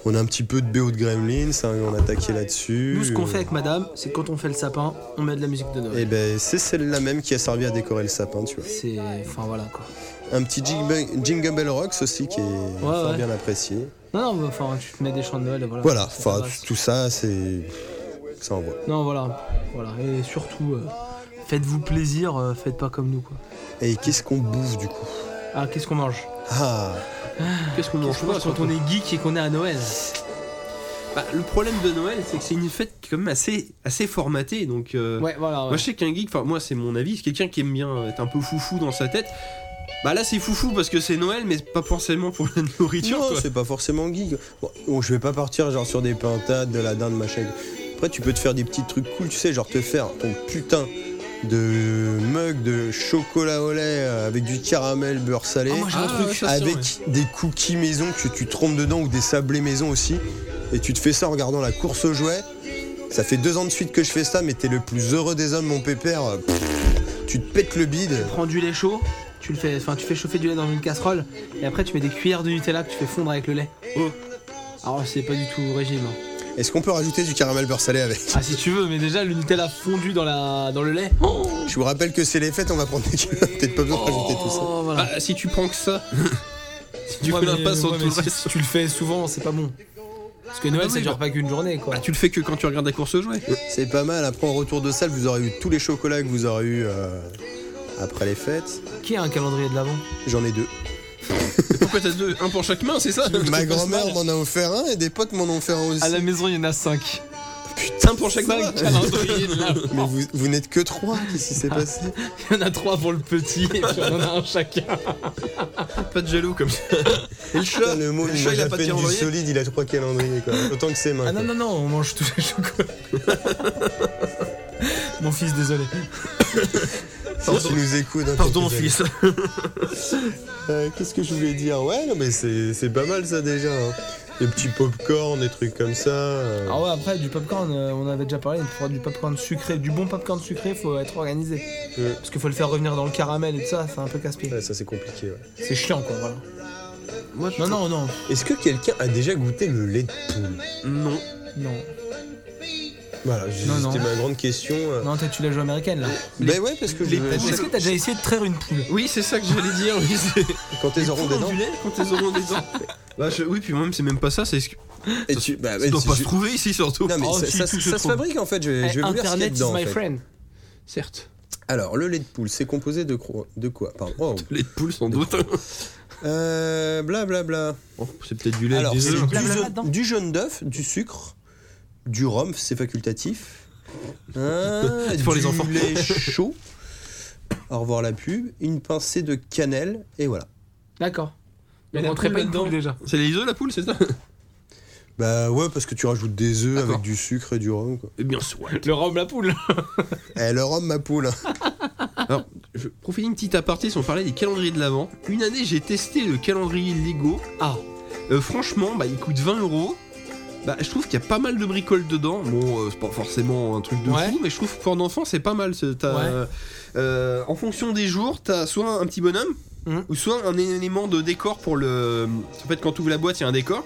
Speaker 2: On a un petit peu de BO de Gremlins, hein, on a taqué là-dessus.
Speaker 3: Nous, ce qu'on fait avec madame, c'est que quand on fait le sapin, on met de la musique de Noël.
Speaker 2: Et ben c'est celle-là même qui a servi à décorer le sapin, tu vois.
Speaker 3: C'est. Enfin, voilà, quoi.
Speaker 2: Un petit Jingle Jingle Bell Rocks aussi qui est fort
Speaker 3: ouais.
Speaker 2: bien apprécié.
Speaker 3: Non, non, mais enfin, tu te mets des chants de Noël, et voilà.
Speaker 2: Voilà,
Speaker 3: Ça
Speaker 2: enfin
Speaker 3: passe.
Speaker 2: tout ça c'est... ça envoie.
Speaker 3: Non, voilà. Voilà. Et surtout, euh, faites-vous plaisir, euh, faites pas comme nous, quoi.
Speaker 2: Et qu'est-ce qu'on bouffe du coup
Speaker 3: Ah, qu'est-ce qu'on mange
Speaker 2: Ah
Speaker 4: Qu'est-ce qu'on mange
Speaker 3: Qu'est-ce qu'on mange quand on est geek et qu'on est à Noël
Speaker 4: Bah, Le problème de Noël, c'est que c'est une fête quand même assez, assez formatée. Donc, euh,
Speaker 3: Ouais, voilà.
Speaker 4: Moi,
Speaker 3: Ouais.
Speaker 4: je sais qu'un geek, enfin, moi, c'est mon avis, c'est quelqu'un qui aime bien être un peu foufou dans sa tête. Bah là, c'est foufou parce que c'est Noël, mais pas forcément pour la nourriture.
Speaker 2: Non,
Speaker 4: quoi.
Speaker 2: c'est pas forcément geek. Bon, bon, je vais pas partir genre sur des pintades, de la dinde, machin. Après, tu peux te faire des petits trucs cool, tu sais, genre te faire ton putain de mug de chocolat au lait euh, avec du caramel beurre salé,
Speaker 3: Ah, moi, j'ai
Speaker 4: un truc. ça, c'est
Speaker 2: avec des cookies maison que tu trompes dedans ou des sablés maison aussi. Et tu te fais ça en regardant la course aux jouets. Ça fait deux ans de suite que je fais ça, mais t'es le plus heureux des hommes, mon pépère. Pff, tu te pètes le bide.
Speaker 3: Prends du lait chaud, tu le fais, enfin, tu fais chauffer du lait dans une casserole, et après, tu mets des cuillères de Nutella que tu fais fondre avec le lait.
Speaker 4: Oh.
Speaker 3: Alors, c'est pas du tout au régime. hein.
Speaker 2: Est-ce qu'on peut rajouter du caramel beurre salé avec
Speaker 3: Ah, si tu veux, mais déjà, le Nutella fondu dans, la... dans le lait.
Speaker 2: Je vous rappelle que c'est les fêtes, on va prendre des kilos. Peut-être pas besoin de rajouter tout ça.
Speaker 3: Oh, voilà.
Speaker 4: Ah, si tu prends que ça, si tu fais
Speaker 3: Ouais, mais-
Speaker 4: l'impasse sur
Speaker 3: ouais,
Speaker 4: tout
Speaker 3: mais
Speaker 4: le
Speaker 3: si-
Speaker 4: reste,
Speaker 3: Si tu le fais souvent, c'est pas bon. Parce que Noël,
Speaker 4: bah
Speaker 3: ça
Speaker 4: oui,
Speaker 3: dure
Speaker 4: bah-
Speaker 3: pas qu'une journée, quoi.
Speaker 4: bah, tu le fais que quand tu regardes la course aux jouets.
Speaker 2: C'est pas mal. Après, en retour de salle, vous aurez eu tous les chocolats que vous aurez eu euh, après les fêtes.
Speaker 3: Qui a un calendrier de l'avant
Speaker 2: J'en ai deux.
Speaker 4: Pourquoi t'as deux Un pour chaque main, c'est ça
Speaker 2: Ma grand-mère m'en a offert un et des potes m'en ont offert un
Speaker 4: Ah,
Speaker 2: aussi.
Speaker 3: maison, il y en a 5.
Speaker 4: Putain, pour chaque main
Speaker 3: calendriers de l'avant.
Speaker 2: Mais vous, vous n'êtes que trois. Qu'est-ce qui s'est
Speaker 4: Ah.
Speaker 2: passé
Speaker 3: Il y en a 3 pour le petit, et puis on en a un chacun.
Speaker 4: Pas de jaloux comme ça. Et le chat,
Speaker 2: Putain, Le mot,
Speaker 4: le
Speaker 2: il
Speaker 4: chat,
Speaker 2: mange
Speaker 4: il a
Speaker 2: à
Speaker 4: pas de
Speaker 2: peine du
Speaker 4: calendrier.
Speaker 2: solide, il a trois calendriers. Quoi. Autant que ses mains.
Speaker 3: Ah non,
Speaker 2: quoi.
Speaker 3: non, non, on mange tous les chocolats. Mon fils, désolé.
Speaker 2: Si tu nous écoutes. hein,
Speaker 4: Pardon,
Speaker 2: t'inquiète.
Speaker 4: fils.
Speaker 2: Euh, Qu'est-ce que je voulais dire Ouais, non, mais c'est c'est pas mal ça déjà. hein. Des petits popcorn, des trucs comme ça. euh.
Speaker 3: Ah ouais, après, du popcorn, euh, on avait déjà parlé, il faut du popcorn sucré, du bon popcorn sucré, faut être organisé.
Speaker 2: Ouais.
Speaker 3: Parce qu'il faut le faire revenir dans le caramel et tout ça, c'est un peu casse-pied.
Speaker 2: Ouais, ça c'est compliqué. ouais.
Speaker 3: C'est chiant, quoi, voilà.
Speaker 4: Moi, je-
Speaker 3: Non, non, non,
Speaker 2: Est-ce que quelqu'un a déjà goûté le lait de poule
Speaker 4: Non.
Speaker 3: non.
Speaker 2: Voilà, j'ai-
Speaker 3: Non, non.
Speaker 2: c'était ma grande question. euh.
Speaker 3: Non, toi, tu l'as joué américaine, là.
Speaker 2: Ben ouais, parce que je-
Speaker 4: les poules-
Speaker 3: Est-ce que t'as déjà essayé de traire une poule
Speaker 4: Oui, c'est ça que j'allais dire. Oui, c'est-
Speaker 2: quand elles auront des dents.
Speaker 4: Du lait, quand ils auront des dents. Bah, je- Oui, puis moi-même, c'est même pas ça. C'est ce que-
Speaker 2: Et tu, bah,
Speaker 4: ça
Speaker 2: ouais,
Speaker 4: doit
Speaker 2: tu-
Speaker 4: pas se
Speaker 2: tu-
Speaker 4: trouver ici, surtout.
Speaker 2: Non mais
Speaker 3: Oh,
Speaker 2: ça,
Speaker 3: tu-
Speaker 2: ça-
Speaker 3: tu-
Speaker 2: ça
Speaker 3: je
Speaker 2: se
Speaker 3: trouve.
Speaker 2: fabrique en fait. Je vais, je vais vous lire ce qu'il y a
Speaker 3: Internet is
Speaker 2: dedans. en
Speaker 3: my
Speaker 2: fait.
Speaker 3: friend.
Speaker 4: Certes.
Speaker 2: Alors, le lait de poule, c'est composé de, cro- de quoi Pardon. Oh.
Speaker 4: Lait de poule, sans doute.
Speaker 2: Euh, bla bla bla.
Speaker 4: Oh, c'est peut-être du lait
Speaker 2: Alors,
Speaker 4: avec des
Speaker 2: c'est
Speaker 4: œufs.
Speaker 2: du,
Speaker 3: Blablabla
Speaker 2: jaune-
Speaker 3: dedans.
Speaker 2: du jaune d'œuf, du sucre, du rhum, c'est facultatif. Hein,
Speaker 4: C'est pour
Speaker 2: du
Speaker 4: les enfants.
Speaker 2: lait chaud. Au revoir la pub. Une pincée de cannelle et voilà.
Speaker 3: D'accord.
Speaker 4: Il y en a
Speaker 3: On
Speaker 4: plus
Speaker 3: rentrait pas une
Speaker 4: là-dedans.
Speaker 3: poule déjà.
Speaker 4: C'est les œufs, la poule, c'est ça
Speaker 2: Bah ouais, parce que tu rajoutes des œufs
Speaker 4: D'accord.
Speaker 2: avec du sucre et du rhum. Quoi.
Speaker 4: Eh bien, soit.
Speaker 7: Le rhum, la poule.
Speaker 2: Eh, le rhum, ma poule.
Speaker 4: Alors, je profite une petite aparté si on parlait des calendriers de l'avant. Une année, j'ai testé le calendrier Lego. Ah. franchement, bah, il coûte 20 euros. Bah, je trouve qu'il y a pas mal de bricoles dedans. Bon, euh, c'est pas forcément un truc de
Speaker 3: Ouais.
Speaker 4: fou, mais je trouve que pour un enfant, c'est pas mal. C'est- t'as,
Speaker 3: Ouais.
Speaker 4: euh, euh, en fonction des jours, t'as soit un petit bonhomme,
Speaker 3: Mhm.
Speaker 4: ou soit un élément de décor pour le. En fait, quand tu ouvres la boîte, il y a un décor.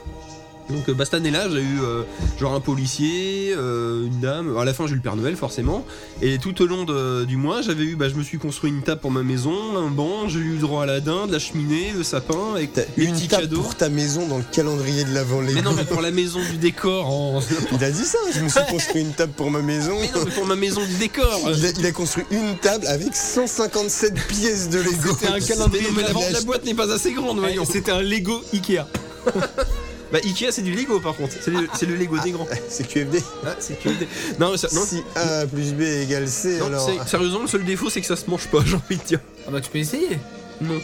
Speaker 4: Donc, euh, bah, cette année-là, j'ai eu euh, genre un policier, euh, une dame. À la fin, j'ai eu le Père Noël, forcément. Et tout au long de- du mois, j'avais eu, bah, je me suis construit une table pour ma maison, un banc, j'ai eu droit à la dinde, la cheminée, le sapin, avec
Speaker 2: T'as
Speaker 4: mes
Speaker 2: une
Speaker 4: petits
Speaker 2: table
Speaker 4: cadeaux.
Speaker 2: pour ta maison dans le calendrier de l'avant les
Speaker 4: Mais non, mais pour la maison du décor. en-
Speaker 2: Il a dit ça, je me suis construit une table pour ma maison.
Speaker 4: Mais non, mais pour ma maison du décor. euh,
Speaker 2: Il a, il a construit une table avec 157 pièces de Lego.
Speaker 3: C'était un
Speaker 4: mais
Speaker 3: calendrier
Speaker 4: non,
Speaker 3: de
Speaker 4: mais la,
Speaker 3: l'avant.
Speaker 4: la boîte n'est pas assez grande, voyons.
Speaker 3: Eh, C'était un Lego Ikea.
Speaker 4: Bah, Ikea, c'est du Lego par contre. C'est le, c'est le Lego des grands.
Speaker 2: C'est QFD.
Speaker 4: Ah, c'est que des- Non, mais ça- non,
Speaker 2: Si A plus B égale C,
Speaker 4: non,
Speaker 2: alors.
Speaker 4: c'est- sérieusement, le seul défaut, c'est que ça se mange pas, j'ai envie de dire.
Speaker 3: Ah bah tu peux essayer.
Speaker 4: Non.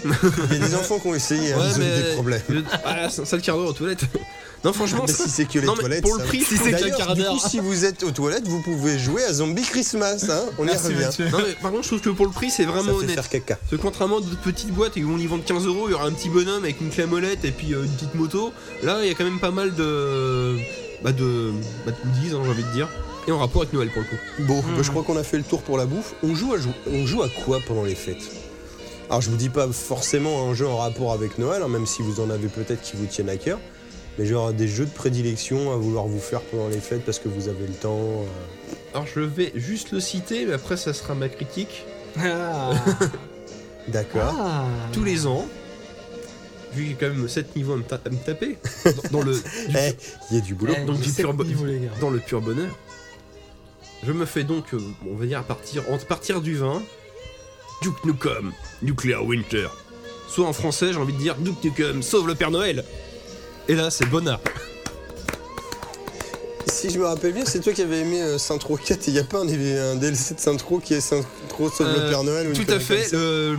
Speaker 2: Il y a des enfants qui ont essayé à
Speaker 4: Ouais,
Speaker 2: résoudre
Speaker 4: mais-
Speaker 2: des problèmes. Ah,
Speaker 4: Je- Ah, c'est un sale quart d'heure aux toilettes. Non, franchement,
Speaker 2: Mais si c'est que les
Speaker 4: non, mais
Speaker 2: toilettes.
Speaker 4: pour
Speaker 2: ça
Speaker 4: le
Speaker 2: va.
Speaker 4: prix, si c'est
Speaker 3: D'ailleurs,
Speaker 4: qu'un quart
Speaker 2: du
Speaker 4: d'heure.
Speaker 2: coup, si vous êtes aux toilettes, vous pouvez jouer à Zombie Christmas. hein. On y revient.
Speaker 4: Non, mais par contre, je trouve que pour le prix, c'est
Speaker 2: Ça
Speaker 4: vraiment
Speaker 2: fait
Speaker 4: honnête.
Speaker 2: faire caca.
Speaker 4: Parce que contrairement à d'autres petites boîtes et où on y vend 15 euros, il y aura un petit bonhomme avec une clé à molette et puis euh, une petite moto. Là, il y a quand même pas mal de. Bah, de. Bah, de goodies, hein, j'ai envie de dire. Et en rapport avec Noël pour le coup.
Speaker 2: Bon, bah, je crois qu'on a fait le tour pour la bouffe. On joue à, jou- on joue à quoi pendant les fêtes Alors, je vous dis pas forcément un jeu en rapport avec Noël, hein, même si vous en avez peut-être qui vous tiennent à cœur. Mais genre des jeux de prédilection à vouloir vous faire pendant les fêtes parce que vous avez le temps. euh.
Speaker 4: Alors, je vais juste le citer, mais après, ça sera ma critique.
Speaker 6: Ah,
Speaker 2: D'accord.
Speaker 6: Ah.
Speaker 4: Tous les ans, vu qu'il y a quand même 7 niveaux à me, ta- à me taper, dans, dans le.
Speaker 2: Eh, il y a du boulot.
Speaker 4: donc,
Speaker 6: j'ai
Speaker 4: du
Speaker 6: sept
Speaker 4: pur bo-
Speaker 6: niveaux, les gars.
Speaker 4: dans le pur bonheur. Je me fais donc, euh, on va dire, à partir, entre partir du 20, Duke Nukem, Nuclear Winter. Soit en français, j'ai envie de dire Duke Nukem, sauve le Père Noël. Et là, c'est Bonnard.
Speaker 2: Si je me rappelle bien, c'est toi qui avais aimé euh, Saint-Tro 4 et il n'y a pas un, un DLC de Saint-Tro qui est Saint-Tro sauve le
Speaker 4: Euh,
Speaker 2: Père Noël ou une
Speaker 4: Tout à
Speaker 2: connerie comme
Speaker 4: fait,
Speaker 2: ça.
Speaker 4: le,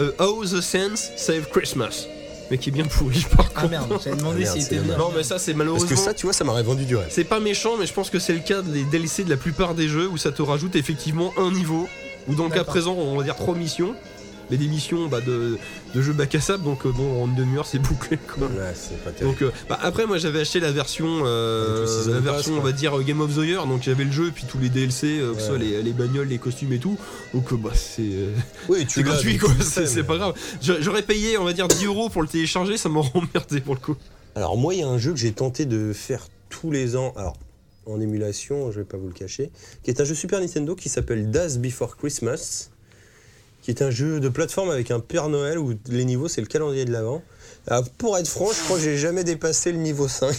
Speaker 4: euh, How the Sense Save Christmas. Mais qui est bien pourri, par
Speaker 3: Ah
Speaker 4: contre.
Speaker 3: merde, j'avais
Speaker 2: Ah
Speaker 3: demandé
Speaker 2: merde,
Speaker 3: s'il
Speaker 2: c'est
Speaker 3: était bien.
Speaker 4: Non, mais ça, c'est
Speaker 2: Parce
Speaker 4: malheureusement.
Speaker 2: que ça, tu vois, ça m'aurait vendu du rêve.
Speaker 4: C'est pas méchant, mais je pense que c'est le cas des DLC de la plupart des jeux où ça te rajoute effectivement un niveau, ou dans le cas
Speaker 3: D'accord.
Speaker 4: présent, on va dire trois missions, mais des missions bah, de, de jeux bac à sable, donc euh, bon, en une demi-heure c'est bouclé quoi.
Speaker 2: Ouais, c'est pas terrible.
Speaker 4: Donc euh, bah, après moi j'avais acheté la version euh,
Speaker 2: Avec le season
Speaker 4: la
Speaker 2: pass,
Speaker 4: version on
Speaker 2: quoi.
Speaker 4: va dire euh, Game of the Year donc j'avais le jeu puis tous les DLC euh, que ce soit
Speaker 2: Ouais.
Speaker 4: les, les bagnoles les costumes et tout donc euh, bah c'est euh,
Speaker 2: Oui,
Speaker 4: c'est
Speaker 2: tu l'as,
Speaker 4: gratuit
Speaker 2: donc
Speaker 4: quoi
Speaker 2: tu le
Speaker 4: c'est
Speaker 2: sais,
Speaker 4: c'est
Speaker 2: mais-
Speaker 4: pas grave J'a- j'aurais payé on va dire 10 euros pour le télécharger ça m'aurait emmerdé pour le coup
Speaker 2: Alors moi, il y a un jeu que j'ai tenté de faire tous les ans, alors en émulation, je vais pas vous le cacher, qui est un jeu Super Nintendo qui s'appelle Das Before Christmas, qui est un jeu de plateforme avec un Père Noël où les niveaux c'est le calendrier de l'avant. Ah, Pour être franc, je crois que j'ai jamais dépassé le niveau 5.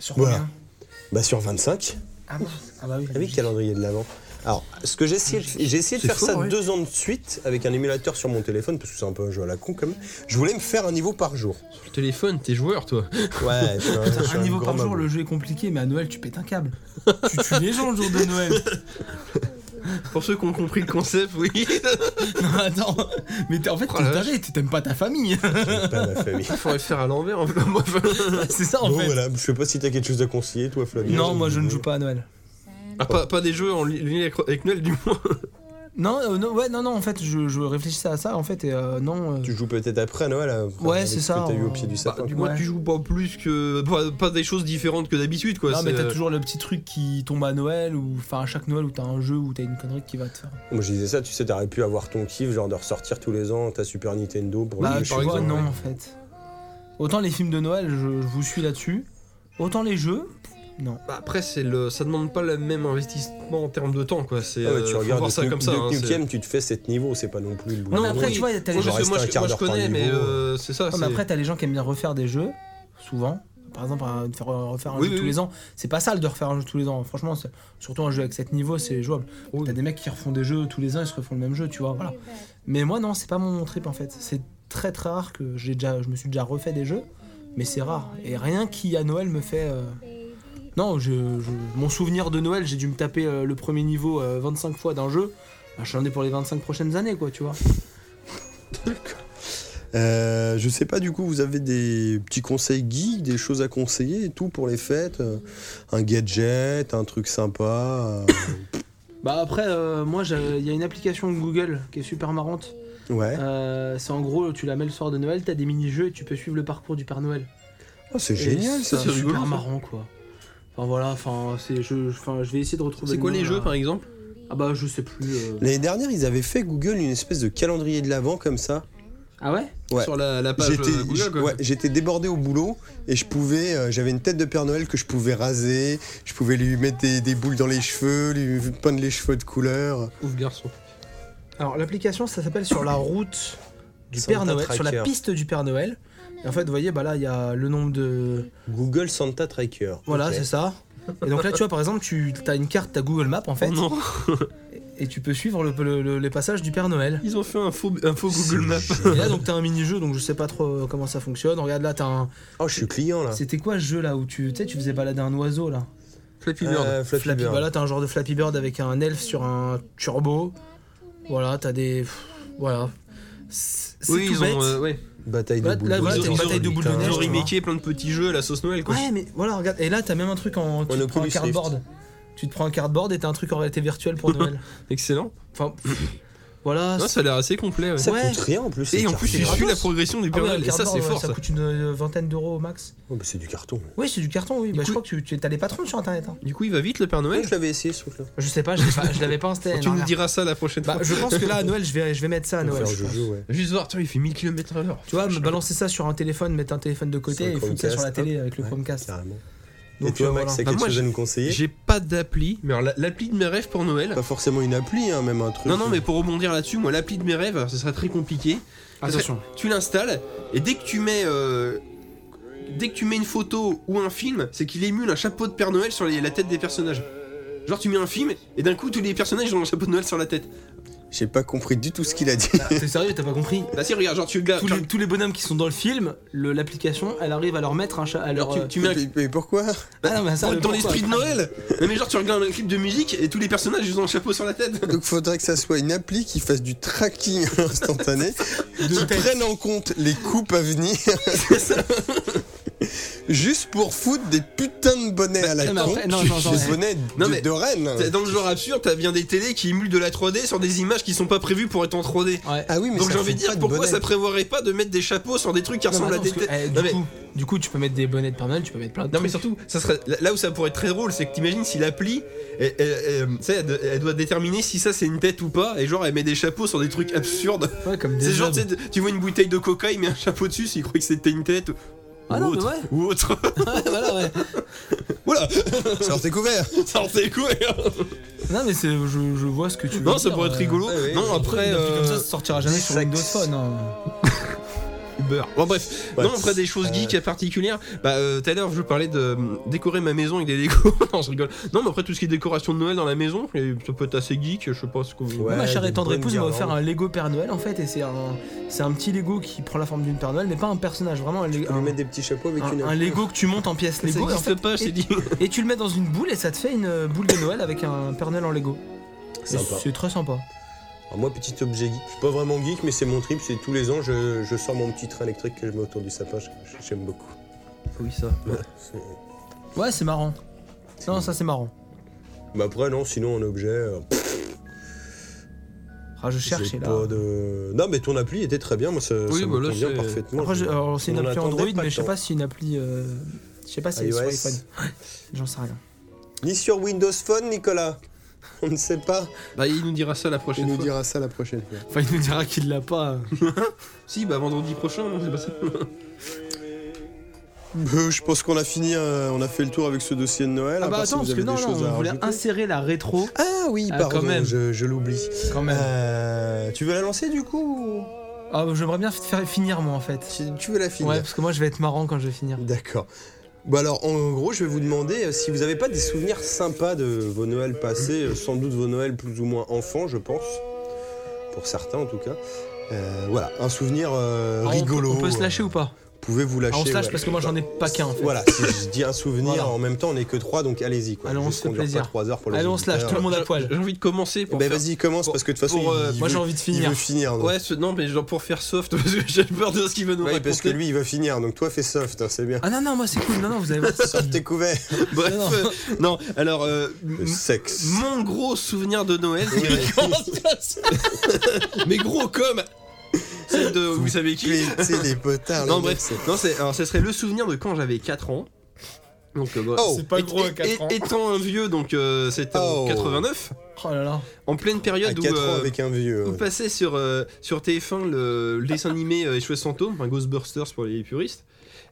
Speaker 3: Sur
Speaker 2: Voilà.
Speaker 3: combien
Speaker 2: bah sur 25.
Speaker 3: Ah, mince. Ah bah oui.
Speaker 2: Ah oui, le calendrier de l'avant. Alors, ce que j'ai essayé, de- j'ai essayé de
Speaker 4: C'est
Speaker 2: faire
Speaker 4: fou,
Speaker 2: ça
Speaker 4: ouais.
Speaker 2: deux ans de suite avec un émulateur sur mon téléphone parce que c'est un peu un jeu à la con quand même. Je voulais me faire un niveau par jour.
Speaker 4: sur le téléphone t'es joueur toi
Speaker 2: Ouais. je suis un- je suis
Speaker 3: Un niveau
Speaker 2: grand
Speaker 3: par jour,
Speaker 2: maman.
Speaker 3: le jeu est compliqué, mais à Noël, tu pètes un câble. tu tues les gens le jour de Noël.
Speaker 4: pour ceux qui ont compris le concept oui
Speaker 3: Non, attends. Mais t'es- en fait,
Speaker 4: Oh la
Speaker 3: t'es taré, t'es- t'aimes pas ta famille.
Speaker 2: J'aime pas ma famille.
Speaker 4: faudrait le faire à l'envers en fait. Moi, je-
Speaker 3: C'est ça, en
Speaker 2: Bon,
Speaker 3: fait.
Speaker 2: voilà, je sais pas si t'as quelque chose à conseiller, toi, Flavien.
Speaker 3: Non, moi, je ne joue pas à Noël.
Speaker 4: Ah, pas, pas des jeux en li- lien avec, avec Noël, du moins.
Speaker 3: Non, euh, non, ouais, non, non, en fait, je, je réfléchissais à ça, en fait, et euh, non. euh,
Speaker 2: Tu joues peut-être après à Noël. après,
Speaker 3: Ouais,
Speaker 2: avec
Speaker 3: c'est
Speaker 2: ce
Speaker 3: ça,
Speaker 2: Que t'as eu au
Speaker 3: on-
Speaker 2: pied du
Speaker 4: Bah,
Speaker 2: sapin.
Speaker 4: du moins,
Speaker 3: Ouais.
Speaker 4: tu joues pas plus que. Pas, pas des choses différentes que d'habitude, quoi.
Speaker 3: non,
Speaker 4: c'est- euh,
Speaker 3: mais t'as toujours le petit truc qui tombe à Noël, ou enfin à chaque Noël où t'as un jeu où t'as une connerie qui va te faire.
Speaker 2: Moi, je disais ça, tu sais, t'aurais pu avoir ton kiff, genre de ressortir tous les ans ta Super Nintendo pour
Speaker 3: Bah,
Speaker 2: le
Speaker 3: tu
Speaker 2: jeu chez
Speaker 3: vois,
Speaker 2: toi.
Speaker 3: non, en fait. Autant les films de Noël, je, je vous suis là-dessus. Autant les jeux, non.
Speaker 4: Bah, après, c'est le... ça demande pas le même investissement en termes de temps, quoi. C'est,
Speaker 2: Ah ouais,
Speaker 4: euh,
Speaker 2: tu
Speaker 4: faut
Speaker 2: regardes
Speaker 4: voir ça
Speaker 2: Duke-
Speaker 4: comme ça.
Speaker 2: Duke
Speaker 4: hein, c'est-
Speaker 2: Nukem, tu te fais 7 niveaux, c'est pas non plus le bout
Speaker 3: Non,
Speaker 2: du
Speaker 3: mais après,
Speaker 2: monde.
Speaker 3: tu vois, t'as les
Speaker 4: Oui,
Speaker 3: gens.
Speaker 2: Genre,
Speaker 4: parce que moi,
Speaker 2: rester un
Speaker 4: je,
Speaker 2: quart
Speaker 4: moi, je
Speaker 2: d'heure par
Speaker 4: connais, mais
Speaker 2: niveau.
Speaker 4: euh, c'est ça.
Speaker 3: Ouais,
Speaker 4: c'est-
Speaker 3: mais après, t'as les gens qui aiment bien refaire des jeux, souvent. Par exemple, un- de faire, euh, refaire un
Speaker 4: Oui,
Speaker 3: jeu
Speaker 4: oui,
Speaker 3: tous
Speaker 4: oui.
Speaker 3: les ans. C'est pas sale de refaire un jeu tous les ans. Franchement, c'est- surtout un jeu avec 7 niveaux, c'est jouable. T'as des mecs qui refont des jeux tous les ans, ils se refont le même jeu, tu vois. Voilà. Mais moi, non, c'est pas mon trip en fait. C'est très très rare que j'ai déjà, je me suis déjà refait des jeux, mais c'est rare. Et rien qui à Noël me fait. euh, Non, je, je- mon souvenir de Noël, j'ai dû me taper euh, le premier niveau euh, 25 fois d'un jeu. Bah, J'en ai pour les 25 prochaines années, quoi, tu vois.
Speaker 2: Euh, je sais pas, du coup, vous avez des petits conseils geeks, des choses à conseiller et tout pour les fêtes euh, Un gadget, un truc sympa euh,
Speaker 3: Bah après, euh, moi, j'ai- il y a une application de Google qui est super marrante.
Speaker 2: euh, Ouais.
Speaker 3: Euh, c'est en gros, tu la mets le soir de Noël, t'as des mini-jeux et tu peux suivre le parcours du Père Noël.
Speaker 2: Oh, c'est
Speaker 3: Et
Speaker 2: génial ça
Speaker 3: C'est
Speaker 4: rigolo,
Speaker 3: super
Speaker 4: ça.
Speaker 3: marrant, quoi. Enfin voilà, enfin, c'est, je, enfin, je vais essayer de retrouver.
Speaker 4: C'est
Speaker 3: le
Speaker 4: quoi
Speaker 3: nom,
Speaker 4: les
Speaker 3: là.
Speaker 4: jeux par exemple
Speaker 3: Ah bah je sais plus. euh.
Speaker 2: L'année dernière, ils avaient fait Google une espèce de calendrier de l'avant comme ça.
Speaker 3: Ah ouais
Speaker 2: Ouais.
Speaker 4: Sur la, la page
Speaker 2: J'étais
Speaker 4: euh, Google quoi.
Speaker 2: ouais, j'étais débordé au boulot et je pouvais, euh, j'avais une tête de Père Noël que je pouvais raser, je pouvais lui mettre des, des boules dans les cheveux, lui peindre les cheveux de couleur.
Speaker 4: Ouf garçon.
Speaker 6: Alors l'application, ça s'appelle sur la route
Speaker 3: Du
Speaker 2: Santa
Speaker 3: Père Noël, sur la
Speaker 2: Tracker.
Speaker 3: piste du Père Noël. Et en fait, vous voyez, bah là, il y a le nombre de.
Speaker 2: Google Santa Tracker.
Speaker 3: Voilà,
Speaker 2: Ok.
Speaker 3: c'est ça. Et donc là, tu vois, par exemple, tu as une carte, t'as Google Maps en fait,
Speaker 4: Oh non,
Speaker 3: et tu peux suivre le- le- le- les passages du Père Noël.
Speaker 4: ils ont fait un faux, un faux Google Maps.
Speaker 3: Et là, donc, t'as un mini-jeu, donc je sais pas trop euh, comment ça fonctionne. Regarde là, t'as un.
Speaker 2: Oh, je suis client
Speaker 4: Ah.
Speaker 2: là.
Speaker 3: C'était quoi ce jeu là où tu tu sais, tu faisais balader un oiseau là
Speaker 4: Flappy Bird.
Speaker 2: Euh, Flappy
Speaker 3: Flappy,
Speaker 2: Bird.
Speaker 3: bah là, t'as un genre de Flappy Bird avec un elfe sur un turbo. Voilà, t'as des. pff, Voilà. C'est c'est
Speaker 4: oui,
Speaker 3: tout
Speaker 4: ils
Speaker 3: bête.
Speaker 4: ont. euh, ouais.
Speaker 2: Bataille de
Speaker 3: Là-
Speaker 2: boules
Speaker 3: là,
Speaker 2: de
Speaker 3: voilà,
Speaker 2: neige.
Speaker 3: t'as une bataille de boules de
Speaker 2: Putain.
Speaker 4: Ils
Speaker 3: neige,
Speaker 4: ont
Speaker 3: tu vois.
Speaker 4: remaké plein de petits jeux à la sauce Noël quoi.
Speaker 3: Ouais, mais voilà, regarde. Et là, t'as même un truc en. Tu te prends un
Speaker 2: Oculus Rift.
Speaker 3: cardboard. Tu te prends un cardboard et t'as un truc en réalité virtuelle pour Noël.
Speaker 4: Excellent.
Speaker 3: Enfin, pff, voilà.
Speaker 4: Ouais, Ah, ça a l'air assez complet. ouais.
Speaker 2: Ça
Speaker 3: Ouais.
Speaker 2: coûte rien en plus.
Speaker 4: Et
Speaker 2: c'est
Speaker 4: en plus,
Speaker 2: carton.
Speaker 4: il
Speaker 3: gratos.
Speaker 4: suit la progression du
Speaker 3: Ah
Speaker 4: Père
Speaker 3: ouais,
Speaker 4: Noël.
Speaker 3: le
Speaker 4: Et ça,
Speaker 3: cardboard,
Speaker 4: c'est
Speaker 3: ouais,
Speaker 4: fort.
Speaker 3: Ça
Speaker 4: Ça.
Speaker 3: coûte une euh, vingtaine d'euros au max.
Speaker 2: Oh, bah, c'est du carton.
Speaker 3: Oui, c'est du carton, oui. Bah, je
Speaker 4: coup-
Speaker 3: crois que tu, tu as les patrons sur internet. hein.
Speaker 4: Du coup, il va vite le Père Noël.
Speaker 2: je l'avais essayé ce truc-là.
Speaker 3: Je sais pas, je l'ai pas- je l'avais pas installé. non,
Speaker 4: Tu nous
Speaker 3: regarde.
Speaker 4: diras ça la prochaine
Speaker 3: Bah,
Speaker 4: fois.
Speaker 3: je pense que là, à Noël, je vais, je vais mettre ça à Noël.
Speaker 2: Faire
Speaker 3: je pense.
Speaker 2: Jojo, ouais.
Speaker 4: Juste voir, tiens, il fait 1000 km à l'heure.
Speaker 3: Tu vois, me balancer ça sur un téléphone, mettre un téléphone de
Speaker 2: Sur
Speaker 3: côté
Speaker 2: un
Speaker 3: et foutre ça sur la
Speaker 2: Chromecast,
Speaker 3: télé
Speaker 2: hop.
Speaker 3: avec le
Speaker 2: Ouais,
Speaker 3: Chromecast.
Speaker 2: Carrément. Et
Speaker 3: Donc,
Speaker 2: toi,
Speaker 3: euh,
Speaker 2: Max,
Speaker 3: voilà.
Speaker 2: t'as
Speaker 4: Bah,
Speaker 2: quelque
Speaker 4: moi,
Speaker 2: chose à nous conseiller
Speaker 4: J'ai pas d'appli, mais alors la- l'appli de mes rêves pour Noël.
Speaker 2: Pas forcément une appli, hein, même un truc.
Speaker 4: Non, non, mais pour rebondir là-dessus, moi, l'appli de mes rêves, alors, ça sera très compliqué. Ça serait-
Speaker 3: Attention.
Speaker 4: tu l'installes, et dès que tu mets. euh, Dès que tu mets une photo ou un film, c'est qu'il émule un chapeau de Père Noël sur les- la tête des personnages. Genre tu mets un film et d'un coup tous les personnages ont un chapeau de Noël sur la tête.
Speaker 2: J'ai pas compris du tout ce qu'il a dit.
Speaker 3: T'es sérieux, t'as pas compris
Speaker 4: Bah si regarde genre tu regardes-
Speaker 3: tous les, tous les bonhommes qui sont dans le film, le- l'application, elle arrive à leur mettre un chat. À leur,
Speaker 4: genre, tu, tu mets un-
Speaker 2: Mais pourquoi
Speaker 3: Ah non, mais ça,
Speaker 4: dans-
Speaker 3: le
Speaker 4: dans
Speaker 3: pourquoi
Speaker 4: l'esprit de Noël Non mais genre tu regardes un clip de musique et tous les personnages ils ont un chapeau sur la tête.
Speaker 2: Donc faudrait que ça soit une appli qui fasse du tracking instantané, qui prenne en compte les coupes à venir. Juste pour foutre des putains de bonnets à la
Speaker 3: non, mais
Speaker 2: con.
Speaker 3: après- non, non, attends,
Speaker 2: des
Speaker 3: eh.
Speaker 2: bonnets de,
Speaker 4: Non, mais-
Speaker 2: de Rennes.
Speaker 4: T'as- Dans le genre absurde, t'as bien des télés qui émulent de la 3D sur des images qui sont pas prévues pour être en 3D.
Speaker 3: Ouais.
Speaker 2: Ah oui, mais
Speaker 4: Donc
Speaker 2: ça
Speaker 4: j'ai envie
Speaker 2: fait
Speaker 4: de
Speaker 2: pas
Speaker 4: dire pourquoi
Speaker 2: bonnet.
Speaker 4: ça prévoirait pas de mettre des chapeaux sur des trucs qui
Speaker 3: Non, mais
Speaker 4: ressemblent à
Speaker 3: attends,
Speaker 4: des
Speaker 3: parce que,
Speaker 4: têtes.
Speaker 3: eh,
Speaker 4: Non,
Speaker 3: du,
Speaker 4: mais-
Speaker 3: coup, du coup, tu peux mettre des bonnets de Père Noël, tu peux mettre plein de
Speaker 4: Non mais
Speaker 3: trucs.
Speaker 4: surtout, ça serait là- là où ça pourrait être très drôle, c'est que t'imagines si l'appli, eh, elle, elle- elle- euh, tu sais, elle doit- elle doit déterminer si ça c'est une tête ou pas, et genre elle met des chapeaux sur des trucs absurdes.
Speaker 3: Ouais, comme des
Speaker 4: C'est genre
Speaker 3: jobs.
Speaker 4: tu sais, tu vois une bouteille de coca, il met un chapeau dessus, s'il croit que c'était une tête ou,
Speaker 3: Ah
Speaker 4: ou
Speaker 3: non, mais
Speaker 4: autre.
Speaker 3: ouais.
Speaker 4: Ou autre.
Speaker 3: Ouais, voilà, ouais.
Speaker 4: voilà,
Speaker 2: Sortez couvert.
Speaker 4: ça en fait quoi
Speaker 3: Non, mais c'est, je, je vois ce que tu veux.
Speaker 4: Non, ça
Speaker 3: dire,
Speaker 4: pourrait être
Speaker 3: euh,
Speaker 4: rigolo.
Speaker 2: ouais, ouais,
Speaker 4: non, après.
Speaker 3: une appli comme ça,
Speaker 4: euh,
Speaker 3: ça sortira jamais sur
Speaker 2: Exact.
Speaker 3: Windows Phone. hein.
Speaker 4: Uber. Bon, bref,
Speaker 2: Ouais.
Speaker 4: non, après des choses geeks à particulières, bah euh, tout à l'heure je parlais de euh, décorer ma maison avec des décos. non, je rigole. Non, mais après tout ce qui est décoration de Noël dans la maison, ça peut être assez geek, je sais pas ce que vous.
Speaker 2: Ouais,
Speaker 3: Moi, ma chère
Speaker 2: des
Speaker 3: et tendre
Speaker 2: bonnes
Speaker 3: épouse m'a offert
Speaker 2: guirlandes.
Speaker 3: un Lego Père Noël en fait, et c'est un, c'est un petit Lego qui prend la forme d'une Père Noël, mais pas un personnage, vraiment un,
Speaker 2: On
Speaker 3: un,
Speaker 2: lui met des petits chapeaux avec
Speaker 3: un-
Speaker 2: une
Speaker 3: un Lego que tu montes en pièces
Speaker 4: Ça
Speaker 3: Lego et, en
Speaker 4: existe
Speaker 3: fait,
Speaker 4: pas, je t'ai
Speaker 3: et-
Speaker 4: dit.
Speaker 3: et tu le mets dans une boule et ça te fait une euh, boule de Noël avec un Père Noël en Lego. Et
Speaker 2: Sympa.
Speaker 3: C'est très sympa.
Speaker 2: Alors moi, petit objet geek. Je suis pas vraiment geek, mais c'est mon trip. C'est tous les ans, je, je sors mon petit train électrique que je mets autour du sapin. Je- je- J'aime beaucoup.
Speaker 4: Oui, ça.
Speaker 2: Voilà, c'est-
Speaker 3: Ouais, c'est marrant. Non,
Speaker 2: bon.
Speaker 3: ça c'est marrant.
Speaker 2: Mais Bah, après, non, sinon, en objet. euh, pff,
Speaker 3: Ah, je
Speaker 2: j'ai
Speaker 3: cherche et là.
Speaker 2: pas de... Non, mais ton appli était très bien. Moi, ça,
Speaker 4: Oui,
Speaker 2: ça me
Speaker 4: bah là,
Speaker 2: convient
Speaker 4: c'est-
Speaker 2: parfaitement.
Speaker 3: Après,
Speaker 2: Je-
Speaker 3: je- alors, c'est une
Speaker 2: on en
Speaker 3: appli
Speaker 2: attendait
Speaker 3: Android,
Speaker 2: pas
Speaker 3: mais je sais
Speaker 2: tant.
Speaker 3: pas si c'est une appli. euh, je sais pas si c'est sur
Speaker 2: iOS.
Speaker 3: iPhone. J'en sais rien.
Speaker 2: Ni sur Windows Phone, Nicolas. On ne sait pas.
Speaker 4: Bah, il nous dira ça la prochaine
Speaker 2: On nous
Speaker 4: fois.
Speaker 2: dira ça la prochaine fois.
Speaker 3: Enfin, il nous dira qu'il l'a pas.
Speaker 4: Si, bah, vendredi prochain, non, c'est pas ça.
Speaker 2: Euh, je pense qu'on a fini. euh, on a fait le tour avec ce dossier de Noël.
Speaker 3: Ah
Speaker 2: à
Speaker 3: bah
Speaker 2: part si
Speaker 3: attends,
Speaker 2: vous
Speaker 3: parce que
Speaker 2: avez
Speaker 3: non,
Speaker 2: des
Speaker 3: non,
Speaker 2: choses à
Speaker 3: on voulait
Speaker 2: rajouter.
Speaker 3: insérer la rétro
Speaker 2: Ah oui,
Speaker 3: Ah,
Speaker 2: pardon,
Speaker 3: quand même.
Speaker 2: je, je l'oublie.
Speaker 3: quand même.
Speaker 2: Euh, tu veux la lancer du coup ou-
Speaker 3: Ah, bah, j'aimerais bien faire finir moi en fait.
Speaker 2: tu, tu veux la finir
Speaker 3: Ouais, parce que moi je vais être marrant quand je vais
Speaker 4: Euh,
Speaker 3: finir.
Speaker 2: D'accord. Bon alors en gros je vais vous demander euh, si vous n'avez pas des souvenirs sympas de vos Noëls passés, euh, sans doute vos Noëls plus ou moins enfants je pense, pour certains en tout cas. Euh, voilà, un souvenir euh,
Speaker 3: Alors, Ah, on peut-
Speaker 2: rigolo.
Speaker 3: On peut, se lâcher ou pas
Speaker 2: euh, pouvez vous lâcher.
Speaker 3: Ah, on se lâche
Speaker 2: ouais.
Speaker 3: parce que moi j'en ai pas qu'un en fait.
Speaker 2: Voilà, si je dis un souvenir
Speaker 3: Voilà.
Speaker 2: en même temps, on n'est que trois, donc allez-y. Quoi.
Speaker 3: Allons, on
Speaker 2: Juste
Speaker 3: se fait
Speaker 2: qu'on dure
Speaker 3: plaisir.
Speaker 2: Pas trois heures pour les
Speaker 3: Allez, on se lâche, tout
Speaker 2: auditeurs.
Speaker 3: le monde à poil.
Speaker 4: J'ai envie de commencer pour.
Speaker 2: Ben
Speaker 4: faire-
Speaker 2: vas-y, commence
Speaker 4: pour-
Speaker 2: parce que de toute façon,
Speaker 4: pour, euh,
Speaker 2: il
Speaker 3: Moi
Speaker 2: veut-
Speaker 3: j'ai envie de
Speaker 2: il
Speaker 3: finir.
Speaker 2: veut finir. donc.
Speaker 4: Ouais, ce- non, mais genre pour faire soft, parce que j'ai peur de ce qu'il veut nous
Speaker 2: Ouais,
Speaker 4: raconter.
Speaker 2: parce que lui, il veut finir. Donc toi, fais soft, hein, c'est bien.
Speaker 3: Ah non, non, moi c'est cool. Non, non, vous avez votre
Speaker 2: Sors tes couverts.
Speaker 4: Bref, euh, non, alors, euh,
Speaker 2: Le
Speaker 4: m-
Speaker 2: sexe.
Speaker 4: mon gros souvenir de Noël, c'est Mais gros comme Celle de vous savez qui
Speaker 2: Péter les potards.
Speaker 4: Non,
Speaker 2: les
Speaker 4: bref,
Speaker 2: mecs,
Speaker 4: non, c'est- alors, ce serait le souvenir de quand j'avais 4 ans. Donc, euh, voilà.
Speaker 2: Oh.
Speaker 3: C'est pas
Speaker 4: Et-
Speaker 3: gros à
Speaker 4: et-
Speaker 3: 4 ans.
Speaker 4: et- Étant un vieux, donc euh, c'était
Speaker 2: Oh.
Speaker 4: en 89,
Speaker 3: Oh là là.
Speaker 4: en pleine
Speaker 2: c'est- À
Speaker 4: période où,
Speaker 2: 4 ans
Speaker 4: euh,
Speaker 2: avec un vieux.
Speaker 4: où
Speaker 2: ouais.
Speaker 4: passait sur, euh, sur TF1 le, le dessin animé euh, Les Chouettes Fantômes, enfin Ghostbusters pour les puristes,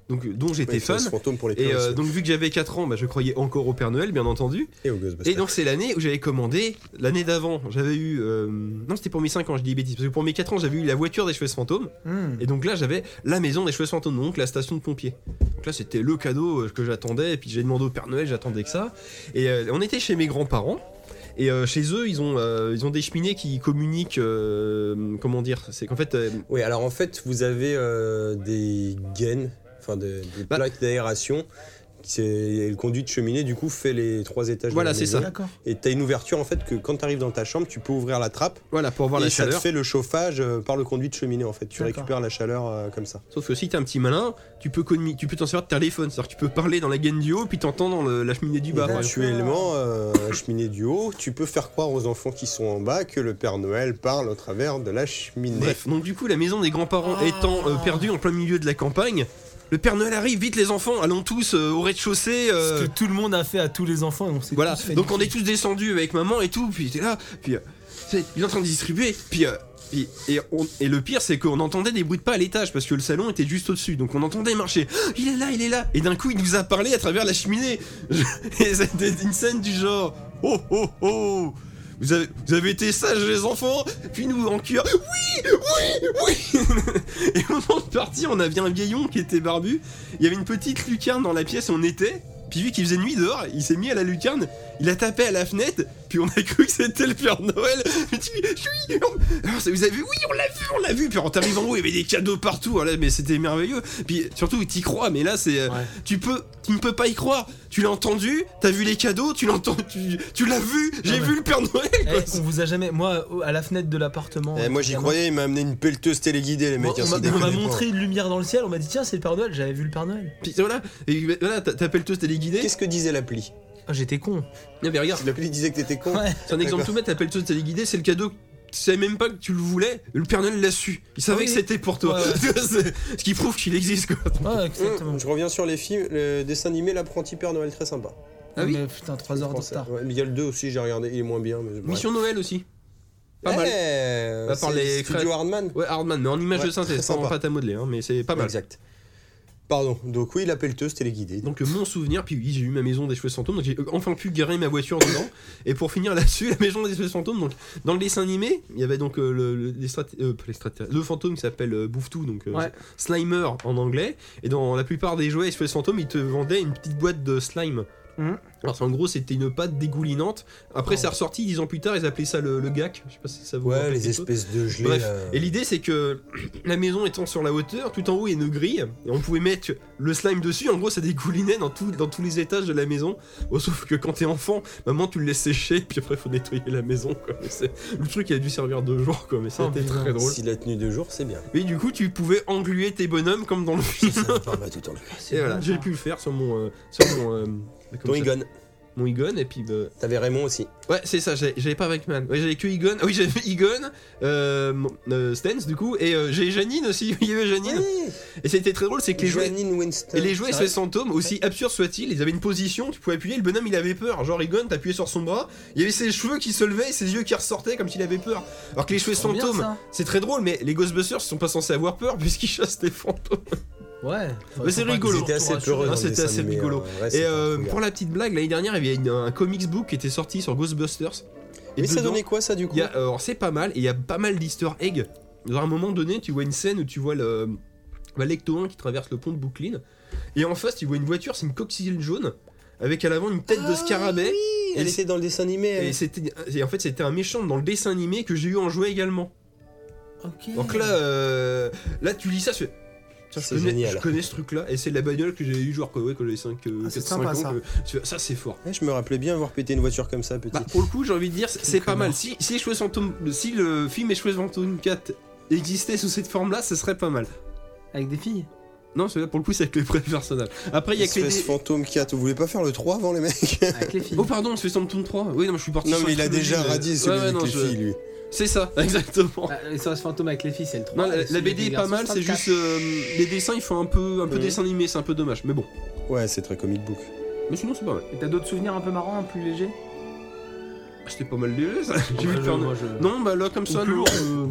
Speaker 4: donc, euh, dont j'étais
Speaker 2: Ouais,
Speaker 4: fan.
Speaker 2: ce fantôme pour les
Speaker 4: Et
Speaker 2: puristes.
Speaker 4: euh, donc vu que j'avais 4 ans, bah, je croyais encore au Père Noël, bien entendu.
Speaker 2: Et au Ghostbusters.
Speaker 4: Et donc c'est l'année où j'avais commandé, l'année d'avant, j'avais eu... euh, non c'était pour mes 5 ans, je dis des bêtises, parce que pour mes 4 ans j'avais eu la voiture des cheveux fantômes,
Speaker 3: Hmm.
Speaker 4: et donc là j'avais la maison des cheveux fantômes, donc la station de pompiers. Donc là c'était le cadeau euh, que j'attendais, et puis j'ai demandé au Père Noël, j'attendais que ça. Et euh, on était chez mes grands-parents. Et euh, chez eux, ils ont, euh, ils ont des cheminées qui communiquent. euh, comment dire C'est qu'en fait, euh,
Speaker 2: Oui, alors en fait, vous avez euh, des gaines, enfin des, des
Speaker 4: Bah.
Speaker 2: plaques d'aération. C'est- Et le conduit de cheminée, du coup, fait les trois étages.
Speaker 4: Voilà,
Speaker 2: de la
Speaker 4: c'est
Speaker 2: maison.
Speaker 4: ça.
Speaker 3: D'accord.
Speaker 2: Et t'as une ouverture, en fait, que quand t'arrives dans ta chambre, tu peux ouvrir la trappe.
Speaker 4: voilà, pour avoir
Speaker 2: et
Speaker 4: la
Speaker 2: ça te
Speaker 4: chaleur.
Speaker 2: fait le chauffage euh, par le conduit de cheminée, en fait. Tu
Speaker 3: D'accord.
Speaker 2: récupères la chaleur euh, comme ça.
Speaker 4: Sauf que si t'es un petit malin, tu peux communi- tu peux t'en servir de téléphone. C'est-à-dire que tu peux parler dans la gaine du haut, puis t'entends dans le- la cheminée du bas. par exemple.
Speaker 2: Éventuellement, euh, la cheminée du haut, tu peux faire croire aux enfants qui sont en bas que le Père Noël parle au travers de la cheminée.
Speaker 4: Bref, donc du coup, la maison des grands-parents
Speaker 3: Ah.
Speaker 4: étant euh, perdue en plein milieu de la campagne, le Père Noël arrive, vite les enfants, allons tous euh, au rez-de-chaussée. euh,
Speaker 3: Ce que tout le monde a fait à tous les enfants. et On s'est
Speaker 4: voilà,
Speaker 3: tous fait
Speaker 4: donc on
Speaker 3: niquer.
Speaker 4: est tous descendus avec maman et tout, puis t'es là, puis euh, c'est- il est en train de distribuer, puis. euh, puis- et, on- et le pire, c'est qu'on entendait des bruits de pas à l'étage parce que le salon était juste au-dessus. Donc on entendait marcher. Ah, Il est là, il est là. Et d'un coup, il nous a parlé à travers la cheminée. Et c'était une scène du genre. Oh oh oh. Vous avez, vous avez été sages les enfants. Puis nous en cuir. Oui, oui, oui. et au moment de partir, on avait un vieillon qui était barbu. Il y avait une petite lucarne dans la pièce où on était. Puis vu qu'il faisait nuit dehors, il s'est mis à la lucarne, il a tapé à la fenêtre, puis on a cru que c'était le Père Noël. Mais tu oui, on- alors, ça, vous avez vu Oui, on l'a vu, on l'a vu. Puis en t'arrivant en haut, il y avait des cadeaux partout. Voilà, mais c'était merveilleux. Puis surtout, t'y crois, mais là, c'est euh,
Speaker 3: Ouais.
Speaker 4: tu peux, tu ne peux pas y croire. Tu l'as entendu, t'as vu les cadeaux, tu l'entends, tu, tu l'as vu. J'ai
Speaker 3: Non,
Speaker 4: vu le Père Noël.
Speaker 3: Eh,
Speaker 4: quoi.
Speaker 3: on vous a jamais. Moi, au- à la fenêtre de l'appartement.
Speaker 2: Eh, moi j'y
Speaker 3: vraiment,
Speaker 2: croyais, il m'a amené une pelleteuse téléguidée, les
Speaker 3: moi,
Speaker 2: mecs. hein,
Speaker 3: On
Speaker 2: ça
Speaker 3: m'a- on m'a
Speaker 2: déconne pas.
Speaker 3: montré une lumière dans le ciel. On m'a dit tiens, c'est le Père Noël. J'avais vu le Père Noël.
Speaker 4: Puis voilà, et voilà, t'a- t'appelles tous téléguidé.
Speaker 2: Qu'est-ce que disait l'appli
Speaker 4: Oh,
Speaker 3: Ah, J'étais con.
Speaker 4: Non mais regarde,
Speaker 2: L'appli disait que t'étais con.
Speaker 3: Ouais.
Speaker 4: c'est un exemple tout bête. T'appelles tous téléguidé, c'est le cadeau. que Tu savais même pas que tu le voulais, le Père Noël l'a su. Il savait
Speaker 3: Ah Oui.
Speaker 4: que c'était pour toi.
Speaker 3: Ouais,
Speaker 4: C'est- Ce qui prouve qu'il existe quoi.
Speaker 3: Ouais,
Speaker 2: Hum,
Speaker 3: exactement.
Speaker 2: Je reviens sur les films, le dessin animé L'apprenti Père Noël, très sympa.
Speaker 4: Ah oui.
Speaker 3: Mais putain, 3 heures de
Speaker 2: Français.
Speaker 3: retard.
Speaker 2: Ouais, mais il y a le 2 aussi, j'ai regardé, il est moins bien. Mais...
Speaker 4: Mission Noël aussi.
Speaker 2: bref.
Speaker 4: Pas mal.
Speaker 2: Eh,
Speaker 4: Bah, par
Speaker 2: c'est
Speaker 4: les
Speaker 2: Studio
Speaker 4: cré-
Speaker 2: Hardman.
Speaker 4: Ouais, Hardman, mais en image
Speaker 2: Ouais,
Speaker 4: de synthèse,
Speaker 2: très
Speaker 4: sans
Speaker 2: sympa.
Speaker 4: pâte à modeler, hein, mais c'est pas mal.
Speaker 2: Exact. Pardon, donc oui, la pelleteuse téléguidée.
Speaker 4: Donc euh, mon souvenir, puis oui, j'ai eu ma maison des cheveux fantômes, donc j'ai euh, enfin pu garer ma voiture dedans. Et pour finir là-dessus, la maison des cheveux fantômes, donc dans le dessin animé, il y avait donc euh, le, le- les strat- euh, pas les stratégies- le fantôme qui s'appelle euh, Bouffe-Tout, donc euh,
Speaker 3: Ouais.
Speaker 4: Slimer en anglais. Et dans la plupart des jouets cheveux fantômes, ils te vendaient une petite boîte de slime.
Speaker 3: Mhm.
Speaker 4: Alors c'est- en gros c'était une pâte dégoulinante. Après ça ressorti dix ans plus tard, ils appelaient ça le, le gac. Je sais pas si ça vous
Speaker 2: Ouais,
Speaker 4: rappelle
Speaker 2: les
Speaker 4: quelque chose.
Speaker 2: espèces de gelées. euh,
Speaker 4: Bref,
Speaker 2: là.
Speaker 4: et l'idée c'est que la maison étant sur la hauteur, tout en haut il y a une grille, et on pouvait mettre le slime dessus, en gros ça dégoulinait dans, tout- dans tous les étages de la maison, Bon, sauf que quand t'es enfant, maman tu le laisses sécher, puis après faut nettoyer la maison, quoi. Mais c'est- le truc il a dû servir deux jours, quoi, mais
Speaker 3: Oh,
Speaker 4: c'était
Speaker 3: putain.
Speaker 4: très drôle.
Speaker 2: Si la tenue de jour, c'est bien.
Speaker 4: Et du coup tu pouvais engluer tes bonhommes comme dans le film,
Speaker 2: Ça me parle pas tout le temps.
Speaker 4: et voilà, j'ai pu le faire sur mon... euh, sur mon euh, comment
Speaker 2: Ton
Speaker 4: ça-
Speaker 2: Egon,
Speaker 4: Mon Egon, et puis... euh,
Speaker 2: t'avais Raymond aussi.
Speaker 4: Ouais, c'est ça, j'avais j'avais pas Pac-Man. Ouais, j'avais que Egon. Ah Oui, j'avais Egon, euh, mon- euh, Stens du coup, et euh, j'ai Janine aussi. Il y avait Janine. Et c'était très drôle, c'est que les jouets.
Speaker 2: Joanine Winston.
Speaker 4: Et les jouets
Speaker 2: C'est
Speaker 4: se fantômes, aussi absurdes soient-ils, ils avaient une position, tu pouvais appuyer, le bonhomme il avait peur. Genre Egon, t'appuyais sur son bras, il y avait ses cheveux qui se levaient, ses yeux qui ressortaient comme s'il avait peur. Alors que les cheveux
Speaker 3: Trop bien,
Speaker 4: fantômes,
Speaker 3: ça.
Speaker 4: c'est très drôle, mais les Ghostbusters sont pas censés avoir peur puisqu'ils chassent des fantômes.
Speaker 3: Ouais.
Speaker 4: Mais c'est
Speaker 3: Faut pas
Speaker 4: rigolo.
Speaker 3: que
Speaker 2: C'était
Speaker 3: les
Speaker 2: assez
Speaker 3: entourages-
Speaker 2: peureux.
Speaker 4: Ah,
Speaker 2: dans le
Speaker 4: c'était
Speaker 2: dessin
Speaker 4: assez
Speaker 2: animé,
Speaker 4: rigolo.
Speaker 2: hein. Ouais,
Speaker 4: Et
Speaker 2: c'était un
Speaker 4: euh,
Speaker 2: truc,
Speaker 4: pour
Speaker 2: hein.
Speaker 4: la petite blague, l'année dernière, il y avait une- un comics book qui était sorti sur Ghostbusters. Et
Speaker 2: Mais ça
Speaker 4: dedans-
Speaker 2: donnait quoi ça du coup
Speaker 4: il y a- euh, alors c'est pas mal, et il y a pas mal d'easter eggs. Dans un moment donné, tu vois une scène où tu vois le bah, l'Ecto 1 qui traverse le pont de Brooklyn, et en face tu vois une voiture, c'est une coccinelle jaune, avec à l'avant une tête
Speaker 3: Ah
Speaker 4: de scarabée.
Speaker 2: Oui,
Speaker 4: et
Speaker 2: elle
Speaker 4: c'est-
Speaker 2: était dans le dessin animé.
Speaker 4: Et
Speaker 2: elle.
Speaker 4: c'était, et en fait c'était un méchant dans le dessin animé que j'ai eu en jouet également.
Speaker 3: Ok.
Speaker 4: Donc là, euh, là tu lis ça, tu fais Tiens, je
Speaker 2: C'est
Speaker 4: connais-
Speaker 2: génial.
Speaker 4: Je connais ce truc-là et c'est la bagnole que j'ai eu genre quand, ouais, quand j'avais euh, 5
Speaker 3: Ah, c'est sympa, ça.
Speaker 4: ça. Ça c'est fort.
Speaker 2: Ouais, je me rappelais bien avoir pété une voiture comme ça, petit.
Speaker 4: Bah, pour le coup, j'ai envie de dire, c'est- c'est pas
Speaker 3: connard.
Speaker 4: mal. Si, si, les Cheveux Fantômes- si le film Les Cheveux Fantômes 4 existait sous cette forme-là, ce serait pas mal.
Speaker 3: Avec des filles
Speaker 4: Non, celui-là pour le coup, c'est avec les vrais personnages. Après, il y a que les.
Speaker 2: Espèce fantôme 4, vous voulez pas faire le 3 avant les mecs
Speaker 3: Avec les filles.
Speaker 4: Oh, pardon, on se fait Phantom 3. Oui, non, mais je suis parti.
Speaker 2: Non
Speaker 4: sur
Speaker 2: mais
Speaker 4: la
Speaker 2: il a
Speaker 4: trilogie,
Speaker 2: déjà
Speaker 4: mais-
Speaker 2: radis celui
Speaker 4: Ouais, ouais,
Speaker 2: avec
Speaker 4: non,
Speaker 2: les
Speaker 4: je-
Speaker 2: filles lui.
Speaker 4: C'est ça, exactement.
Speaker 6: Ah, Les SOS fantômes avec les filles, c'est le 3.
Speaker 3: Ah,
Speaker 4: Non, la, la BD est pas mal, c'est juste euh, les dessins, ils font un peu, un peu
Speaker 2: Mhm.
Speaker 4: dessin animé, c'est un peu dommage, mais bon.
Speaker 2: Ouais c'est très comic book.
Speaker 4: Mais sinon, c'est pas mal.
Speaker 3: Et t'as d'autres souvenirs un peu marrants, plus légers
Speaker 4: Ah, C'était pas mal déjà, ça.
Speaker 3: euh,
Speaker 4: J'ai vu le Père Noël.
Speaker 6: Non,
Speaker 4: Non, bah là, comme ça, non.
Speaker 3: Est-ce euh,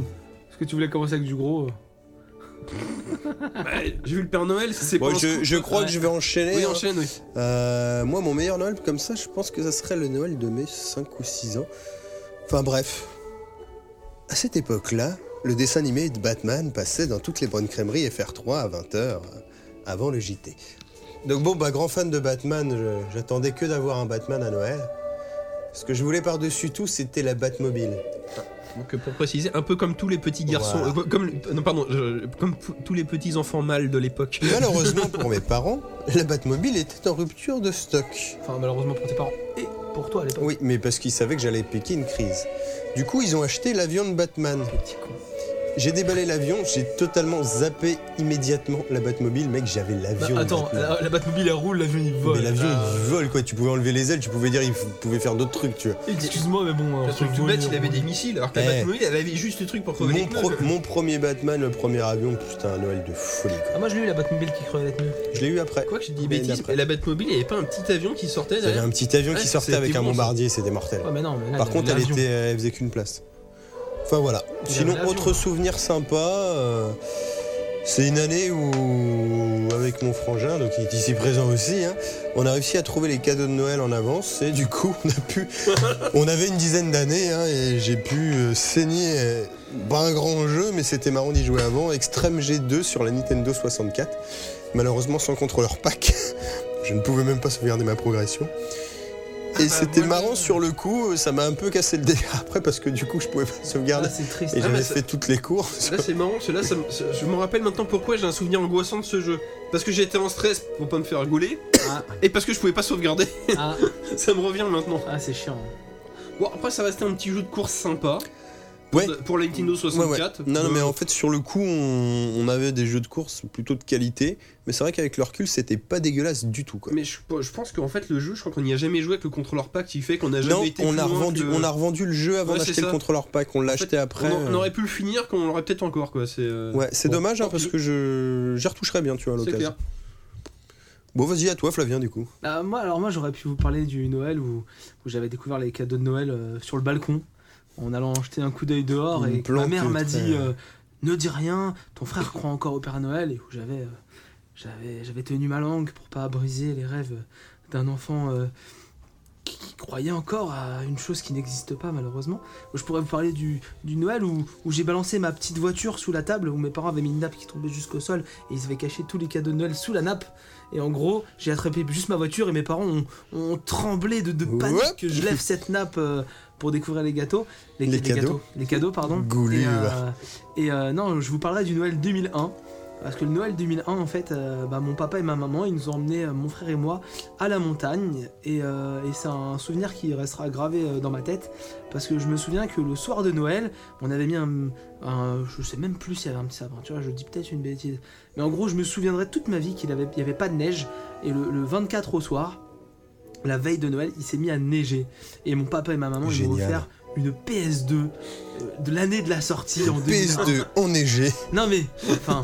Speaker 3: que tu voulais commencer avec du gros euh.
Speaker 4: Bah, J'ai vu le Père Noël, c'est
Speaker 2: Bon
Speaker 4: pas.
Speaker 2: je, je crois
Speaker 3: Ouais.
Speaker 2: que je vais enchaîner.
Speaker 4: Oui,
Speaker 2: hein.
Speaker 4: enchaîne, oui.
Speaker 2: Euh, moi mon meilleur Noël comme ça je pense que ça serait le Noël de mes 5 ou 6 ans. Enfin bref. À cette époque là, le dessin animé de Batman passait dans toutes les bonnes crèmeries FR3 à 20h euh, avant le JT. Donc bon bah grand fan de Batman, je- j'attendais que d'avoir un Batman à Noël. Ce que je voulais par-dessus tout c'était la Batmobile.
Speaker 4: Donc, euh, pour préciser, un peu comme tous les petits garçons,
Speaker 2: Voilà.
Speaker 4: euh, comme, non, pardon, je- comme pou- tous les petits enfants mâles de l'époque.
Speaker 2: Malheureusement pour mes parents, la Batmobile était en rupture de stock.
Speaker 3: Enfin, malheureusement pour tes parents. Et pour toi à l'époque.
Speaker 2: Oui, mais parce qu'ils savaient que j'allais piquer une crise. Du coup, ils ont acheté l'avion de Batman.
Speaker 3: Petit con.
Speaker 2: J'ai déballé l'avion, j'ai totalement zappé immédiatement la Batmobile. Mec, j'avais l'avion. de
Speaker 3: Bah,
Speaker 4: Bah,
Speaker 3: attends,
Speaker 2: Batman.
Speaker 3: la, la Batmobile elle roule, l'avion il vole.
Speaker 2: Mais l'avion,
Speaker 3: Ah,
Speaker 2: il vole quoi. Tu pouvais enlever les ailes, tu pouvais dire, il f- pouvait faire d'autres trucs, tu vois.
Speaker 3: Ah, Excuse-moi, mais bon.
Speaker 4: Le
Speaker 3: entre
Speaker 4: truc tout
Speaker 3: voler,
Speaker 4: bête, il avait
Speaker 3: rouler.
Speaker 4: des missiles, alors que la
Speaker 2: Eh.
Speaker 4: Batmobile, elle avait juste le truc pour crever
Speaker 2: Mon,
Speaker 4: les
Speaker 2: pro-
Speaker 4: pneus.
Speaker 2: mon premier Batman, le premier avion, putain, un Noël de folie
Speaker 3: Ah,
Speaker 2: quoi.
Speaker 3: moi j'ai eu la Batmobile qui crevait la nuit.
Speaker 2: Je l'ai eu après.
Speaker 4: Quoi que j'ai dit
Speaker 2: Mais
Speaker 4: bêtise,
Speaker 2: Eh, d'après-
Speaker 4: et la Batmobile, il n'y avait pas un petit avion qui sortait
Speaker 2: J'avais
Speaker 4: derrière
Speaker 2: un petit avion
Speaker 4: Ouais,
Speaker 2: qui sortait
Speaker 4: c'était
Speaker 2: avec un
Speaker 4: bon, ça.
Speaker 2: bombardier, c'était mortel.
Speaker 3: Ouais, mais non, mais là,
Speaker 2: Par
Speaker 3: il y
Speaker 2: contre,
Speaker 3: avait
Speaker 2: elle,
Speaker 3: l'avion.
Speaker 2: était, euh, elle faisait qu'une place. Enfin voilà.
Speaker 3: Il y
Speaker 2: Sinon,
Speaker 3: avait l'avion,
Speaker 2: autre
Speaker 3: hein.
Speaker 2: souvenir sympa, euh, c'est une année où, avec mon frangin, donc il est ici présent aussi, hein, on a réussi à trouver les cadeaux de Noël en avance et du coup, on a pu. on avait une dizaine d'années hein, et j'ai pu euh, saigner. euh, pas un grand jeu, mais c'était marrant d'y jouer avant. Extreme G2 sur la Nintendo 64. Malheureusement, sans contrôleur pack. Je ne pouvais même pas sauvegarder ma progression.
Speaker 3: Ah bah,
Speaker 2: Et c'était marrant sur le coup, euh, ça m'a un peu cassé le délire après parce que du coup je pouvais pas sauvegarder.
Speaker 3: Ah, c'est triste.
Speaker 2: Et
Speaker 4: Ah,
Speaker 2: j'avais
Speaker 4: bah, ça-
Speaker 2: fait toutes les cours.
Speaker 4: Là c'est marrant, cela, ça me- ça- je me rappelle maintenant pourquoi j'ai un souvenir angoissant de ce jeu. Parce que j'étais en stress pour pas me faire gouler,
Speaker 3: Ah,
Speaker 4: et parce que je pouvais pas sauvegarder,
Speaker 3: ah,
Speaker 4: ça me revient maintenant.
Speaker 3: ah, c'est chiant.
Speaker 4: Bon après ça restait un petit jeu de course sympa.
Speaker 2: Ouais.
Speaker 4: Pour, pour la Nintendo
Speaker 2: Ouais, ouais.
Speaker 4: 64.
Speaker 2: Non, non,
Speaker 4: Euh,
Speaker 2: mais en fait, sur le coup, on, on avait des jeux de course plutôt de qualité, mais c'est vrai qu'avec le recul, c'était pas dégueulasse du tout. Quoi.
Speaker 4: mais je, je pense qu'en fait le jeu, je crois qu'on n'y a jamais joué avec le contrôleur pack qui fait qu'on a jamais
Speaker 2: Non,
Speaker 4: été
Speaker 2: on
Speaker 4: plus
Speaker 2: a,
Speaker 4: loin
Speaker 2: revendu,
Speaker 4: que-
Speaker 2: on a revendu le jeu avant
Speaker 4: Ouais, c'est
Speaker 2: d'acheter le
Speaker 4: ça.
Speaker 2: contrôleur pack, on l'a
Speaker 4: fait,
Speaker 2: acheté
Speaker 4: On,
Speaker 2: après.
Speaker 4: en-
Speaker 2: euh.
Speaker 4: on aurait pu le finir qu'on l'aurait peut-être encore quoi. C'est euh,
Speaker 2: Ouais, c'est
Speaker 4: bon,
Speaker 2: dommage hein,
Speaker 4: tant
Speaker 2: parce
Speaker 4: pis.
Speaker 2: que je j'y retoucherai bien, tu vois, à
Speaker 4: c'est
Speaker 2: l'occasion.
Speaker 4: clair.
Speaker 2: Bon, vas-y, à toi, Flavien, du coup.
Speaker 3: Ah, moi, alors moi, j'aurais pu vous parler du Noël où, où j'avais découvert les cadeaux de Noël euh, sur le balcon en allant jeter un coup d'œil dehors
Speaker 2: Une
Speaker 3: et que ma
Speaker 2: plante
Speaker 3: mère m'a
Speaker 2: très-
Speaker 3: dit euh, ne dis rien, ton frère croit encore au Père Noël et où j'avais euh, j'avais j'avais tenu ma langue pour pas briser les rêves d'un enfant euh, qui, qui croyait encore à une chose qui n'existe pas malheureusement. Je pourrais vous parler du, du Noël où, où j'ai balancé ma petite voiture sous la table où mes parents avaient mis une nappe qui tombait jusqu'au sol et ils avaient caché tous les cadeaux de Noël sous la nappe et en gros, j'ai attrapé juste ma voiture et mes parents ont, ont tremblé de, de panique
Speaker 2: Ouais.
Speaker 3: que je lève cette nappe euh, pour découvrir les gâteaux.
Speaker 2: Les cadeaux.
Speaker 3: Les cadeaux, pardon.
Speaker 2: Goulu,
Speaker 3: Et, euh,
Speaker 2: va.
Speaker 3: et, euh, non, je vous parlerai du Noël 2001. Parce que le Noël 2001, en fait, euh, bah, mon papa et ma maman, ils nous ont emmenés, euh, mon frère et moi, à la montagne. Et, euh, et c'est un souvenir qui restera gravé euh, dans ma tête. Parce que je me souviens que le soir de Noël, on avait mis un. un- je sais même plus s'il y avait un petit sapin, tu vois, je dis peut-être une bêtise. Mais en gros, je me souviendrai toute ma vie qu'il n'y avait, il y avait pas de neige. Et le, le 24 au soir, la veille de Noël, il s'est mis à neiger. Et mon papa et ma maman, ils m'ont
Speaker 2: Génial.
Speaker 3: offert une PS2 euh, de l'année de la sortie en 2001.
Speaker 2: PS2 enneigé.
Speaker 3: Non mais, enfin,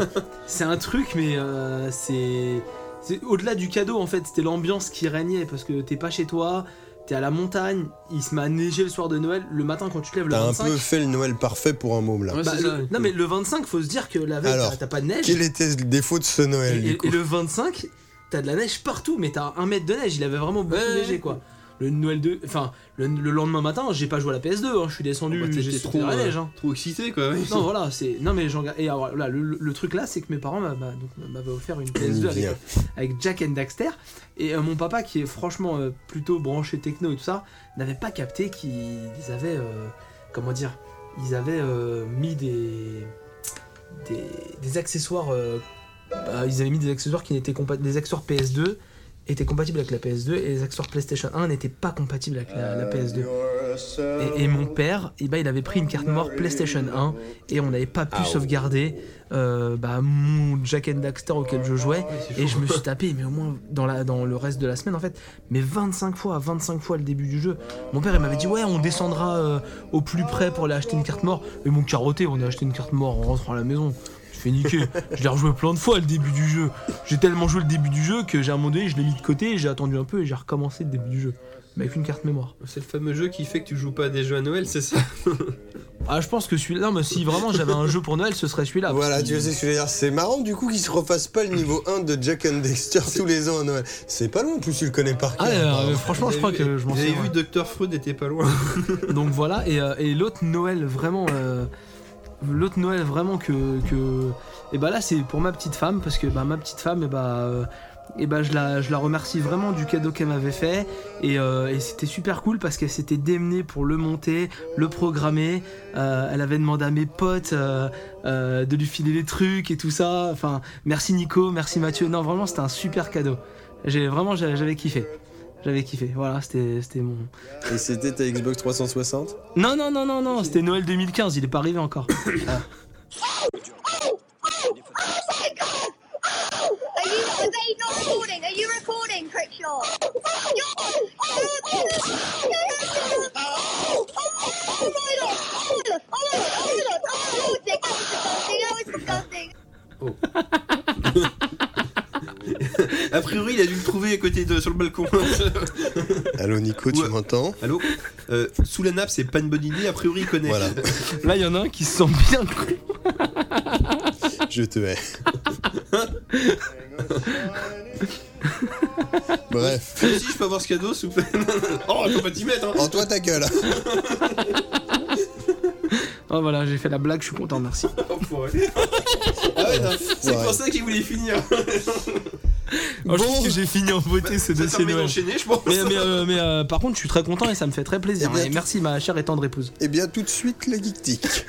Speaker 3: c'est un truc, mais euh, c'est. c'est Au-delà du cadeau, en fait, c'était l'ambiance qui régnait parce que t'es pas chez toi, t'es à la montagne, il se met à neiger le soir de Noël. Le matin, quand tu te lèves le
Speaker 2: T'as un
Speaker 3: 25.
Speaker 2: peu fait le Noël parfait pour un môme là.
Speaker 4: Ouais,
Speaker 3: bah,
Speaker 4: c'est
Speaker 3: le-
Speaker 4: ça.
Speaker 3: non mais le 25, faut se dire que la veille,
Speaker 2: Alors,
Speaker 3: t'as- t'as pas de neige.
Speaker 2: Quel était le défaut de ce Noël
Speaker 3: Et,
Speaker 2: du coup
Speaker 3: et le 25, t'as de la neige partout, mais t'as un mètre de neige. Il avait vraiment beaucoup
Speaker 4: Ouais,
Speaker 3: neigé,
Speaker 4: ouais.
Speaker 3: quoi. Le Noël de, enfin, le, le lendemain matin, j'ai pas joué à la PS2. hein, je suis descendu,
Speaker 4: Bah, t'étais
Speaker 3: j'étais
Speaker 4: trop,
Speaker 3: trop la
Speaker 4: euh,
Speaker 3: neige. hein.
Speaker 4: Trop excité quoi.
Speaker 3: Non, voilà, c'est. Non, mais j'en. Et alors, là, le, le truc là, c'est que mes parents m'a- m'a- donc, m'avaient offert une PS2 avec,
Speaker 2: Bien.
Speaker 3: avec Jack and Daxter. Et euh, mon papa, qui est franchement euh, plutôt branché techno et tout ça, n'avait pas capté qu'ils avaient. euh, comment dire Ils avaient euh, mis des. des, des accessoires. euh, euh, ils avaient mis des accessoires qui n'étaient compatibles. Les accessoires PS2 étaient compatibles avec la PS2 et les accessoires PlayStation 1 n'étaient pas compatibles avec la, la PS2. Et, et mon père, eh ben, il avait pris une carte mort PlayStation 1 et on n'avait pas pu
Speaker 2: Ah, oh.
Speaker 3: sauvegarder euh, bah, mon Jack and Daxter auquel je jouais.
Speaker 2: Ah
Speaker 3: Et je me suis tapé, mais au moins dans, la, dans le reste de la semaine en fait, mais 25 fois, 25 fois le début du jeu. Mon père il m'avait dit ouais on descendra euh, au plus près pour aller acheter une carte mort. Et mon carotté, on a acheté une carte mort en rentrant à la maison. Je fais niquer. je l'ai rejoué plein de fois le début du jeu. J'ai tellement joué le début du jeu que j'ai un moment donné, je l'ai mis de côté, j'ai attendu un peu et j'ai recommencé le début du jeu. Mais avec une carte mémoire.
Speaker 4: C'est le fameux jeu qui fait que tu joues pas à des jeux à Noël, c'est ça
Speaker 3: Ah, je pense que celui-là, non, mais si vraiment j'avais un jeu pour Noël, ce serait celui-là.
Speaker 2: Voilà,
Speaker 3: parce
Speaker 2: tu
Speaker 3: que-
Speaker 2: sais ce que je veux dire. C'est marrant du coup qu'ils se refassent pas le niveau 1 de Jack and Dexter tous les ans à Noël. C'est pas long, en plus tu le connais par cœur.
Speaker 3: Ah, euh,
Speaker 2: Bravo.
Speaker 3: franchement, je crois que je m'en
Speaker 4: Vous avez
Speaker 3: souviens.
Speaker 4: vu, Dr. Freud était pas loin.
Speaker 3: Donc voilà, et, euh, et l'autre Noël vraiment. euh, l'autre Noël vraiment que. que- Et bah là, c'est pour ma petite femme, parce que bah, ma petite femme, et bah. euh, eh ben, je, la, je la remercie vraiment du cadeau qu'elle m'avait fait et, euh, et c'était super cool parce qu'elle s'était démenée pour le monter, le programmer. Euh, elle avait demandé à mes potes euh, euh, de lui filer les trucs et tout ça. Enfin, merci Nico, merci Mathieu. Non, vraiment, c'était un super cadeau. J'ai vraiment, j'a- j'avais kiffé. J'avais kiffé. Voilà, c'était c'était mon,
Speaker 2: Et c'était ta Xbox 360
Speaker 3: non, non, non, non, non, c'était Noël 2015, il est pas arrivé encore.
Speaker 7: Are you, are they not recording? Are you recording, Crickshaw?
Speaker 4: A priori, il a dû le trouver à côté de sur le balcon.
Speaker 2: Allô Nico, tu
Speaker 4: Ouais.
Speaker 2: m'entends
Speaker 4: Allô Euh, Sous la nappe, c'est pas une bonne idée, a priori, il connaît.
Speaker 2: Voilà.
Speaker 3: Là, il y en a un qui se sent bien.
Speaker 2: Je te hais. Bref.
Speaker 4: Toi aussi, je peux avoir ce cadeau, s'il vous plaît. Oh, faut pas t'y mettre, hein.
Speaker 2: En toi ta gueule
Speaker 3: Oh voilà, j'ai fait la blague, je suis content, merci.
Speaker 4: Oh, pour elle. Ah ouais, non, c'est
Speaker 2: Ouais.
Speaker 4: pour ça qu'il voulait finir.
Speaker 3: Oh, je pense que j'ai fini en beauté ce
Speaker 4: Ça
Speaker 3: dossier
Speaker 4: permet
Speaker 3: Noël.
Speaker 4: d'enchaîner, je pense.
Speaker 3: Mais, mais, euh, mais, euh, par contre, je suis très content et ça me fait très plaisir.
Speaker 2: Eh bien,
Speaker 3: Et
Speaker 2: tout-
Speaker 3: merci, ma chère et tendre épouse.
Speaker 2: Et Eh bien tout de suite la geektique.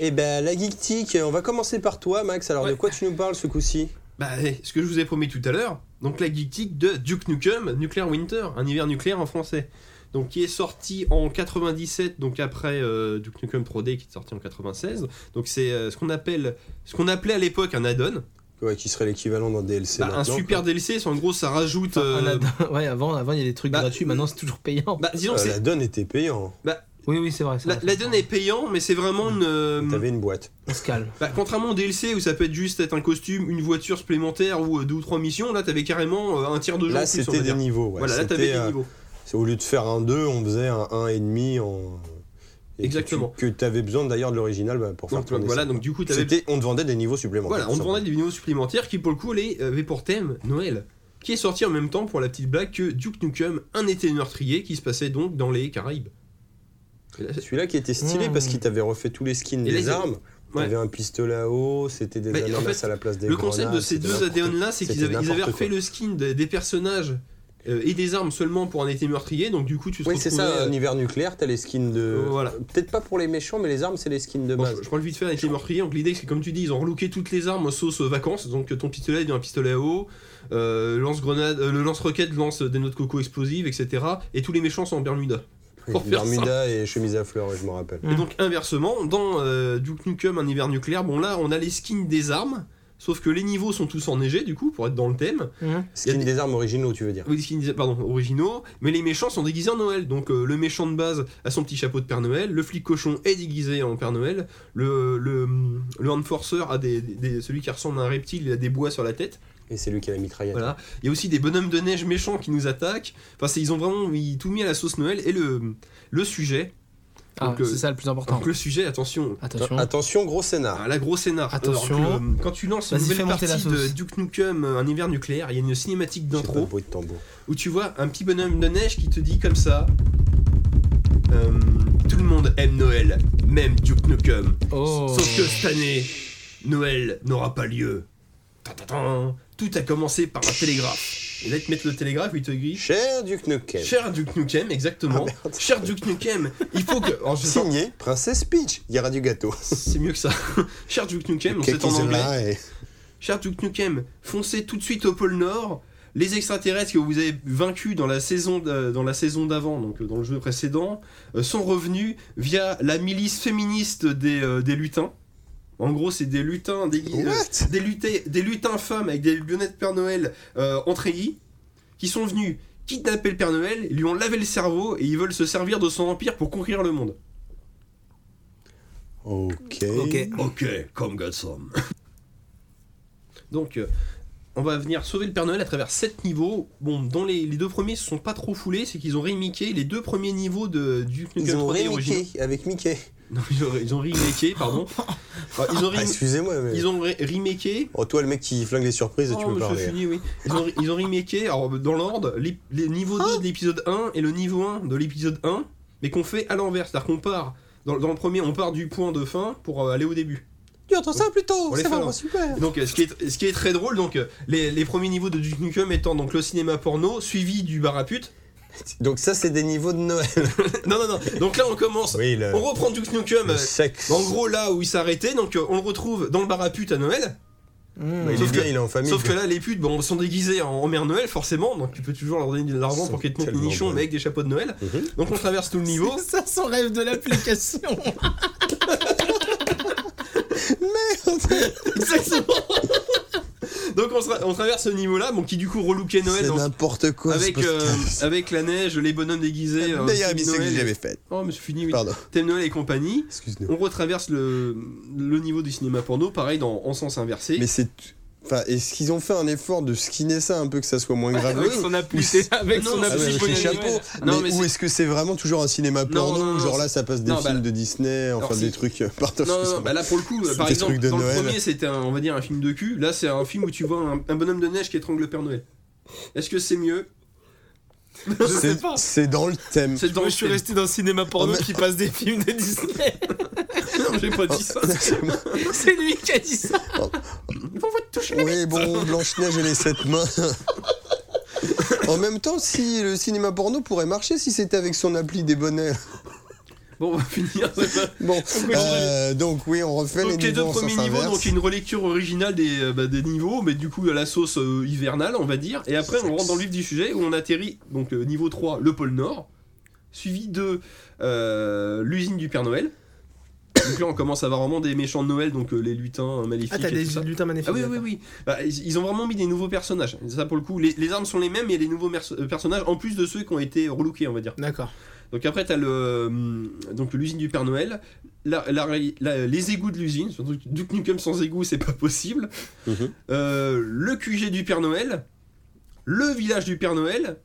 Speaker 2: Et ben la geektique, on va commencer par toi Max. Alors
Speaker 4: Ouais.
Speaker 2: de quoi tu nous parles ce coup-ci
Speaker 4: Bah, eh, ce que je vous ai promis tout à l'heure, donc la geektique de Duke Nukem Nuclear Winter, un hiver nucléaire en français. Donc qui est sorti en 97, donc après euh, Duke Nukem 3D qui est sorti en 96. Donc c'est euh, ce qu'on appelle, ce qu'on appelait à l'époque un add-on,
Speaker 2: Ouais, qui serait l'équivalent d'un DLC
Speaker 4: Bah, un
Speaker 2: maintenant,
Speaker 4: super DLC. c'est En gros, ça rajoute. euh,
Speaker 3: Un add- Ah, Ouais, avant, avant, il y a des trucs
Speaker 4: bah,
Speaker 3: gratuits, maintenant c'est toujours payant.
Speaker 4: bah, disons,
Speaker 2: quoi. Euh,
Speaker 4: c'est-
Speaker 2: la donne était payant.
Speaker 3: oui, oui, c'est vrai. c'est
Speaker 4: la-
Speaker 3: vrai,
Speaker 4: l'add-on est payant, mais c'est vraiment une. euh,
Speaker 2: T'avais une boîte.
Speaker 3: On se calme.
Speaker 4: Bah, contrairement au DLC où ça peut être juste être un costume, une voiture supplémentaire ou euh, deux ou trois missions, là t'avais carrément euh, un tiers de jeu.
Speaker 2: Là
Speaker 4: en plus, on
Speaker 2: c'était
Speaker 4: va
Speaker 2: des
Speaker 4: dire.
Speaker 2: niveaux. ouais.
Speaker 4: Voilà, là
Speaker 2: C'était,
Speaker 4: t'avais des
Speaker 2: euh,
Speaker 4: niveaux.
Speaker 2: c'est- au lieu de faire un 2, on faisait un 1,5 en. et que
Speaker 4: Exactement.
Speaker 2: tu- Que t'avais besoin d'ailleurs de l'original bah, pour faire
Speaker 4: Donc,
Speaker 2: tourner
Speaker 4: voilà,
Speaker 2: ça.
Speaker 4: donc du coup t'avais
Speaker 2: C'était, on te vendait des niveaux supplémentaires.
Speaker 4: Voilà, on te vendait des vidéos supplémentaires qui, pour le coup, les, euh, avaient pour thème Noël. Qui est sorti en même temps, pour la petite blague, que Duke Nukem, un été meurtrier, qui se passait donc dans les Caraïbes. Et là, c'est-
Speaker 2: Celui-là qui était stylé
Speaker 3: Mmh.
Speaker 2: parce qu'il t'avait refait tous les skins
Speaker 4: Et là,
Speaker 2: des
Speaker 4: ils-
Speaker 2: armes.
Speaker 4: ouais.
Speaker 2: T'avais un pistolet à eau, c'était des
Speaker 4: Mais en
Speaker 2: ananas
Speaker 4: fait,
Speaker 2: à la place des
Speaker 4: Le concept de
Speaker 2: grenades,
Speaker 4: ces
Speaker 2: c'était
Speaker 4: deux
Speaker 2: n'importe
Speaker 4: add là c'est qu'ils
Speaker 2: c'était
Speaker 4: avaient, ils avaient
Speaker 2: n'importe
Speaker 4: refait
Speaker 2: quoi.
Speaker 4: le skin des, des personnages euh, et des armes seulement pour un été meurtrier, donc du coup, tu te
Speaker 2: Oui, c'est ça,
Speaker 4: retrouvais, euh,
Speaker 2: un hiver nucléaire, t'as les skins de.
Speaker 4: Voilà.
Speaker 2: Peut-être pas pour les méchants, mais les armes, c'est les skins de
Speaker 4: Bon,
Speaker 2: base.
Speaker 4: Bah, je, je prends le vite fait un été meurtrier. Donc l'idée, c'est que, comme tu dis, ils ont relooké toutes les armes sauce euh, vacances. Donc euh, ton pistolet devient un pistolet à eau, euh, lance-grenade, euh, le lance-roquette lance euh, des noix de coco explosives, etc. Et tous les méchants sont en Bermuda. pour faire ça.
Speaker 2: Bermuda et chemise à fleurs, ouais, je me rappelle.
Speaker 4: Et donc inversement, dans euh, Duke Nukem un hiver nucléaire, bon là on a les skins des armes, sauf que les niveaux sont tous enneigés du coup pour être dans le thème.
Speaker 3: Hein
Speaker 2: Skins
Speaker 4: des-
Speaker 2: des... armes originaux, tu veux dire.
Speaker 4: Oui, les skins des- pardon, originaux, mais les méchants sont déguisés en Noël. Donc euh, le méchant de base a son petit chapeau de Père Noël, le flic cochon est déguisé en Père Noël, le le, le enforcer a des, des- celui qui ressemble à un reptile, il a des bois sur la tête.
Speaker 2: Et c'est lui qui a la mitraillette.
Speaker 4: Voilà. Il y a aussi des bonhommes de neige méchants qui nous attaquent. Enfin c'est- ils ont vraiment mis- tout mis à la sauce Noël et le le sujet.
Speaker 3: Ah,
Speaker 4: Donc, euh,
Speaker 3: c'est ça le plus important.
Speaker 4: Donc le sujet, attention,
Speaker 3: Attention.
Speaker 2: Attention, gros scénar.
Speaker 4: Ah, la grosse scénar.
Speaker 3: Attention.
Speaker 4: Alors que, euh, quand tu lances une
Speaker 3: Vas-y, fais
Speaker 4: nouvelle
Speaker 3: monter
Speaker 4: partie
Speaker 3: la
Speaker 4: de
Speaker 3: sauce.
Speaker 4: Duke Nukem, euh, un hiver nucléaire, il y a une cinématique
Speaker 2: J'ai pas de
Speaker 4: d'intro
Speaker 2: bruit de tambour.
Speaker 4: où tu vois un petit bonhomme de neige qui te dit comme ça. euh, tout le monde aime Noël, même Duke Nukem.
Speaker 3: Oh.
Speaker 4: Sauf que cette année, Noël n'aura pas lieu. Tan, tan, tan. Tout a commencé par un télégraphe. Et là, ils te mettent le télégraphe, ils te disent
Speaker 2: Cher Duke Nukem.
Speaker 4: Cher Duke Nukem, exactement.
Speaker 2: Ah, merde.
Speaker 4: Cher Duke Nukem, il faut que. Alors, je sais pas,
Speaker 2: Signé Princesse Peach. Il y aura du gâteau.
Speaker 4: c'est mieux que ça. Cher Duke Nukem, on sait en
Speaker 2: Kakizora
Speaker 4: anglais.
Speaker 2: et-
Speaker 4: Cher Duke Nukem, foncez tout de suite au pôle Nord. Les extraterrestres que vous avez vaincus dans la saison d'a- dans la saison d'avant, donc euh, dans le jeu précédent, euh, sont revenus via la milice féministe des, euh, des lutins. En gros, c'est des lutins, des, euh,
Speaker 2: What
Speaker 4: des, lutés- des lutins femmes avec des lunettes Père Noël euh, en treillis qui sont venus kidnapper le Père Noël, ils lui ont lavé le cerveau et ils veulent se servir de son empire pour conquérir le monde.
Speaker 2: Ok.
Speaker 6: Ok.
Speaker 4: Ok, come get some. Donc, euh, on va venir sauver le Père Noël à travers 7 niveaux. Bon, dans les, les deux premiers, se sont pas trop foulés, c'est qu'ils ont remiqué les deux premiers niveaux de, du
Speaker 2: Ils ont
Speaker 4: 3D original.
Speaker 2: remiqué avec Mickey.
Speaker 4: Non, ils ont, ils ont remaké, pardon. Enfin, ils ont,
Speaker 2: Ah,
Speaker 4: rem-
Speaker 2: Excusez-moi, mais.
Speaker 4: ils ont re- remaké
Speaker 2: Oh, toi, le mec qui flingue les surprises, tu
Speaker 4: Oh,
Speaker 2: peux
Speaker 4: mais
Speaker 2: parler.
Speaker 4: c'est fini, oui. Ils ont, ils ont remaké, alors, dans l'ordre, les, les niveaux
Speaker 2: Oh.
Speaker 4: 2 de l'épisode 1 et le niveau 1 de l'épisode 1, mais qu'on fait à l'envers. C'est-à-dire qu'on part, dans, dans le premier, on part du point de fin pour euh, aller au début.
Speaker 2: Tu entends ça plutôt
Speaker 4: On les
Speaker 2: C'est
Speaker 4: fait,
Speaker 2: vraiment
Speaker 4: hein.
Speaker 2: super.
Speaker 4: Donc, euh, ce qui est, ce qui est très drôle, donc, euh, les, les premiers niveaux de Duke Nukem étant donc le cinéma porno, suivi du bar à pute.
Speaker 2: Donc, ça, c'est des niveaux de Noël.
Speaker 4: non, non, non. Donc là, on commence.
Speaker 2: Oui, le.
Speaker 4: On reprend Duke Nukem.
Speaker 2: le
Speaker 4: euh,
Speaker 2: sexe.
Speaker 4: en gros, là où il s'arrêtait, donc euh, on le retrouve dans le bar à pute à Noël.
Speaker 3: Mmh.
Speaker 2: Mais il est
Speaker 4: sauf
Speaker 2: bien,
Speaker 4: que-
Speaker 2: il est en famille.
Speaker 4: Sauf que là, les putes bon, sont déguisées en, en mère Noël, forcément. Donc tu peux toujours leur donner de l'argent
Speaker 2: Ils
Speaker 4: pour
Speaker 2: sont
Speaker 4: qu'elles te montent
Speaker 2: tellement
Speaker 4: nichons,
Speaker 2: drôles.
Speaker 4: mais avec des chapeaux de Noël.
Speaker 2: Mhm.
Speaker 4: Donc on traverse tout le niveau.
Speaker 3: Ça, son rêve de l'application.
Speaker 4: Exactement. donc on, tra- on traverse ce niveau-là, bon, qui du coup relookait Noël
Speaker 2: C'est
Speaker 4: donc,
Speaker 2: n'importe quoi. ce
Speaker 4: avec, euh,
Speaker 2: podcast.
Speaker 4: avec la neige, les bonhommes déguisés.
Speaker 2: La
Speaker 4: euh,
Speaker 2: meilleure
Speaker 4: thème
Speaker 2: émission que
Speaker 4: Noël.
Speaker 2: j'avais faite.
Speaker 4: Oh, mais c'est fini, oui.
Speaker 2: Pardon,
Speaker 4: Thème Noël et compagnie.
Speaker 2: excuse-nous.
Speaker 4: On retraverse le, le niveau du cinéma porno, pareil, dans, en sens inversé.
Speaker 2: Mais c'est. Enfin, est-ce qu'ils ont fait un effort de skinner ça un peu que ça soit moins grave
Speaker 3: Avec son appli- avec son
Speaker 4: Non,
Speaker 2: Ah ouais,
Speaker 3: appli
Speaker 2: avec
Speaker 4: c'est
Speaker 2: les
Speaker 3: Bonne
Speaker 4: chapeau.
Speaker 3: Noël.
Speaker 2: chapeaux.
Speaker 4: Non,
Speaker 2: mais
Speaker 4: mais
Speaker 2: ou
Speaker 4: c'est-
Speaker 2: est-ce que c'est vraiment toujours un cinéma porno
Speaker 4: non, non,
Speaker 2: Genre
Speaker 4: non,
Speaker 2: là, ça passe des
Speaker 4: non,
Speaker 2: films
Speaker 4: bah-
Speaker 2: de Disney, enfin
Speaker 4: Alors,
Speaker 2: des
Speaker 4: si-
Speaker 2: trucs. euh, Pardon,
Speaker 4: Non, non,
Speaker 2: excuse-moi.
Speaker 4: non, bah là pour le coup,
Speaker 2: C'est
Speaker 4: par
Speaker 2: des
Speaker 4: exemple,
Speaker 2: trucs de
Speaker 4: dans
Speaker 2: Noël.
Speaker 4: le premier c'était un, on va dire un film de cul, là c'est un film où tu vois un, un bonhomme de neige qui étrangle le Père Noël. Est-ce que c'est mieux bah,
Speaker 2: C'est- C'est dans le thème.
Speaker 4: C'est dans
Speaker 3: Moi,
Speaker 4: le
Speaker 3: je suis
Speaker 4: thème.
Speaker 3: resté dans le cinéma porno
Speaker 2: Oh, mais-
Speaker 3: qui passe des films de Disney.
Speaker 4: Non, j'ai
Speaker 2: Oh.
Speaker 4: pas dit ça.
Speaker 3: C'est lui qui a dit ça.
Speaker 2: oui, bon, Blanche-Neige et les sept mains. en même temps, si le cinéma porno pourrait marcher si c'était avec son appli des bonnets.
Speaker 4: Bon, on va finir. c'est pas-
Speaker 2: Bon, euh, donc oui, on refait
Speaker 4: Donc
Speaker 2: les,
Speaker 4: les deux
Speaker 2: niveaux en
Speaker 4: premiers
Speaker 2: sens
Speaker 4: niveaux,
Speaker 2: inverse.
Speaker 4: donc une relecture originale des, euh, bah, des niveaux, mais du coup à la sauce euh, hivernale, on va dire. Et après, on rentre dans le vif du sujet où on atterrit, donc euh, niveau 3, le pôle Nord, suivi de euh, l'usine du Père Noël. Donc là, on commence à avoir vraiment des méchants de Noël, donc euh, les lutins euh, maléfiques.
Speaker 6: Ah, t'as
Speaker 4: et
Speaker 6: des
Speaker 4: tout ça.
Speaker 6: lutins magnifiques.
Speaker 4: Ah oui, oui, oui. Bah, ils ils ont vraiment mis des nouveaux personnages. Ça, pour le coup, les, les armes sont les mêmes, mais il y a des nouveaux merce- euh, personnages en plus de ceux qui ont été relookés, on va dire.
Speaker 6: D'accord.
Speaker 4: Donc après, t'as le, euh, donc l'usine du Père Noël, la- la- la- les égouts de l'usine. surtout que Duke Nukem sans égouts, c'est pas possible.
Speaker 2: Mhm.
Speaker 4: Euh, le QG du Père Noël, le village du Père Noël.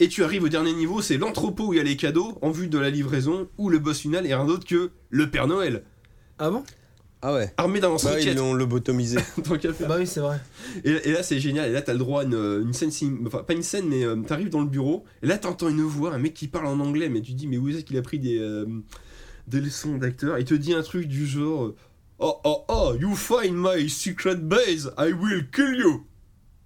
Speaker 4: Et tu arrives au dernier niveau, c'est l'entrepôt où il y a les cadeaux en vue de la livraison, où le boss final est rien d'autre que le Père Noël,
Speaker 3: Ah bon
Speaker 2: Ah ouais.
Speaker 4: armé d'un
Speaker 2: Bah, ils
Speaker 4: lance-roquette.
Speaker 2: l'ont lobotomisé.
Speaker 4: Tant qu'à faire.
Speaker 3: Bah oui, c'est vrai.
Speaker 4: Et, et là, c'est génial. Et là, t'as le droit à une, euh, une scène, sim- enfin pas une scène, mais euh, t'arrives dans le bureau. Et là, t'entends une voix, un mec qui parle en anglais, mais tu te dis, mais où est-ce qu'il a pris des, euh, des leçons d'acteur Il te dit un truc du genre, euh, oh oh oh, you find my secret base, I will kill you.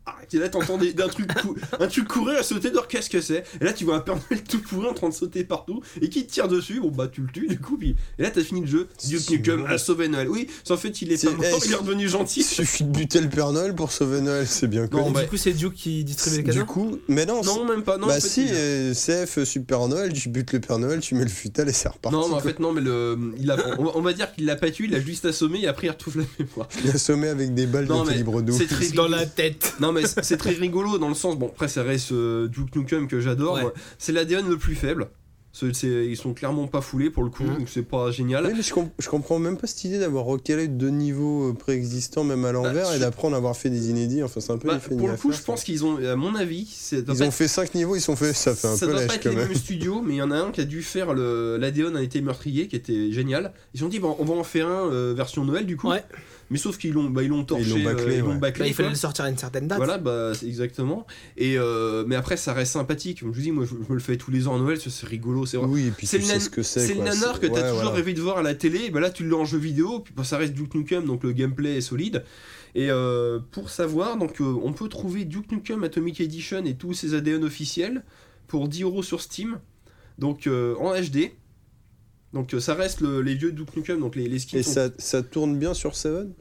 Speaker 4: Ah, et là, t'entends des- d'un truc, cou- un truc courir et sauter dehors, qu'est-ce que c'est Et là, tu vois un Père Noël tout pourri en train de sauter partout et qui te tire dessus. Bon, bah, tu le tues, du coup. Puis... Et là, t'as fini le jeu. Duke
Speaker 2: C'est
Speaker 4: Nukem
Speaker 2: bon.
Speaker 4: a sauvé Noël. Oui, ça, en fait, il est,
Speaker 2: C'est-
Speaker 4: pas mort,
Speaker 2: eh,
Speaker 4: il est redevenu
Speaker 2: Il
Speaker 4: gentil.
Speaker 2: suffit de buter le Père Noël pour sauver Noël, c'est bien
Speaker 4: Non,
Speaker 2: connu.
Speaker 4: bah,
Speaker 3: Du coup, c'est Duke qui distribue les
Speaker 2: du
Speaker 3: cadeaux.
Speaker 2: coup, mais non, c'est-
Speaker 4: Non, même pas. Non, en
Speaker 2: bah
Speaker 4: fait,
Speaker 2: si,
Speaker 4: il-
Speaker 2: euh, CF Super Noël, tu butes le Père Noël, tu mets le futal et c'est reparti.
Speaker 4: Non, mais en
Speaker 2: quoi.
Speaker 4: fait, non, mais le, il a, on, va- on va dire qu'il l'a pas tué, il l'a juste assommé et après il retrouve la mémoire.
Speaker 2: Il a sommé avec des balles
Speaker 4: Non,
Speaker 2: de
Speaker 4: mais
Speaker 2: calibre d'eau.
Speaker 4: C'est très
Speaker 3: Dans la tête.
Speaker 4: Non, mais c'est c'est très rigolo dans le sens. Bon, après, ça reste euh, Duke Nukem que j'adore.
Speaker 3: Ouais.
Speaker 4: moi. C'est l'ADN le plus faible. C'est- c'est- ils sont clairement pas foulés pour le coup,
Speaker 6: Mhm.
Speaker 4: donc c'est pas
Speaker 2: Oui,
Speaker 4: génial.
Speaker 2: mais je, com- je comprends même pas cette idée d'avoir recalé deux niveaux euh, préexistants, même à l'envers,
Speaker 4: Bah,
Speaker 2: et
Speaker 4: je-
Speaker 2: d'apprendre à avoir fait des inédits. Enfin, c'est un peu
Speaker 4: Bah,
Speaker 2: effet
Speaker 4: pour le coup,
Speaker 2: affaire,
Speaker 4: je pense qu'ils ont, à mon avis, c'est-
Speaker 2: Ils ont fait cinq niveaux, ils sont fait. Ça fait un peu
Speaker 4: doit pas
Speaker 2: lâche
Speaker 4: être
Speaker 2: quand
Speaker 4: les
Speaker 2: même.
Speaker 4: mêmes studios, mais il y en a un qui a dû faire le- l'ADN a été meurtrier, qui était génial. Ils ont dit, bon, on va en faire un euh, version Noël du coup.
Speaker 3: Ouais.
Speaker 4: Mais sauf qu'ils l'ont bah, ils l'ont torché,
Speaker 2: Ils l'ont bâclé,
Speaker 4: euh, ils l'ont
Speaker 2: ouais.
Speaker 4: bâclé,
Speaker 6: Bah, il
Speaker 4: quoi.
Speaker 6: fallait le sortir à une certaine date.
Speaker 4: Voilà, bah, c'est exactement. Et euh, mais après, ça reste sympathique. Comme je vous dis, moi, je, je me le fais tous les ans à Noël, parce que c'est rigolo, c'est vrai.
Speaker 2: Oui, et puis
Speaker 4: C'est
Speaker 2: tu
Speaker 4: le
Speaker 2: sais
Speaker 4: nan-
Speaker 2: ce que c'est.
Speaker 4: C'est le
Speaker 2: quoi,
Speaker 4: nanar que t'as
Speaker 2: ouais,
Speaker 4: toujours
Speaker 2: voilà.
Speaker 4: rêvé de voir à la télé. Bah là, tu l'as en jeu vidéo. Puis bah, ça reste Duke Nukem, donc le gameplay est solide. Et euh, pour savoir, donc, euh, on peut trouver Duke Nukem Atomic Edition et tous ses ADN officiels pour 10 euros sur Steam, donc euh, en HD. Donc euh, ça reste le- les vieux Duke Nukem, donc les, les skins.
Speaker 2: Et
Speaker 4: sont-
Speaker 2: ça, ça tourne bien sur Seven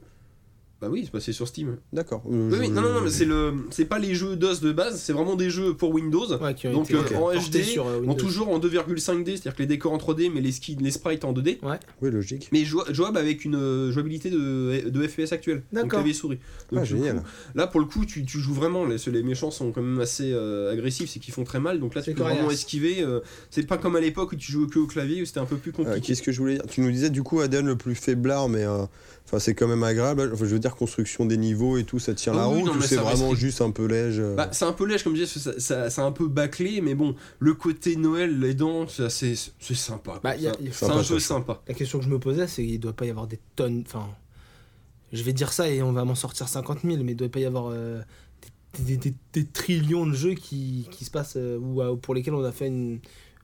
Speaker 4: Bah oui, c'est passé sur Steam.
Speaker 2: D'accord. Euh,
Speaker 4: Oui, oui, non, non, non, mais c'est le, c'est pas les jeux DOS de base, c'est vraiment des jeux pour Windows.
Speaker 6: Ouais, qui ont
Speaker 4: Donc,
Speaker 6: été
Speaker 4: euh, en
Speaker 6: portés
Speaker 4: HD,
Speaker 6: sur euh,
Speaker 4: Bon,
Speaker 6: Windows.
Speaker 4: toujours en 2,5D, c'est-à-dire que les décors en 3D, mais les skins, les sprites en 2D.
Speaker 2: Oui, logique.
Speaker 4: Mais joua- jouable avec une euh, jouabilité de, de FPS actuelle. Donc
Speaker 6: D'accord.
Speaker 4: clavier souris. Donc,
Speaker 2: Ah,
Speaker 4: du
Speaker 2: génial.
Speaker 4: coup, là, pour le coup, tu, tu joues vraiment. Les, les méchants sont quand même assez euh, agressifs, c'est qu'ils font très mal. Donc là,
Speaker 6: C'est
Speaker 4: tu peux
Speaker 6: coriace.
Speaker 4: vraiment esquiver. euh, c'est pas comme à l'époque où tu jouais que au clavier, où c'était un peu plus
Speaker 2: Euh,
Speaker 4: compliqué.
Speaker 2: Qu'est-ce que je voulais dire Tu nous disais du coup Aden le plus faiblard, mais euh, enfin c'est quand même agréable. Enfin, je veux dire construction des niveaux et tout, ça tient
Speaker 4: Ah
Speaker 2: la
Speaker 4: oui,
Speaker 2: route
Speaker 4: non,
Speaker 2: ou
Speaker 4: mais
Speaker 2: c'est
Speaker 4: ça
Speaker 2: vraiment
Speaker 4: reste-
Speaker 2: juste un peu léger euh,
Speaker 4: Bah, c'est un peu lèche, comme je disais, ça, ça- c'est un peu baclé, mais bon, le côté Noël, les dents, ça, c'est c'est sympa.
Speaker 6: Bah, y a- y a-
Speaker 4: c'est
Speaker 2: Sympa,
Speaker 4: un jeu
Speaker 2: ça.
Speaker 4: sympa.
Speaker 6: La question que je me posais, c'est qu'il doit pas y avoir des tonnes. Enfin, je vais dire ça et on va m'en sortir 50 000, mais il doit pas y avoir euh, des, des- des- des trillions de jeux qui, qui se passent euh, ou à- pour lesquels on a fait une-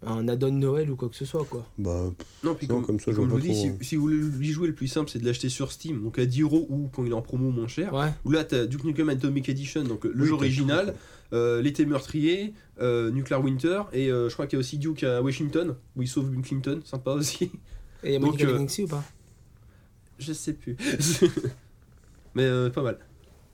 Speaker 6: un add-on Noël ou quoi que ce soit, quoi.
Speaker 2: bah,
Speaker 4: Non, puis
Speaker 2: Non,
Speaker 4: comme,
Speaker 2: comme ça, je
Speaker 4: comme je
Speaker 2: vois
Speaker 4: vous
Speaker 2: pas
Speaker 4: dis, si,
Speaker 2: trop.
Speaker 4: si vous voulez lui jouer, le plus simple, c'est de l'acheter sur Steam, donc à 10 euros ou quand il est en promo moins cher.
Speaker 6: Ouais.
Speaker 4: Où là, t'as Duke Nukem Atomic Edition, donc le
Speaker 2: Oui,
Speaker 4: jeu
Speaker 2: t'as
Speaker 4: original, euh, l'été meurtrier, euh, Nuclear Winter, et euh, je crois qu'il y a aussi Duke à Washington, où il sauve Bill Clinton, sympa aussi.
Speaker 6: Et il y a
Speaker 4: Donc,
Speaker 6: Monica
Speaker 4: euh,
Speaker 6: Lewinsky ou pas
Speaker 4: je sais plus. Mais euh, pas mal.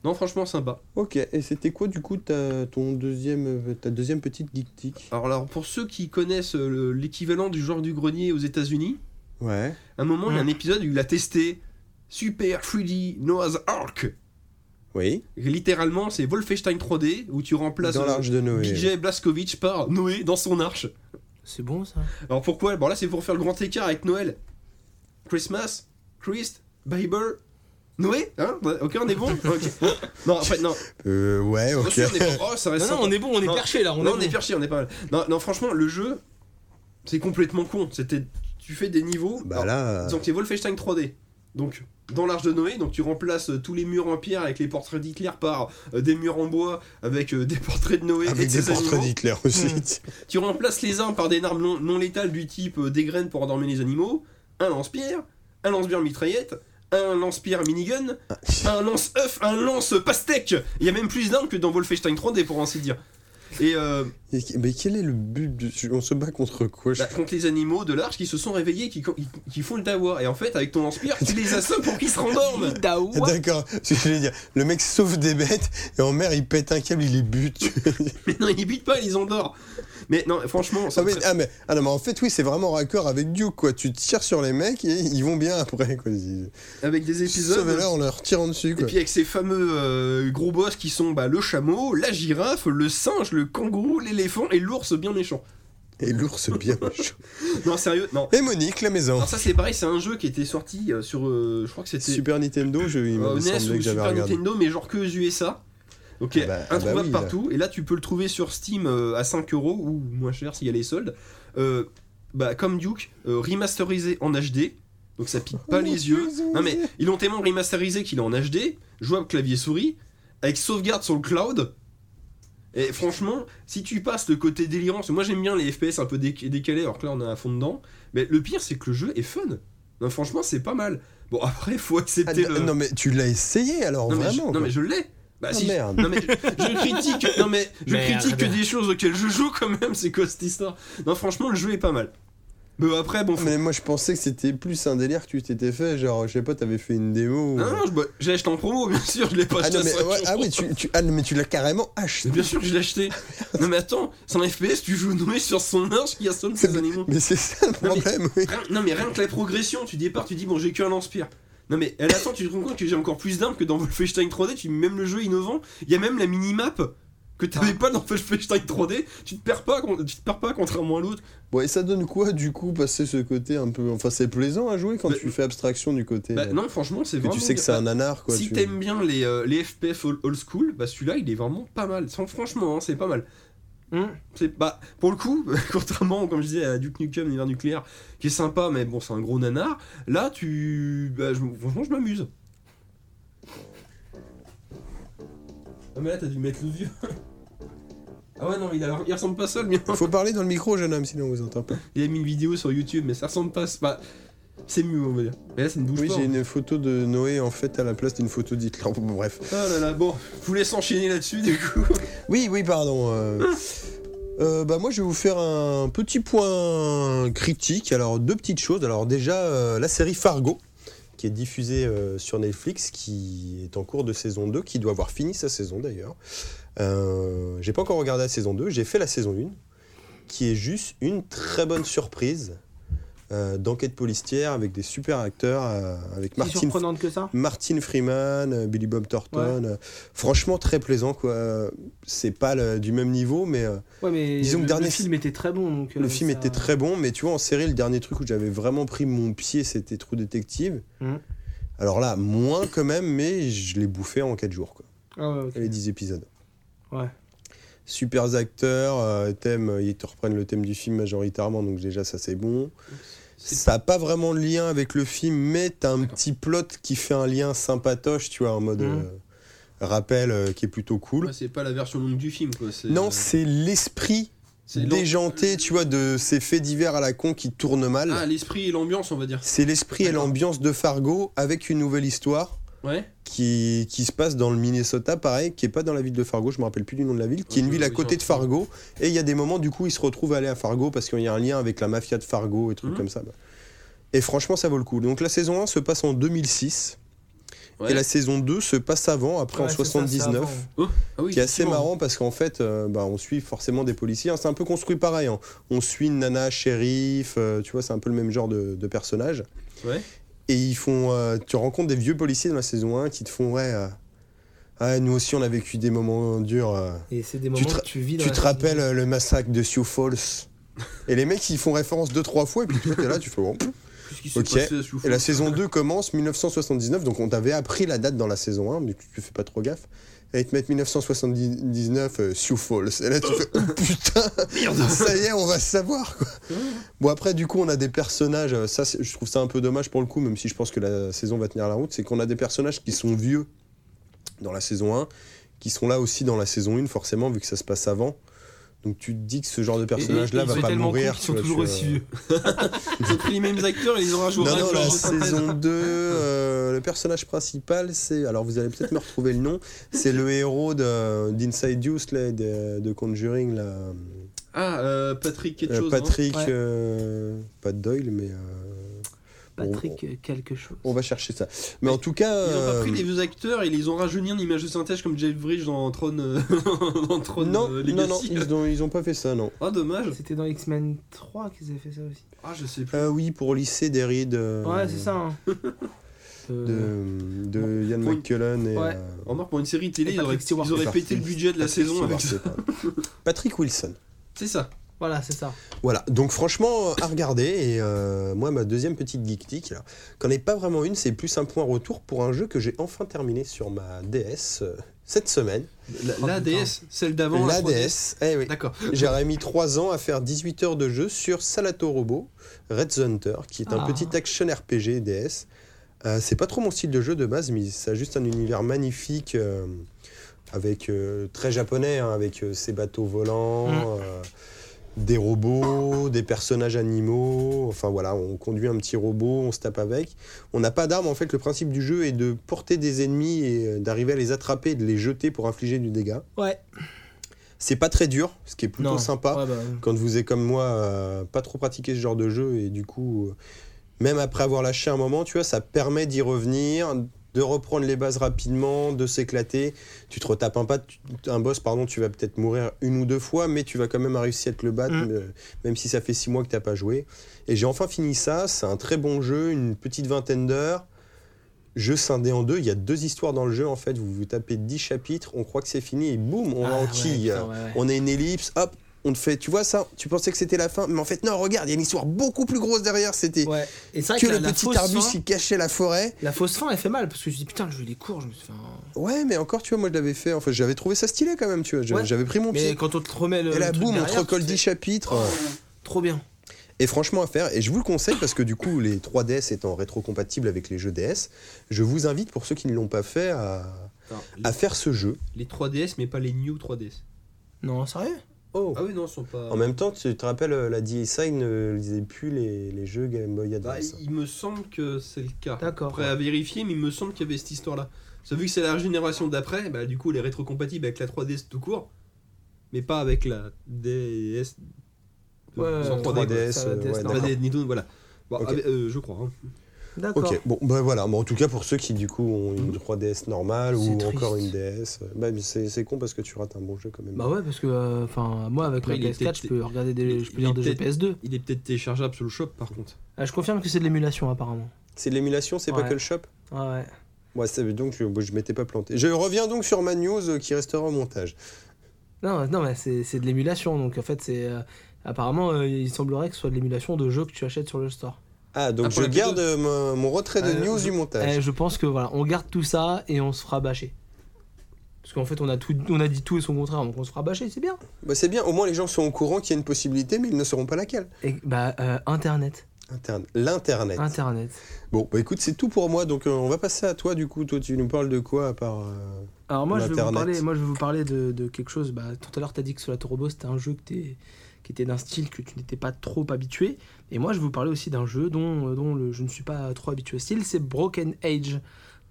Speaker 4: Non, franchement, sympa.
Speaker 2: ok. Et c'était quoi du coup ta, ton deuxième, euh, ta deuxième petite geek tic
Speaker 4: Alors, là, pour ceux qui connaissent euh, le- l'équivalent du genre du grenier aux États-Unis,
Speaker 2: Ouais.
Speaker 4: à un moment, il y a un
Speaker 6: Mm.
Speaker 4: épisode où il a testé Super 3D Noah's Ark.
Speaker 2: Oui.
Speaker 4: Littéralement, c'est Wolfenstein 3D où tu remplaces
Speaker 2: Dans
Speaker 4: euh,
Speaker 2: l'arche de Noé.
Speaker 4: BJ Blazkowicz par Noé dans son arche.
Speaker 6: C'est bon ça
Speaker 4: Alors pourquoi Bon là c'est pour faire le grand écart avec Noël. Christmas, Christ, Bible, Noé, hein Ok on est bon Ok. Non après non.
Speaker 2: Euh, ouais.
Speaker 4: Oh,
Speaker 2: Ok.
Speaker 4: si, on est bon. Oh, ça reste
Speaker 6: Non, non,
Speaker 4: sympa.
Speaker 6: on est bon, on est
Speaker 4: Non.
Speaker 6: perché là. On
Speaker 4: Non,
Speaker 6: est
Speaker 4: on est
Speaker 6: bon.
Speaker 4: perché, on est pas mal. Non, non franchement le jeu c'est complètement con. C'était tu fais des niveaux.
Speaker 2: bah
Speaker 4: alors,
Speaker 2: là.
Speaker 4: Disons que c'est Wolfenstein 3D. Donc dans l'arche de Noé, donc tu remplaces euh, tous les murs en pierre avec les portraits d'Hitler par euh, des murs en bois avec euh, des portraits de Noé et
Speaker 2: Avec
Speaker 4: de
Speaker 2: des
Speaker 4: ses animaux.
Speaker 2: portraits d'Hitler aussi.
Speaker 4: Tu remplaces les uns par des armes non, non létales du type euh, des graines pour endormir les animaux, un lance-pierre, un lance-pierre mitraillette, un lance-pierre minigun, un lance-œuf, un lance-pastèque Il y a même plus d'armes que dans Wolfenstein 3D pour ainsi dire. Et euh,
Speaker 2: Et qui- mais quel est le but de- On se bat contre quoi je-
Speaker 4: bah, contre les animaux de l'arche qui se sont réveillés et qui, qui, qui font le dawa. Et en fait, avec ton lance-pierre, tu les assommes pour qu'ils se rendorment
Speaker 6: Daou,
Speaker 2: Ah, D'accord, ce que je voulais dire, le mec sauve des bêtes et en mer il pète un câble, il les bute.
Speaker 4: Mais non, ils butent pas, ils endorment Mais non, franchement, ça
Speaker 2: Ah, mais, ah, mais, ah non, mais en fait, oui, c'est vraiment raccord avec Duke, quoi. Tu tires sur les mecs et ils vont bien après, quoi. Ils-
Speaker 4: avec des épisodes.
Speaker 2: Sauvez-leur en ah, leur tirant dessus,
Speaker 4: Et
Speaker 2: quoi.
Speaker 4: puis avec ces fameux euh, gros boss qui sont bah, le chameau, la girafe, le singe, le kangourou, l'éléphant et l'ours bien méchant.
Speaker 2: Et l'ours bien méchant.
Speaker 4: Non, sérieux, non.
Speaker 2: Et Monique, la maison.
Speaker 4: Alors ça c'est pareil, c'est un jeu qui était sorti euh, sur, euh, je crois que c'était
Speaker 2: Super Nintendo, je, il me
Speaker 4: euh, NES
Speaker 2: semblait
Speaker 4: ou
Speaker 2: que j'avais
Speaker 4: Super
Speaker 2: regardé.
Speaker 4: Nintendo, mais genre que aux USA. Donc
Speaker 2: Ah bah- ah bah
Speaker 4: introuvable
Speaker 2: oui, là.
Speaker 4: partout. Et là tu peux le trouver sur Steam euh, à 5 euros ou moins cher s'il y a les soldes. Euh, bah comme Duke, euh, remasterisé en HD. Donc ça pique
Speaker 2: Oh
Speaker 4: pas les yeux. Non mais ils l'ont tellement remasterisé qu'il est en HD, jouable clavier souris, avec sauvegarde sur le cloud. Et franchement, si tu passes le côté délirant, parce que moi j'aime bien les FPS un peu déc- décalés, alors que là on est à fond dedans, mais le pire c'est que le jeu est fun. Non, franchement, c'est pas mal. Bon, après, faut
Speaker 2: Ah,
Speaker 4: accepter
Speaker 2: non,
Speaker 4: le.
Speaker 2: non, mais tu l'as essayé alors,
Speaker 4: Non, mais je,
Speaker 2: vraiment.
Speaker 4: non,
Speaker 2: quoi.
Speaker 4: mais je l'ai. Bah,
Speaker 2: Ah,
Speaker 4: si,
Speaker 2: merde.
Speaker 4: non, mais je, je critique, non, mais je
Speaker 6: Merde.
Speaker 4: critique que des choses auxquelles je joue quand même, c'est quoi cette histoire Non, franchement, le jeu est pas mal. Mais après, bon, faut-
Speaker 2: Ah, Mais moi je pensais que c'était plus un délire que tu t'étais fait, genre je sais pas, t'avais fait une démo. ou-
Speaker 4: Non, non, je- bah, j'ai acheté en promo, bien sûr, je l'ai pas
Speaker 2: ah,
Speaker 4: acheté.
Speaker 2: non,
Speaker 4: à
Speaker 2: mais,
Speaker 4: 5
Speaker 2: ouais, ah
Speaker 4: euros.
Speaker 2: oui, tu, tu- ah, non, mais tu l'as carrément acheté.
Speaker 4: Mais bien sûr que je l'ai acheté. non mais attends, c'est un FPS, tu joues Noé sur son arche qui assomme ses animaux.
Speaker 2: Mais c'est ça le
Speaker 4: Non, mais-
Speaker 2: problème, oui.
Speaker 4: Rien- non mais rien que la progression, tu départs, tu dis bon j'ai que un lance-pierre. Non mais elle attend, tu te rends compte que j'ai encore plus d'armes que dans Wolfenstein 3D, tu même le jeu innovant, il y a même la minimap que t'avais
Speaker 2: Ah.
Speaker 4: pas dans Wolfenstein 3D, tu te perds pas, con- tu te perds pas contrairement à l'autre.
Speaker 2: Bon, et ça donne quoi du coup, passer ce côté un peu. Enfin, c'est plaisant à jouer quand
Speaker 4: Bah,
Speaker 2: tu fais abstraction du côté.
Speaker 4: Bah
Speaker 2: euh,
Speaker 4: non franchement c'est
Speaker 2: que
Speaker 4: vraiment.
Speaker 2: tu sais que c'est un nanar quoi.
Speaker 4: si
Speaker 2: tu-
Speaker 4: t'aimes bien les, euh, les FPS old, old school, bah celui-là il est vraiment pas mal. Sans- Franchement hein, c'est pas mal.
Speaker 6: Hum.
Speaker 4: C'est- bah, pour le coup, contrairement, comme je disais, à Duke Nukem, l'univers nucléaire, qui est sympa, mais bon, c'est un gros nanar, là, tu. Bah, je- franchement, je m'amuse. Ah, mais là, t'as dû mettre le vieux. Ah ouais, non, il, a- il ressemble pas seul, mais
Speaker 2: Faut parler dans le micro, jeune homme, sinon on vous entend pas.
Speaker 4: il a mis une vidéo sur YouTube, mais ça ressemble pas. Bah, C'est mieux, on va dire. Mais là, ça ne bouge
Speaker 2: Oui,
Speaker 4: pas.
Speaker 2: j'ai
Speaker 4: hein.
Speaker 2: une photo de Noé en fait à la place d'une photo d'Hitler. Bon, bref.
Speaker 4: Ah là là, bon, je vous laisse enchaîner là-dessus, du coup.
Speaker 2: Oui, oui, pardon. euh, euh, bah moi je vais vous faire un petit point critique. Alors deux petites choses. Alors déjà euh, la série Fargo qui est diffusée euh, sur Netflix, qui est en cours de saison 2, qui doit avoir fini sa saison d'ailleurs. Euh, j'ai pas encore regardé la saison 2, j'ai fait la saison 1, qui est juste une très bonne surprise euh, d'enquête policière avec des super acteurs, euh, avec
Speaker 6: Plus
Speaker 2: Martin
Speaker 6: surprenante que ça
Speaker 2: Martin Freeman, euh, Billy Bob Thornton, euh, franchement très plaisant quoi. Euh, C'est pas le- du même niveau, mais euh,
Speaker 6: Ouais, mais
Speaker 2: Disons que
Speaker 6: le,
Speaker 2: dernier-
Speaker 6: le film était très bon. Donc,
Speaker 2: le
Speaker 6: euh,
Speaker 2: film
Speaker 6: ça-
Speaker 2: était très bon. Mais tu vois, en série, le dernier truc où j'avais vraiment pris mon pied, c'était Trou Détective.
Speaker 6: Mhm.
Speaker 2: Alors là, moins quand même, mais je l'ai bouffé en 4 jours quoi.
Speaker 6: Ah ouais, ok.
Speaker 2: Les 10 épisodes.
Speaker 6: Ouais.
Speaker 2: Super acteurs, euh, thème, ils te reprennent le thème du film majoritairement, donc déjà ça c'est bon. Ça n'a pas vraiment de lien avec le film, mais t'as un
Speaker 4: D'accord.
Speaker 2: petit plot qui fait un lien sympatoche, tu vois, en mode
Speaker 6: Mhm.
Speaker 2: euh, rappel euh, qui est plutôt cool.
Speaker 4: Ouais, c'est pas la version longue du film, quoi. c'est- euh,
Speaker 2: non, c'est l'esprit
Speaker 4: c'est l'am-
Speaker 2: déjanté, tu vois, de ces faits divers à la con qui tournent mal.
Speaker 4: Ah, l'esprit et l'ambiance, on va dire.
Speaker 2: c'est l'esprit et
Speaker 4: d'accord.
Speaker 2: l'ambiance de Fargo avec une nouvelle histoire
Speaker 4: Ouais.
Speaker 2: qui, qui se passe dans le Minnesota, pareil, qui est pas dans la ville de Fargo, je me rappelle plus du nom de la ville, qui est une
Speaker 4: Ok,
Speaker 2: ville à
Speaker 4: oui,
Speaker 2: côté de
Speaker 4: j'en sais.
Speaker 2: Fargo, et il y a des moments, du coup, ils se retrouvent à aller à Fargo parce qu'il y a un lien avec la mafia de Fargo et trucs
Speaker 4: Mhm.
Speaker 2: comme ça. bah. Et franchement, ça vaut le coup. Donc la saison 1 se passe en 2006,
Speaker 4: Ouais.
Speaker 2: et la saison 2 se passe avant, après en
Speaker 3: Ouais, c'est ça, c'est
Speaker 2: 79
Speaker 3: avant.
Speaker 4: Ah oui,
Speaker 2: qui est assez
Speaker 4: effectivement.
Speaker 2: marrant parce qu'en fait, euh, bah, on suit forcément des policiers. hein. C'est un peu construit pareil. hein. On suit une nana, shérif, euh, tu vois, c'est un peu le même genre de, de personnage.
Speaker 4: Ouais.
Speaker 2: Et ils font. euh, tu rencontres des vieux policiers dans la saison 1 qui te font, ouais. euh, ah, nous aussi, on a vécu des moments durs. euh.
Speaker 6: Et c'est des moments
Speaker 2: te-
Speaker 6: que tu vis dans
Speaker 2: Tu
Speaker 6: la
Speaker 2: te rappelles euh, le massacre de Sioux Falls Et les mecs, ils font référence deux, trois fois, et puis toi, t'es là, tu fais bon.
Speaker 4: Qu'est-ce qui s'est
Speaker 2: Ok.
Speaker 4: passé, sous-
Speaker 2: Et la saison 2 commence 1979, donc on t'avait appris la date dans la saison 1, mais tu, tu fais pas trop gaffe. Et ils te mettent 1979, euh, Sioux Falls. Et là, tu fais, oh putain, ça y est, on va savoir, quoi. Bon, après, du coup, on a des personnages, euh, ça, c'est- je trouve ça un peu dommage pour le coup, même si je pense que la saison va tenir la route, c'est qu'on a des personnages qui sont vieux dans la saison 1, qui sont là aussi dans la saison 1, forcément, vu que ça se passe avant. Donc tu te dis que ce genre de personnage-là
Speaker 3: ils
Speaker 2: va
Speaker 3: sont
Speaker 2: pas
Speaker 3: tellement
Speaker 2: mourir.
Speaker 3: cons qu'ils
Speaker 2: tu
Speaker 3: sont
Speaker 2: vois,
Speaker 3: toujours
Speaker 2: tu,
Speaker 3: aussi
Speaker 2: euh,
Speaker 3: vieux.
Speaker 4: Ils ont pris les mêmes acteurs et ils ont rajouté
Speaker 2: non, non,
Speaker 4: leur
Speaker 2: la
Speaker 4: synthèse.
Speaker 2: saison 2, euh, le personnage principal, c'est. Alors, vous allez peut-être me retrouver le nom. C'est le héros de- d'Inside Use, là, de, de Conjuring, là.
Speaker 4: Ah, euh, Patrick, quelque
Speaker 2: Euh,
Speaker 4: chose. non
Speaker 2: Patrick.
Speaker 6: Ouais.
Speaker 2: euh, pas Doyle, mais. euh, bon,
Speaker 6: Patrick euh, quelque chose.
Speaker 2: on, on va chercher ça. Mais
Speaker 4: Mais
Speaker 2: en tout cas.
Speaker 4: Ils ont
Speaker 2: euh,
Speaker 4: pas pris les vieux acteurs et ils les ont rajeuni en image de synthèse comme Jeff Bridge dans Tron, euh, dans Tron
Speaker 2: non,
Speaker 4: euh,
Speaker 2: non, non,
Speaker 4: Legacy.
Speaker 2: ils ont, ils ont pas fait ça, non.
Speaker 4: Ah, dommage.
Speaker 6: C'était dans X-Men 3 qu'ils avaient fait ça aussi.
Speaker 4: Ah, je sais plus.
Speaker 2: Ah oui, pour lycée des rides. euh,
Speaker 6: Ouais, c'est ça. hein. Euh,
Speaker 2: De, de Ian
Speaker 4: Bon.
Speaker 2: McKellen et.
Speaker 6: Ouais.
Speaker 2: euh,
Speaker 4: Remarque, pour une série
Speaker 6: Et
Speaker 4: télé, ils
Speaker 6: Patrick
Speaker 4: auraient,
Speaker 6: Stewart.
Speaker 4: ils auraient
Speaker 2: Patrick-
Speaker 4: pété le budget de la
Speaker 2: Patrick
Speaker 4: saison avec ça.
Speaker 2: Stewart, c'est pas- Patrick Wilson.
Speaker 4: C'est ça.
Speaker 6: Voilà, c'est ça.
Speaker 2: Voilà, donc franchement, euh, à regarder. Et euh, moi, ma deuxième petite geek tic, là, qu'en est pas vraiment une, c'est plus un point retour pour un jeu que j'ai enfin terminé sur ma DS euh, cette semaine.
Speaker 4: La,
Speaker 3: Oh,
Speaker 4: la
Speaker 3: putain.
Speaker 4: DS, celle d'avant.
Speaker 2: la
Speaker 4: 3DS.
Speaker 2: DS, eh oui.
Speaker 4: D'accord.
Speaker 2: J'aurais mis 3 ans à faire 18 heures de jeu sur Salato Robo, Red Hunter, qui est un
Speaker 6: Ah.
Speaker 2: petit action RPG DS. Euh, c'est pas trop mon style de jeu de base, mais ça a juste un univers magnifique, euh, avec euh, très japonais, hein, avec euh, ses bateaux volants,
Speaker 6: Mm.
Speaker 2: euh, des robots, des personnages animaux. Enfin voilà, on conduit un petit robot, on se tape avec. On n'a pas d'armes, en fait, le principe du jeu est de porter des ennemis et euh, d'arriver à les attraper et de les jeter pour infliger du dégât.
Speaker 6: Ouais.
Speaker 2: C'est pas très dur, ce qui est plutôt
Speaker 3: Non.
Speaker 2: sympa
Speaker 3: Ouais, bah,
Speaker 2: quand vous êtes comme moi, euh, pas trop pratiqué ce genre de jeu, et du coup, euh, même après avoir lâché un moment, tu vois, ça permet d'y revenir, de reprendre les bases rapidement, de s'éclater. Tu te retapes un, pas, un boss, pardon, tu vas peut-être mourir une ou deux fois, mais tu vas quand même réussir à te le battre,
Speaker 6: Mm.
Speaker 2: euh, même si ça fait six mois que t'as pas joué. Et j'ai enfin fini ça, c'est un très bon jeu, une petite vingtaine d'heures. Jeu scindé en deux, il y a deux histoires dans le jeu en fait, vous vous tapez dix chapitres, on croit que c'est fini et boum, on
Speaker 6: Ah,
Speaker 2: enquille.
Speaker 6: ouais, putain, ouais, ouais.
Speaker 2: On a une ellipse, hop, on te fait, tu vois ça Tu pensais que c'était la fin, mais en fait, non, regarde, il y a une histoire beaucoup plus grosse derrière. C'était
Speaker 6: Ouais. Et c'est vrai
Speaker 2: que
Speaker 6: la-
Speaker 2: le
Speaker 6: la hein.
Speaker 2: petit
Speaker 6: fausse
Speaker 2: arbuste
Speaker 6: fin-
Speaker 2: qui cachait la forêt.
Speaker 6: La fausse fin, elle fait mal parce que je me dis putain, le jeu il est court. Je me suis fait un-
Speaker 2: Ouais, mais encore, tu vois, moi, je l'avais fait. Enfin, j'avais trouvé ça stylé quand même, tu vois. J'avais
Speaker 6: Ouais.
Speaker 2: j'avais pris mon
Speaker 6: Mais
Speaker 2: pied.
Speaker 6: quand on te remet le.
Speaker 2: Et là,
Speaker 6: le truc
Speaker 2: boum, on te
Speaker 6: derrière,
Speaker 2: recolle
Speaker 6: tu fais,
Speaker 2: 10 chapitres.
Speaker 6: Trop bien.
Speaker 2: Et franchement, à faire. Et je vous le conseille parce que du coup, les 3DS étant rétrocompatibles avec les jeux DS, je vous invite, pour ceux qui ne l'ont pas fait, à,
Speaker 4: Attends,
Speaker 2: Ah. à faire ce jeu.
Speaker 4: les 3DS, mais pas les New 3DS.
Speaker 3: Non, sérieux Oh
Speaker 4: Ah oui, non, ils sont pas.
Speaker 2: En même temps, tu te rappelles, euh, la DSI ne lisait plus les, les jeux Game Boy
Speaker 4: Bah,
Speaker 2: Advance.
Speaker 4: il me semble que c'est le cas.
Speaker 3: D'accord.
Speaker 4: Après à vérifier, mais il me semble qu'il y avait cette histoire-là. Ça vu que c'est la génération d'après, bah, du coup, elle est rétrocompatible avec la 3DS tout court, mais pas avec la DS. de-
Speaker 3: Ouais,
Speaker 4: sans
Speaker 2: 3DS,
Speaker 4: 3D, quoi.
Speaker 2: euh,
Speaker 4: Ça va, DS,
Speaker 2: ouais,
Speaker 4: non,
Speaker 2: d'accord.
Speaker 4: 3D, Nintendo, voilà. Bon,
Speaker 2: Ok.
Speaker 4: avec- euh, je crois. hein.
Speaker 3: D'accord. Mm.
Speaker 2: Ok, bon, bah voilà. Bon, en tout cas, pour ceux qui, du coup, ont une 3DS normale
Speaker 3: C'est
Speaker 2: ou
Speaker 3: triste.
Speaker 2: encore une DS, euh, bah, mais c'est c'est con parce que tu rates un bon jeu quand même.
Speaker 3: Bah ouais, parce que euh, enfin moi avec
Speaker 4: Après, il
Speaker 3: la PS4,
Speaker 4: était-
Speaker 3: je peux regarder des,
Speaker 4: il-
Speaker 3: je peux
Speaker 4: il
Speaker 3: lire des jeux
Speaker 4: était-
Speaker 3: PS2.
Speaker 4: Il est peut-être téléchargeable sur le shop, par contre.
Speaker 3: Ah, je confirme que c'est de l'émulation apparemment.
Speaker 2: C'est de l'émulation, c'est pas
Speaker 3: Ouais.
Speaker 2: que le shop
Speaker 3: Ah ouais.
Speaker 2: Ouais, c'est- donc je, je m'étais pas planté. Je reviens donc sur ma news euh, qui restera au montage.
Speaker 3: Non, non, mais c'est c'est de l'émulation, donc en fait c'est euh, apparemment euh, il semblerait que ce soit de l'émulation de jeux que tu achètes sur le store.
Speaker 2: Ah, donc
Speaker 4: Ah,
Speaker 2: je
Speaker 4: pour la
Speaker 2: garde euh, mon, mon retrait de
Speaker 3: Euh,
Speaker 2: news
Speaker 3: je-
Speaker 2: du montage.
Speaker 3: Eh, je pense que voilà, on garde tout ça et on se fera bâcher. Parce qu'en fait on a tout, on a dit tout et son contraire, donc on se fera bâcher, c'est bien.
Speaker 2: Bah, c'est bien, au moins les gens sont au courant qu'il y a une possibilité, mais ils ne sauront pas laquelle.
Speaker 3: Et bah euh, internet,
Speaker 2: Interne-
Speaker 3: Ah.
Speaker 2: L'internet.
Speaker 3: internet.
Speaker 2: Bon, bah écoute, c'est tout pour moi, donc euh, on va passer à toi du coup. Toi, tu nous parles de quoi à part. euh,
Speaker 3: Alors moi je, vais vous
Speaker 2: L'internet.
Speaker 3: parler, moi je vais vous parler de, de quelque chose. Bah, tout à l'heure tu as dit que sur la Turbo c'était un jeu que t'es- qui était d'un style que tu n'étais pas trop habitué. Et moi je vais vous parler aussi d'un jeu dont, euh, dont le- je ne suis pas trop habitué au style, c'est Broken Age.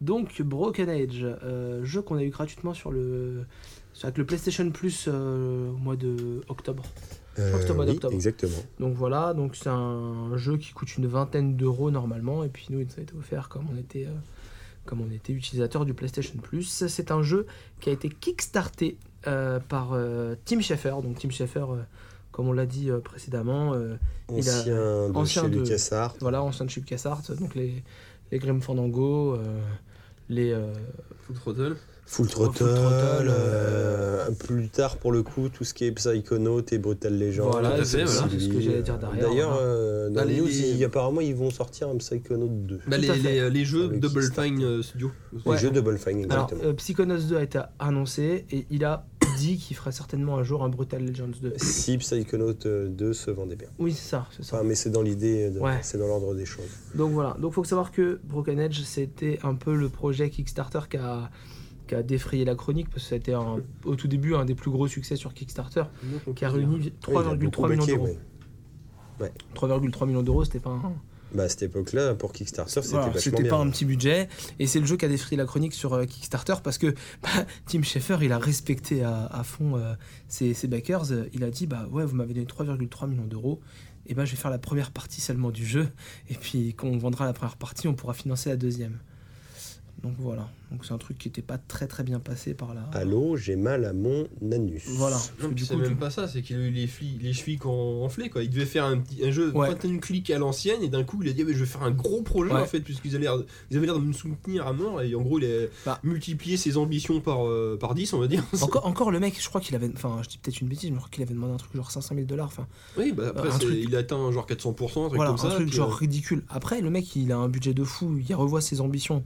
Speaker 3: Donc Broken Age, euh, jeu qu'on a eu gratuitement sur le, sur- avec le PlayStation Plus euh, au mois de octobre. crois que c'est au mois
Speaker 2: Euh, oui,
Speaker 3: d'octobre.
Speaker 2: exactement.
Speaker 3: Donc voilà, donc c'est un jeu qui coûte une vingtaine d'euros normalement, et puis nous il nous a été offert comme on était, euh, comme on était utilisateur du PlayStation Plus. C'est un jeu qui a été kickstarté euh, par euh, Tim Schafer. Donc Tim Schafer, euh, comme on l'a dit euh, précédemment, euh, Il a-
Speaker 2: Ancien de
Speaker 3: ancien
Speaker 2: chez
Speaker 3: de-
Speaker 2: LucasArts.
Speaker 3: voilà, ancien de chez LucasArts, donc les, les Grim Fandango, euh, les... euh,
Speaker 4: Full Throttle.
Speaker 2: Full
Speaker 3: Full
Speaker 2: Throttle,
Speaker 3: Throttle,
Speaker 2: euh, plus tard pour le coup, tout ce qui est Psychonaut et Brutal Legend.
Speaker 3: Voilà,
Speaker 4: tout à fait,
Speaker 2: Assassin's
Speaker 4: voilà.
Speaker 2: Creed.
Speaker 3: C'est ce que j'allais dire derrière,
Speaker 2: D'ailleurs,
Speaker 3: voilà.
Speaker 2: euh, dans
Speaker 4: Bah,
Speaker 2: les
Speaker 4: les-
Speaker 2: news,
Speaker 4: les-
Speaker 2: ils- apparemment, ils vont sortir un Psychonaut 2.
Speaker 4: Bah,
Speaker 3: Tout
Speaker 4: les,
Speaker 3: à fait.
Speaker 4: les- les jeux
Speaker 2: Avec
Speaker 4: Double
Speaker 2: Kickstarter.
Speaker 4: Fine euh, Studio.
Speaker 2: Le
Speaker 3: Ouais.
Speaker 2: jeu Double Fine,
Speaker 3: Alors,
Speaker 2: exactement.
Speaker 3: euh, Psychonauts 2 a été annoncé, et il a dit qu'il fera certainement un jour un Brutal Legends 2.
Speaker 2: Si Psychonaut euh, 2 se vendait bien.
Speaker 3: Oui, c'est ça, c'est ça.
Speaker 2: Enfin, mais c'est dans l'idée, de-
Speaker 3: Ouais.
Speaker 2: c'est dans l'ordre des choses.
Speaker 3: Donc voilà, donc faut savoir que Broken Edge c'était un peu le projet Kickstarter qui a, qui a défrayé la chronique parce que c'était un- au tout début un des plus gros succès sur Kickstarter qui a réuni
Speaker 2: Oui, il a
Speaker 3: 3,3
Speaker 2: beaucoup
Speaker 3: millions
Speaker 2: baqué,
Speaker 3: d'euros.
Speaker 2: ouais.
Speaker 3: 3,3 millions d'euros, c'était pas un,
Speaker 2: Bah, à cette époque-là, pour Kickstarter, c'était
Speaker 8: Voilà,
Speaker 2: vachement
Speaker 8: c'était
Speaker 2: bien.
Speaker 8: pas
Speaker 3: pas un petit budget et c'est le jeu qui a défrayé la chronique sur euh, Kickstarter parce que bah, Tim Schafer il a respecté à, à fond euh, ses, ses backers. Euh, Il a dit bah ouais vous m'avez donné 3,3 millions d'euros et ben je vais faire la première partie seulement du jeu et puis quand on vendra la première partie on pourra financer la deuxième. Donc voilà donc c'est un truc qui n'était pas très très bien passé par là.
Speaker 2: Allô, j'ai mal à mon anus.
Speaker 8: Voilà.
Speaker 4: Non,
Speaker 8: Parce que
Speaker 4: puis
Speaker 8: du
Speaker 4: c'est
Speaker 8: coup,
Speaker 4: même
Speaker 8: tu-
Speaker 4: pas ça, c'est qu'il a eu les, fli- les chevilles qu'on enflait quoi. Il devait faire un, petit, un jeu
Speaker 8: Ouais.
Speaker 4: point and click à l'ancienne et d'un coup il a dit Ah, mais je vais faire un gros projet
Speaker 8: Ouais.
Speaker 4: en fait, puisqu'ils avaient l'air de- ils avaient l'air de me soutenir à mort et en gros il a
Speaker 8: Bah.
Speaker 4: multiplié ses ambitions par, euh, par 10 on va dire.
Speaker 8: Encore, encore le mec, je crois qu'il avait. Enfin, je dis peut-être une bêtise, mais je crois qu'il avait demandé un truc genre 500 000 dollars. Enfin,
Speaker 4: Oui, bah après
Speaker 8: Un
Speaker 4: c'est-
Speaker 8: truc-
Speaker 4: il atteint genre 400%, un truc
Speaker 8: voilà,
Speaker 4: comme ça.
Speaker 8: un truc
Speaker 4: puis,
Speaker 8: genre
Speaker 4: euh,
Speaker 8: ridicule. Après, le mec, il a un budget de fou, il revoit ses ambitions.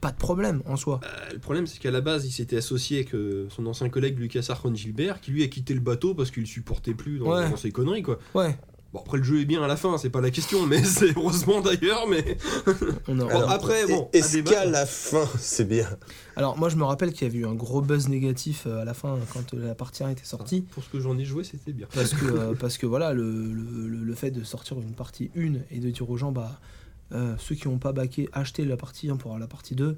Speaker 8: Pas de problème en soi.
Speaker 4: bah, le problème c'est qu'à la base il s'était associé avec euh, son ancien collègue Lucas Aaron Gilbert qui lui a quitté le bateau parce qu'il supportait plus dans,
Speaker 8: Ouais.
Speaker 4: dans ses conneries quoi.
Speaker 8: Ouais,
Speaker 4: Bon après le jeu est bien à la fin, c'est pas la question, mais c'est heureusement d'ailleurs, mais
Speaker 8: on a-
Speaker 4: Bon, après, bon,
Speaker 2: et-
Speaker 4: à
Speaker 2: Est-ce
Speaker 4: débattre.
Speaker 2: qu'à la fin, c'est bien
Speaker 8: Alors moi je me rappelle qu'il y avait eu un gros buzz négatif euh, à la fin quand euh, la partie 1 était sortie.
Speaker 4: pour ce que j'en ai joué c'était bien.
Speaker 8: Parce que, euh, parce que voilà, le, le- le- le fait de sortir une partie 1 et de dire aux gens, bah, euh, ceux qui n'ont pas baqué, achetez la partie 1 pour avoir la partie 2,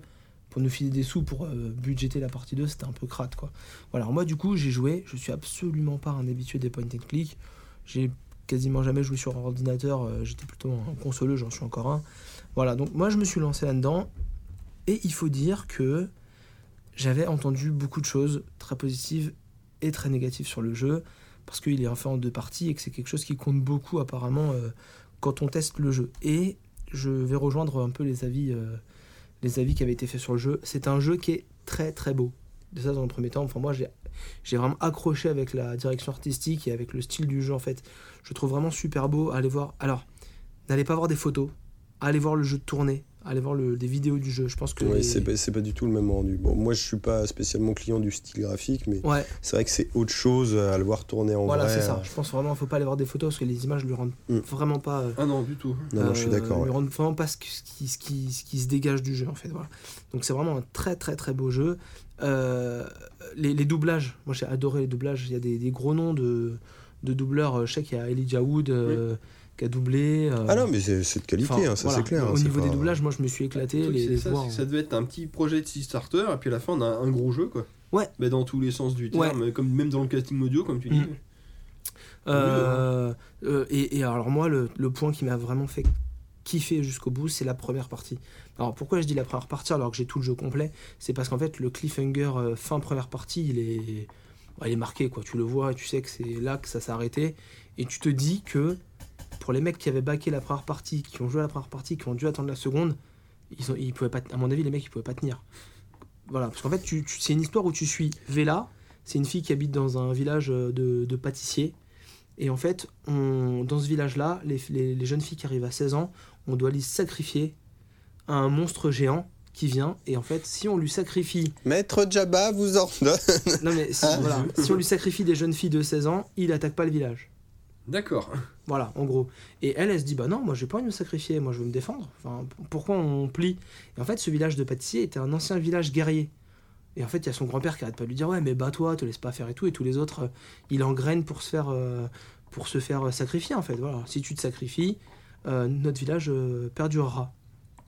Speaker 8: pour nous filer des sous pour euh, budgéter la partie 2, c'était un peu crade quoi. Voilà, alors moi du coup j'ai joué, je suis absolument pas un habitué des point and click, j'ai quasiment jamais joué sur ordinateur, euh, j'étais plutôt un consoleux, j'en suis encore un. Voilà, donc moi je me suis lancé là-dedans, et il faut dire que j'avais entendu beaucoup de choses très positives et très négatives sur le jeu, parce qu'il est fait en deux parties et que c'est quelque chose qui compte beaucoup apparemment euh, quand on teste le jeu. Et je vais rejoindre un peu les avis, euh, les avis qui avaient été faits sur le jeu. C'est un jeu qui est très très beau. De ça dans le premier temps, enfin moi j'ai j'ai vraiment accroché avec la direction artistique et avec le style du jeu en fait. Je le trouve vraiment super beau. Allez voir. Alors, n'allez pas voir des photos. Allez voir le jeu tourner.
Speaker 3: allez voir le, des vidéos du jeu. Je pense que.
Speaker 2: Ouais,
Speaker 3: les-
Speaker 2: c'est pas, c'est pas du tout le même rendu. Bon, moi, je suis pas spécialement client du style graphique, mais
Speaker 3: Ouais,
Speaker 2: c'est vrai que c'est autre chose euh, à le voir tourner en
Speaker 3: voilà,
Speaker 2: vrai. euh,
Speaker 3: c'est ça. Je pense vraiment qu'il faut pas aller voir des photos parce que les images lui rendent
Speaker 2: Mm.
Speaker 3: vraiment pas. euh,
Speaker 4: Ah non, du tout.
Speaker 2: Non, non, je suis
Speaker 3: euh,
Speaker 2: d'accord.
Speaker 3: lui
Speaker 2: ouais.
Speaker 3: rendent vraiment pas ce qui, ce qui- ce qui- ce qui se dégage du jeu, en fait. Voilà. Donc, c'est vraiment un très, très, très beau jeu. Euh, les, les doublages, moi j'ai adoré les doublages. Il y a des, des gros noms de, de doubleurs. Euh, Je sais qu'il y a Elijah Wood euh, qui a doublé. euh,
Speaker 2: Ah non, mais c'est c'est de qualité,
Speaker 3: enfin,
Speaker 2: hein, ça
Speaker 3: voilà.
Speaker 2: c'est clair. hein,
Speaker 3: Au
Speaker 2: c'est
Speaker 3: niveau
Speaker 2: pas-
Speaker 3: des doublages, moi je me suis
Speaker 4: Ah, Le
Speaker 3: éclaté.
Speaker 4: truc,
Speaker 3: Les,
Speaker 4: c'est
Speaker 3: les
Speaker 4: ça,
Speaker 3: voix,
Speaker 4: c'est que
Speaker 3: hein.
Speaker 4: ça devait être un petit projet de Six Starter, et puis à la fin, on a un gros jeu, quoi.
Speaker 3: Ouais.
Speaker 4: Mais dans tous les sens du
Speaker 3: Ouais.
Speaker 4: terme, comme même dans le casting audio, comme tu dis.
Speaker 3: Mm. Euh, euh, et, et alors moi, le, le point qui m'a vraiment fait kiffer jusqu'au bout, c'est la première partie. Alors pourquoi je dis la première partie alors que j'ai tout le jeu complet C'est parce qu'en fait, le cliffhanger euh, fin première partie, il est, bah, il est marqué quoi. Tu le vois, et tu sais que c'est là que ça s'est arrêté, et tu te dis que pour les mecs qui avaient baqué la première partie, qui ont joué à la première partie, qui ont dû attendre la seconde, ils, ont, ils pouvaient pas. À mon avis, les mecs, ils pouvaient pas tenir. Voilà, parce qu'en fait, tu, tu- c'est une histoire où tu suis Vela. C'est une fille qui habite dans un village euh, de, de pâtissiers. Et en fait, on, dans ce village-là, les, les- les jeunes filles qui arrivent à 16 ans, on doit les sacrifier à un monstre géant qui vient. Et en fait, si on lui sacrifie,
Speaker 2: Maître Jabba vous ordonne.
Speaker 3: non mais si,
Speaker 2: Ah.
Speaker 3: voilà, si on lui sacrifie des jeunes filles de 16 ans, il attaque pas le village.
Speaker 4: D'accord.
Speaker 3: Voilà, en gros. Et elle, elle se dit bah non, moi j'ai pas envie de me sacrifier, moi je veux me défendre. Enfin, p- pourquoi on plie Et en fait, ce village de pâtissier était un ancien village guerrier. Et en fait, il y a son grand-père qui arrête pas de lui dire ouais, mais bats-toi, te laisse pas faire et tout. Et tous les autres, euh, il engraine pour se faire euh, pour se faire euh, sacrifier en fait. Voilà, si tu te sacrifies, euh, notre village euh, perdurera.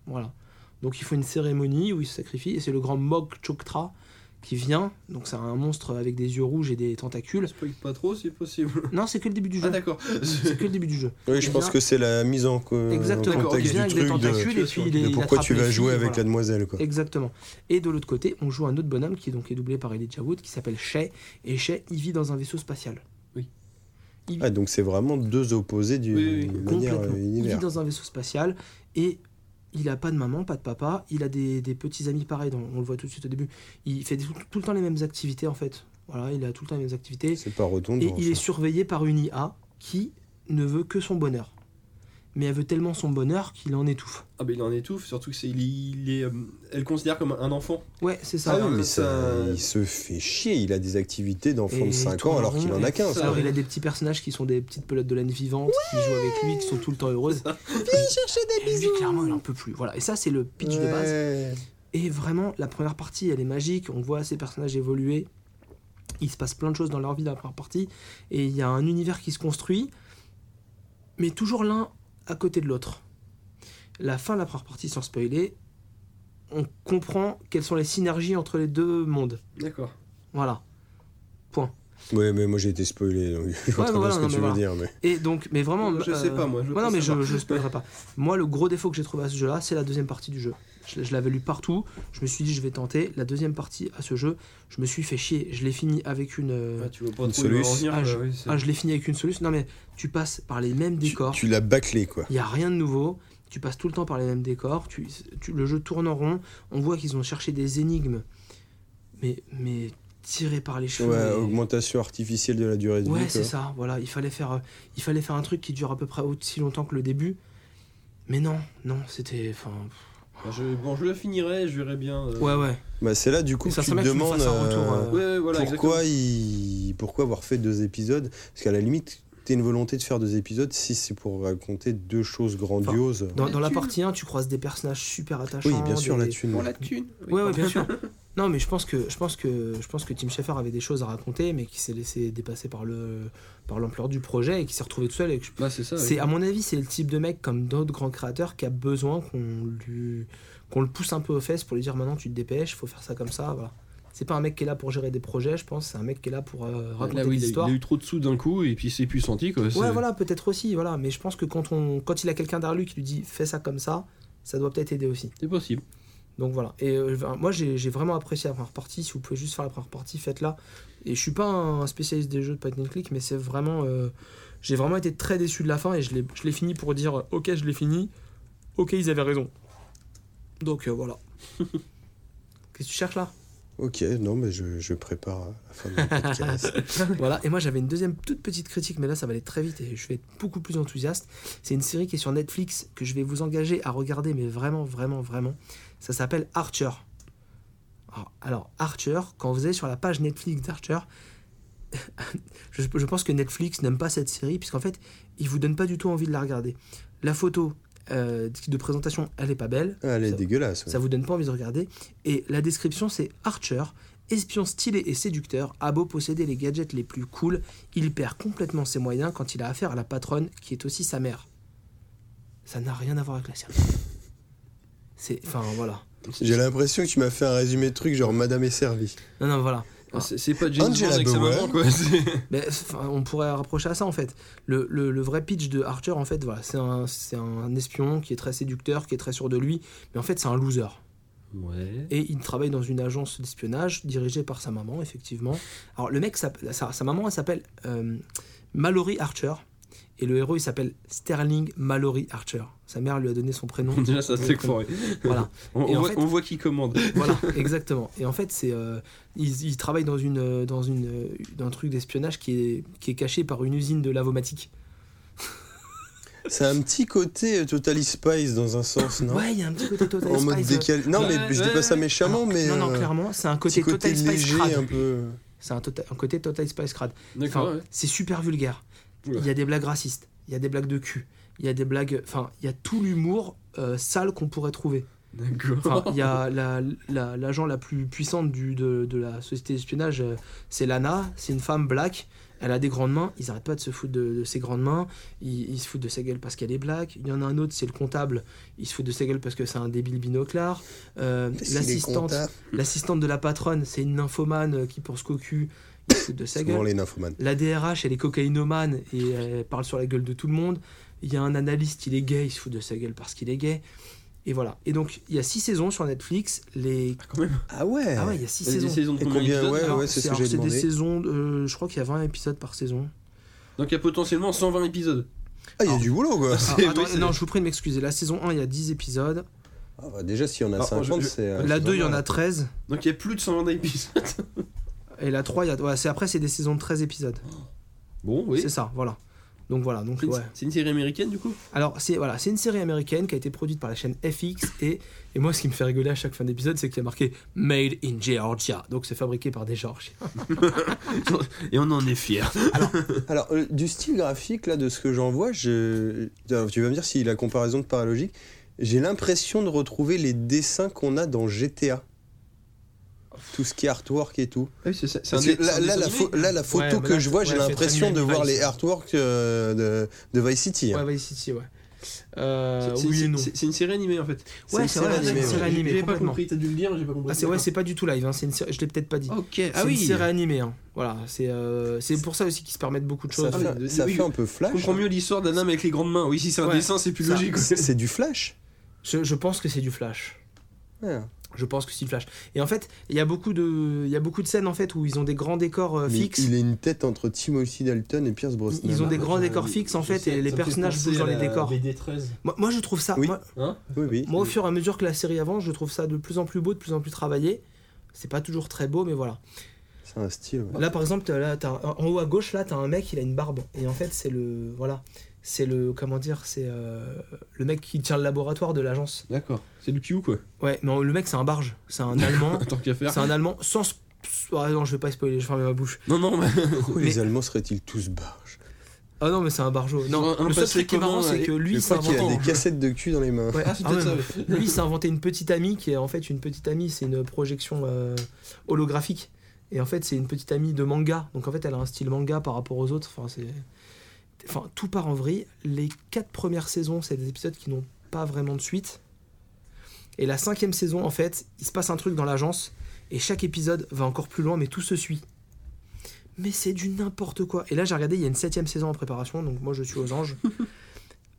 Speaker 3: Voilà. Donc il faut une cérémonie où il se sacrifie et c'est le grand Mog Choktra qui vient. Donc c'est un monstre avec des yeux rouges et des tentacules.
Speaker 4: Spoil pas trop, c'est possible.
Speaker 3: Non, c'est que le début du
Speaker 4: Ah
Speaker 3: jeu.
Speaker 4: d'accord.
Speaker 3: c'est que le début du jeu.
Speaker 2: Oui, je
Speaker 3: Eh
Speaker 2: pense
Speaker 3: bien-
Speaker 2: que c'est la mise en, co- en
Speaker 3: Exactement.
Speaker 4: D'accord,
Speaker 2: contexte
Speaker 4: ok.
Speaker 3: il vient
Speaker 2: du
Speaker 3: avec des
Speaker 2: truc de,
Speaker 3: tentacules et puis il
Speaker 2: de
Speaker 3: est- il
Speaker 2: pourquoi
Speaker 3: attrape
Speaker 2: tu
Speaker 3: les
Speaker 2: vas
Speaker 3: filles,
Speaker 2: jouer avec
Speaker 3: voilà.
Speaker 2: la demoiselle. Quoi.
Speaker 3: Exactement. Et de l'autre côté, on joue un autre bonhomme qui est donc est doublé par Elijah Wood, qui s'appelle Shay. Et Shay, il vit dans un vaisseau spatial.
Speaker 2: Ah, donc c'est vraiment deux opposés du
Speaker 4: Oui, oui,
Speaker 2: d'une manière
Speaker 3: Complètement.
Speaker 2: euh,
Speaker 3: Il vit
Speaker 2: univers.
Speaker 3: dans un vaisseau spatial et il a pas de maman, pas de papa. Il a des, des petits amis pareils. dans- on le voit tout de suite au début. Il fait tout, tout le temps les mêmes activités en fait. Voilà, il a tout le temps les mêmes activités.
Speaker 2: C'est pas retourne.
Speaker 3: Et il est surveillé par une IA qui ne veut que son bonheur. Mais elle veut tellement son bonheur qu'il en étouffe.
Speaker 4: Ah bah il en étouffe, surtout que c'est il, il est, euh, elle le considère comme un enfant.
Speaker 3: Ouais, c'est ça.
Speaker 2: Ah oui, mais
Speaker 4: ça-
Speaker 2: ça- il se fait chier. Il a des activités d'enfant de
Speaker 3: Et
Speaker 2: 5
Speaker 3: tourne
Speaker 2: ans
Speaker 3: en
Speaker 2: alors
Speaker 3: rond,
Speaker 2: qu'il en a
Speaker 3: et
Speaker 2: 15.
Speaker 4: ça,
Speaker 2: quoi.
Speaker 3: Alors il a des petits personnages qui sont des petites pelotes de laine vivantes, qui jouent avec lui, qui sont tout le temps heureuses. chercher des bisous. clairement, il en peut plus. Voilà. Et ça, c'est le pitch de base.
Speaker 2: Ouais.
Speaker 3: Et vraiment, la première partie, elle est magique. On voit ces personnages évoluer. Il se passe plein de choses dans leur vie dans la première partie. Et il y a un univers qui se construit, mais toujours l'un à côté de l'autre. La fin de la première partie, sans spoiler, on comprend quelles sont les synergies entre les deux mondes.
Speaker 4: D'accord.
Speaker 3: Voilà.
Speaker 2: Ouais, mais moi j'ai été spoilé. Donc je vois
Speaker 3: Ouais,
Speaker 2: très bien
Speaker 3: voilà,
Speaker 2: ce que
Speaker 3: non,
Speaker 2: tu
Speaker 3: mais
Speaker 2: veux
Speaker 3: voilà.
Speaker 2: dire. Mais...
Speaker 3: Et donc, mais vraiment.
Speaker 4: Je sais pas moi. Je
Speaker 3: Ouais, non,
Speaker 4: pense
Speaker 3: mais
Speaker 4: à ça.
Speaker 3: je, je spoilerai pas. Moi, le gros défaut que j'ai trouvé à ce jeu-là, c'est la deuxième partie du jeu. Je, je l'avais lu partout. Je me suis dit, je vais tenter la deuxième partie à ce jeu. Je me suis fait chier. Je l'ai fini avec une. euh,
Speaker 4: Ah, tu vois pas
Speaker 2: Une
Speaker 4: trop où il va en
Speaker 2: soluce.
Speaker 4: venir,
Speaker 3: Ah,
Speaker 4: quoi, oui, c'est-
Speaker 3: Ah, je l'ai fini avec une solution. Non, mais tu passes par les mêmes
Speaker 2: Tu-
Speaker 3: décors.
Speaker 2: Tu l'as bâclé quoi.
Speaker 3: Il n'y a rien de nouveau. Tu passes tout le temps par les mêmes décors. Tu, tu- le jeu tourne en rond. On voit qu'ils ont cherché des énigmes. Mais, mais tirées par les cheveux.
Speaker 2: Ouais,
Speaker 3: mais-
Speaker 2: augmentation artificielle de la durée de vie.
Speaker 3: Ouais,
Speaker 2: quoi.
Speaker 3: c'est ça. Voilà, il fallait faire, euh, il fallait faire un truc qui dure à peu près aussi longtemps que le début. Mais non, non, c'était. Enfin,
Speaker 4: Ah, je- bon, je le finirai, je verrai bien. euh.
Speaker 3: ouais, ouais.
Speaker 2: Bah, c'est là du coup
Speaker 3: Et
Speaker 2: que
Speaker 3: ça
Speaker 2: tu te
Speaker 3: serait bien que tu me
Speaker 2: demandes
Speaker 3: fasses un retour,
Speaker 2: euh,
Speaker 3: euh,
Speaker 4: Ouais, ouais, voilà,
Speaker 2: pourquoi,
Speaker 4: exactement.
Speaker 2: il- pourquoi avoir fait deux épisodes Parce qu'à la limite, t'as une volonté de faire deux épisodes si c'est pour raconter deux choses grandioses.
Speaker 3: Dans, dans la
Speaker 4: Là-dessus.
Speaker 3: partie 1, tu croises des personnages super attachants.
Speaker 2: oui, bien sûr,
Speaker 3: des-
Speaker 2: là-dessus.
Speaker 4: Pour la thune. Oui,
Speaker 3: Ouais, ouais,
Speaker 4: pardon.
Speaker 3: bien sûr. Non, mais je pense que je pense que je pense que Tim Schafer avait des choses à raconter, mais qui s'est laissé dépasser par le par l'ampleur du projet et qui s'est retrouvé tout seul. Et que je-
Speaker 4: Bah, c'est ça. oui.
Speaker 3: c'est à mon avis, c'est le type de mec comme d'autres grands créateurs qui a besoin qu'on lui qu'on le pousse un peu aux fesses pour lui dire maintenant tu te dépêches, faut faire ça comme ça. Voilà. C'est pas un mec qui est là pour gérer des projets, je pense. C'est un mec qui est là pour euh,
Speaker 4: Là, oui,
Speaker 3: raconter
Speaker 4: il a-
Speaker 3: des histoires.
Speaker 4: Il a eu trop de sous d'un coup et puis c'est plus senti quoi. c'est-
Speaker 3: Ouais, voilà, peut-être aussi, voilà. Mais je pense que quand on quand il a quelqu'un derrière lui qui lui dit fais ça comme ça, ça doit peut-être aider aussi.
Speaker 4: C'est possible.
Speaker 3: Donc voilà. Et euh, ben, moi, j'ai j'ai vraiment apprécié la première partie. Si vous pouvez juste faire la première partie, faites-la. Et je suis pas un spécialiste des jeux de point and click, mais c'est vraiment. euh, j'ai vraiment été très déçu de la fin et je l'ai je l'ai fini pour dire euh, ok, je l'ai fini. Ok, ils avaient raison. Donc euh, voilà. Qu'est-ce que tu cherches là
Speaker 2: Ok, non, mais je, je prépare la fin de mon podcast.
Speaker 3: voilà. Et moi, j'avais une deuxième toute petite critique, mais là, ça va aller très vite et je vais être beaucoup plus enthousiaste. C'est une série qui est sur Netflix que je vais vous engager à regarder, mais vraiment, vraiment, vraiment. Ça s'appelle Archer. Alors, alors, Archer, quand vous allez sur la page Netflix d'Archer, je, je pense que Netflix n'aime pas cette série, puisqu'en fait, il vous donne pas du tout envie de la regarder. La photo euh, de présentation, elle est pas belle.
Speaker 2: Ah, elle est
Speaker 3: Ça-
Speaker 2: dégueulasse. ouais.
Speaker 3: ça vous donne pas envie de regarder. Et la description, c'est Archer, espion stylé et séducteur, a beau posséder les gadgets les plus cool, il perd complètement ses moyens quand il a affaire à la patronne, qui est aussi sa mère. Ça n'a rien à voir avec la série. C'est, enfin voilà.
Speaker 2: J'ai l'impression que tu m'as fait un résumé de truc genre Madame est servie.
Speaker 3: Non, non, voilà.
Speaker 4: C'est c'est pas James Bond
Speaker 2: Angela
Speaker 4: avec sa
Speaker 2: Bauer.
Speaker 4: maman, quoi. c'est-
Speaker 3: Mais, enfin, on pourrait rapprocher à ça en fait. Le, le- le vrai pitch de Archer, en fait, voilà, c'est un, c'est un espion qui est très séducteur, qui est très sûr de lui, mais en fait, c'est un loser.
Speaker 4: Ouais.
Speaker 3: Et il travaille dans une agence d'espionnage dirigée par sa maman, effectivement. Alors le mec, s'appelle- sa, sa maman, elle s'appelle euh, Mallory Archer. Et le héros, il s'appelle Sterling Mallory Archer. Sa mère lui a donné son prénom.
Speaker 4: Déjà, ça c'est foiré.
Speaker 3: Voilà,
Speaker 4: On,
Speaker 3: Et
Speaker 4: on
Speaker 3: en
Speaker 4: voit,
Speaker 3: fait-
Speaker 4: on voit qui commande.
Speaker 3: voilà, exactement. Et en fait, c'est, euh, il, il travaille dans, une, euh, dans, une, euh, dans un truc d'espionnage qui est, qui est caché par une usine de lavomatique.
Speaker 2: C'est un petit côté euh, Totally Spice dans un sens, non
Speaker 3: Ouais, il y a un petit côté Total
Speaker 2: En mode
Speaker 3: Spice, euh,
Speaker 2: décalé. Non,
Speaker 4: Ouais,
Speaker 2: mais je dis
Speaker 4: ouais,
Speaker 2: pas ça
Speaker 4: ouais.
Speaker 2: méchamment, mais.
Speaker 3: non, non,
Speaker 2: euh,
Speaker 3: clairement, c'est un
Speaker 2: Petit
Speaker 3: côté,
Speaker 2: côté
Speaker 3: Total Spice
Speaker 2: léger,
Speaker 3: crade.
Speaker 2: un peu.
Speaker 3: C'est un, tota- un côté Total Spice crade.
Speaker 4: D'accord.
Speaker 3: Enfin,
Speaker 4: ouais.
Speaker 3: C'est super vulgaire.
Speaker 4: Oula.
Speaker 3: Il y a des blagues racistes, il y a des blagues de cul, il y a des blagues. Enfin, il y a tout l'humour euh, sale qu'on pourrait trouver. Enfin,
Speaker 4: D'accord.
Speaker 3: il y a la- la- l'agent la, plus puissante du, de, de la société d'espionnage, euh, c'est Lana, c'est une femme black. Elle a des grandes mains, ils arrêtent pas de se foutre de, de ses grandes mains, ils, ils se foutent de sa gueule parce qu'elle est black. Il y en a un autre, c'est le comptable, il se fout de sa gueule parce que c'est un débile binoclard. Euh,
Speaker 2: Mais s'il est
Speaker 3: L'assistante
Speaker 2: comptable.
Speaker 3: l'assistante de la patronne, c'est une nymphomane euh, qui pense cocu, il se fout de sa gueule.
Speaker 2: Souvent les nymphomanes.
Speaker 3: La DRH, elle est cocaïnomane et elle parle sur la gueule de tout le monde. Il y a un analyste, il est gay, il se fout de sa gueule parce qu'il est gay. Et voilà. Et donc, il y a six saisons sur Netflix. Les...
Speaker 4: Ah, quand même.
Speaker 2: Ah ouais
Speaker 3: Ah ouais, il y a six
Speaker 4: Il y a des
Speaker 3: saisons.
Speaker 4: saisons de
Speaker 2: Et
Speaker 4: combien
Speaker 2: combien,
Speaker 4: d'épisodes
Speaker 2: ouais,
Speaker 3: Alors,
Speaker 2: ouais, c'est ce que
Speaker 3: alors,
Speaker 2: j'ai
Speaker 3: des
Speaker 2: demandé.
Speaker 3: saisons, euh, je crois qu'il y a 20 épisodes par saison.
Speaker 4: Donc il y a potentiellement 120 épisodes.
Speaker 2: Ah, il y a du boulot, quoi.
Speaker 3: Ah,
Speaker 4: C'est-
Speaker 3: attends,
Speaker 4: oui, c'est-
Speaker 3: non, je vous prie de m'excuser. La saison 1, il y a 10 épisodes.
Speaker 2: Ah, bah, déjà, s'il y en a
Speaker 4: Ah,
Speaker 2: 50,
Speaker 4: je- je-
Speaker 2: c'est. euh,
Speaker 3: la
Speaker 2: c'est
Speaker 3: 2, il y en
Speaker 2: vraiment-
Speaker 3: a 13.
Speaker 4: Donc il y a plus de 120 épisodes.
Speaker 3: Et la 3, il y a... ouais, c'est après, c'est des saisons de 13 épisodes.
Speaker 4: Bon, oui.
Speaker 3: C'est ça, voilà. Donc voilà, donc
Speaker 4: C'est une,
Speaker 3: ouais.
Speaker 4: c'est une série américaine du coup
Speaker 3: Alors, c'est voilà, c'est une série américaine qui a été produite par la chaîne FX et, et moi, ce qui me fait rigoler à chaque fin d'épisode, c'est qu'il y a marqué Made in Georgia. Donc, c'est fabriqué par des Georgiens.
Speaker 4: Et on en est fiers.
Speaker 2: Alors, euh, du style graphique, là, de ce que j'en vois, je... Alors, tu vas me dire si la comparaison de paralogique, j'ai l'impression de retrouver les dessins qu'on a dans GTA. Tout ce qui est artwork et tout.
Speaker 4: oui, c'est ça. c'est un
Speaker 2: Parce
Speaker 4: dé-
Speaker 2: que là,
Speaker 4: c'est un
Speaker 2: là,
Speaker 4: dessin
Speaker 2: la
Speaker 4: animé.
Speaker 2: pho- bah là, la photo
Speaker 3: Ouais, mais
Speaker 2: que
Speaker 3: là,
Speaker 2: je vois,
Speaker 3: ouais,
Speaker 2: j'ai
Speaker 3: c'est très
Speaker 2: l'impression de
Speaker 3: animé,
Speaker 2: voir
Speaker 3: Vice.
Speaker 2: les artworks euh, de, de Vice City. hein.
Speaker 3: Ouais, Vice City, ouais. Euh,
Speaker 4: C'est- c'est-
Speaker 3: oui et
Speaker 4: c'est-
Speaker 3: non.
Speaker 4: c'est- C'est une série animée en fait.
Speaker 3: Ouais,
Speaker 2: une
Speaker 3: c'est
Speaker 2: série
Speaker 3: vrai, c'est
Speaker 2: animée,
Speaker 3: une série
Speaker 2: ouais.
Speaker 3: animée.
Speaker 4: J'ai pas
Speaker 3: complètement.
Speaker 4: compris, t'as dû le dire, j'ai pas compris.
Speaker 3: Ah, c'est ouais, c'est pas du tout live. hein, c'est une série- je l'ai peut-être pas dit.
Speaker 4: Ok,
Speaker 3: c'est
Speaker 4: ah
Speaker 3: une
Speaker 4: oui.
Speaker 3: série animée. hein. Voilà, c'est euh, c'est pour ça aussi qu'ils se permettent beaucoup de
Speaker 2: Ça,
Speaker 3: choses.
Speaker 4: Ah oui,
Speaker 2: fait,
Speaker 4: de-
Speaker 2: ça
Speaker 4: oui,
Speaker 2: fait un peu
Speaker 4: Ah, Je
Speaker 2: flash. hein.
Speaker 4: comprends mieux l'histoire d'un homme avec les grandes mains. Oui, si c'est un
Speaker 3: Ouais,
Speaker 4: dessin, c'est plus
Speaker 3: ça.
Speaker 4: logique.
Speaker 2: C'est c'est du flash.
Speaker 3: Je, je pense que c'est du Flash.
Speaker 2: Ouais.
Speaker 3: Je pense que c'est du Flash. Et en fait, il y a beaucoup de, il y a beaucoup de scènes en fait où ils ont des grands décors euh,
Speaker 2: Mais
Speaker 3: fixes.
Speaker 2: Il a une tête entre Timothy Dalton et Pierce Brosnan.
Speaker 3: Ils ont des
Speaker 4: Ah,
Speaker 3: grands
Speaker 4: je-
Speaker 3: décors fixes, en
Speaker 4: je
Speaker 3: fait,
Speaker 4: sais,
Speaker 3: et les
Speaker 4: ça me fait
Speaker 3: personnages
Speaker 4: penser
Speaker 3: bougent
Speaker 4: à
Speaker 3: dans les
Speaker 4: la
Speaker 3: décors.
Speaker 4: BD13.
Speaker 3: Moi, moi, je trouve ça.
Speaker 2: Oui.
Speaker 3: Ah, moi-
Speaker 4: Hein
Speaker 2: Oui, oui.
Speaker 3: Moi, au fur et à mesure que la série avance, je trouve ça de plus en plus beau, de plus en plus travaillé. C'est pas toujours très beau, mais voilà.
Speaker 2: C'est un style. ouais.
Speaker 3: Là, par exemple, t'as- là, t'as- en haut à gauche, là, t'as un mec, il a une barbe. Et en fait, c'est le. Voilà. C'est le. Comment dire C'est euh, le mec qui tient le laboratoire de l'agence.
Speaker 4: D'accord. C'est du Q quoi.
Speaker 3: Ouais, mais le mec, c'est un barge. C'est un Allemand.
Speaker 4: Tant qu'à faire.
Speaker 3: c'est un Allemand sans. sp- Ah non, je vais pas spoiler, je ferme ma bouche.
Speaker 4: Non, non, mais.
Speaker 2: Pourquoi
Speaker 3: mais-
Speaker 2: les Allemands seraient-ils tous barges
Speaker 3: Ah non, mais c'est un bargeau.
Speaker 4: ont
Speaker 3: Non,
Speaker 4: un
Speaker 3: le seul
Speaker 4: passé
Speaker 3: truc qui est
Speaker 4: commun,
Speaker 3: marrant, c'est
Speaker 4: et-
Speaker 3: que lui,
Speaker 2: Je
Speaker 3: il s'est
Speaker 2: crois qu'il euh, a
Speaker 3: inventé-
Speaker 2: des cassettes de cul dans les mains.
Speaker 3: Ouais,
Speaker 4: Ah, c'est
Speaker 3: ah
Speaker 4: peut-être
Speaker 3: ouais,
Speaker 4: ça.
Speaker 3: mais-
Speaker 4: ouais.
Speaker 3: Lui, il s'est inventé une petite amie qui est en fait une petite amie, c'est une projection euh, holographique. Et en fait, c'est une petite amie de manga. Donc en fait, elle a un style manga par rapport aux autres. Enfin, c'est... enfin tout part en vrille. Les quatre premières saisons, c'est des épisodes qui n'ont pas vraiment de suite. Et la cinquième saison, en fait, il se passe un truc dans l'agence. Et chaque épisode va encore plus loin, mais tout se suit. Mais c'est du n'importe quoi. Et là, j'ai regardé, il y a une septième saison en préparation. Donc moi, je suis aux anges.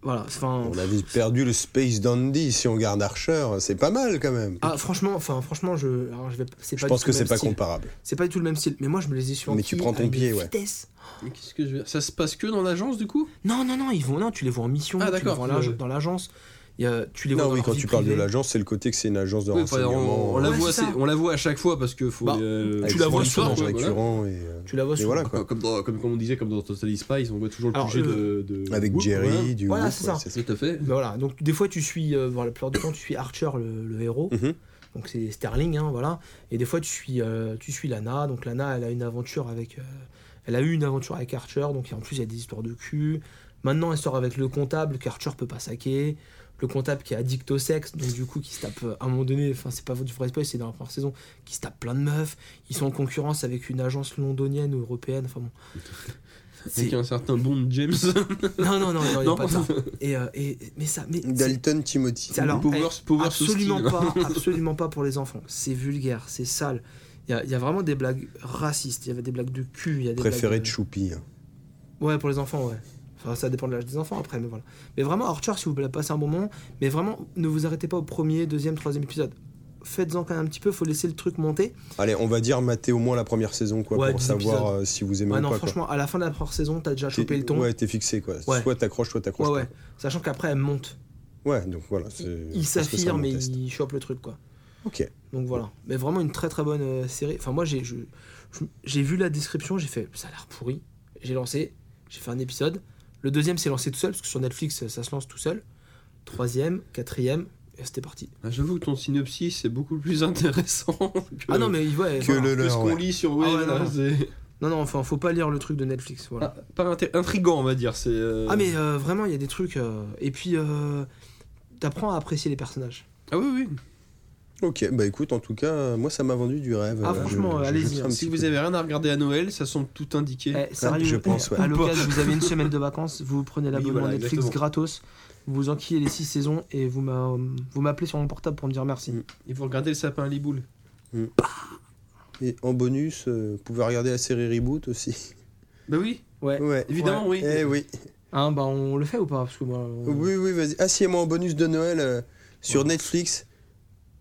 Speaker 3: voilà. Enfin,
Speaker 2: On avait perdu le Space Dandy si on garde Archer, c'est pas mal quand même.
Speaker 3: Ah franchement, enfin franchement, je, alors, je vais, c'est
Speaker 2: je
Speaker 3: pas
Speaker 2: pense
Speaker 3: du tout
Speaker 2: que
Speaker 3: le
Speaker 2: c'est
Speaker 3: même
Speaker 2: pas
Speaker 3: style.
Speaker 2: comparable.
Speaker 3: C'est pas du tout le même style. Mais moi, je me les ai su en
Speaker 2: Mais tu
Speaker 3: kill
Speaker 2: prends ton
Speaker 3: avec
Speaker 2: pied,
Speaker 3: une
Speaker 2: ouais.
Speaker 3: vitesse.
Speaker 4: Mais Qu'est-ce que je veux dire Ça se passe que dans l'agence du coup
Speaker 3: Non, non, non, ils vont, non, tu les vois en mission,
Speaker 4: Ah,
Speaker 3: tu les
Speaker 4: d'accord,
Speaker 3: vois en
Speaker 4: tu
Speaker 3: l'ag-
Speaker 4: le-
Speaker 3: dans l'agence. il y a- tu les vois
Speaker 2: Non,
Speaker 3: dans
Speaker 2: oui,
Speaker 3: leur
Speaker 2: quand
Speaker 3: vie
Speaker 2: tu parles de
Speaker 3: privée.
Speaker 2: l'agence, c'est le côté que c'est une agence de
Speaker 4: Oui, enfin,
Speaker 2: renseignement. euh,
Speaker 4: on, on la
Speaker 3: Ouais,
Speaker 4: voit,
Speaker 3: c'est
Speaker 4: assez-
Speaker 3: ça.
Speaker 4: on la voit à chaque fois parce que faut.
Speaker 3: Bah,
Speaker 4: euh,
Speaker 2: avec
Speaker 3: tu la
Speaker 2: son
Speaker 3: vois
Speaker 2: histoire,
Speaker 3: souvent,
Speaker 2: genre
Speaker 4: ouais, voilà.
Speaker 2: récurrent et, euh,
Speaker 3: Tu la vois
Speaker 2: et
Speaker 3: souvent.
Speaker 2: voilà
Speaker 4: Comme,
Speaker 2: quoi.
Speaker 4: comme dans- comme- comme on disait, comme dans Totally Spies, on voit toujours le
Speaker 3: Alors,
Speaker 4: budget
Speaker 3: euh,
Speaker 4: de, de-
Speaker 2: Avec
Speaker 4: Whoop,
Speaker 2: Jerry, du
Speaker 3: Voilà,
Speaker 2: groupe,
Speaker 3: c'est ça.
Speaker 2: ouais,
Speaker 4: Voilà. Tout à fait.
Speaker 3: Bah voilà, donc des fois tu suis, euh, voilà, la plupart du temps tu suis Archer le, le héros,
Speaker 2: Mhm.
Speaker 3: donc c'est Sterling, hein, voilà, et des fois tu suis, euh, tu suis Lana, donc Lana elle a une aventure avec, euh, elle a eu une aventure avec Archer, donc en plus il y a des histoires de cul. Maintenant elle sort avec le comptable qu'Archer peut pas saquer, le comptable qui est addict au sexe, donc du coup qui se tape euh, à un moment donné, enfin c'est pas du vrai spoil, c'est dans la première saison, qui se tape plein de meufs, ils sont en concurrence avec une agence londonienne ou européenne, enfin bon.
Speaker 4: Avec
Speaker 3: C'est-
Speaker 4: un certain Bond James.
Speaker 3: Non non non, non, y a
Speaker 4: hein Non.
Speaker 3: pas de ça. Et, euh, et- mais ça, mais c'est-
Speaker 2: Dalton Timothy.
Speaker 3: C'est alors- eh,
Speaker 4: Powers, Powers
Speaker 3: absolument
Speaker 4: hostile.
Speaker 3: pas, absolument pas pour les enfants. C'est vulgaire, c'est sale. Il y a, il y a vraiment des blagues racistes, il y avait des blagues de cul, il y a des
Speaker 2: préféré
Speaker 3: blagues
Speaker 2: de
Speaker 3: de
Speaker 2: Choupi. hein.
Speaker 3: Ouais, pour les enfants, ouais. Enfin, ça dépend de l'âge des enfants après, mais voilà. Mais vraiment, Archer, si vous voulez passer un bon moment, mais vraiment, ne vous arrêtez pas au premier, deuxième, troisième épisode. Faites-en quand même un petit peu, faut laisser le truc monter.
Speaker 2: Allez, on va dire mater au moins la première saison quoi
Speaker 3: Ouais,
Speaker 2: pour
Speaker 3: 10
Speaker 2: savoir
Speaker 3: épisodes.
Speaker 2: euh, si vous aimez
Speaker 3: Ouais,
Speaker 2: ou
Speaker 3: Ah non,
Speaker 2: pas. quoi.
Speaker 3: franchement, à la fin de la première saison, t'as déjà chopé
Speaker 2: T'es-
Speaker 3: le ton. Ouais,
Speaker 2: Ouais, t'es fixé quoi.
Speaker 3: Ouais.
Speaker 2: Soit t'accroches, soit t'accroches.
Speaker 3: ouais.
Speaker 2: pas.
Speaker 3: Sachant qu'après, elle monte.
Speaker 2: Ouais, donc voilà. c'est- je pense que
Speaker 3: Il
Speaker 2: c'est un
Speaker 3: s'affirme
Speaker 2: bon
Speaker 3: et
Speaker 2: test.
Speaker 3: il chope le truc, quoi.
Speaker 2: Ok.
Speaker 3: Donc voilà. Mais vraiment une très très bonne euh, série. Enfin, moi, j'ai je- je- j'ai vu la description, j'ai fait ça a l'air pourri. J'ai lancé, j'ai fait un épisode. Le deuxième s'est lancé tout seul, parce que sur Netflix, ça se lance tout seul. Troisième, quatrième, et c'était parti.
Speaker 4: Ah, J'avoue que ton synopsis est beaucoup plus intéressant que,
Speaker 3: Ah non, mais ouais,
Speaker 2: que
Speaker 3: voilà.
Speaker 2: le-
Speaker 4: que ce
Speaker 2: leur,
Speaker 4: qu'on
Speaker 2: ouais.
Speaker 4: lit sur
Speaker 3: Ah ouais,
Speaker 4: Wave.
Speaker 3: non, non. Non, non, enfin, faut pas lire le truc de Netflix. Voilà.
Speaker 2: Ah,
Speaker 4: Ah, pas inté- intriguant, on va dire. c'est, euh,
Speaker 3: Ah, mais euh, vraiment, il y a des trucs. euh, Et puis, euh, t'apprends à apprécier les personnages.
Speaker 4: Ah oui, oui.
Speaker 2: Ok, bah écoute, en tout cas, euh, moi ça m'a vendu du rêve.
Speaker 3: Ah,
Speaker 2: Euh,
Speaker 3: franchement,
Speaker 2: je- je
Speaker 3: allez-y,
Speaker 2: jetterai
Speaker 3: hein,
Speaker 2: un
Speaker 4: Si
Speaker 2: petit
Speaker 4: vous
Speaker 2: coup.
Speaker 4: avez rien à regarder à Noël, ça semble tout indiqué.
Speaker 3: Eh, sérieux,
Speaker 2: je pense, ouais.
Speaker 3: à l'occasion, vous avez une semaine de vacances, vous prenez l'abonnement
Speaker 4: Oui, voilà,
Speaker 3: Netflix
Speaker 4: exactement.
Speaker 3: gratos, vous enquillez les 6 saisons et vous m'a- vous m'appelez sur mon portable pour me dire
Speaker 2: Mm.
Speaker 3: merci.
Speaker 4: Et vous regardez le sapin à Liboule.
Speaker 2: Et en bonus, euh, vous pouvez regarder la série Reboot aussi.
Speaker 4: Bah oui,
Speaker 3: Ouais.
Speaker 2: Ouais.
Speaker 4: évidemment, oui.
Speaker 2: Eh oui.
Speaker 3: Hein, bah on le fait ou pas Parce que moi. on-
Speaker 2: Oui, oui, vas-y. Assieds-moi en bonus de Noël euh, sur Netflix.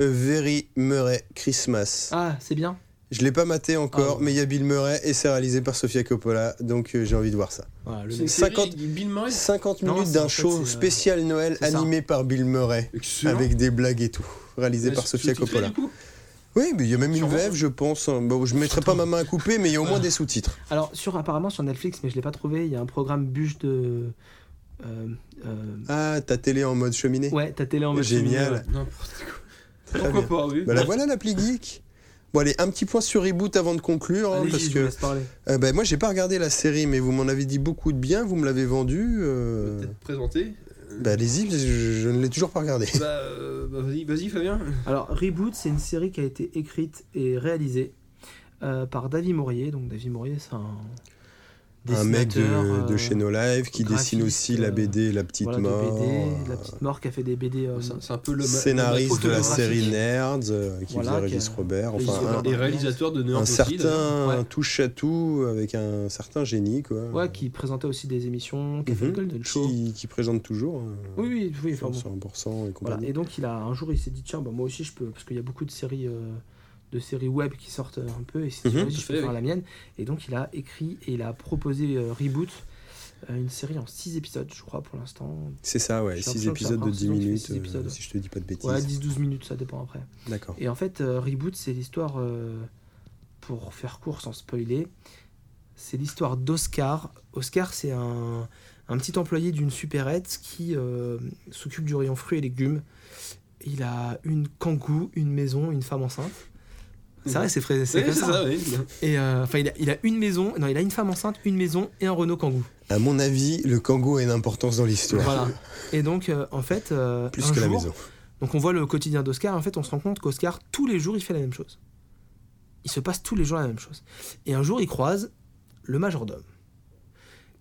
Speaker 2: A Very Murray Christmas.
Speaker 3: Ah, c'est bien.
Speaker 2: Je l'ai pas maté encore,
Speaker 3: Ah.
Speaker 2: mais il y a Bill Murray et c'est réalisé par Sofia Coppola, donc euh, j'ai envie de voir ça.
Speaker 3: Voilà, le
Speaker 4: C'est une
Speaker 3: mec.
Speaker 4: série
Speaker 2: 50
Speaker 4: Bill Murray.
Speaker 2: 50
Speaker 3: Non,
Speaker 2: minutes
Speaker 3: c'est-
Speaker 2: d'un
Speaker 3: en fait,
Speaker 2: show
Speaker 3: c'est, euh,
Speaker 2: spécial Noël
Speaker 3: c'est ça.
Speaker 2: animé par Bill Murray,
Speaker 4: Excellent.
Speaker 2: avec des blagues et tout, réalisé
Speaker 4: Ouais,
Speaker 2: par
Speaker 4: sous-
Speaker 2: Sofia
Speaker 4: sous-titré,
Speaker 2: Coppola.
Speaker 4: du coup
Speaker 2: Oui, mais il y a même une
Speaker 4: Sûrement.
Speaker 2: VF, je pense. hein. Bon, je mettrai pas ma main à couper, mais il y a au moins des sous-titres.
Speaker 3: Alors, sur, apparemment sur Netflix, mais je l'ai pas trouvé, il y a un programme bûche de. euh, euh,
Speaker 2: Ah, ta télé en mode cheminée.
Speaker 3: Ouais, ta télé en mode
Speaker 2: Génial.
Speaker 3: cheminée, ouais.
Speaker 4: N'importe quoi.
Speaker 2: Très
Speaker 4: Pourquoi
Speaker 2: bien.
Speaker 4: pas, oui.
Speaker 2: Bah la voilà l'appli geek. Bon allez, un petit point sur Reboot avant de conclure, hein,
Speaker 3: Allez-y,
Speaker 2: parce
Speaker 3: je
Speaker 2: que
Speaker 3: vous laisse parler.
Speaker 2: euh, bah, moi j'ai pas regardé la série, mais vous m'en avez dit beaucoup de bien, vous me l'avez vendue. euh,
Speaker 4: Peut-être présenter.
Speaker 3: euh,
Speaker 2: Bah allez-y, parce que je, je ne l'ai toujours pas regardée.
Speaker 4: Bah, euh, bah, vas-y, vas-y, Fabien.
Speaker 3: Alors, Reboot, c'est une série qui a été écrite et réalisée euh, par David Maurier. Donc, David Maurier, c'est un.
Speaker 2: Un mec de,
Speaker 3: dessinateur,
Speaker 2: de
Speaker 3: euh,
Speaker 2: chez No Life qui dessine
Speaker 3: graphiste,
Speaker 2: aussi la
Speaker 3: euh,
Speaker 2: BD La Petite
Speaker 3: voilà, de
Speaker 2: Mort,
Speaker 3: BD, la petite mort qui a fait des BD. euh,
Speaker 4: C'est c'est un peu le
Speaker 2: euh,
Speaker 4: ma-
Speaker 2: scénariste de la
Speaker 3: autobiographique.
Speaker 2: série Nerds, euh, qui faisait
Speaker 3: Voilà, qui a-
Speaker 2: Régis Robert,
Speaker 3: Régis
Speaker 2: enfin
Speaker 3: Robert.
Speaker 4: Et réalisateur de
Speaker 2: un,
Speaker 4: Nerd
Speaker 2: un
Speaker 4: aussi,
Speaker 2: certain
Speaker 3: Ouais.
Speaker 2: touche-à-tout avec un certain génie, quoi.
Speaker 3: ouais, qui présentait aussi des émissions, qui a fait
Speaker 2: Mhm.
Speaker 3: le Golden Show.
Speaker 2: qui, qui présente toujours. euh,
Speaker 3: Oui, oui, oui, enfin bon.
Speaker 2: 100% et
Speaker 3: Voilà.
Speaker 2: compagnie.
Speaker 3: Et donc, il a, un jour, il s'est dit tiens, bah, moi aussi, je peux. Parce qu'il y a beaucoup de séries, euh, de séries web qui sortent euh, un peu. Et il s'est dit,
Speaker 2: Mhm.
Speaker 3: vas-y,
Speaker 4: Tout
Speaker 3: je
Speaker 4: à
Speaker 3: peux
Speaker 4: fait,
Speaker 3: faire
Speaker 4: oui.
Speaker 3: la mienne. Et donc, il a écrit et il a proposé euh, Reboot, euh, une série en 6 épisodes, je crois, pour l'instant.
Speaker 2: C'est ça, ouais.
Speaker 3: J'ai
Speaker 2: 6
Speaker 3: l'impression que c'est
Speaker 2: épisodes
Speaker 3: la
Speaker 2: de
Speaker 3: première
Speaker 2: 10
Speaker 3: saison qui fait
Speaker 2: minutes,
Speaker 3: six épisodes.
Speaker 2: euh, si je te dis pas de bêtises.
Speaker 3: Ouais, 10-12 minutes, ça dépend après.
Speaker 2: D'accord.
Speaker 3: Et en fait, euh, Reboot, c'est l'histoire, euh, pour faire court sans spoiler, c'est l'histoire d'Oscar. Oscar, c'est un, un petit employé d'une supérette qui euh, s'occupe du rayon fruits et légumes. Il a une kangou, une maison, une femme enceinte. C'est vrai, c'est frais- c'est
Speaker 4: Ouais,
Speaker 3: comme
Speaker 4: c'est
Speaker 3: ça. hein.
Speaker 4: ça, oui.
Speaker 3: Et euh, enfin, il, a, il a une maison, non, il a une femme enceinte, une maison et un Renault kangou.
Speaker 2: À mon avis, le Kango a une importance dans l'histoire.
Speaker 3: Voilà. Et donc, euh, en fait, euh,
Speaker 2: Plus
Speaker 3: un
Speaker 2: que la
Speaker 3: jour,
Speaker 2: maison.
Speaker 3: donc on voit le quotidien d'Oscar, en fait on se rend compte qu'Oscar, tous les jours, il fait la même chose. Il se passe tous les jours la même chose. Et un jour, il croise le majordome,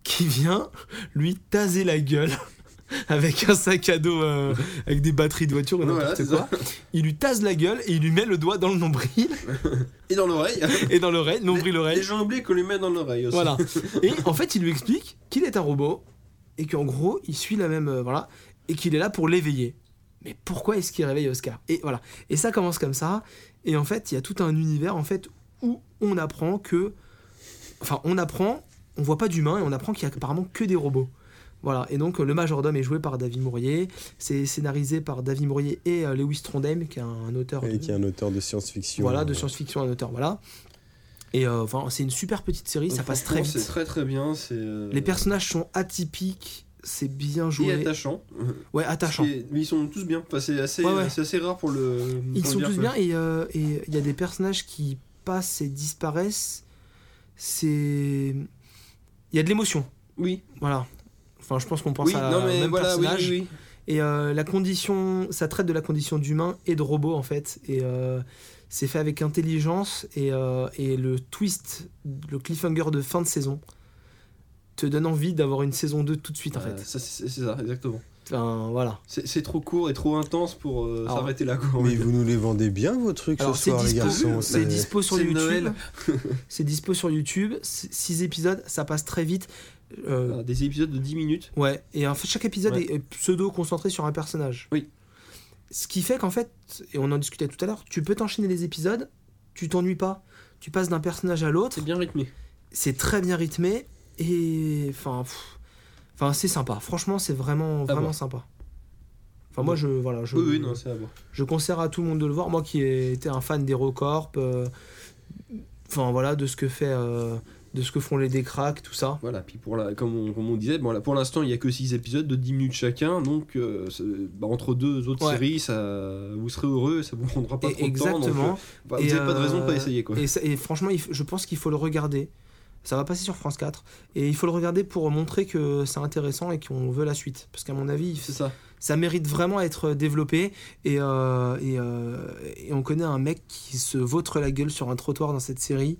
Speaker 3: qui vient lui taser la gueule avec un sac à dos, euh, avec des batteries de voiture ou
Speaker 4: Voilà,
Speaker 3: n'importe
Speaker 4: c'est
Speaker 3: quoi. Il lui tase la gueule et il lui met le doigt dans le nombril
Speaker 4: Et dans l'oreille.
Speaker 3: et dans l'oreille,
Speaker 4: Et
Speaker 3: nombril-oreille.
Speaker 4: j'ai oublié qu'on lui met dans l'oreille aussi.
Speaker 3: Voilà. Et en fait, il lui explique qu'il est un robot et qu'en gros, il suit la même. euh, voilà. Et qu'il est là pour l'éveiller. Mais pourquoi est-ce qu'il réveille Oscar Et voilà. Et ça commence comme ça. Et en fait, il y a tout un univers en fait où on apprend que. Enfin, on apprend. On voit pas d'humains et on apprend qu'il y a apparemment que des robots. Voilà, et donc euh, le majordome est joué par David Mourier, c'est scénarisé par David Mourier et euh, Lewis Trondheim, qui est un, un auteur
Speaker 2: Et
Speaker 3: de-
Speaker 2: qui est un auteur de science-fiction.
Speaker 3: voilà, de
Speaker 2: Euh,
Speaker 3: science-fiction, un auteur, voilà. Et euh, enfin, c'est une super petite série, ça passe très
Speaker 4: Franchement, C'est
Speaker 3: vite.
Speaker 4: très très bien. C'est euh,
Speaker 3: Les personnages sont atypiques, c'est bien
Speaker 4: et
Speaker 3: joué.
Speaker 4: attachants.
Speaker 3: Ouais, attachant.
Speaker 4: Et- Mais ils sont tous bien. Enfin, c'est assez,
Speaker 3: Ouais, ouais.
Speaker 4: c'est assez rare pour le.
Speaker 3: Ils
Speaker 4: pour
Speaker 3: sont
Speaker 4: le dire,
Speaker 3: tous
Speaker 4: quoi.
Speaker 3: bien et euh, et il y a des personnages qui passent et disparaissent. C'est. Il y a de l'émotion,
Speaker 4: Oui.
Speaker 3: voilà. Enfin, je pense qu'on pense
Speaker 4: Oui.
Speaker 3: à
Speaker 4: Non mais
Speaker 3: même
Speaker 4: voilà. Oui,
Speaker 3: personnage.
Speaker 4: oui, oui.
Speaker 3: Et euh, la condition, ça traite de la condition d'humain et de robot en fait. Et euh, c'est fait avec intelligence et, euh, et le twist, le cliffhanger de fin de saison te donne envie d'avoir une saison 2 tout de suite en
Speaker 4: Euh,
Speaker 3: fait.
Speaker 4: ça, c'est c'est ça, exactement.
Speaker 3: Enfin, voilà.
Speaker 4: C'est c'est trop court et trop intense pour euh,
Speaker 3: Alors,
Speaker 4: s'arrêter là. Quoi.
Speaker 2: Mais vous nous les vendez bien vos trucs
Speaker 3: Alors
Speaker 2: ce
Speaker 3: c'est
Speaker 2: soir, les
Speaker 3: dispo,
Speaker 2: garçons.
Speaker 3: c'est dispo sur
Speaker 4: c'est
Speaker 3: YouTube.
Speaker 4: Noël.
Speaker 3: C'est dispo sur YouTube. 6 épisodes, ça passe très vite. Euh,
Speaker 4: Ah, Des épisodes de 10 minutes.
Speaker 3: Ouais, et en fait, chaque épisode
Speaker 4: Ouais.
Speaker 3: est, est pseudo-concentré sur un personnage.
Speaker 4: Oui.
Speaker 3: Ce qui fait qu'en fait, et on en discutait tout à l'heure, tu peux t'enchaîner les épisodes, tu t'ennuies pas. Tu passes d'un personnage à l'autre,
Speaker 4: C'est bien rythmé.
Speaker 3: c'est très bien rythmé, et. Enfin, pff, enfin c'est sympa. Franchement, c'est vraiment,
Speaker 4: Ah
Speaker 3: vraiment
Speaker 4: bon.
Speaker 3: sympa. Enfin, moi, je, voilà, je,
Speaker 4: Oui, oui, non, c'est à voir.
Speaker 3: je conseille à tout le monde de le voir. Moi qui étais un fan d'Hérocorp, euh, enfin voilà, de ce que fait. euh, de ce que font les décraques, tout ça.
Speaker 4: Voilà, puis pour la, comme, on, comme on disait, bon, là, pour l'instant, il n'y a que 6 épisodes de 10 minutes chacun, donc euh, c'est- bah, entre deux autres
Speaker 3: Ouais.
Speaker 4: séries, ça, vous serez heureux, ça vous prendra pas
Speaker 3: Et
Speaker 4: trop de temps. donc,
Speaker 3: exactement.
Speaker 4: euh, bah, vous
Speaker 3: Et,
Speaker 4: n'avez pas de raison de
Speaker 3: euh,
Speaker 4: pas essayer. Quoi.
Speaker 3: Et, ça- et franchement, il f- je pense qu'il faut le regarder. Ça va passer sur France 4. Et il faut le regarder pour montrer que c'est intéressant et qu'on veut la suite. Parce qu'à mon avis,
Speaker 4: C'est ça.
Speaker 3: ça mérite vraiment à être développé. Et, euh, et, euh, et on connaît un mec qui se vautre la gueule sur un trottoir dans cette série.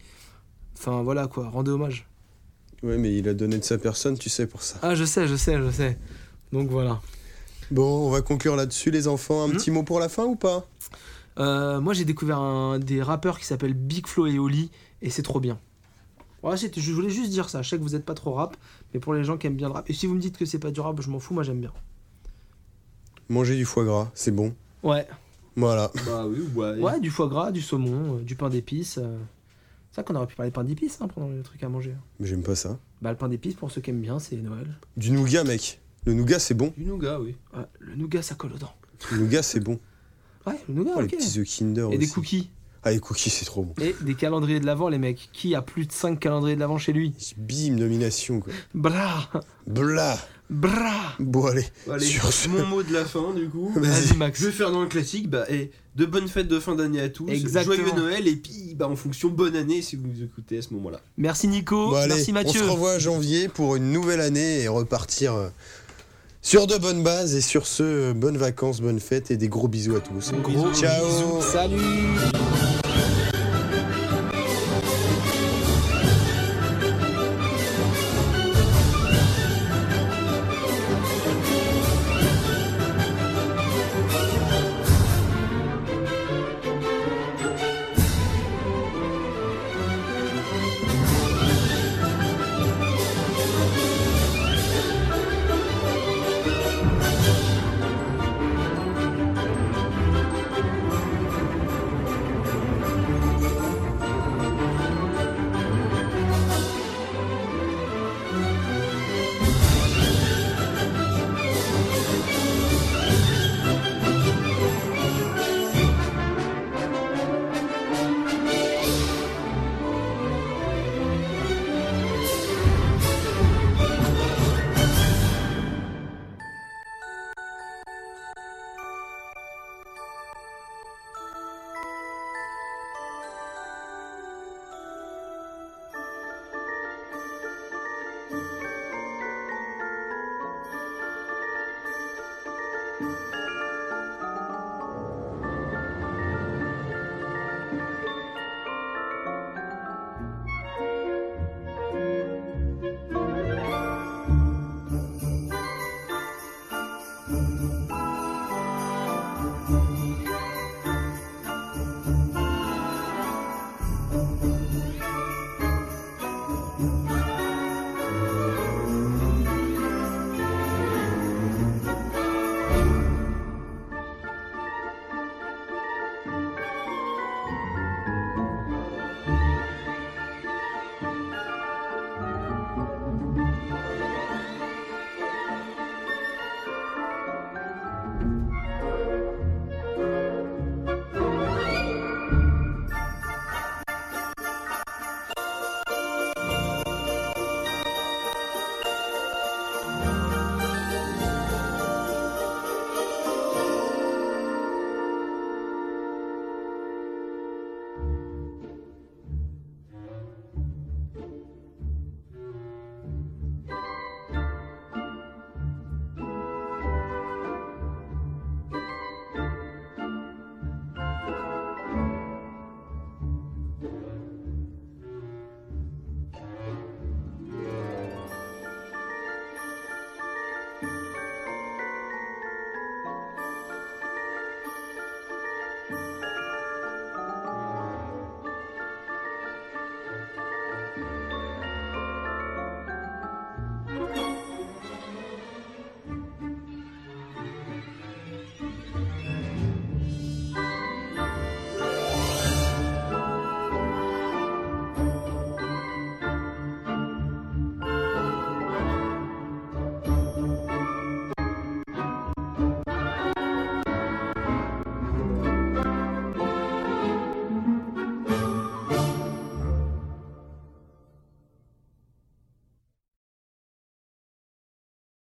Speaker 3: Enfin voilà quoi, rendez hommage.
Speaker 2: Ouais, mais il a donné de sa personne, tu sais, pour ça.
Speaker 3: Ah je sais, je sais, je sais. Donc voilà.
Speaker 2: Bon, on va conclure là-dessus, les enfants. Un
Speaker 3: Mhm.
Speaker 2: petit mot pour la fin ou pas
Speaker 3: Euh, moi j'ai découvert un, des rappeurs qui s'appellent Big Flo et Oli. Et c'est trop bien. Voilà, c'était- je voulais juste dire ça. Je sais que vous n'êtes pas trop rap. Mais pour les gens qui aiment bien le rap. Et si vous me dites que c'est pas du rap, je m'en fous, moi j'aime bien.
Speaker 2: Manger du foie gras, c'est bon.
Speaker 3: Ouais.
Speaker 2: Voilà.
Speaker 4: Bah oui, ouais.
Speaker 3: Ouais, du foie gras, du saumon, euh, du pain d'épices. euh. C'est vrai qu'on aurait pu parler de pain d'épices hein, pendant le truc à manger.
Speaker 2: Mais j'aime pas ça.
Speaker 3: Bah, le pain d'épices, pour ceux qui aiment bien, c'est Noël.
Speaker 2: Du nougat, mec. Le nougat, c'est bon.
Speaker 4: Du nougat, oui.
Speaker 3: Ouais, le nougat, ça colle aux dents.
Speaker 2: Le nougat, c'est bon.
Speaker 3: Ouais, le nougat,
Speaker 2: Oh,
Speaker 3: Ah, ok.
Speaker 2: les petits œufs Kinder
Speaker 3: Et
Speaker 2: aussi.
Speaker 3: des cookies.
Speaker 2: Ah, les cookies, c'est trop bon.
Speaker 3: Et des calendriers de l'Avent, les mecs. Qui a plus de 5 calendriers de l'Avent chez lui
Speaker 2: Bim, nomination, quoi.
Speaker 3: Bra
Speaker 2: Blah
Speaker 3: Bra
Speaker 2: Bon, allez.
Speaker 4: Bon, Allez,
Speaker 2: Sur ce-
Speaker 4: mon mot de la fin, du coup.
Speaker 3: Vas-y, Max.
Speaker 4: Je vais faire dans le classique, bah, et de bonnes fêtes de fin d'année à tous,
Speaker 3: Exactement.
Speaker 4: joyeux Noël, et puis bah, en fonction, bonne année si vous nous écoutez à ce moment-là.
Speaker 3: Merci Nico,
Speaker 2: Bon, allez,
Speaker 3: Oh, merci Mathieu.
Speaker 2: On se revoit à janvier pour une nouvelle année et repartir euh, sur de bonnes bases. Et sur ce, euh, bonnes vacances, bonnes fêtes et des gros bisous à tous.
Speaker 3: Gros
Speaker 2: Ciao
Speaker 3: bisous. Salut